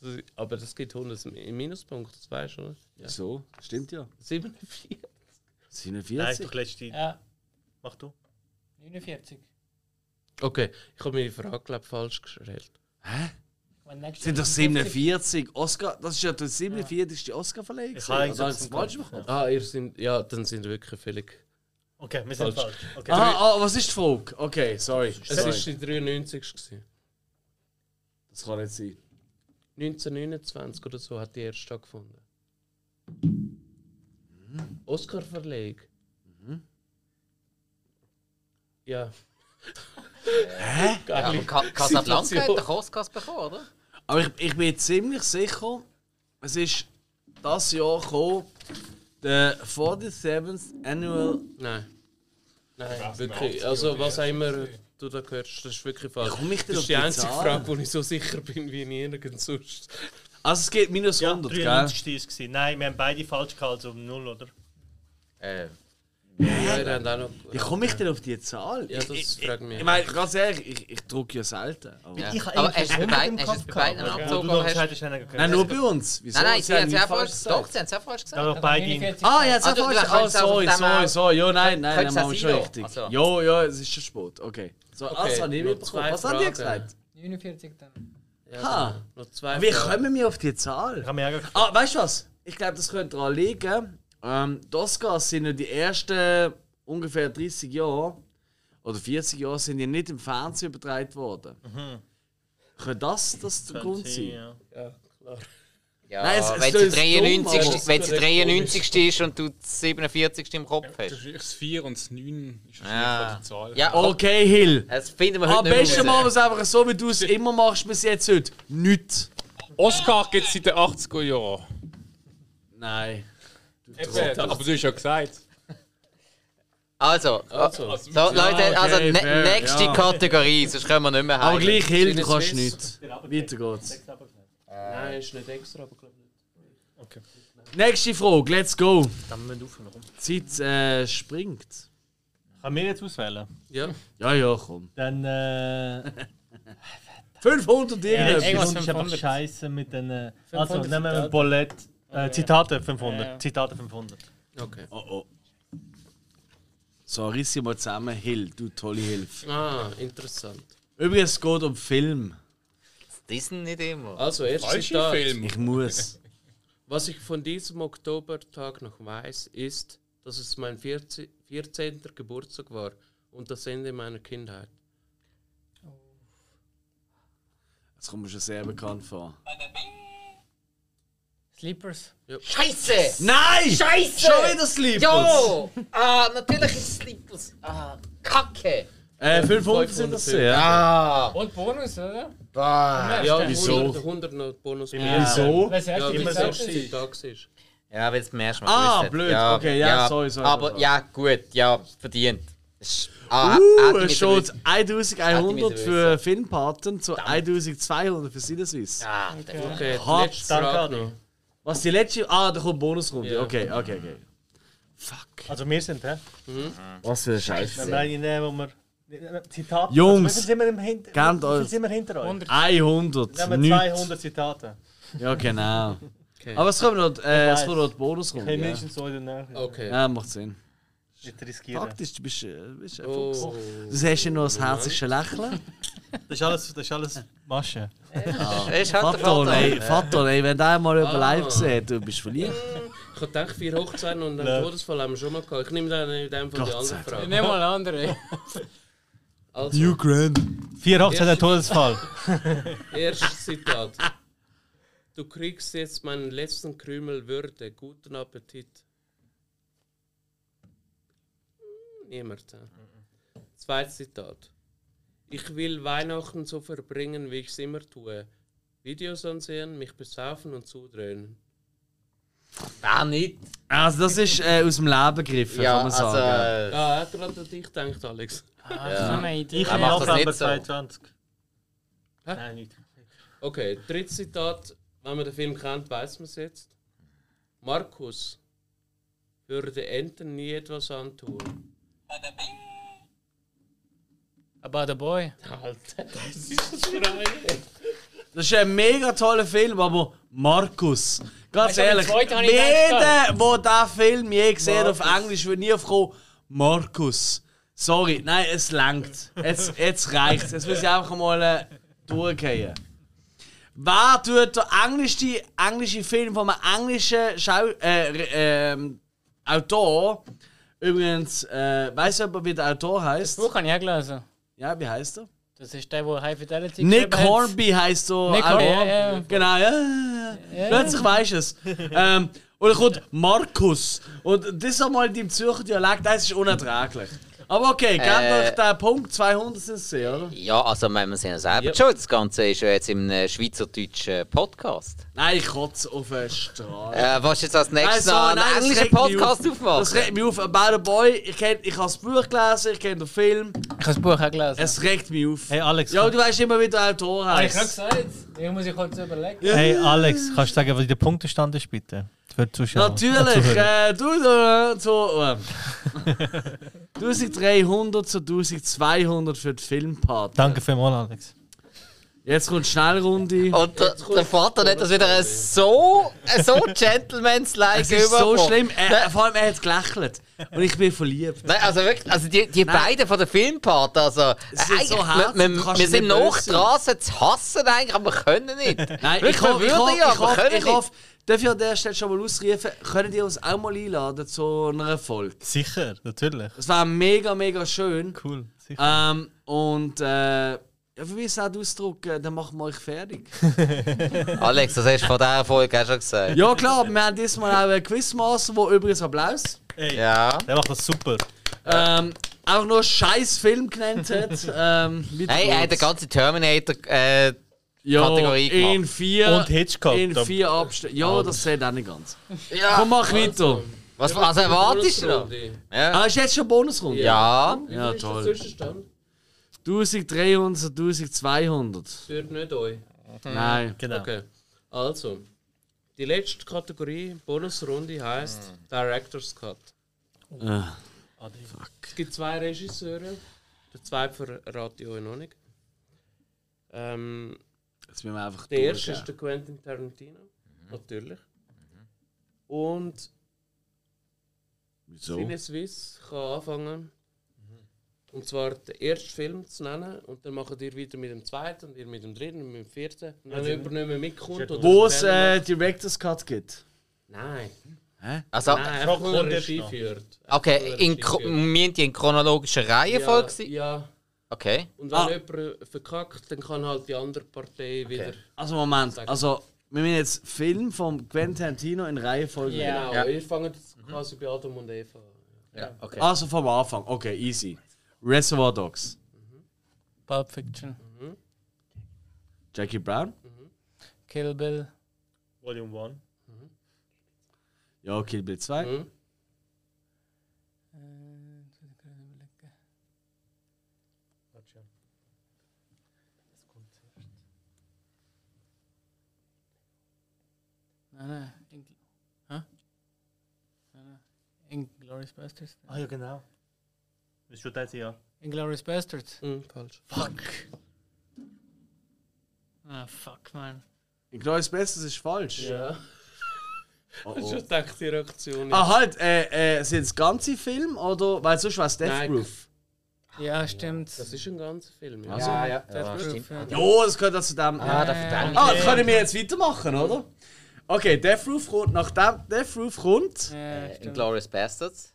Speaker 4: Das- Aber das gibt 100 Mi- Minuspunkte, das weißt du, oder? Ja.
Speaker 1: So, stimmt ja.
Speaker 4: 47.
Speaker 7: Nein, ist
Speaker 1: 47.
Speaker 7: doch letzte.
Speaker 3: Ja,
Speaker 7: Mach du.
Speaker 3: 49. Ich
Speaker 4: Okay, ich habe meine Frage glaub, falsch gestellt.
Speaker 3: meine, nächstes
Speaker 1: Sind doch
Speaker 3: Jahr
Speaker 1: 47 Oscar. Das ist ja der 47. Oscar-Verleih.
Speaker 7: Ich
Speaker 1: gewesen.
Speaker 7: habe
Speaker 1: Also,
Speaker 7: gesagt,
Speaker 1: das falsch bekommen.
Speaker 4: Ah, ihr sind. Ja, dann sind ihr wirklich völlig.
Speaker 7: Okay, wir sind
Speaker 4: Falsch.
Speaker 7: falsch. Okay.
Speaker 1: Ah, ah, was ist die Frage? Okay, sorry.
Speaker 4: Es
Speaker 1: sorry.
Speaker 4: ist die 93. Gewesen.
Speaker 1: Das kann nicht sein.
Speaker 4: 1929 oder so hat die erst stattgefunden. Oscar Verleg.
Speaker 1: Mhm.
Speaker 4: Ja.
Speaker 2: Ja, aber Ka- Casablanca hat den Oscars bekommen, oder?
Speaker 1: Aber ich, ich bin ziemlich sicher, es ist das Jahr gekommen, der 47th Annual.
Speaker 4: Nein. Nein, wirklich. Also, was auch immer du da hörst, das ist wirklich falsch.
Speaker 1: komm ich denn
Speaker 4: das
Speaker 1: auf
Speaker 4: ist die
Speaker 1: die
Speaker 4: einzige
Speaker 1: Zahl?
Speaker 4: Frage, wo ich so sicher bin wie nirgends sonst.
Speaker 1: Also es geht minus
Speaker 7: Ja,
Speaker 1: 100, gell?
Speaker 7: 93. war es. Nein, wir haben beide falsch gehabt, also um 0, oder?
Speaker 2: Äh,
Speaker 4: Ja, ihr habt auch noch.
Speaker 1: Wie komme ich denn auf die Zahl?
Speaker 4: Ja, das
Speaker 1: ich, ich,
Speaker 4: fragt mich.
Speaker 1: ich meine, ganz ehrlich, ich, ich drucke ja selten. Aber
Speaker 2: Ja.
Speaker 6: Ich habe
Speaker 2: Aber hast du
Speaker 6: irgendwie
Speaker 2: es bei
Speaker 6: Hunger
Speaker 2: beiden-
Speaker 6: im
Speaker 2: hast du es bei
Speaker 6: Kopf
Speaker 2: beiden
Speaker 6: gehabt.
Speaker 2: abgezogen
Speaker 6: Ja, du halt
Speaker 2: oder hast-
Speaker 6: entscheidest, hast du nicht
Speaker 1: Nein, nur bei uns. Wieso?
Speaker 2: Nein, nein, sie
Speaker 1: haben
Speaker 2: haben es
Speaker 1: nie
Speaker 2: ja falsch
Speaker 1: falsch
Speaker 2: gesagt. Doch, sie
Speaker 1: gesagt.
Speaker 2: haben es ja falsch gesagt.
Speaker 6: Aber beide gingen.
Speaker 1: Ah, ja, sie
Speaker 2: Ah,
Speaker 1: haben
Speaker 2: du-
Speaker 1: falsch
Speaker 2: du
Speaker 1: gesagt. Ah,
Speaker 2: kannst auch
Speaker 1: sorry,
Speaker 2: auf dem
Speaker 1: sorry,
Speaker 2: auch-
Speaker 1: sorry. Ja, nein, nein,
Speaker 2: Könntest
Speaker 1: dann machen
Speaker 2: auch
Speaker 1: wir schon
Speaker 2: sein,
Speaker 1: richtig.
Speaker 2: ja. Also.
Speaker 1: Ja, ja, es ist schon spät. Okay. So, ah, das
Speaker 4: Okay,
Speaker 1: habe ich
Speaker 4: noch
Speaker 1: nicht mitbekommen.
Speaker 4: zwei
Speaker 1: Was haben die
Speaker 4: Fragen.
Speaker 1: gesagt?
Speaker 3: 49 dann.
Speaker 1: Ha.
Speaker 4: genau. Noch zwei
Speaker 1: Wie
Speaker 4: Fragen.
Speaker 1: kommen wir auf die Zahl?
Speaker 6: Ich habe mich auch gefragt.
Speaker 1: Ah, weißt du was? Ich glaube, das könnte daran liegen. Ähm, die Oscars sind ja die ersten ungefähr 30 Jahre oder 40 Jahre sind ja nicht im Fernsehen übertragen worden. Könnte das, das der Grund sein?
Speaker 7: Ja.
Speaker 2: Ja,
Speaker 1: Nein, es- es
Speaker 2: wenn
Speaker 1: löst
Speaker 2: sie
Speaker 1: dumm, aber es
Speaker 2: 93, wenn sie
Speaker 1: ist
Speaker 2: 93 ist und du 47 im Kopf
Speaker 8: Das
Speaker 2: hast.
Speaker 8: ist das 4 und das 9 ist wahrscheinlich
Speaker 2: Ja.
Speaker 8: die Zahl.
Speaker 2: Ja,
Speaker 1: Okay, Hill. Ah,
Speaker 2: das finden wir heute
Speaker 1: Am besten
Speaker 2: raus.
Speaker 1: machen wir es einfach so, wie du es immer machst bis jetzt heute. Nicht.
Speaker 8: Oscar gibt es seit den 80er Jahren.
Speaker 1: Nein.
Speaker 8: Eben, das- Aber du hast ja gesagt.
Speaker 2: Also, so, Leute,
Speaker 1: Ja,
Speaker 2: also
Speaker 1: okay,
Speaker 2: ne,
Speaker 1: fair,
Speaker 2: nächste
Speaker 1: ja.
Speaker 2: Kategorie, sonst können wir nicht mehr
Speaker 1: Aber
Speaker 2: heim.
Speaker 1: gleich, Hill, du kannst nicht. Weiter geht's.
Speaker 4: Nein, ist nicht extra, aber glaube nicht.
Speaker 1: Nächste Frage, let's go.
Speaker 6: Dann müssen wir aufhören. Warum?
Speaker 1: Die Zeit äh, springt.
Speaker 6: Kann wir jetzt auswählen?
Speaker 4: Ja.
Speaker 1: Ja, ja, komm.
Speaker 6: Dann. Äh,
Speaker 1: 500 irgendwas.
Speaker 6: Irgendwas ist
Speaker 5: 500.
Speaker 6: einfach scheiße mit den. Äh, also,
Speaker 5: 500
Speaker 6: nehmen wir
Speaker 5: Zitate.
Speaker 6: Bollett. Äh, Zitate 500.
Speaker 5: Ja, ja.
Speaker 6: Zitate 500.
Speaker 4: Okay.
Speaker 1: Oh, oh. So, riss sie mal zusammen, Hill, du tolle Hilfe.
Speaker 4: Ah, interessant.
Speaker 1: Übrigens, es geht um Film.
Speaker 2: Diesen nicht immer.
Speaker 4: Also, erstes
Speaker 8: Falscher
Speaker 4: Zitat.
Speaker 8: Film.
Speaker 1: Ich muss.
Speaker 4: Was ich von diesem Oktobertag noch weiß, ist, dass es mein 40 14. Geburtstag war und das Ende meiner Kindheit.
Speaker 1: Das kommt mir schon sehr bekannt vor.
Speaker 5: Sleepers.
Speaker 2: Scheiße!
Speaker 1: Nein!
Speaker 2: Scheiße!
Speaker 1: Schon wieder Sleepers!
Speaker 2: Jo! Ah, natürlich ist Sleepers. Ah, Kacke!
Speaker 1: Äh, 500 sind das ja.
Speaker 2: Ah!
Speaker 3: Und Bonus, oder?
Speaker 2: Bah.
Speaker 4: Ja,
Speaker 1: wieso?
Speaker 4: 100, 100 noch Bonus.
Speaker 1: Wieso?
Speaker 3: Weil es erst
Speaker 4: Ja,
Speaker 3: die
Speaker 4: weil es
Speaker 3: Zeit
Speaker 4: erst
Speaker 3: ist.
Speaker 4: der Tag ist.
Speaker 2: Ja, wenn es mehr Mal
Speaker 1: Ah,
Speaker 2: gewusst hat.
Speaker 1: blöd. Okay, ja, sorry, sorry,
Speaker 2: Aber
Speaker 1: sorry.
Speaker 2: ja, gut, ja, verdient. Ist- Ah, hätte
Speaker 1: Uh,
Speaker 2: ich
Speaker 1: es
Speaker 2: müssen
Speaker 1: steht
Speaker 2: wissen.
Speaker 1: 1100
Speaker 2: müssen
Speaker 1: für Finnpaten zu 1200 für Sinneswiss.
Speaker 2: Ah, der-
Speaker 4: Okay, die
Speaker 1: Hart,
Speaker 4: letzte
Speaker 6: danke
Speaker 4: Frage noch.
Speaker 1: Was die letzte. Ah, da kommt Bonusrunde.
Speaker 4: Ja.
Speaker 1: Okay, okay, okay. Fuck.
Speaker 6: Also, wir sind, hä?
Speaker 1: Was für ein Scheiß.
Speaker 6: Dann nein, nehmen wir. Zitate.
Speaker 1: Jungs,
Speaker 6: Also, wie viel sind wir im Hinter?
Speaker 1: gebt
Speaker 6: Wie viel
Speaker 1: euch.
Speaker 6: sind wir hinter euch?
Speaker 1: 100.
Speaker 6: Nehmen wir
Speaker 1: Nicht.
Speaker 6: 200 Zitate.
Speaker 1: Ja, genau. Aber es kommt noch, äh, es
Speaker 6: weiß.
Speaker 1: kommt noch die
Speaker 6: Okay,
Speaker 1: Bonusrunde. Ja.
Speaker 6: mindestens so in der Nachricht.
Speaker 4: Okay.
Speaker 1: ja, macht Sinn.
Speaker 6: Nicht riskieren.
Speaker 1: Faktisch, du bist, äh, bist ein Fuchs.
Speaker 4: Oh.
Speaker 1: Du hast ja noch das herzliche Lächeln.
Speaker 6: Das ist alles, das ist alles Masche.
Speaker 2: Das ist halt
Speaker 1: Faton,
Speaker 2: der Vorteil.
Speaker 1: ey, Faton, ey, wenn du einmal über
Speaker 4: Ah.
Speaker 1: live sieht, du bist verliebt.
Speaker 4: Ich habe gedacht, vier Hochzeiten und einen Todesfall haben wir schon mal gehabt. Ich nehme dann in dem von die
Speaker 1: Gott sei
Speaker 4: anderen
Speaker 1: Dank.
Speaker 4: Fragen.
Speaker 3: Nehmen wir eine andere.
Speaker 4: Also,
Speaker 1: Grand.
Speaker 6: Vier Hochzeiten, Todesfall.
Speaker 4: Erstes Zitat. Du kriegst jetzt meinen letzten Krümel Würde. Guten Appetit. Niemand. hä? Zweites Zitat. Ich will Weihnachten so verbringen, wie ich es immer tue. Videos ansehen, mich besaufen und zudröhnen.
Speaker 2: Wer nicht?
Speaker 1: Also, das ist äh, aus dem Leben gegriffen,
Speaker 2: Ja,
Speaker 1: kann man sagen.
Speaker 2: also. äh,
Speaker 4: Ah, gerade an dich gedacht, Alex.
Speaker 5: Ah, ja. so eine Idee.
Speaker 6: Ich
Speaker 2: Ja,
Speaker 6: im
Speaker 2: mach das
Speaker 6: November
Speaker 2: nicht so.
Speaker 6: 22.
Speaker 4: Hä?
Speaker 6: Nein, nicht.
Speaker 4: Okay, drittes Zitat. Wenn man den Film kennt, weiß man es jetzt. Markus würde Enten nie etwas antun.
Speaker 5: Aber der Boy.
Speaker 4: Alter, das ist das Schreien.
Speaker 1: Das ist ein mega toller Film, aber Markus, ganz
Speaker 5: du,
Speaker 1: ehrlich,
Speaker 5: den zweiten habe ich
Speaker 1: jeder, der diesen Film je gesehen hat auf Englisch, wird nie aufkommen, Markus. Sorry, nein, es langt. Jetzt, jetzt reicht's. Jetzt muss ich einfach mal äh, durchgehen. Wer tut den englischen, englischen Film von einem englischen Schau äh, re- ähm, Autor? Übrigens, äh, weiß jemand, wie der Autor heißt?
Speaker 5: Das Buch habe ich auch gelesen.
Speaker 1: Ja, wie heißt er?
Speaker 5: Das ist der, der High Fidelity
Speaker 1: Nick
Speaker 5: geschrieben hat.
Speaker 1: Hornby heißt so.
Speaker 5: Nick
Speaker 1: auch-
Speaker 5: Hornby, ja, ja.
Speaker 1: Genau, ja. ja, ja. Plötzlich weisst du es. ähm, und dann kommt Markus. Und das einmal im Zürcher Dialekt, das ist unerträglich. Aber okay, gebt
Speaker 2: Äh.
Speaker 1: euch den Punkt 200 sind es, oder?
Speaker 2: Ja, also wir sind ja selber schuld. Das Ganze ist ja jetzt im äh, schweizerdeutschen Podcast.
Speaker 1: Nein, ich kotze auf den Strahl.
Speaker 2: Äh, was jetzt als nächstes
Speaker 1: so,
Speaker 2: noch einen
Speaker 1: das
Speaker 2: englischen
Speaker 1: regt mich
Speaker 2: Podcast
Speaker 1: auf. Das
Speaker 2: aufmachen?
Speaker 1: regt mich auf. About a Boy, ich, kenn, ich habe das Buch gelesen, ich kenne den Film.
Speaker 5: Ich habe das Buch auch gelesen.
Speaker 1: Es regt mich auf.
Speaker 6: Hey Alex,
Speaker 1: Ja, du weißt immer, wie der Autor
Speaker 5: Ah,
Speaker 3: Ich habe
Speaker 1: heißt.
Speaker 3: gesagt, ich muss ich kurz überlegen.
Speaker 6: hey Alex, kannst du sagen, was der Punktestand ist, bitte? für die Zuschauer.
Speaker 1: Natürlich, äh, du, äh, zu, äh, 1300 zu 1200 für die Filmparty.
Speaker 6: Danke vielmals, Alex.
Speaker 1: Jetzt kommt Schnellrunde.
Speaker 2: Und der, der Vater hat das wieder so, so Gentleman's-like
Speaker 1: Es ist so
Speaker 2: überkommen.
Speaker 1: schlimm. Äh, vor allem, er hat gelächelt. Und ich bin verliebt.
Speaker 2: Nein, also wirklich, also die, die beiden von der Filmpart, also
Speaker 1: sind
Speaker 2: eigentlich,
Speaker 1: so
Speaker 2: wir,
Speaker 1: hart, du
Speaker 2: wir,
Speaker 1: kannst
Speaker 2: wir
Speaker 1: nicht
Speaker 2: sind noch
Speaker 1: böse sein.
Speaker 2: dran, sie zu hassen eigentlich, aber wir können nicht.
Speaker 1: Nein,
Speaker 2: Wirklich,
Speaker 1: ich hoffe,
Speaker 2: wir
Speaker 1: ich
Speaker 2: würden
Speaker 1: hoffe,
Speaker 2: ja,
Speaker 1: ich
Speaker 2: aber
Speaker 1: hoffe,
Speaker 2: können
Speaker 1: ich
Speaker 2: nicht.
Speaker 1: hoffe, darf ich an der Stelle schon mal ausrufen, können die uns auch mal einladen zu einer Folge?
Speaker 6: Sicher, natürlich.
Speaker 1: Das wäre mega, mega schön.
Speaker 6: Cool. Sicher.
Speaker 1: Ähm, und äh, ja, wie es auch ausdrücken, dann machen wir euch fertig.
Speaker 2: Alex, das hast du von dieser Folge auch schon gesagt.
Speaker 1: Ja klar, aber wir haben diesmal auch einen Quizmaster, wo übrigens Applaus.
Speaker 2: Ja.
Speaker 6: Der macht das super.
Speaker 1: Ähm, auch nur scheiß Film genannt hat. Ähm, weiter
Speaker 2: Hey, er hat den
Speaker 1: geht's.
Speaker 2: ganzen Terminator. Äh,
Speaker 1: ja,
Speaker 2: Kategorie gemacht.
Speaker 1: In vier,
Speaker 6: Und Hitchcock.
Speaker 1: in
Speaker 6: Da- Ah,
Speaker 1: vier Abstände. Ja, das zählt auch nicht ganz.
Speaker 2: ja.
Speaker 1: Komm, mach weiter.
Speaker 2: Was Ah, also erwartest du noch?
Speaker 1: Ah, ist jetzt schon Bonusrunde?
Speaker 2: Ja.
Speaker 1: Ja, toll.
Speaker 4: Zwischenstand?
Speaker 1: 1300 zu 1200.
Speaker 4: Stört nicht euch.
Speaker 2: Hm.
Speaker 1: Nein.
Speaker 6: Genau.
Speaker 4: Okay. Also, die letzte Kategorie, Bonusrunde, heißt Director's Cut.
Speaker 1: Äh,
Speaker 4: Es gibt zwei Regisseure. Der zweite verrate ich euch noch nicht. Ähm,
Speaker 1: jetzt müssen wir einfach
Speaker 4: der erste
Speaker 1: durchgehen.
Speaker 4: ist der Quentin Tarantino, natürlich. Und
Speaker 1: Wieso?
Speaker 4: Cineswiss kann anfangen. Und zwar den ersten Film zu nennen und dann machen ihr weiter mit dem zweiten und ihr mit dem dritten und mit dem vierten. Und
Speaker 6: Also,
Speaker 4: wenn jemand nicht mehr mitkommt oder
Speaker 1: Wo es
Speaker 4: Fehler
Speaker 1: äh,
Speaker 4: macht-
Speaker 1: Director's Cut gibt.
Speaker 4: Nein,
Speaker 2: Also,
Speaker 4: nein, einfach nur
Speaker 6: kommt
Speaker 4: Regie
Speaker 6: erst noch.
Speaker 4: führt.
Speaker 1: Ah,
Speaker 2: okay, in, chro- müssen die in chronologischer Reihenfolge
Speaker 4: ja,
Speaker 2: sein?
Speaker 4: ja,
Speaker 2: Okay.
Speaker 4: und wenn
Speaker 1: Ah.
Speaker 4: jemand verkackt, dann kann halt die andere Partei wieder...
Speaker 1: Also Moment, also wir müssen jetzt Film von Quentin Tarantino in Reihenfolge. nehmen.
Speaker 4: Genau,
Speaker 2: Ja.
Speaker 4: ihr fangt jetzt
Speaker 6: Mhm.
Speaker 4: quasi bei Adam und Eva an.
Speaker 2: Ja, okay.
Speaker 1: Also vom Anfang, okay, easy. Reservoir Dogs,
Speaker 5: Pulp Fiction,
Speaker 4: Mhm,
Speaker 1: Jackie Brown,
Speaker 5: Kill Bill,
Speaker 6: Volume 1.
Speaker 1: ja, Kill Bill 2,
Speaker 4: Mhm.
Speaker 5: nein, nein, Ingl Hä? Nein, nein. Inglourious Bastards.
Speaker 6: Ah ja, genau. Das ist schon das Jahr.
Speaker 5: Inglourious Bastards.
Speaker 4: Mhm, falsch.
Speaker 5: Fuck. Ah, fuck, man.
Speaker 1: Ich glaube, das Beste ist falsch.
Speaker 4: Ja.
Speaker 1: Oh,
Speaker 4: Ich
Speaker 1: oh.
Speaker 4: dachte, die Reaktion
Speaker 1: Ah, halt, äh, äh, sind es ganze Film oder? Weil sonst war es Death
Speaker 4: Nein.
Speaker 1: Proof.
Speaker 5: Ja, stimmt.
Speaker 4: Das ist ein ganzer Film. Ja,
Speaker 1: Also-
Speaker 4: ja.
Speaker 5: Death Proof,
Speaker 3: eh,
Speaker 5: ja.
Speaker 1: Ja, das gehört ja zu dem.
Speaker 2: Ah, da verdammt.
Speaker 1: Ah, das können wir jetzt weitermachen, oder? Okay, Death Proof kommt, nachdem Death Proof kommt,
Speaker 3: eh,
Speaker 2: Eh,
Speaker 5: Ja, stimmt.
Speaker 2: Glorious Äh, Bastards.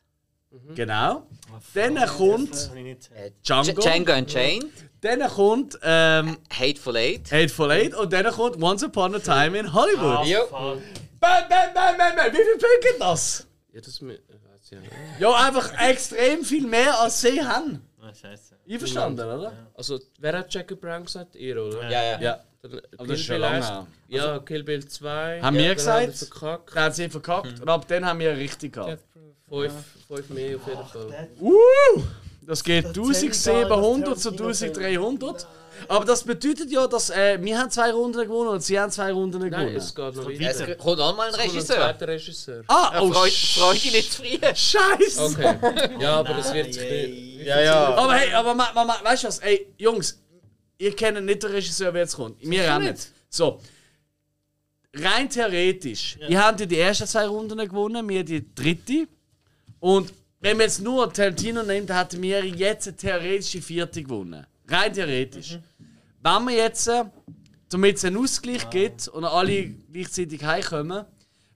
Speaker 1: genau. Dann kommt
Speaker 6: Kann ich nicht sehen.
Speaker 2: Äh,
Speaker 1: Django.
Speaker 2: Django. Django Unchained.
Speaker 1: Dann kommt ähm,
Speaker 2: Hateful Eight.
Speaker 1: Hateful Eight und dann kommt Once Upon a Time in Hollywood.
Speaker 6: Ah.
Speaker 2: Jo.
Speaker 1: Bam, bam, bam, bam, bam. Wie viel Punkte gibt das?
Speaker 4: ja das mi- ich weiss ja. nicht.
Speaker 1: Ja, einfach extrem viel mehr als sie haben.
Speaker 6: Ah, scheiße.
Speaker 1: Einverstanden, oder?
Speaker 4: Also, wer hat Jackie Brown gesagt? Ihr, oder?
Speaker 2: Ja, ja.
Speaker 1: Ja.
Speaker 4: Dann,
Speaker 1: das
Speaker 4: Kill
Speaker 1: ist schon
Speaker 4: Bill
Speaker 1: lange
Speaker 4: erst.
Speaker 1: her.
Speaker 4: Ja, Kill Bill 2.
Speaker 1: Haben wir gesagt?
Speaker 4: Verkackt.
Speaker 1: Dann haben sie
Speaker 4: Hm.
Speaker 1: verkackt und ab dann haben wir richtig gehabt.
Speaker 4: Fünf, fünf mehr auf jeden Fall.
Speaker 1: Uh, das geht 1700 zu 1300. Aber das bedeutet ja, dass äh, wir haben zwei Runden gewonnen und sie haben zwei Runden
Speaker 4: Nein,
Speaker 1: gewonnen.
Speaker 4: es geht noch weiter. Es
Speaker 2: Es
Speaker 4: kommt
Speaker 2: kommt auch mal ein
Speaker 4: noch ein
Speaker 2: Regisseur.
Speaker 4: zweiter Regisseur.
Speaker 1: ah, oh,
Speaker 2: Freut,
Speaker 1: sch-
Speaker 2: freut dich nicht zu früh.
Speaker 1: Scheiße!
Speaker 4: Okay. Ja, aber das wird sich nicht.
Speaker 2: Ja, ja.
Speaker 1: Aber hey, aber ma, ma, ma, weißt du was? Ey, Jungs, ihr kennt nicht den Regisseur, wer jetzt kommt. Wir auch nicht. So. Rein theoretisch, ihr habt ja die ersten zwei Runden gewonnen, wir die dritte. Und wenn wir jetzt nur Tarantino nehmen, dann hätten wir jetzt eine theoretische vierte gewonnen. Rein theoretisch. Wenn wir jetzt, äh, damit es einen Ausgleich gibt und alle gleichzeitig heimkommen,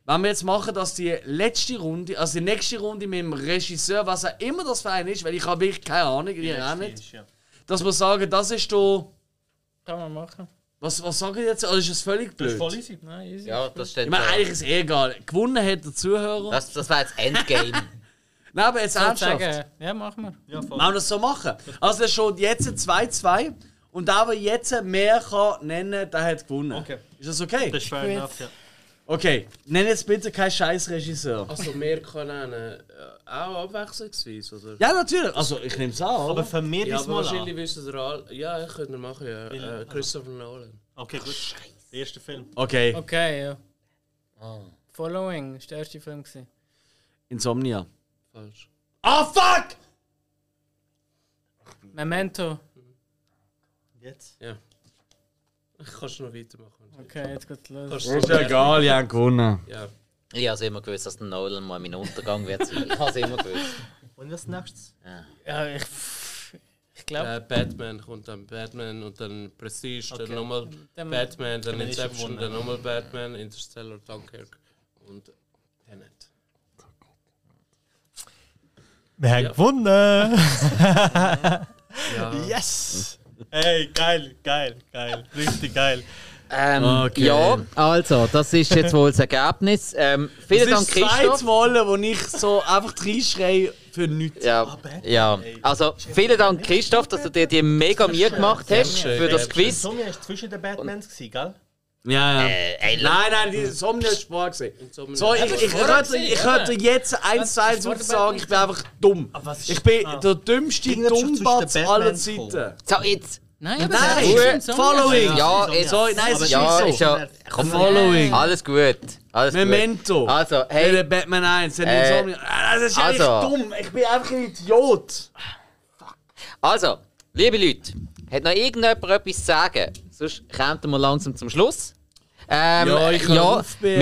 Speaker 1: wenn wir jetzt machen, dass die letzte Runde, also die nächste Runde mit dem Regisseur, was auch immer das für einen ist, weil ich habe wirklich keine Ahnung, ihr auch nicht,
Speaker 6: Ist, ja.
Speaker 1: dass wir sagen, das ist doch.
Speaker 5: Kann man machen.
Speaker 1: Was, was sagen die jetzt? Also ist das völlig
Speaker 6: Das
Speaker 1: blöd?
Speaker 6: ist voll easy.
Speaker 5: Nein, easy.
Speaker 2: Ja, das steht
Speaker 1: ich meine,
Speaker 2: da.
Speaker 1: eigentlich ist es eh egal. Gewonnen hat der Zuhörer.
Speaker 2: Das, das war jetzt Endgame.
Speaker 1: Nein, aber jetzt
Speaker 5: Ich würd
Speaker 1: ernsthaft. Wollen
Speaker 3: eh.
Speaker 5: sagen, ja, machen wir.
Speaker 6: Ja, voll.
Speaker 1: wir das so machen? Also es steht jetzt 2-2 und der, der jetzt mehr kann nennen der hat gewonnen.
Speaker 6: Okay.
Speaker 1: Ist das okay?
Speaker 6: Das ist fair enough, ja.
Speaker 1: Okay, nenn jetzt bitte keinen scheiß Regisseur.
Speaker 4: Also, mehr kann einen. Auch abwechslungsweise, oder?
Speaker 1: Ja, natürlich. Also ich nehme es an.
Speaker 6: Aber
Speaker 1: oder?
Speaker 6: für mich
Speaker 4: Ja, aber
Speaker 6: diesmal an.
Speaker 4: wahrscheinlich wissen sie alle. Ja, ich könnte ihn machen, ja. Äh, Christopher Nolan.
Speaker 6: Okay, gut. Der erste Film.
Speaker 1: Okay.
Speaker 5: Okay, ja.
Speaker 3: Following war der erste Film. Gewesen.
Speaker 1: Insomnia.
Speaker 4: Falsch.
Speaker 1: Ah, fuck!
Speaker 3: Memento.
Speaker 6: Jetzt?
Speaker 4: Ja. Ich kann schon noch weitermachen.
Speaker 3: Okay, jetzt geht's los.
Speaker 4: Kannst
Speaker 1: Ist ja egal, ich habe gewonnen.
Speaker 4: Ja.
Speaker 2: Ich habe es immer gewusst, dass der Nolan mal mein Untergang wird sein. Ich habe es immer gewusst.
Speaker 6: Und was nächstes?
Speaker 3: Ja, ich, ich glaube,
Speaker 4: Äh, Batman kommt dann Batman und dann Prestige, dann nochmal Batman, dann
Speaker 5: ist
Speaker 4: Inception,
Speaker 5: gewonnen.
Speaker 4: dann nochmal Batman, Interstellar, Dunkirk und Tenet.
Speaker 6: Wir haben
Speaker 4: Ja.
Speaker 6: gewonnen!
Speaker 4: Ja.
Speaker 6: Yes! Hey, geil, geil, geil. Richtig geil.
Speaker 2: Ähm,
Speaker 1: Okay.
Speaker 2: Ja, also, das ist jetzt wohl das Ergebnis. Ähm,
Speaker 1: Das
Speaker 2: vielen Dank,
Speaker 1: ist zweites
Speaker 2: Christoph.
Speaker 1: Wollen, wo ich so einfach reinschreie für nichts.
Speaker 2: Ja, ja, also vielen Dank Christoph, dass du dir die mega Mühe gemacht hast für das Quiz.
Speaker 6: Sonja war zwischen den Batmans, gewesen, gell?
Speaker 1: Ja, ja.
Speaker 2: Äh, ey, Leute,
Speaker 1: Nein, nein, die Somnia ist vor. gewesen.
Speaker 4: Insomnia.
Speaker 1: So, ich, ich, könnte, ich könnte jetzt eins zu eins aufsagen, ich bin einfach dumm.
Speaker 6: was ist-
Speaker 1: Ich bin
Speaker 6: ah.
Speaker 1: der dümmste
Speaker 6: Ging jetzt schon
Speaker 1: Dummbatz
Speaker 6: zwischen den
Speaker 1: aller
Speaker 6: Batmans
Speaker 1: Zeiten.
Speaker 2: so jetzt.
Speaker 5: Nein, aber
Speaker 1: Nein,
Speaker 5: das ist
Speaker 2: Ruhe,
Speaker 5: im Sommer.
Speaker 1: Following!
Speaker 2: Ja, jetzt.
Speaker 1: Sorry, nein, es ist
Speaker 2: Ja,
Speaker 1: nicht
Speaker 2: ist
Speaker 1: so.
Speaker 2: ja. Komm,
Speaker 1: Following.
Speaker 2: Alles gut. Alles gut.
Speaker 1: Memento.
Speaker 2: Also,
Speaker 1: Hey.
Speaker 2: hey,
Speaker 1: Batman 1, dann
Speaker 2: Äh,
Speaker 1: Insomnia. Ah, Das ist ja echt
Speaker 2: also.
Speaker 1: dumm, ich bin einfach ein Idiot.
Speaker 2: also, liebe Leute, hat noch irgendjemand etwas zu sagen? Sonst kommen wir langsam zum Schluss. Ähm,
Speaker 1: Ja, ich kann
Speaker 2: ja,
Speaker 1: auf bei
Speaker 2: wir, äh,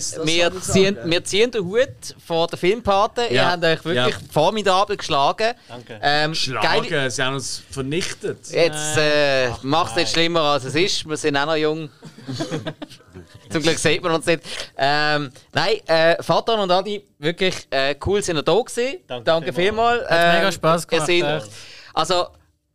Speaker 1: Sinneswiss, das soll
Speaker 2: wir,
Speaker 1: ich
Speaker 2: ziehen,
Speaker 1: sagen.
Speaker 2: wir ziehen den Hut vor der Filmpate. Ihr
Speaker 1: Ja.
Speaker 2: habt euch wirklich
Speaker 1: Ja.
Speaker 2: formidabel geschlagen.
Speaker 6: Danke.
Speaker 2: Ähm,
Speaker 1: Schlagen,
Speaker 2: geile-
Speaker 1: sie haben uns vernichtet.
Speaker 2: Jetzt äh, macht es nicht schlimmer als es ist. Wir sind auch noch jung. Zum Glück sieht man uns nicht. Ähm, nein, äh, Vater und Adi, wirklich äh, cool sind ihr da gewesen. Danke,
Speaker 6: Danke
Speaker 2: vielmals.
Speaker 5: Hat
Speaker 2: Ähm,
Speaker 5: mega Spass
Speaker 2: ihr
Speaker 5: gemacht.
Speaker 2: seid-
Speaker 5: echt.
Speaker 2: also,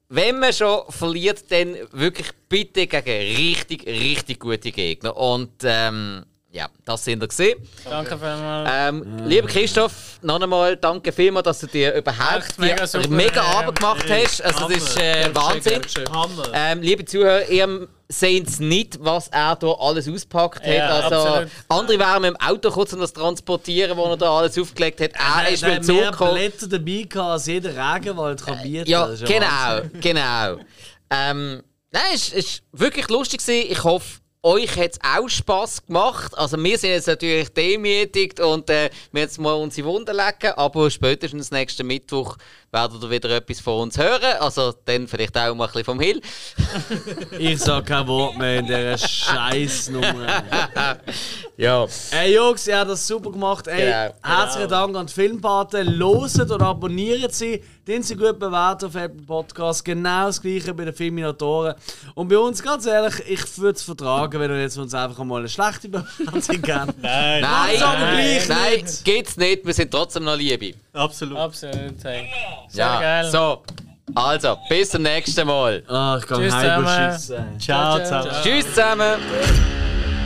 Speaker 2: wenn man schon verliert, dann wirklich bitte gegen richtig, richtig gute Gegner. Und ähm, ja, das sind wir gesehen.
Speaker 5: Danke vielmals.
Speaker 2: Ähm, Lieber Christoph, noch einmal danke vielmals, dass du dir überhaupt
Speaker 5: Echt mega
Speaker 2: die
Speaker 5: super. Ähm,
Speaker 2: mega Arbeit gemacht hast. Also, das ist äh, Wahnsinn.
Speaker 6: Hammer.
Speaker 2: Ähm, liebe Zuhörer, ihr seht nicht, was er hier alles auspackt
Speaker 5: Ja,
Speaker 2: hat. Also,
Speaker 5: absolut.
Speaker 2: andere wären mit dem Auto kurz um das transportieren, wo er da alles aufgelegt hat. Er Ah, ist mit dem Zug
Speaker 1: mehr
Speaker 2: gekommen.
Speaker 1: Blätter dabei gehabt, als jeder Regenwald kann bieten.
Speaker 2: Äh, Ja,
Speaker 1: Das ist
Speaker 2: genau, genau. Ähm, nein, es war wirklich lustig. Gewesen. Ich hoffe, euch hat es auch Spass gemacht. Also wir sind jetzt natürlich demütigt und äh, wir jetzt mal unsere Wunden lecken, aber spätestens nächsten Mittwoch werdet ihr wieder etwas von uns hören. Also dann vielleicht auch mal ein bisschen vom Hill.
Speaker 1: Wahnsinn. Ich sag kein Wort mehr in dieser Scheißnummer.
Speaker 2: Ja.
Speaker 1: Ey Jungs, ihr habt das super gemacht. Ey,
Speaker 2: Genau.
Speaker 1: herzlichen Dank an die Filmpaten. Loset und abonniert sie. Den sie gut bewerten auf Apple Podcast. Genau das gleiche bei den Filminatoren. Und bei uns, ganz ehrlich, ich würde es vertragen, wenn ihr jetzt uns einfach mal eine schlechte Bewertung gebt.
Speaker 6: Nein,
Speaker 2: Nein,
Speaker 1: Macht's aber
Speaker 2: nein,
Speaker 1: gleich
Speaker 2: nein, geht's nicht. Wir sind trotzdem noch Liebe.
Speaker 6: absolut.
Speaker 5: Absolut. Hey.
Speaker 2: Ja,
Speaker 5: geil.
Speaker 2: so. Also, bis zum nächsten Mal.
Speaker 1: Ah, ich kann
Speaker 5: Tschüss zusammen.
Speaker 1: heim schiessen.
Speaker 6: Ciao,
Speaker 5: Ciao,
Speaker 6: ciao.
Speaker 5: ciao.
Speaker 2: Tschüss zusammen.